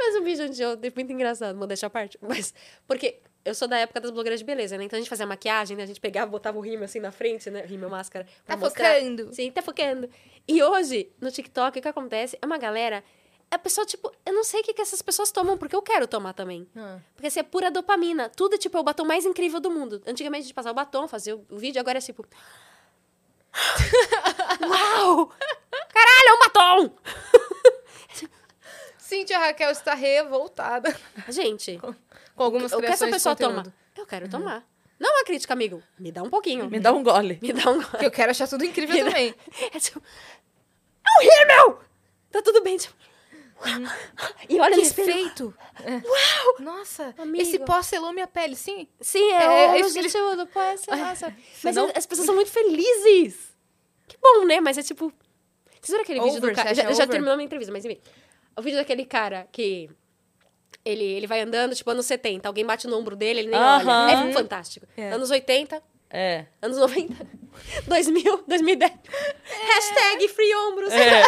[SPEAKER 3] <laughs> Fiz um vídeo anteontem muito engraçado, vou deixar a parte. Mas, porque eu sou da época das blogueiras de beleza, né? Então a gente fazia maquiagem, né? A gente pegava, botava o rímel assim na frente, né? Rímel, máscara. pra
[SPEAKER 2] Tá
[SPEAKER 3] mostrar.
[SPEAKER 2] focando.
[SPEAKER 3] Sim, tá focando. E hoje, no TikTok, o que acontece é uma galera. A pessoa, tipo, eu não sei o que, que essas pessoas tomam, porque eu quero tomar também.
[SPEAKER 2] Ah.
[SPEAKER 3] Porque assim, é pura dopamina. Tudo, tipo, é o batom mais incrível do mundo. Antigamente a gente passava o batom, fazia o vídeo, agora é tipo. <laughs> Uau! Caralho, é um batom! <laughs>
[SPEAKER 2] Cíntia Raquel está revoltada <laughs>
[SPEAKER 3] Gente,
[SPEAKER 2] com algumas
[SPEAKER 3] o que
[SPEAKER 2] criações
[SPEAKER 3] essa pessoa
[SPEAKER 2] de conteúdo. Uhum.
[SPEAKER 3] toma? Eu quero tomar. Não é uma crítica, amigo. Me dá um pouquinho.
[SPEAKER 1] Me dá um gole.
[SPEAKER 3] <laughs> Me dá um.
[SPEAKER 2] <laughs>
[SPEAKER 3] go-
[SPEAKER 2] Que eu quero achar tudo
[SPEAKER 3] <laughs>
[SPEAKER 2] incrível
[SPEAKER 3] Me dá-
[SPEAKER 2] também.
[SPEAKER 3] É tipo. É um rímel! Tá tudo bem, tipo. <laughs> E olha no
[SPEAKER 2] Uhum. que
[SPEAKER 3] espelho.
[SPEAKER 2] efeito! Uau! Nossa,
[SPEAKER 3] Amigo.
[SPEAKER 2] esse pó selou minha pele, sim.
[SPEAKER 3] Sim,
[SPEAKER 2] É,
[SPEAKER 3] é, é,
[SPEAKER 2] eu
[SPEAKER 3] o
[SPEAKER 2] escrevi-
[SPEAKER 3] objetivo do pô, sei lá, sabe? Mas
[SPEAKER 1] Senão-
[SPEAKER 3] as pessoas são muito felizes. Que bom, né? Mas é tipo... Vocês viram aquele vídeo
[SPEAKER 2] Over,
[SPEAKER 3] do cara...
[SPEAKER 2] você acha
[SPEAKER 3] Já, já
[SPEAKER 2] é over?
[SPEAKER 3] terminou minha entrevista, mas enfim. O vídeo daquele cara que... Ele, ele vai andando, tipo, anos 70. Alguém bate no ombro dele, ele nem
[SPEAKER 1] Aham.
[SPEAKER 3] olha. É fantástico.
[SPEAKER 2] É.
[SPEAKER 3] Anos 80,
[SPEAKER 1] É.
[SPEAKER 3] anos 90, <laughs>
[SPEAKER 2] É.
[SPEAKER 1] tá
[SPEAKER 3] 2000, 2010. Hashtag free ombros.
[SPEAKER 1] É.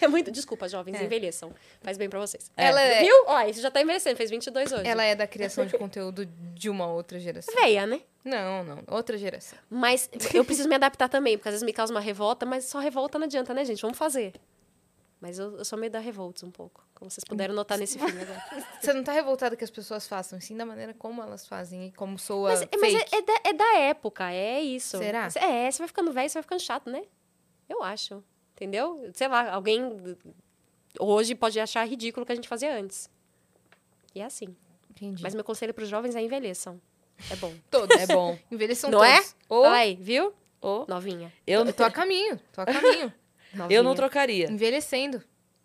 [SPEAKER 3] É muito... Desculpa, jovens,
[SPEAKER 1] É.
[SPEAKER 3] envelheçam. Faz bem pra vocês.
[SPEAKER 2] Ela é-
[SPEAKER 3] Viu? Ó, isso já tá envelhecendo, fez 22 hoje.
[SPEAKER 2] Ela é da criação de conteúdo de uma outra geração.
[SPEAKER 3] veia, né?
[SPEAKER 2] Não, não. Outra geração.
[SPEAKER 3] <laughs> Mas eu preciso me adaptar também, porque às vezes me causa uma revolta, mas só revolta não adianta, né, gente? Vamos fazer. Mas eu, eu sou meio da revolta um pouco, como vocês puderam notar nesse filme agora.
[SPEAKER 2] Você não tá revoltada que as pessoas façam, e sim da maneira como elas fazem e como soa
[SPEAKER 3] <laughs> Mas,
[SPEAKER 2] fake.
[SPEAKER 3] mas é, é da, é da época, é isso.
[SPEAKER 2] Será?
[SPEAKER 3] É, você vai ficando velho, você vai ficando chato, né? Eu acho. Entendeu? Sei lá, alguém hoje pode achar ridículo o que a gente fazia antes. E é assim.
[SPEAKER 2] Entendi.
[SPEAKER 3] Mas meu conselho para os jovens é envelheçam. É bom.
[SPEAKER 2] todos. É bom. Envelheçam
[SPEAKER 3] Não é?
[SPEAKER 2] todos. Ou
[SPEAKER 3] Olha aí, viu? Novinha.
[SPEAKER 2] eu
[SPEAKER 1] Eu,
[SPEAKER 2] tô a caminho. Tô a
[SPEAKER 3] <laughs>
[SPEAKER 2] caminho.
[SPEAKER 1] eu não
[SPEAKER 3] Novinha.
[SPEAKER 1] trocaria.
[SPEAKER 2] Envelhecendo.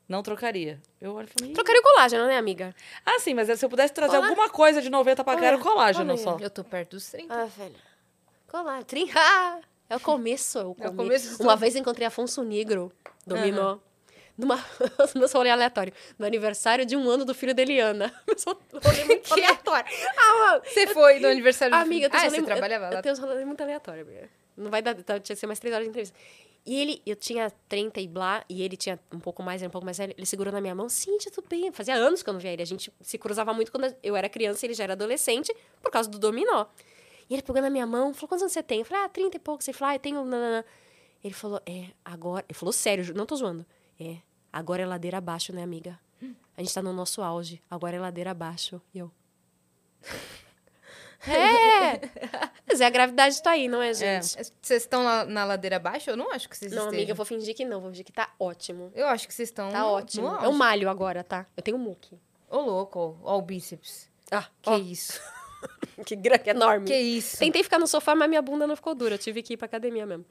[SPEAKER 1] Não trocaria. Eu olho e falo, "Ih."
[SPEAKER 3] Trocaria o colágeno, né, amiga?
[SPEAKER 1] Ah, sim, mas se eu pudesse trazer
[SPEAKER 3] Olá.
[SPEAKER 1] alguma coisa de 90 pra cá, era o
[SPEAKER 3] Olá.
[SPEAKER 1] colágeno
[SPEAKER 3] Olha
[SPEAKER 1] só.
[SPEAKER 2] Eu tô perto dos 30.
[SPEAKER 3] Ah, velho. Colar, trincar. É o começo, é o começo.
[SPEAKER 2] começo de
[SPEAKER 3] Uma
[SPEAKER 2] tudo.
[SPEAKER 3] vez eu encontrei Afonso Negro, do
[SPEAKER 1] Aham.
[SPEAKER 3] Mimó. Numa... <laughs> Meu rolê aleatório. No aniversário de um ano do filho da Eliana. <laughs> Meu rolê muito aleatório. Ah, mano.
[SPEAKER 2] <laughs> Você foi no aniversário do
[SPEAKER 3] Amiga, eu
[SPEAKER 2] filho.
[SPEAKER 3] tenho
[SPEAKER 2] Ah,
[SPEAKER 3] uns
[SPEAKER 2] você
[SPEAKER 3] rolê-
[SPEAKER 2] trabalhava
[SPEAKER 3] eu,
[SPEAKER 2] lá.
[SPEAKER 3] eu tenho uns rolê muito aleatório, amiga. Não vai dar, tá, tinha que ser mais três horas de entrevista. E ele, eu tinha 30 e blá, e ele tinha um pouco mais, era um pouco mais velho. Ele segurou na minha mão, Cíntia, tudo bem. Fazia anos que eu não via ele. A gente se cruzava muito quando eu era criança e ele já era adolescente, por causa do dominó. E ele pegou na minha mão, falou, quantos anos você tem? Eu falei, ah, 30 e poucos. Ele falou, ah, eu tenho... nananã. Ele falou, é, agora... Ele falou, sério, ju- não tô zoando. É, agora é ladeira abaixo, né, amiga? A gente tá no nosso auge, agora é ladeira abaixo. E eu... <laughs> É! Mas é, a gravidade tá aí, não é, gente?
[SPEAKER 2] Vocês estão lá na ladeira abaixo? Eu não acho que vocês
[SPEAKER 3] Não,
[SPEAKER 2] estejam.
[SPEAKER 3] amiga, eu vou fingir que não, vou fingir que tá ótimo.
[SPEAKER 2] Eu acho que vocês estão.
[SPEAKER 3] Tá
[SPEAKER 2] no-
[SPEAKER 3] ótimo.
[SPEAKER 2] no
[SPEAKER 3] Eu
[SPEAKER 2] auge.
[SPEAKER 3] malho agora, tá? Eu tenho muque. <laughs>
[SPEAKER 2] Ô, louco. ó, Ó, o bíceps.
[SPEAKER 3] Ah,
[SPEAKER 2] Que
[SPEAKER 3] ó,
[SPEAKER 2] isso.
[SPEAKER 3] que grande, enorme.
[SPEAKER 2] Que isso.
[SPEAKER 3] Tentei ficar no sofá, mas minha bunda não ficou dura. Eu tive que ir pra academia mesmo.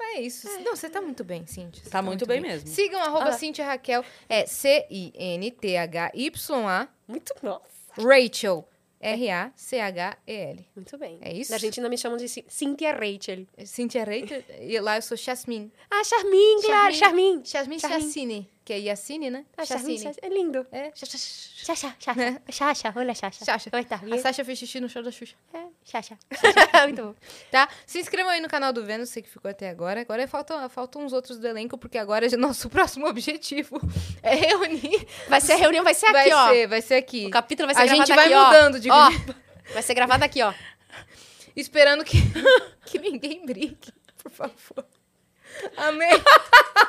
[SPEAKER 2] É isso. Não, você tá muito bem, Cintia. Você
[SPEAKER 1] Tá muito bem mesmo.
[SPEAKER 2] Sigam arroba
[SPEAKER 3] Ah.
[SPEAKER 2] Cintia Raquel. É C-I-N-T-H-Y-A.
[SPEAKER 3] Muito, nossa.
[SPEAKER 2] Rachel. R-A-C-H-E-L.
[SPEAKER 3] Muito bem.
[SPEAKER 2] É isso?
[SPEAKER 3] Na Argentina me chamam de Cin- Cynthia Rachel.
[SPEAKER 2] Cintia Rachel. E lá eu sou Jasmine.
[SPEAKER 3] Ah, Charmin, claro, Charmin.
[SPEAKER 2] Jasmine
[SPEAKER 3] Jasmine.
[SPEAKER 2] Chassine. Que é Yassine, né?
[SPEAKER 3] Ah, Charmin,
[SPEAKER 2] Chassine.
[SPEAKER 3] é lindo.
[SPEAKER 2] É.
[SPEAKER 3] Chacha, Chacha. Chacha, olha Chacha.
[SPEAKER 2] Chacha.
[SPEAKER 3] Como é que tá?
[SPEAKER 2] A Sasha fez xixi no show da Xuxa.
[SPEAKER 3] É,
[SPEAKER 2] <laughs>
[SPEAKER 3] Chacha. Chacha. Muito bom.
[SPEAKER 2] Tá? Se inscrevam aí no canal do Vênus, você que ficou até agora. Agora faltam, faltam uns outros do elenco, porque agora é <laughs> nosso próximo objetivo é reunir.
[SPEAKER 3] Vai ser a reunião, vai ser Tá aqui,
[SPEAKER 2] vai
[SPEAKER 3] ó.
[SPEAKER 2] ser, vai ser aqui.
[SPEAKER 3] O capítulo vai ser
[SPEAKER 2] A
[SPEAKER 3] gravado
[SPEAKER 2] gente
[SPEAKER 3] aqui,
[SPEAKER 2] vai
[SPEAKER 3] ó.
[SPEAKER 2] mudando de
[SPEAKER 3] Ó, vai ser gravado aqui, ó.
[SPEAKER 2] Esperando que, <laughs> que ninguém brigue, por
[SPEAKER 3] <laughs>
[SPEAKER 2] favor. Amém.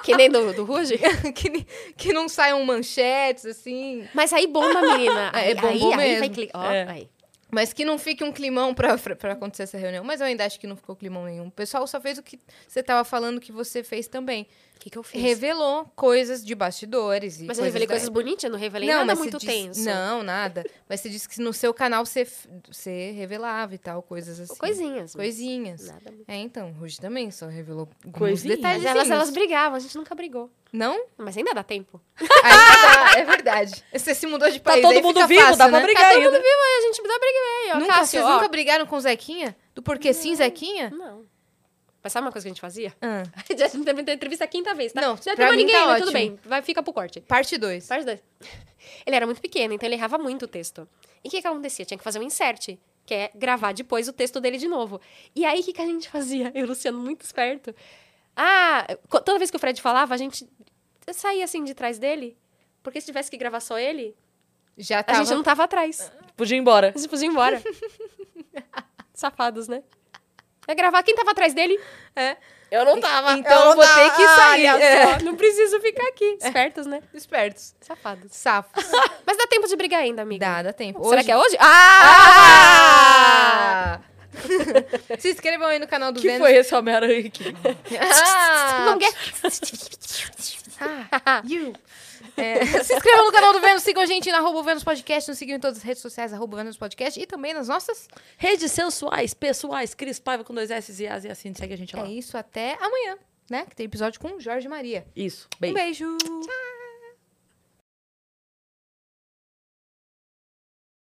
[SPEAKER 3] Que nem do, do Ruge.
[SPEAKER 2] <laughs> que, ni- que não saiam manchetes, assim.
[SPEAKER 3] Mas aí bomba, menina.
[SPEAKER 2] É,
[SPEAKER 3] <laughs> Aí,
[SPEAKER 2] bombou
[SPEAKER 3] aí, aí
[SPEAKER 2] mesmo.
[SPEAKER 3] vai clicar. Ó,
[SPEAKER 1] É.
[SPEAKER 3] aí.
[SPEAKER 2] Mas que não fique um climão pra, pra, pra acontecer essa reunião. Mas eu ainda acho que não ficou climão nenhum. O pessoal só fez o que você tava falando que você fez também.
[SPEAKER 3] O que, que eu fiz?
[SPEAKER 2] Revelou coisas de bastidores e
[SPEAKER 3] Mas eu revelei
[SPEAKER 2] da-
[SPEAKER 3] coisas bonitas, eu não revelei
[SPEAKER 2] não,
[SPEAKER 3] nada
[SPEAKER 2] mas você
[SPEAKER 3] muito
[SPEAKER 2] disse-
[SPEAKER 3] tenso.
[SPEAKER 2] Não, nada. Mas você disse que no seu canal você, f- você revelava e tal, coisas assim.
[SPEAKER 3] Coisinhas. mas
[SPEAKER 2] Coisinhas.
[SPEAKER 3] Nada muito.
[SPEAKER 2] É, então, Ruge também só revelou alguns
[SPEAKER 1] Coisinhas.
[SPEAKER 2] detalhes.
[SPEAKER 3] Mas é elas, elas brigavam, a gente nunca brigou.
[SPEAKER 2] Não?
[SPEAKER 3] Mas ainda dá tempo.
[SPEAKER 2] Ainda dá, é verdade. Você se mudou de
[SPEAKER 1] Tá
[SPEAKER 2] país,
[SPEAKER 1] todo
[SPEAKER 2] aí
[SPEAKER 1] mundo
[SPEAKER 2] fica
[SPEAKER 1] vivo,
[SPEAKER 2] fácil,
[SPEAKER 1] dá pra
[SPEAKER 2] né?
[SPEAKER 1] brigar
[SPEAKER 3] todo
[SPEAKER 1] ainda.
[SPEAKER 3] mundo viu, aí a gente dá briga meio. ó,
[SPEAKER 2] Nunca,
[SPEAKER 3] Cássio,
[SPEAKER 2] vocês
[SPEAKER 3] ó.
[SPEAKER 2] nunca brigaram com o Zequinha? Do porquê sim, Zequinha?
[SPEAKER 3] Não. Mas sabe uma coisa que a gente <laughs> fazia?
[SPEAKER 2] Ah,
[SPEAKER 3] A gente também tem entrevista a quinta vez, tá?
[SPEAKER 2] Não,
[SPEAKER 3] já
[SPEAKER 2] pra
[SPEAKER 3] tem
[SPEAKER 2] mim
[SPEAKER 3] ninguém,
[SPEAKER 2] tá
[SPEAKER 3] né? tudo
[SPEAKER 2] ótimo.
[SPEAKER 3] bem. Vai, fica pro corte.
[SPEAKER 2] parte 2.
[SPEAKER 3] Parte dois. Ele era muito pequeno, então ele errava muito o texto. E o que, que acontecia? Tinha que fazer um insert, que é gravar depois o texto dele de novo. E aí, o que, que a gente fazia? Eu, e o Luciano, muito esperto. Ah, co- toda vez que o Fred falava, a gente saía assim de trás dele. Porque se tivesse que gravar só ele,
[SPEAKER 2] Já
[SPEAKER 3] a
[SPEAKER 2] tava...
[SPEAKER 3] gente não tava atrás.
[SPEAKER 1] Podia ir embora.
[SPEAKER 3] A gente podia ir embora.
[SPEAKER 2] <laughs>
[SPEAKER 3] Safados, né? Vai gravar quem tava atrás dele?
[SPEAKER 2] É.
[SPEAKER 3] Eu não tava. é.
[SPEAKER 2] Então É. eu vou ter que sair.
[SPEAKER 3] Olha só, não preciso ficar aqui. Espertos, né?
[SPEAKER 2] Espertos.
[SPEAKER 3] Safados. <laughs>
[SPEAKER 2] Safos.
[SPEAKER 3] Mas dá tempo de brigar ainda, amiga.
[SPEAKER 2] dá, dá tempo.
[SPEAKER 3] Será
[SPEAKER 2] Hoje-
[SPEAKER 3] que é hoje? Ah!
[SPEAKER 2] <laughs> Ah! se inscrevam aí no canal do
[SPEAKER 1] que
[SPEAKER 2] Vênus.
[SPEAKER 1] foi esse Homem-Aranha aqui?
[SPEAKER 2] <laughs> Ah!
[SPEAKER 3] Não quer?
[SPEAKER 2] Ah, you. É, se inscrevam no canal do Vênus, sigam a gente na arroba Vênus Podcast, nos sigam em todas as redes sociais, arroba Vênus Podcast e também nas nossas.
[SPEAKER 1] Redes sensuais, pessoais, Cris Paiva com dois S e As e assim, segue a gente lá.
[SPEAKER 2] É isso, até amanhã, né? Que tem episódio com o Jorge Maria.
[SPEAKER 1] Isso,
[SPEAKER 2] Um
[SPEAKER 1] beijo.
[SPEAKER 2] beijo. Tchau.